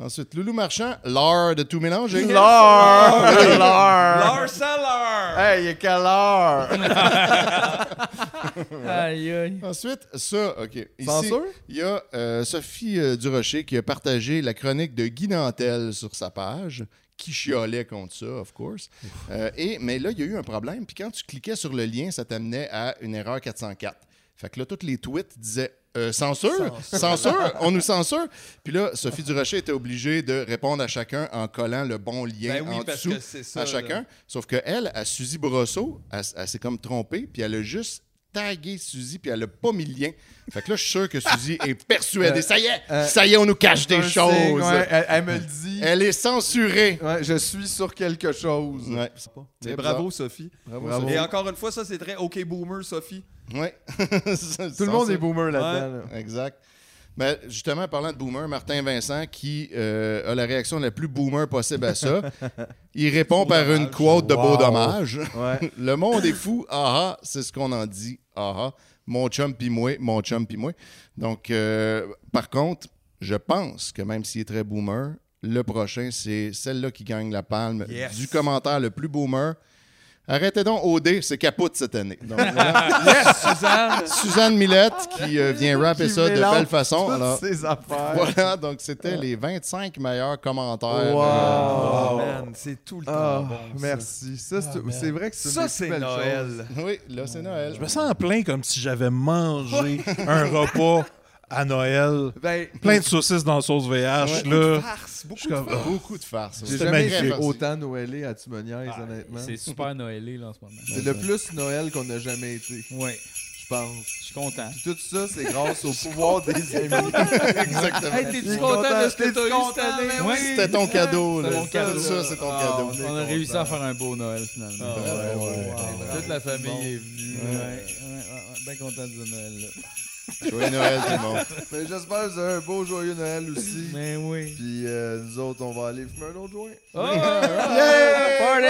Speaker 7: Ensuite, Loulou Marchand, l'art de tout mélanger.
Speaker 2: [laughs]
Speaker 3: L'art!
Speaker 7: Oui.
Speaker 3: L'art! L'art,
Speaker 2: c'est l'art!
Speaker 3: Hey, il est quelle heure?
Speaker 7: [laughs]
Speaker 3: [laughs]
Speaker 7: Aïe, Ensuite, ça, OK. Ici,
Speaker 3: Censure?
Speaker 7: il y a euh, Sophie euh, Durocher qui a partagé la chronique de Guy Nantel sur sa page, qui chiolait contre ça, of course. Euh, et, mais là, il y a eu un problème. Puis quand tu cliquais sur le lien, ça t'amenait à une erreur 404. Fait que là, tous les tweets disaient euh, censure,
Speaker 3: Censure.
Speaker 7: censure, on nous censure. Puis là, Sophie Durocher était obligée de répondre à chacun en collant le bon lien
Speaker 2: Ben oui,
Speaker 7: en
Speaker 2: parce
Speaker 7: dessous
Speaker 2: que c'est ça,
Speaker 7: à
Speaker 2: là.
Speaker 7: chacun. Sauf que elle, à Suzy Brosseau, elle, s- elle s'est comme trompée, puis elle a juste tagué Suzy, puis elle a pas mis le lien. Fait que là, je suis sûr que Suzy
Speaker 3: [laughs]
Speaker 7: est persuadée.
Speaker 3: Euh,
Speaker 7: ça y est,
Speaker 3: euh,
Speaker 7: ça y est, on nous cache
Speaker 3: c'est
Speaker 7: des
Speaker 3: un
Speaker 7: choses.
Speaker 3: signe, ouais, elle- elle me le dit.
Speaker 7: [laughs] Elle est censurée.
Speaker 3: Ouais, je suis sur quelque chose.
Speaker 7: Ouais.
Speaker 2: Mais bravo, Sophie.
Speaker 7: Bravo,
Speaker 3: Bravo.
Speaker 2: Et encore une fois, ça, c'est très OK Boomer, Sophie.
Speaker 7: Ouais.
Speaker 3: [laughs] Tout le monde est boomer là-dedans. là.
Speaker 7: Exact. Ben, justement, en parlant de boomer, Martin Vincent, qui euh, a la réaction la plus boomer possible à Ben,
Speaker 3: [laughs]
Speaker 7: ça, il répond par une quote de beau
Speaker 3: Wow.
Speaker 7: dommage.
Speaker 3: Ouais.
Speaker 7: [laughs] Le monde est fou, ah ah, c'est ce qu'on en dit, ah ah. Mon chum pis moi, mon chum pis moi. Donc, euh, par contre, je pense que même s'il est très boomer, le prochain, c'est celle-là qui gagne la palme
Speaker 2: Yes.
Speaker 7: du commentaire le plus boomer. Arrêtez donc OD, c'est capote cette année.
Speaker 3: [laughs]
Speaker 7: Donc, voilà.
Speaker 2: [laughs] yes,
Speaker 7: Ah,
Speaker 2: Suzanne!
Speaker 7: Suzanne Millette qui euh, vient rapper
Speaker 3: Qui
Speaker 7: ça de
Speaker 3: mélange
Speaker 7: belle façon.
Speaker 3: toutes
Speaker 7: Alors,
Speaker 3: ses affaires.
Speaker 7: voilà, donc c'était les 25 meilleurs commentaires.
Speaker 3: Wow. Oh,
Speaker 7: Euh,
Speaker 2: Oh, Man, c'est tout le temps
Speaker 3: Ah,
Speaker 2: bon. ça.
Speaker 3: merci. Ça, c'est
Speaker 2: Ah, man.
Speaker 3: c'est vrai que c'est une
Speaker 2: Ça,
Speaker 3: des
Speaker 2: c'est
Speaker 3: plus belles
Speaker 2: Noël.
Speaker 3: choses.
Speaker 7: Oui, là, c'est Noël.
Speaker 4: Je me sens plein comme si j'avais mangé un repas à Noël. plein de saucisses dans la sauce VH.
Speaker 7: Ouais.
Speaker 4: là.
Speaker 7: Beaucoup
Speaker 4: de farce.
Speaker 7: Beaucoup de farce.
Speaker 3: J'ai
Speaker 7: C'était
Speaker 3: jamais
Speaker 7: magnifique.
Speaker 3: été autant Noëlé à Tumoniaise,
Speaker 2: Ah,
Speaker 3: honnêtement.
Speaker 1: C'est super Noëlé là, en ce moment.
Speaker 3: C'est le plus Noël qu'on n'a jamais été.
Speaker 1: Ouais.
Speaker 3: Je pense. Je
Speaker 1: suis content.
Speaker 3: tout ça, c'est grâce au pouvoir des amis.
Speaker 7: Exactement.
Speaker 2: Hey, t'es-tu content de ce que t'as eu cette année?
Speaker 7: Ouais, c'était ton cadeau. là.
Speaker 2: C'était mon cadeau.
Speaker 7: Ça, c'est ton
Speaker 2: Ah,
Speaker 7: cadeau.
Speaker 1: On a réussi à faire un beau Noël finalement.
Speaker 2: Oh,
Speaker 7: Ah, ouais, ouais, ouais.
Speaker 2: Toute la famille est venue. euh,
Speaker 1: Ouais, ouais, ouais, ouais. Bien content de ce Noël là.
Speaker 7: [laughs] Joyeux Noël, tout le monde.
Speaker 3: Mais Ben, j'espère que vous avez un beau joyeux Noël aussi.
Speaker 1: Mais Ben oui.
Speaker 3: Puis euh, nous autres, on va aller fumer un autre joint.
Speaker 1: Oh!
Speaker 3: Yeah!
Speaker 1: Party!